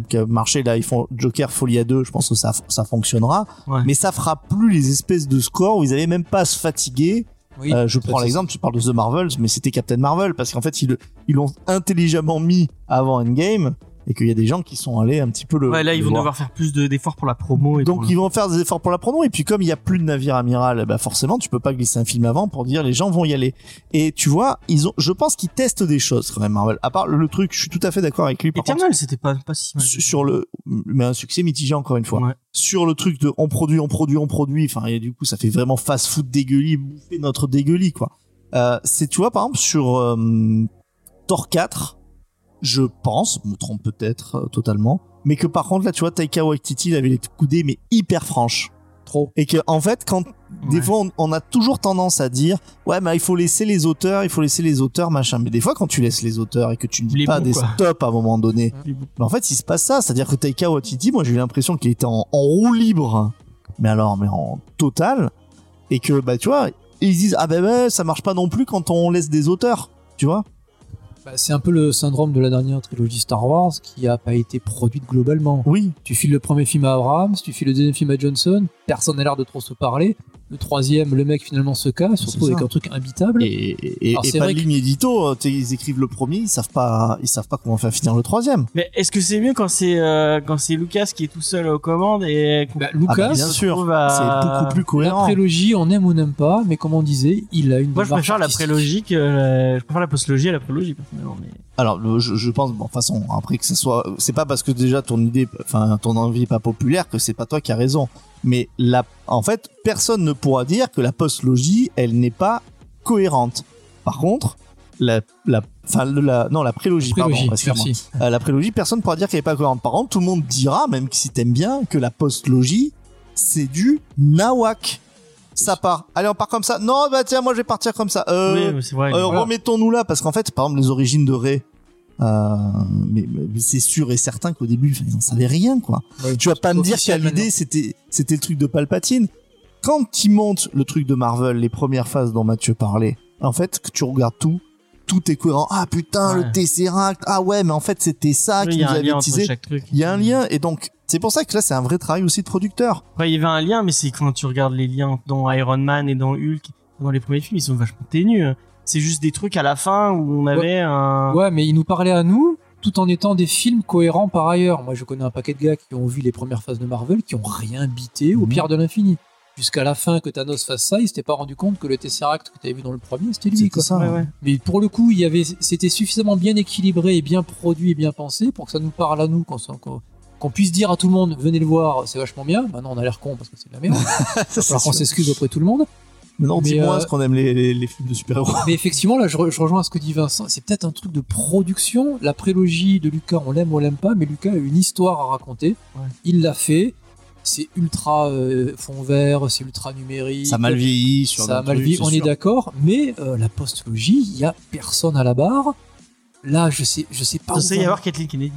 Speaker 4: qui a marché là, ils font Joker Folie à 2 je pense que ça ça fonctionnera,
Speaker 2: Ouais.
Speaker 4: mais ça fera plus les espèces de scores où ils avaient même pas à se fatiguer.
Speaker 3: Oui.
Speaker 4: Euh, je
Speaker 3: Ça,
Speaker 4: prends
Speaker 3: ça-
Speaker 4: l'exemple, tu parles de The Marvels, mais c'était Captain Marvel parce qu'en fait ils le- ils l'ont intelligemment mis avant Endgame et qu'il y a des gens qui sont allés un petit peu le.
Speaker 2: Ouais, là, ils
Speaker 4: le
Speaker 2: vont
Speaker 4: voir.
Speaker 2: devoir faire plus de- d'efforts pour la promo. Et
Speaker 4: Donc
Speaker 2: pour le-
Speaker 4: ils vont faire des efforts pour la promo et puis comme il y a plus de navire amiral, bah forcément tu peux pas glisser un film avant pour dire les gens vont y aller. Et tu vois, ils ont, je pense qu'ils testent des choses quand même Marvel. À part le truc, je suis tout à fait d'accord avec lui. Par contre,
Speaker 2: Eternal, c'était pas, pas si mal.
Speaker 4: su- sur le, mais un succès mitigé encore une fois.
Speaker 2: Ouais.
Speaker 4: Sur le truc de on produit, on produit, on produit. Enfin et du coup ça fait vraiment fast food dégueulis, bouffer notre dégueulis quoi. Euh, c'est tu vois par exemple sur euh, Thor 4 je pense, me trompe peut-être euh, totalement, mais que par contre là, tu vois, Taika Waititi, il avait les coudées mais hyper franches.
Speaker 3: Trop.
Speaker 4: Et que en fait, quand des
Speaker 6: Ouais.
Speaker 4: fois on, on a toujours tendance à dire, ouais, mais il faut laisser les auteurs, il faut laisser les auteurs, machin. Mais des fois, quand tu laisses les auteurs et que tu ne dis
Speaker 6: Les
Speaker 4: pas
Speaker 6: bons,
Speaker 4: des
Speaker 6: quoi.
Speaker 4: stops à un moment donné,
Speaker 2: Les bons.
Speaker 4: mais en fait, il se passe ça, c'est-à-dire que Taika Waititi, moi, j'ai eu l'impression qu'il était en, en roue libre, mais alors, mais en total, et que bah, tu vois, ils se disent, ah ben ben, ça marche pas non plus quand on laisse des auteurs, tu vois.
Speaker 3: Bah, c'est un peu le syndrome de la dernière trilogie Star Wars qui a pas été produite globalement.
Speaker 4: Oui.
Speaker 3: Tu files le premier film à Abrams, tu files le deuxième film à Johnson, personne n'a l'air de trop se parler. Le troisième, le mec finalement se casse, se retrouve
Speaker 4: ça.
Speaker 3: avec un truc imbitable.
Speaker 4: Et, et,
Speaker 3: Alors,
Speaker 4: et
Speaker 3: c'est
Speaker 4: pas de
Speaker 3: vrai que-
Speaker 4: ligne édito, euh, t'es- ils écrivent le premier, ils savent pas, ils savent pas comment faire finir le troisième.
Speaker 2: Mais est-ce que c'est mieux quand c'est euh, quand c'est Lucas qui est tout seul aux commandes et qu'on
Speaker 3: Bah,
Speaker 4: Ah bah,
Speaker 3: Lucas,
Speaker 4: bien
Speaker 2: se
Speaker 4: sûr,
Speaker 2: trouve à-
Speaker 4: c'est beaucoup plus
Speaker 3: la
Speaker 4: cohérent.
Speaker 3: prélogie, on aime ou n'aime pas, mais comme on disait, il a une
Speaker 2: Moi, je
Speaker 3: démarche
Speaker 2: préfère la
Speaker 3: artistique.
Speaker 2: prélogie que la- je préfère la postlogie à la prélogie personnellement. Mais...
Speaker 4: Alors, le- je, je pense, bon, de toute façon, après que ce soit, c'est pas parce que déjà ton idée, enfin, ton envie est pas populaire que c'est pas toi qui as raison. Mais la, en fait, personne ne pourra dire que la postlogie, elle n'est pas cohérente. Par contre, la, la, enfin, le- la, non, la prélogie,
Speaker 3: Prélogie,
Speaker 4: pardon, excuse-moi.
Speaker 3: merci.
Speaker 4: Euh, la prélogie, personne ne pourra dire qu'elle n'est pas cohérente. Par contre, tout le monde dira, même si t'aimes bien, que la postlogie, c'est du nawak. Ça part. Allez, on part comme ça. Non, bah tiens, moi je vais partir comme ça. Euh,
Speaker 2: Oui, mais c'est vrai.
Speaker 4: euh,
Speaker 2: voilà.
Speaker 4: Remettons-nous là, parce qu'en fait, par exemple, les origines de Ray, euh, mais, mais c'est sûr et certain qu'au début, enfin, ils n'en savaient rien, quoi.
Speaker 3: Oui,
Speaker 4: Tu vas pas me dire qu'à
Speaker 3: officiel,
Speaker 4: l'idée, c'était, c'était le truc de Palpatine. Quand ils montent le truc de Marvel, les premières phases dont Mathieu parlait, en fait, que tu regardes tout, tout est cohérent. Ah putain,
Speaker 2: Ouais.
Speaker 4: le Tesseract. Ah ouais, mais en fait, c'était ça
Speaker 2: Oui,
Speaker 4: qui
Speaker 2: il y
Speaker 4: nous
Speaker 2: a un
Speaker 4: avait
Speaker 2: lien entre
Speaker 4: teasé.
Speaker 2: chaque truc.
Speaker 4: Il y a un lien, et donc, c'est pour ça que là, c'est un vrai travail aussi de producteur.
Speaker 2: Après, il y avait un lien, mais c'est quand tu regardes les liens dans Iron Man et dans Hulk, dans les premiers films, ils sont vachement ténus. hein. C'est juste des trucs à la fin où on avait
Speaker 4: Ah.
Speaker 2: un.
Speaker 3: Ouais, mais il nous parlait à nous tout en étant des films cohérents par ailleurs. Moi, je connais un paquet de gars qui ont vu les premières phases de Marvel, qui ont rien bité au
Speaker 4: Mhm.
Speaker 3: pire de l'infini. Jusqu'à la fin que Thanos fasse ça, il s'était pas rendu compte que le Tesseract que tu avais vu dans le premier, c'était lui.
Speaker 4: C'était
Speaker 3: Quoi.
Speaker 4: ça. hein.
Speaker 2: Ouais, ouais.
Speaker 3: Mais pour le coup, il y avait, c'était suffisamment bien équilibré et bien produit et bien pensé pour que ça nous parle à nous, qu'on, s'en- qu'on- qu'on puisse dire à tout le monde, venez le voir, c'est vachement bien. Maintenant, on a l'air con parce que c'est de la merde. Alors qu'on s'excuse auprès de tout le monde.
Speaker 4: Maintenant,
Speaker 3: Mais,
Speaker 4: dis-moi
Speaker 3: euh,
Speaker 4: ce qu'on aime les, les- les films de super-héros.
Speaker 3: Mais effectivement, là, je, re- je rejoins ce que dit Vincent. C'est peut-être un truc de production. La prélogie de Lucas, on l'aime ou on l'aime pas, mais Lucas a une histoire à raconter.
Speaker 2: Ouais.
Speaker 3: Il l'a fait. C'est ultra euh, fond vert, c'est ultra numérique.
Speaker 4: Ça a mal vieilli sur
Speaker 3: Ça a
Speaker 4: des
Speaker 3: mal
Speaker 4: trucs,
Speaker 3: vieilli,
Speaker 4: c'est
Speaker 3: on est
Speaker 4: sûr.
Speaker 3: d'accord. Mais euh, la postlogie, il y a personne à la barre. Là, je sais, je sais pas.
Speaker 2: Ça
Speaker 3: où
Speaker 2: sait
Speaker 3: va-
Speaker 2: y avoir Kathleen Kennedy.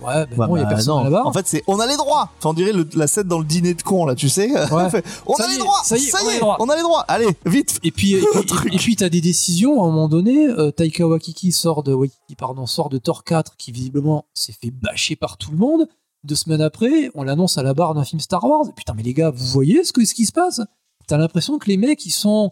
Speaker 3: Ouais, ben
Speaker 4: Ouais,
Speaker 3: non, il y a
Speaker 4: bah,
Speaker 3: personne
Speaker 4: non.
Speaker 3: à la barre.
Speaker 4: En fait, c'est on a les droits. Enfin, on dirait le- la scène dans le dîner de con là, tu sais.
Speaker 3: Ouais.
Speaker 4: on
Speaker 3: Ça
Speaker 4: a
Speaker 3: y
Speaker 4: les
Speaker 3: est,
Speaker 4: droits.
Speaker 3: ça y est, on a les droits.
Speaker 4: On a les droits. Allez, vite.
Speaker 3: Et puis, et puis, et puis, t'as des décisions à un moment donné. euh, Taika Waititi sort de Waititi, pardon, sort de Thor 4, qui visiblement s'est fait bâcher par tout le monde. Deux semaines après, on l'annonce à la barre d'un film Star Wars. Putain, mais les gars, vous voyez ce, que, ce qui se passe T'as l'impression que les mecs, ils sont,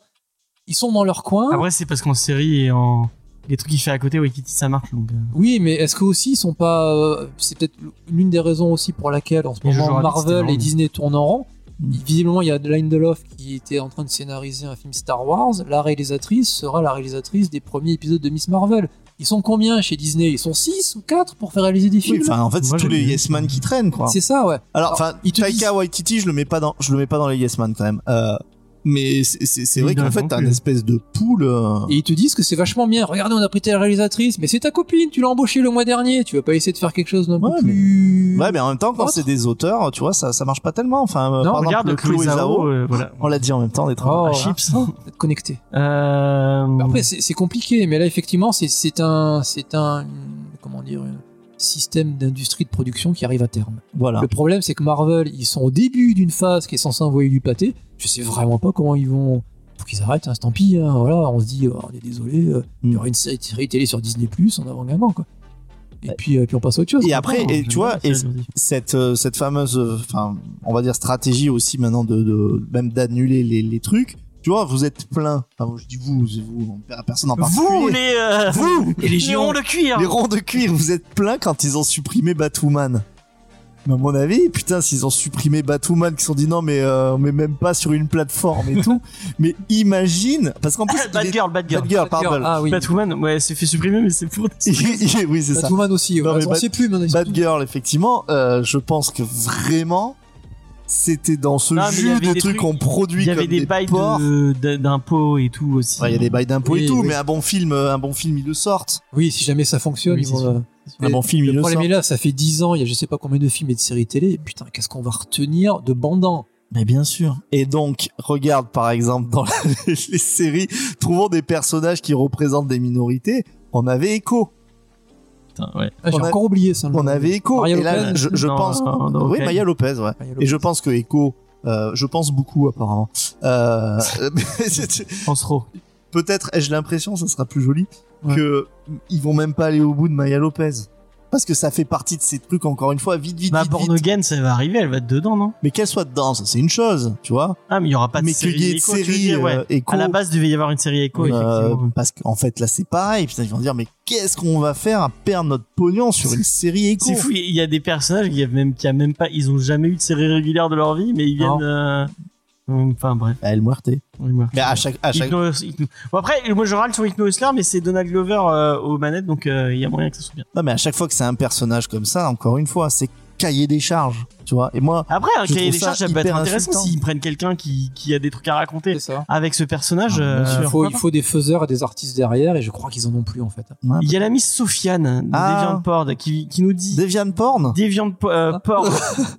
Speaker 3: ils sont dans leur
Speaker 4: Ah.
Speaker 3: coin.
Speaker 2: Après, c'est parce qu'en série et en. Les trucs qu'il fait à côté, Waititi, ça marche. Donc, euh,
Speaker 3: Oui, mais est-ce que aussi ils sont pas euh, C'est peut-être l'une des raisons aussi pour laquelle en ce
Speaker 2: Les Jojo
Speaker 3: moment
Speaker 2: Rabbit, c'était
Speaker 3: Marvel
Speaker 2: marrant.
Speaker 3: et Disney tournent en rond.
Speaker 4: Mm.
Speaker 3: Visiblement, il y a Lindelof qui était en train de scénariser un film Star Wars. La réalisatrice sera la réalisatrice des premiers épisodes de Miss Marvel. Ils sont combien chez Disney Ils sont 6 ou 4 pour faire réaliser des
Speaker 4: Oui,
Speaker 3: films
Speaker 4: enfin, en fait, c'est
Speaker 2: Moi,
Speaker 4: tous
Speaker 2: j'ai
Speaker 4: les
Speaker 2: vu.
Speaker 4: yes man qui traînent quoi.
Speaker 3: C'est ça, ouais.
Speaker 4: Alors, enfin,
Speaker 3: ils te
Speaker 4: Taika
Speaker 3: disent-
Speaker 4: Waititi, je le mets pas dans, je le mets pas dans les yes man quand même. Euh, mais c'est- c'est c'est vrai
Speaker 2: Lindelof
Speaker 4: qu'en fait,
Speaker 2: non
Speaker 4: t'as
Speaker 2: plus.
Speaker 4: une espèce de poule. euh,
Speaker 3: Et ils te disent que c'est vachement bien. Regardez, on a pris telle réalisatrice, mais c'est ta copine, tu l'as embauchée le mois dernier. Tu vas pas essayer de faire quelque chose d'un
Speaker 4: Ouais,
Speaker 3: peu
Speaker 4: mais-
Speaker 3: plus.
Speaker 4: Ouais, mais en même temps, quand
Speaker 3: Autre.
Speaker 4: c'est des auteurs, tu vois, ça, ça marche pas tellement. Enfin, euh,
Speaker 3: Non,
Speaker 4: par exemple,
Speaker 2: regarde,
Speaker 4: le
Speaker 2: Chloé Zhao, euh, voilà.
Speaker 4: On l'a dit en même temps, des trucs.
Speaker 3: Oh,
Speaker 2: Ah, Chips.
Speaker 3: d'être connecté.
Speaker 2: Euh...
Speaker 3: Bah,
Speaker 4: Hmm.
Speaker 3: Après, c'est c'est compliqué, mais là, effectivement, c'est- c'est un, c'est un, comment dire, un système d'industrie de production qui arrive à terme.
Speaker 4: Voilà.
Speaker 3: Le problème, c'est que Marvel, ils sont au début d'une phase qui est censée envoyer du pâté. Je sais vraiment pas comment ils vont. Faut qu'ils arrêtent, hein, c'est tant pis. hein, voilà, on se dit, oh, on est désolé. euh, Il
Speaker 4: Hmm.
Speaker 3: y aura une série, série télé sur Disney Plus en avant gagnant quoi. Et puis, euh, puis on passe à autre chose.
Speaker 4: Et
Speaker 3: quoi.
Speaker 4: après,
Speaker 2: Oh,
Speaker 4: et
Speaker 2: j'aime
Speaker 4: tu vois,
Speaker 2: bien
Speaker 4: et
Speaker 2: ça, Jordi.
Speaker 4: cette, euh, cette fameuse, euh, enfin, on va dire stratégie aussi maintenant de, de- même d'annuler les, les trucs. Tu vois, vous êtes plein. Enfin, moi, je dis vous, c'est vous, personne en particulier.
Speaker 2: Vous, les. euh,
Speaker 4: vous,
Speaker 2: les géants de cuir
Speaker 4: les ronds de cuir, vous êtes plein quand ils ont supprimé Batwoman. Mais à mon avis, putain, s'ils ont supprimé Batwoman, qu'ils se sont dit non, mais euh, on met même pas sur une plateforme et tout. mais imagine, parce qu'en plus, il
Speaker 2: Bad
Speaker 4: est-
Speaker 2: girl, bad girl.
Speaker 4: Bad Girl, pardon.
Speaker 3: Ah oui.
Speaker 2: Batwoman, ouais, c'est fait supprimer, mais c'est pour.
Speaker 4: oui, c'est ça.
Speaker 3: Batwoman aussi.
Speaker 4: Non,
Speaker 3: ouais,
Speaker 4: mais
Speaker 3: on
Speaker 4: Bat-
Speaker 3: sait plus maintenant. ils sont
Speaker 4: Bad
Speaker 3: tous-
Speaker 4: Girl, effectivement, euh, je pense que vraiment, c'était dans ce
Speaker 2: Non, mais il y
Speaker 4: jus
Speaker 2: avait
Speaker 4: de
Speaker 2: des trucs-
Speaker 4: trucs qu'on produit
Speaker 2: Il y avait
Speaker 4: comme
Speaker 2: des,
Speaker 4: des,
Speaker 2: bails
Speaker 4: porcs.
Speaker 2: de- de- d'impôts et tout aussi.
Speaker 4: Ouais, il y a des bails d'impôts et
Speaker 3: Oui,
Speaker 4: tout,
Speaker 3: oui.
Speaker 4: mais un bon film, euh, un bon film, ils le sortent.
Speaker 3: Oui, si jamais ça fonctionne,
Speaker 2: Oui,
Speaker 3: ils
Speaker 2: c'est
Speaker 3: vont,
Speaker 2: sûr.
Speaker 3: euh,
Speaker 4: Un
Speaker 3: Mais
Speaker 4: bon film, ils
Speaker 3: Le
Speaker 4: le
Speaker 3: problème est
Speaker 4: sortent.
Speaker 3: là, ça fait 10 ans, il y a je sais pas combien de films et de séries télé. Putain, qu'est-ce qu'on va retenir de bandant
Speaker 4: Mais bien sûr. Et donc, regarde par exemple dans les séries, trouvons des personnages qui représentent des minorités. On avait Echo.
Speaker 2: Putain, ouais.
Speaker 3: Ah, J'ai
Speaker 4: On a-
Speaker 3: encore oublié ça. le
Speaker 4: On
Speaker 3: nom.
Speaker 4: avait Echo.
Speaker 3: Maria
Speaker 4: et là,
Speaker 3: Lopez
Speaker 4: je, je
Speaker 2: Non,
Speaker 4: pense.
Speaker 2: non, non,
Speaker 4: oui,
Speaker 2: ok.
Speaker 4: Maya Lopez, ouais.
Speaker 3: Maria
Speaker 4: Et
Speaker 3: Lopez.
Speaker 4: je pense que Echo, euh, je pense beaucoup apparemment. Euh, mais c'est-
Speaker 2: En trop.
Speaker 4: Peut-être ai-je l'impression, ça sera plus joli,
Speaker 3: Ouais.
Speaker 4: que ils vont même pas aller au bout de Maya Lopez. Parce que ça fait partie de ces trucs, encore une fois, vite, vite,
Speaker 2: Bah,
Speaker 4: vite,
Speaker 2: Born
Speaker 4: vite.
Speaker 2: Again, ça va arriver, elle va être dedans, non
Speaker 4: Mais qu'elle soit dedans, ça, c'est une chose, tu vois.
Speaker 2: Ah, mais il y aura pas de
Speaker 4: mais qu'il
Speaker 2: série.
Speaker 4: y ait une
Speaker 2: Echo, tu veux
Speaker 4: série
Speaker 2: dire, ouais.
Speaker 4: euh, Echo,
Speaker 2: À la base, devait y avoir une série Echo,
Speaker 4: euh,
Speaker 2: effectivement.
Speaker 4: parce qu'en fait, là, c'est pareil. Putain, ils vont dire, mais qu'est-ce qu'on va faire à perdre notre pognon sur une série Echo
Speaker 2: C'est fou, il y a des personnages qui a même, qui a même pas, ils ont jamais eu de série régulière de leur vie, mais ils
Speaker 3: Non.
Speaker 2: viennent. euh, Enfin bref.
Speaker 4: Elle muerte.
Speaker 2: Oui, moi.
Speaker 4: Mais à chaque, à chaque,
Speaker 2: Hypno- Hypno- Bon, après, moi je râle sur Hypno Hustler, mais c'est Donald Glover euh, aux manettes, donc euh, il y a moyen que ça soit bien.
Speaker 4: non, mais à chaque fois que c'est un personnage comme ça, encore une fois, c'est cahier des charges, tu vois. Et moi,
Speaker 2: Après, un
Speaker 4: Je
Speaker 2: cahier
Speaker 4: trouve
Speaker 2: des
Speaker 4: ça
Speaker 2: charges, ça peut être
Speaker 4: hyper
Speaker 2: intéressant
Speaker 4: insultant.
Speaker 2: s'ils prennent quelqu'un qui, qui a des trucs à raconter
Speaker 3: C'est ça.
Speaker 2: avec ce personnage.
Speaker 4: Ah, bien
Speaker 2: euh,
Speaker 4: sûr.
Speaker 3: Il faut, il faut des faiseurs et des artistes derrière, et je crois qu'ils en ont plus en fait.
Speaker 2: Il y a la Miss Sofiane de
Speaker 4: Ah.
Speaker 2: DeviantPorg qui, qui nous dit
Speaker 4: Deviant Ah. Porn,
Speaker 2: DeviantPorg.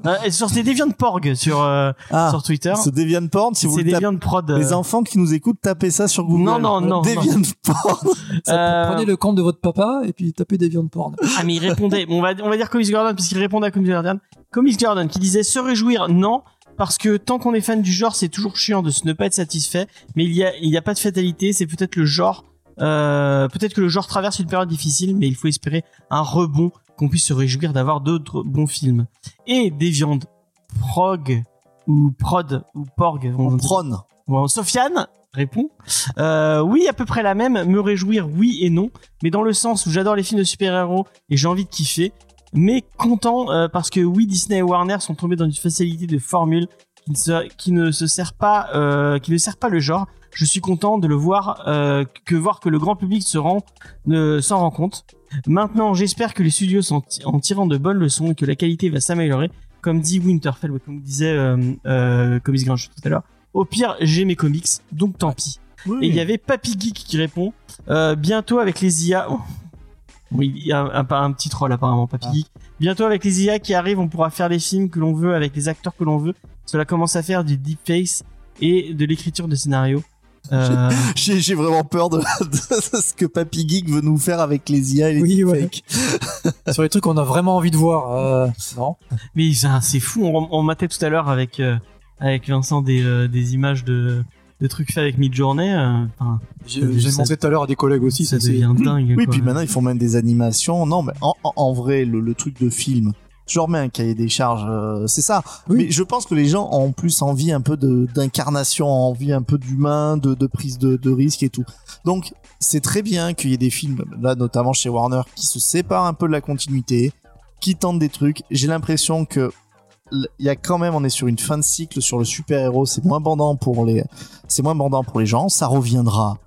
Speaker 2: Euh, elle sur des DeviantPorg sur, euh,
Speaker 4: ah,
Speaker 2: sur Twitter.
Speaker 4: ce Deviant Porn, si vous
Speaker 2: C'est
Speaker 4: le tapez,
Speaker 2: DeviantProd. euh,
Speaker 4: les enfants qui nous écoutent, tapez ça sur Google.
Speaker 2: Non, non, non,
Speaker 4: Deviant Porn.
Speaker 2: euh,
Speaker 3: Prenez le compte de votre papa et puis tapez des viandes porn.
Speaker 2: Ah mais il répondait, bon, on, va, on va dire Comics Gordon puisqu'il répondait à Comics Gordon. Comics Gordon qui disait se réjouir, non, parce que tant qu'on est fan du genre, c'est toujours chiant de se ne pas être satisfait, mais il y a, il y a pas de fatalité, c'est peut-être le genre, euh, peut-être que le genre traverse une période difficile, mais il faut espérer un rebond, qu'on puisse se réjouir d'avoir d'autres bons films. Et des viandes prog ou prod ou porg, on-
Speaker 4: On prône.
Speaker 2: Bon, Sofiane répond euh, Oui, à peu près la même. Me réjouir, oui et non. Mais dans le sens où j'adore les films de super-héros et j'ai envie de kiffer. Mais content euh, parce que oui, Disney et Warner sont tombés dans une facilité de formule qui ne se, qui ne se sert pas, euh, qui ne sert pas le genre. Je suis content de le voir, euh, que voir que le grand public se rend, ne s'en rend compte. Maintenant, j'espère que les studios sont en tirant de bonnes leçons et que la qualité va s'améliorer, comme dit Winterfell, ou comme disait euh, euh, Comics Grinch tout à l'heure. Au pire, j'ai mes comics, donc tant pis. Et il y avait Papy Geek qui répond euh, bientôt avec les IA. Oh. Oui, il y a un, un- un petit troll apparemment, Papy
Speaker 3: Ah.
Speaker 2: Geek. Bientôt avec les IA qui arrivent, on pourra faire les films que l'on veut avec les acteurs que l'on veut. Cela commence à faire du deepface et de l'écriture de scénario. Euh,
Speaker 4: J'ai j'ai vraiment peur de, de ce que Papy Geek veut nous faire avec les IA et les
Speaker 3: Oui, ouais.
Speaker 4: deepfakes.
Speaker 3: Sur les trucs qu'on a vraiment envie de voir. euh, non.
Speaker 2: mais ça, c'est fou. On, on matait tout à l'heure avec euh, avec Vincent des, euh, des images de, de trucs faits avec Midjourney. euh, enfin,
Speaker 3: J'ai j'ai
Speaker 2: Ça-
Speaker 3: demandé tout à l'heure à des collègues aussi.
Speaker 2: ça
Speaker 3: c'est-
Speaker 2: devient dingue.
Speaker 4: Oui,
Speaker 2: quoi.
Speaker 4: puis maintenant ils font même des animations. Non, mais en, en- en vrai, le, le truc de film, je leur mets un cahier des charges, euh, c'est ça.
Speaker 3: Oui.
Speaker 4: Mais je pense que les gens ont en plus envie un peu de- d'incarnation, envie un peu d'humain, de, de prise de, de risque et tout. Donc c'est très bien qu'il y ait des films, là notamment chez Warner, qui se séparent un peu de la continuité, qui tentent des trucs. J'ai l'impression que l- il y a quand même, on est sur une fin de cycle sur le super héros. C'est moins bandant pour les, c'est moins bandant pour les gens. Ça reviendra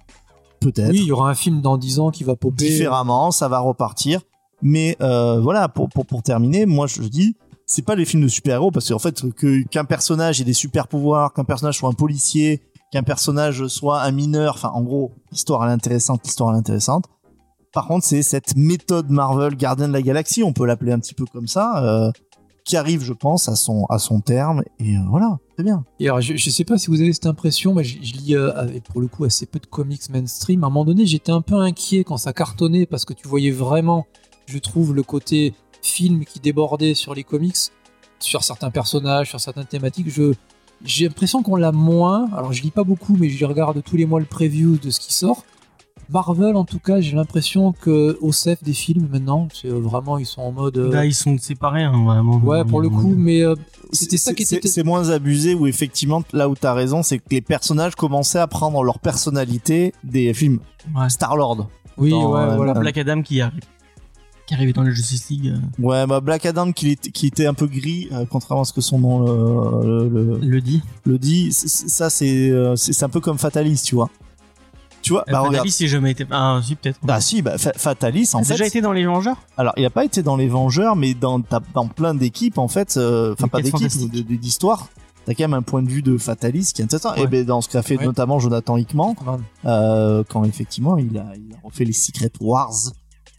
Speaker 4: peut-être
Speaker 3: Oui, il y aura un film dans 10 ans qui va popper.
Speaker 4: différemment, ça va repartir. Mais euh, voilà, pour, pour, pour terminer, moi je dis, c'est pas les films de super-héros, parce qu'en fait, que- qu'un personnage ait des super-pouvoirs, qu'un personnage soit un policier, qu'un personnage soit un mineur, enfin en gros, l'histoire elle est intéressante, l'histoire elle est intéressante. Par contre, c'est cette méthode Marvel Gardien de la Galaxie, on peut l'appeler un petit peu comme ça, euh, qui arrive, je pense, à son, à son terme, et euh, voilà, c'est bien.
Speaker 3: Et alors, je, je sais pas si vous avez cette impression, mais je, je lis euh, avec- pour le coup assez peu de comics mainstream. À un moment donné, j'étais un peu inquiet quand ça cartonnait parce que tu voyais vraiment, je trouve, le côté film qui débordait sur les comics, sur certains personnages, sur certaines thématiques. Je j'ai l'impression qu'on l'a moins. Alors, je lis pas beaucoup, mais je regarde tous les mois le preview de ce qui sort. Marvel, en tout cas, j'ai l'impression que OCF des films maintenant, c'est euh, vraiment ils sont en mode. euh,
Speaker 2: Là, ils sont séparés, hein, vraiment.
Speaker 3: ouais, pour le coup, mais euh, c'était ça qui
Speaker 4: C'est-
Speaker 3: était.
Speaker 4: C'est c'est moins abusé où effectivement, là où t'as raison, c'est que les personnages commençaient à prendre leur personnalité des films
Speaker 2: Ouais,
Speaker 4: Star-Lord.
Speaker 3: Oui,
Speaker 4: dans,
Speaker 3: ouais,
Speaker 4: euh,
Speaker 3: voilà.
Speaker 4: dans-
Speaker 2: Black Adam qui arrive qui arrivait dans la Justice League euh,
Speaker 4: Ouais, bah Black Adam qui, est- qui était un peu gris, euh, contrairement à ce que son nom euh, le, le-
Speaker 2: le dit
Speaker 4: le dit, c- c- ça c'est euh, c'est c'est un peu comme Fatalis, tu vois. tu vois, bah regarde.
Speaker 2: Fatalis, si jamais été. Ah, si, peut-être.
Speaker 4: Ah si, bah, Fa- Fatalis, en
Speaker 2: T'as
Speaker 4: fait.
Speaker 2: déjà été dans les Vengeurs
Speaker 4: Alors, il n'a pas été dans les Vengeurs, mais dans, t'as- dans plein d'équipes, en fait, euh, enfin
Speaker 2: Les
Speaker 4: pas
Speaker 2: Quatre
Speaker 4: d'équipes,
Speaker 2: Fantastiques.
Speaker 4: mais de- de- d'histoires. T'as quand même un point de vue de Fatalis qui est intéressant.
Speaker 3: Ouais.
Speaker 4: Et ben dans ce qu'a fait
Speaker 3: Ouais.
Speaker 4: notamment Jonathan Hickman,
Speaker 3: Command.
Speaker 4: euh, quand effectivement il a, il a refait les Secret Wars.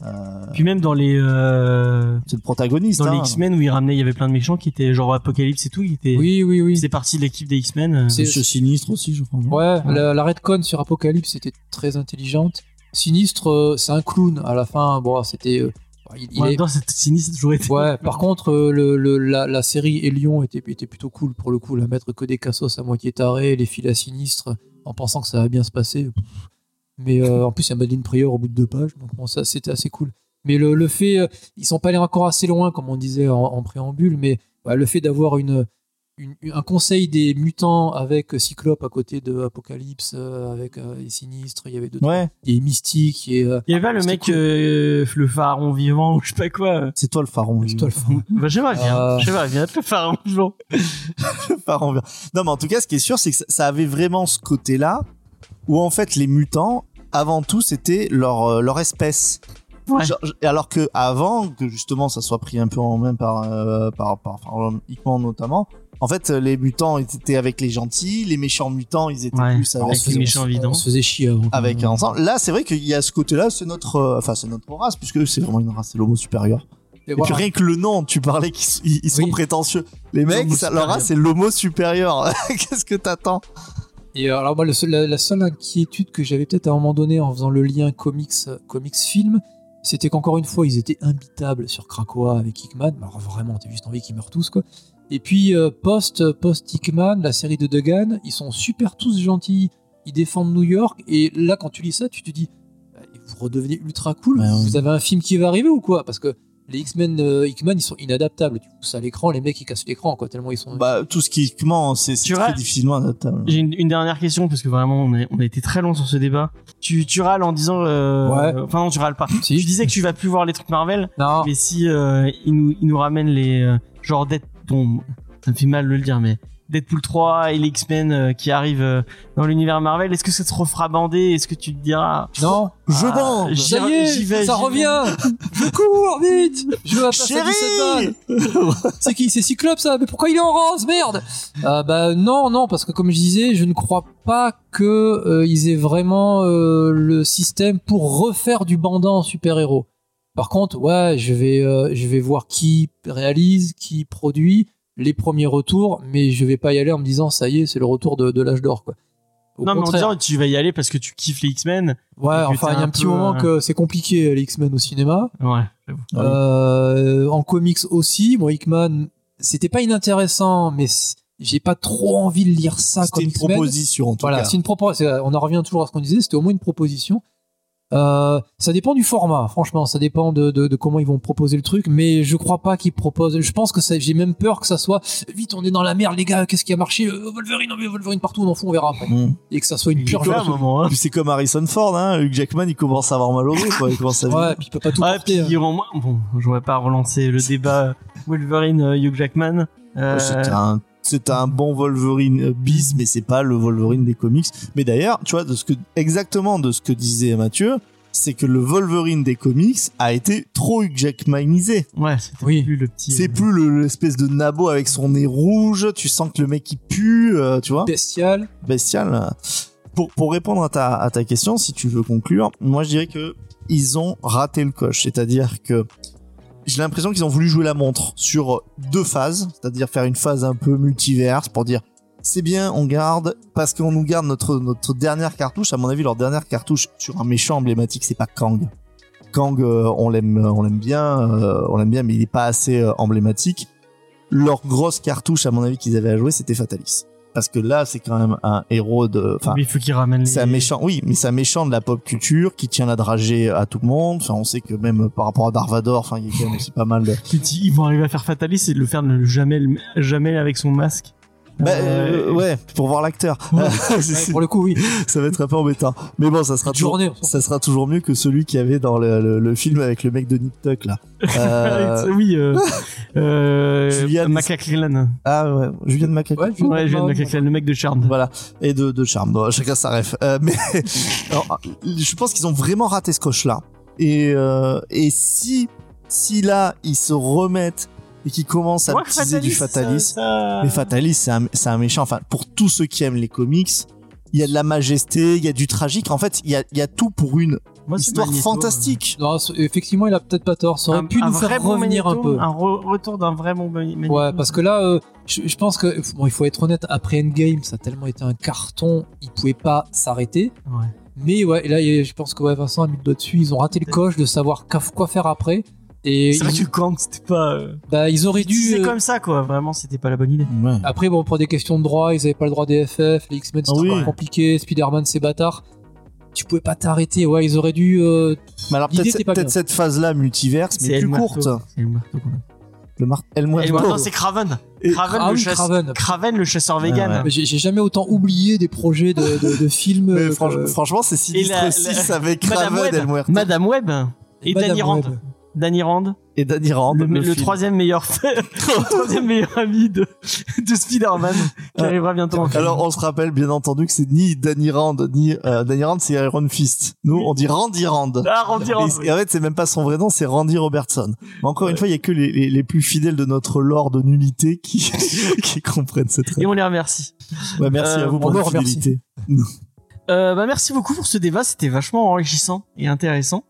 Speaker 4: Euh,
Speaker 2: Puis même dans les. euh,
Speaker 4: c'est le protagoniste.
Speaker 2: Dans les
Speaker 4: hein.
Speaker 2: X-Men où ils ramenaient, il y avait plein de méchants qui étaient genre Apocalypse et tout. Ils étaient.
Speaker 3: Oui, oui, oui.
Speaker 2: C'est parti de l'équipe des X-Men. euh,
Speaker 3: C'est-
Speaker 4: Monsieur Sinistre aussi, je crois. non
Speaker 3: Ouais, la, la Redcon sur Apocalypse était très intelligente. Sinistre, euh, c'est un clown. À la fin, bon, c'était. euh, il, il
Speaker 2: moi,
Speaker 3: est-
Speaker 2: dans cette sinistre, j'aurais été.
Speaker 3: Ouais, par contre, euh, le, le- la, la série Elion était, était plutôt cool pour le coup. La mettre que des cassos à moitié tarés, les fils à sinistre, en pensant que ça va bien se passer. Pff. Mais euh, en plus, il y a Madeleine Prior au bout de deux pages, donc bon, ça c'était assez cool. Mais le, le fait, euh, ils sont pas allés encore assez loin, comme on disait en, en préambule, mais bah, le fait d'avoir une, une- un conseil des mutants avec Cyclope à côté de Apocalypse, euh, avec euh, les sinistres, il y avait deux,
Speaker 4: Ouais,
Speaker 3: il y a Mystique et euh,
Speaker 2: Il y avait pas le
Speaker 3: C'était
Speaker 2: mec,
Speaker 3: cool.
Speaker 2: euh, le pharaon vivant ou je sais pas quoi. euh.
Speaker 4: c'est toi le pharaon. lui.
Speaker 3: Stolf.
Speaker 2: Bah, j'aimerais bien.
Speaker 3: Euh.
Speaker 2: J'aimerais bien être le pharaon vivant.
Speaker 4: Par envers. Non, mais en tout cas, ce qui est sûr, c'est que ça- ça avait vraiment ce côté-là où en fait les mutants, avant tout, c'était leur, euh, leur espèce.
Speaker 2: Ouais.
Speaker 4: Genre, je- alors que avant que justement ça soit pris un peu en main par euh, par par, par Hickman notamment, en fait euh, les mutants ils étaient avec les gentils, les méchants mutants ils étaient
Speaker 2: Ouais,
Speaker 4: plus avec,
Speaker 2: avec les
Speaker 4: euh,
Speaker 2: méchants évidemment.
Speaker 3: on se faisait chier avant.
Speaker 4: avec ensemble. Là c'est vrai qu'il y a ce côté-là, c'est notre euh, enfin c'est notre race puisque c'est vraiment une race, c'est l'homo supérieur.
Speaker 3: Et
Speaker 4: Et puis
Speaker 3: voilà.
Speaker 4: rien que le nom, tu parlais qu'ils sont- ils, ils sont
Speaker 3: Oui.
Speaker 4: prétentieux. Les mecs,
Speaker 2: L'homo
Speaker 4: ça, leur
Speaker 2: supérieur.
Speaker 4: race c'est l'homo supérieur. Qu'est-ce que t'attends
Speaker 3: Et euh, alors moi, le seul- la, la seule inquiétude que j'avais peut-être à un moment donné en faisant le lien comics comics film, c'était qu'encore une fois ils étaient imbitables sur Krakoa avec Hickman. Mais Alors vraiment, t'as juste envie qu'ils meurent tous quoi. Et puis euh, post post Hickman, la série de Degan, ils sont super tous gentils, ils défendent New York. Et là, quand tu lis ça, tu te dis, bah, vous redevenez ultra cool.
Speaker 4: Ouais, ouais.
Speaker 3: Vous avez un film qui va arriver ou quoi Parce que les X-Men euh, Hickman, ils sont inadaptables. Tu pousses à l'écran, les mecs ils cassent l'écran quoi. Tellement ils sont.
Speaker 4: Bah, tout ce qui commence, c'est c'est
Speaker 2: Tu
Speaker 4: très
Speaker 2: vois-
Speaker 4: difficilement adaptable.
Speaker 2: J'ai une, une dernière question parce que vraiment on, est- on a été très long sur ce débat. Tu, tu râles en disant. euh,
Speaker 3: Ouais.
Speaker 2: Enfin non, tu râles pas.
Speaker 3: Si.
Speaker 2: Tu disais que tu vas plus voir les trucs Marvel,
Speaker 3: non.
Speaker 2: mais si euh, ils, nous, ils nous ramènent les. euh, genre Deadpool. Bon, ça me fait mal de le dire, mais. Deadpool 3 et les X-Men euh, qui arrivent euh, dans l'univers Marvel, est-ce que ça te refera bander Est-ce que tu te diras.
Speaker 3: Non.
Speaker 4: Je
Speaker 2: Ah,
Speaker 4: bande
Speaker 2: j'y-
Speaker 3: Ça y est,
Speaker 2: j'y vais,
Speaker 3: ça
Speaker 2: j'y vais.
Speaker 3: revient Je cours, vite Je veux la place à 17
Speaker 4: Chérie
Speaker 3: balles. C'est qui C'est Cyclope, ça Mais pourquoi il est en rose Merde Euh, Bah non, non, parce que comme je disais, je ne crois pas que euh, ils aient vraiment euh, le système pour refaire du bandant en super-héros. Par contre, ouais, je vais, euh, je vais voir qui réalise, qui produit, les premiers retours, mais je vais pas y aller en me disant ça y est, c'est le retour de, de l'âge d'or, quoi. Au
Speaker 2: non, mais en
Speaker 3: contraire.
Speaker 2: disant tu vas y aller parce que tu kiffes les X-Men. que
Speaker 3: ouais, enfin,
Speaker 2: t'es
Speaker 3: il y a
Speaker 2: un
Speaker 3: un petit
Speaker 2: peu,
Speaker 3: moment
Speaker 2: euh,
Speaker 3: que c'est compliqué les X-Men au cinéma.
Speaker 2: Ouais.
Speaker 4: Ah oui.
Speaker 3: Euh, en comics aussi, bon, Hickman, c'était pas inintéressant, mais c- j'ai pas trop envie de lire ça
Speaker 4: C'était
Speaker 3: comme
Speaker 4: une
Speaker 3: X-Men.
Speaker 4: proposition, en tout
Speaker 3: Voilà,
Speaker 4: cas.
Speaker 3: c'est une proposition. On en revient toujours à ce qu'on disait, c'était au moins une proposition. Euh, ça dépend du format, franchement, ça dépend de, de- de comment ils vont proposer le truc, mais je crois pas qu'ils proposent. Je pense que ça- j'ai même peur que ça soit vite, on est dans la merde, les gars, qu'est-ce qui a marché Euh, Wolverine, on met Wolverine partout, on en fout, on verra après.
Speaker 4: Mm.
Speaker 3: Et que ça soit une pure
Speaker 2: Puis toi, à un moment. hein.
Speaker 4: Puis c'est comme Harrison Ford, hein. Hugh Jackman, il commence à avoir mal au dos, quoi. Il commence à
Speaker 3: Ouais, puis il peut pas tout hein.
Speaker 2: Ah,
Speaker 3: porter,
Speaker 2: puis en moins, bon, je vais pas relancer le débat Wolverine, euh, Hugh Jackman. Euh,
Speaker 4: C'était un, c'était un bon Wolverine euh, bis, mais c'est pas le Wolverine des comics. Mais d'ailleurs, tu vois, de ce que, exactement de ce que disait Mathieu, c'est que le Wolverine des comics a été trop Hugh Jackmanisé.
Speaker 2: ouais, c'était
Speaker 3: Oui.
Speaker 2: plus le petit.
Speaker 4: C'est
Speaker 2: euh,
Speaker 4: plus le- l'espèce de nabo avec son nez rouge, tu sens que le mec il pue, euh, tu vois.
Speaker 3: hein. bestial.
Speaker 4: bestial. Pour, pour répondre à ta, à ta question, si tu veux conclure, moi je dirais que ils ont raté le coche. C'est-à-dire que j'ai l'impression qu'ils ont voulu jouer la montre sur deux phases, c'est-à-dire faire une phase un peu multiverse pour dire c'est bien, on garde, parce qu'on nous garde notre, notre dernière cartouche. À mon avis, leur dernière cartouche sur un méchant emblématique, c'est pas Kang. Kang, euh, on l'aime, euh, on l'aime bien, euh, on l'aime bien, mais il est pas assez euh, emblématique. Leur grosse cartouche, à mon avis, qu'ils avaient à jouer, c'était Fatalis parce que là c'est quand même un héros de enfin
Speaker 2: mais il faut qu'il ramène les.
Speaker 4: c'est un méchant oui mais c'est un méchant de la pop culture qui tient la dragée à tout le monde enfin on sait que même euh, par rapport à Darvador enfin il y a quand même aussi pas mal de
Speaker 2: Ils ils vont arriver à faire Fatalis et de le faire ne jamais, le- jamais avec son masque.
Speaker 4: Bah,
Speaker 2: Euh,
Speaker 4: euh, ouais, pour voir l'acteur. C'est-
Speaker 3: Ouais,
Speaker 4: c'est-
Speaker 3: pour le coup, oui.
Speaker 4: ça va être un peu embêtant. Mais bon, ça sera
Speaker 3: Une
Speaker 4: toujours,
Speaker 3: journée. on s'en fout.
Speaker 4: ça sera toujours mieux que celui qu'il y avait dans le, le- le film avec le mec de Nip Tuck là. Euh,
Speaker 2: oui, euh, euh,
Speaker 4: Julian-
Speaker 2: McLachlan.
Speaker 4: ah ouais, Julien Macaque.
Speaker 3: Ouais,
Speaker 2: Ouais, Julian McLachlan, le mec de Charmed.
Speaker 4: Voilà, et de, de charme. Bon, chacun sa ref. Euh, mais alors, je pense qu'ils ont vraiment raté ce coche-là. Et, euh, et si, si là, ils se remettent et qu'ils commencent à
Speaker 2: Ouais,
Speaker 4: teaser du Fatalis,
Speaker 2: ça-
Speaker 4: mais Fatalis, c'est un, c'est un méchant. Enfin, pour tous ceux qui aiment les comics, il y a de la majesté, il y a du tragique. En fait, il y a, il y a tout pour une
Speaker 2: Moi, c'est
Speaker 4: histoire
Speaker 2: Magneto,
Speaker 4: fantastique.
Speaker 3: Non, c'est- effectivement, il a peut-être pas tort. Ça
Speaker 2: euh,
Speaker 3: aurait pu nous
Speaker 2: vrai
Speaker 3: faire
Speaker 2: bon
Speaker 3: revenir
Speaker 2: Magneto,
Speaker 3: un peu.
Speaker 2: Un re- retour d'un vrai bon Mag- Magneto.
Speaker 3: Ouais, parce que là, euh, je, je pense que bon, il faut être honnête. Après Endgame, ça a tellement été un carton, ils pouvaient pas s'arrêter.
Speaker 2: Ouais.
Speaker 3: Mais ouais, et là, il y a- je pense que ouais, Vincent a mis le doigt dessus. Ils ont raté le coche de savoir qu'à- quoi faire après. Et
Speaker 2: C'est vrai que
Speaker 3: ils,
Speaker 2: le camp, c'était pas. euh,
Speaker 3: bah, ils auraient dû.
Speaker 2: C'est
Speaker 3: euh,
Speaker 2: comme ça, quoi. Vraiment, c'était pas la bonne idée.
Speaker 4: Ouais.
Speaker 3: Après, bon, pour des questions de droit, ils avaient pas le droit des FF, les X-Men, c'était
Speaker 4: Ah oui.
Speaker 3: encore compliqué, Spider-Man, c'est bâtard. Tu pouvais pas t'arrêter, ouais, ils auraient dû. euh,
Speaker 4: Mais alors,
Speaker 3: L'idée
Speaker 4: peut-être
Speaker 3: était pas
Speaker 4: peut-être
Speaker 3: bien.
Speaker 4: cette phase-là, multiverse, mais
Speaker 2: C'est
Speaker 4: plus
Speaker 2: El Muerto.
Speaker 4: courte.
Speaker 2: C'est El Muerto qu'on a.
Speaker 4: Le Mar El Muerto.
Speaker 2: El Muerto, c'est Craven.
Speaker 4: Et-
Speaker 2: Craven,
Speaker 3: Ah
Speaker 2: le
Speaker 3: oui,
Speaker 2: chasse-
Speaker 3: Craven.
Speaker 2: Craven, le chasseur vegan.
Speaker 4: ouais.
Speaker 3: J'ai j'ai jamais autant oublié des projets de, de- de films.
Speaker 4: Mais
Speaker 3: euh,
Speaker 4: franch-
Speaker 3: que-
Speaker 4: franchement, c'est
Speaker 2: la-
Speaker 4: Sinistre
Speaker 2: la-
Speaker 4: 6 avec
Speaker 2: Madame
Speaker 4: Raven
Speaker 2: Web.
Speaker 4: El Muerto.
Speaker 2: Madame Web et
Speaker 3: Madame
Speaker 2: Danny Rand.
Speaker 3: Web.
Speaker 2: Danny Rand,
Speaker 4: et Danny Rand.
Speaker 2: le, le
Speaker 4: film.
Speaker 2: troisième meilleur, le troisième meilleur ami de, de Spider-Man, qui
Speaker 4: Ah.
Speaker 2: arrivera bientôt en film.
Speaker 4: Alors, on se rappelle bien entendu que c'est ni Danny Rand, ni. euh, Danny Rand, c'est Iron Fist. Nous, on dit Randy Rand.
Speaker 2: Ah, Randy Rand,
Speaker 4: Et, et en fait, c'est même pas son vrai nom, c'est Randy Robertson. Mais encore une fois, il y a que les, les, les plus fidèles de notre lore de nullité qui, qui comprennent cette
Speaker 2: Et
Speaker 4: règle.
Speaker 2: on les remercie.
Speaker 4: Ouais, merci
Speaker 2: euh,
Speaker 4: à vous pour
Speaker 3: on
Speaker 4: votre
Speaker 3: vous remercie.
Speaker 4: fidélité.
Speaker 2: Euh, bah, merci beaucoup pour ce débat, c'était vachement enrichissant et intéressant.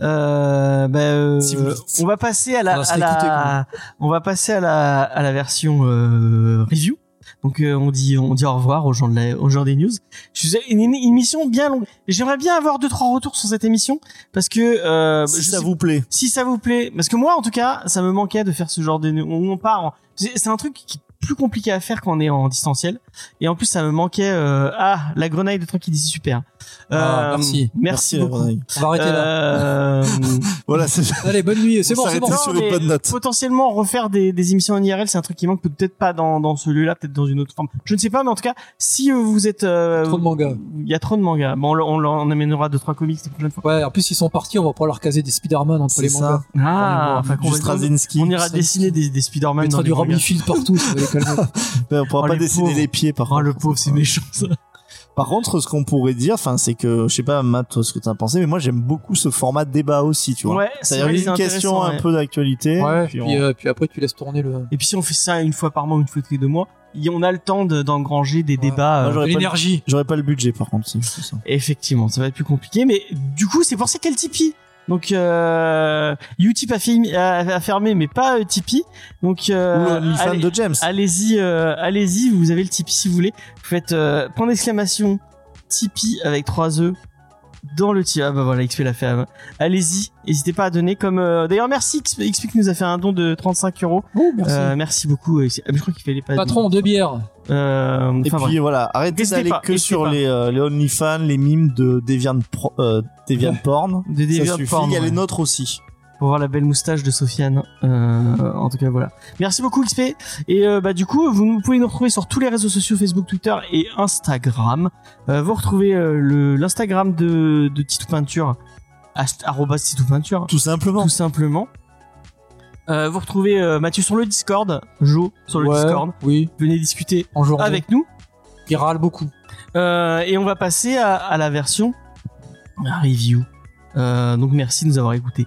Speaker 2: Euh, bah, euh,
Speaker 4: Si vous le dites.
Speaker 2: on va passer à la,
Speaker 3: On va se
Speaker 2: à la-
Speaker 3: réécouter, quoi.
Speaker 2: on va passer à la, à la version euh, review. Donc euh, on dit, on dit au revoir aux gens de la- aux gens des news. Je faisais une, une émission bien longue. J'aimerais bien avoir deux trois retours sur cette émission parce que euh,
Speaker 4: si
Speaker 2: je
Speaker 4: ça
Speaker 2: sais-
Speaker 4: vous plaît.
Speaker 2: si ça vous plaît, parce que moi en tout cas, ça me manquait de faire ce genre de où on part. en- C'est c'est un truc qui est plus compliqué à faire quand on est en distanciel. Et en plus, ça me manquait. euh, Ah, la grenaille de truc qui dit c'est super. Euh,
Speaker 3: Ah, merci.
Speaker 2: Merci,
Speaker 4: la
Speaker 2: beaucoup.
Speaker 4: Bretagne.
Speaker 3: On va arrêter là.
Speaker 2: Euh,
Speaker 4: Voilà, c'est
Speaker 3: Allez, bonne nuit, c'est bon,
Speaker 4: on
Speaker 3: c'est
Speaker 4: s'arrête
Speaker 3: bon.
Speaker 4: là. sur les
Speaker 2: mais
Speaker 4: bonnes notes.
Speaker 2: Potentiellement refaire des, des émissions en IRL, c'est un truc qui manque peut-être pas dans, dans celui-là, peut-être dans une autre forme. Je ne sais pas, mais en tout cas, si euh, vous êtes euh,
Speaker 3: Trop de mangas.
Speaker 2: il y a trop de mangas. Bon, on, le- on, le- on amènera deux trois comics la prochaine fois.
Speaker 3: Ouais, en plus, ils sont partis, on va pouvoir leur caser des Spider-Man entre
Speaker 4: C'est
Speaker 3: les
Speaker 4: ça.
Speaker 3: mangas.
Speaker 2: Ah,
Speaker 3: voir
Speaker 2: enfin, qu'on
Speaker 4: du
Speaker 2: va-
Speaker 4: Straczynski.
Speaker 2: on ira
Speaker 3: ça-
Speaker 2: dessiner des, des
Speaker 3: On
Speaker 2: Spider-Man dans
Speaker 3: mettra
Speaker 2: les
Speaker 3: du
Speaker 2: mangas.
Speaker 3: Romifil partout, ça va les calmer.
Speaker 4: Mais on pourra
Speaker 2: Oh,
Speaker 4: pas
Speaker 2: les
Speaker 4: dessiner
Speaker 2: pauvres.
Speaker 4: les pieds par
Speaker 2: Oh, le
Speaker 4: contre.
Speaker 2: pauvre, c'est méchant ça.
Speaker 4: Par contre, ce qu'on pourrait dire, enfin, c'est que, je sais pas, Matt, toi, ce que t'as pensé, mais moi, j'aime beaucoup ce format débat aussi, tu vois.
Speaker 2: Ouais,
Speaker 4: C'est-à-dire
Speaker 2: vrai, c'est
Speaker 4: une
Speaker 2: intéressant,
Speaker 4: question un
Speaker 2: ouais.
Speaker 4: peu d'actualité.
Speaker 3: Ouais,
Speaker 4: puis
Speaker 3: puis,
Speaker 4: on-
Speaker 3: euh, puis après, tu laisses tourner le.
Speaker 2: Et puis si on fait ça une fois par mois, une fois tous les deux mois, y- on a le temps de- d'engranger des
Speaker 3: Ouais.
Speaker 2: débats.
Speaker 4: Moi,
Speaker 2: euh,
Speaker 4: j'aurais pas le-
Speaker 3: L'énergie.
Speaker 4: J'aurais pas le budget par contre, c'est juste ça.
Speaker 2: effectivement, ça va être plus compliqué, mais du coup, c'est pour ça qu'elle Tipeee. Donc, euh, Utip a, fi- a- a fermé, mais pas euh, Tipeee. Donc, euh,
Speaker 4: Ou l'OnlyFans
Speaker 2: allez-
Speaker 4: de James.
Speaker 2: allez-y, euh, allez-y, vous avez le Tipeee si vous voulez. Vous faites euh, point d'exclamation Tipeee avec trois E dans le Tipeee. Ah bah voilà, XP l'a fait. avant. Allez-y, n'hésitez pas à donner. Comme euh, d'ailleurs, merci XP, XP qui nous a fait un don de 35 euros.
Speaker 3: Oh, merci.
Speaker 2: Euh, merci beaucoup. euh, XP. Ah, mais je crois qu'il fallait pas.
Speaker 3: Patron, deux bières.
Speaker 2: Euh,
Speaker 4: Et
Speaker 2: enfin,
Speaker 4: puis voilà, arrêtez
Speaker 2: N'hésitez
Speaker 4: d'aller
Speaker 2: pas,
Speaker 4: que
Speaker 2: n'hésitez
Speaker 4: sur
Speaker 2: pas.
Speaker 4: les, euh, les OnlyFans, les mimes de Deviant, Pro- euh, Deviant Porn.
Speaker 2: bref. Des
Speaker 4: ça
Speaker 2: déviants de
Speaker 4: suffit,
Speaker 2: porn,
Speaker 4: il y a
Speaker 2: ouais.
Speaker 4: les nôtres aussi.
Speaker 2: Pour voir la belle moustache de Sofiane. Euh, en tout cas, voilà. Merci beaucoup, XP. Et euh, bah, du coup, vous nous- pouvez nous retrouver sur tous les réseaux sociaux Facebook, Twitter et Instagram. Euh, vous retrouvez euh, le- l'Instagram de, de Titou Peinture, ast- arrobas Titou Peinture,
Speaker 4: Tout simplement.
Speaker 2: tout simplement. Euh, vous retrouvez euh, Mathieu sur le Discord, Jo sur le
Speaker 3: Ouais,
Speaker 2: Discord.
Speaker 3: Oui,
Speaker 2: Venez discuter
Speaker 3: en journée.
Speaker 2: avec nous.
Speaker 3: Il râle beaucoup.
Speaker 2: Euh, et on va passer à, à la version review. Euh, donc merci de nous avoir écoutés.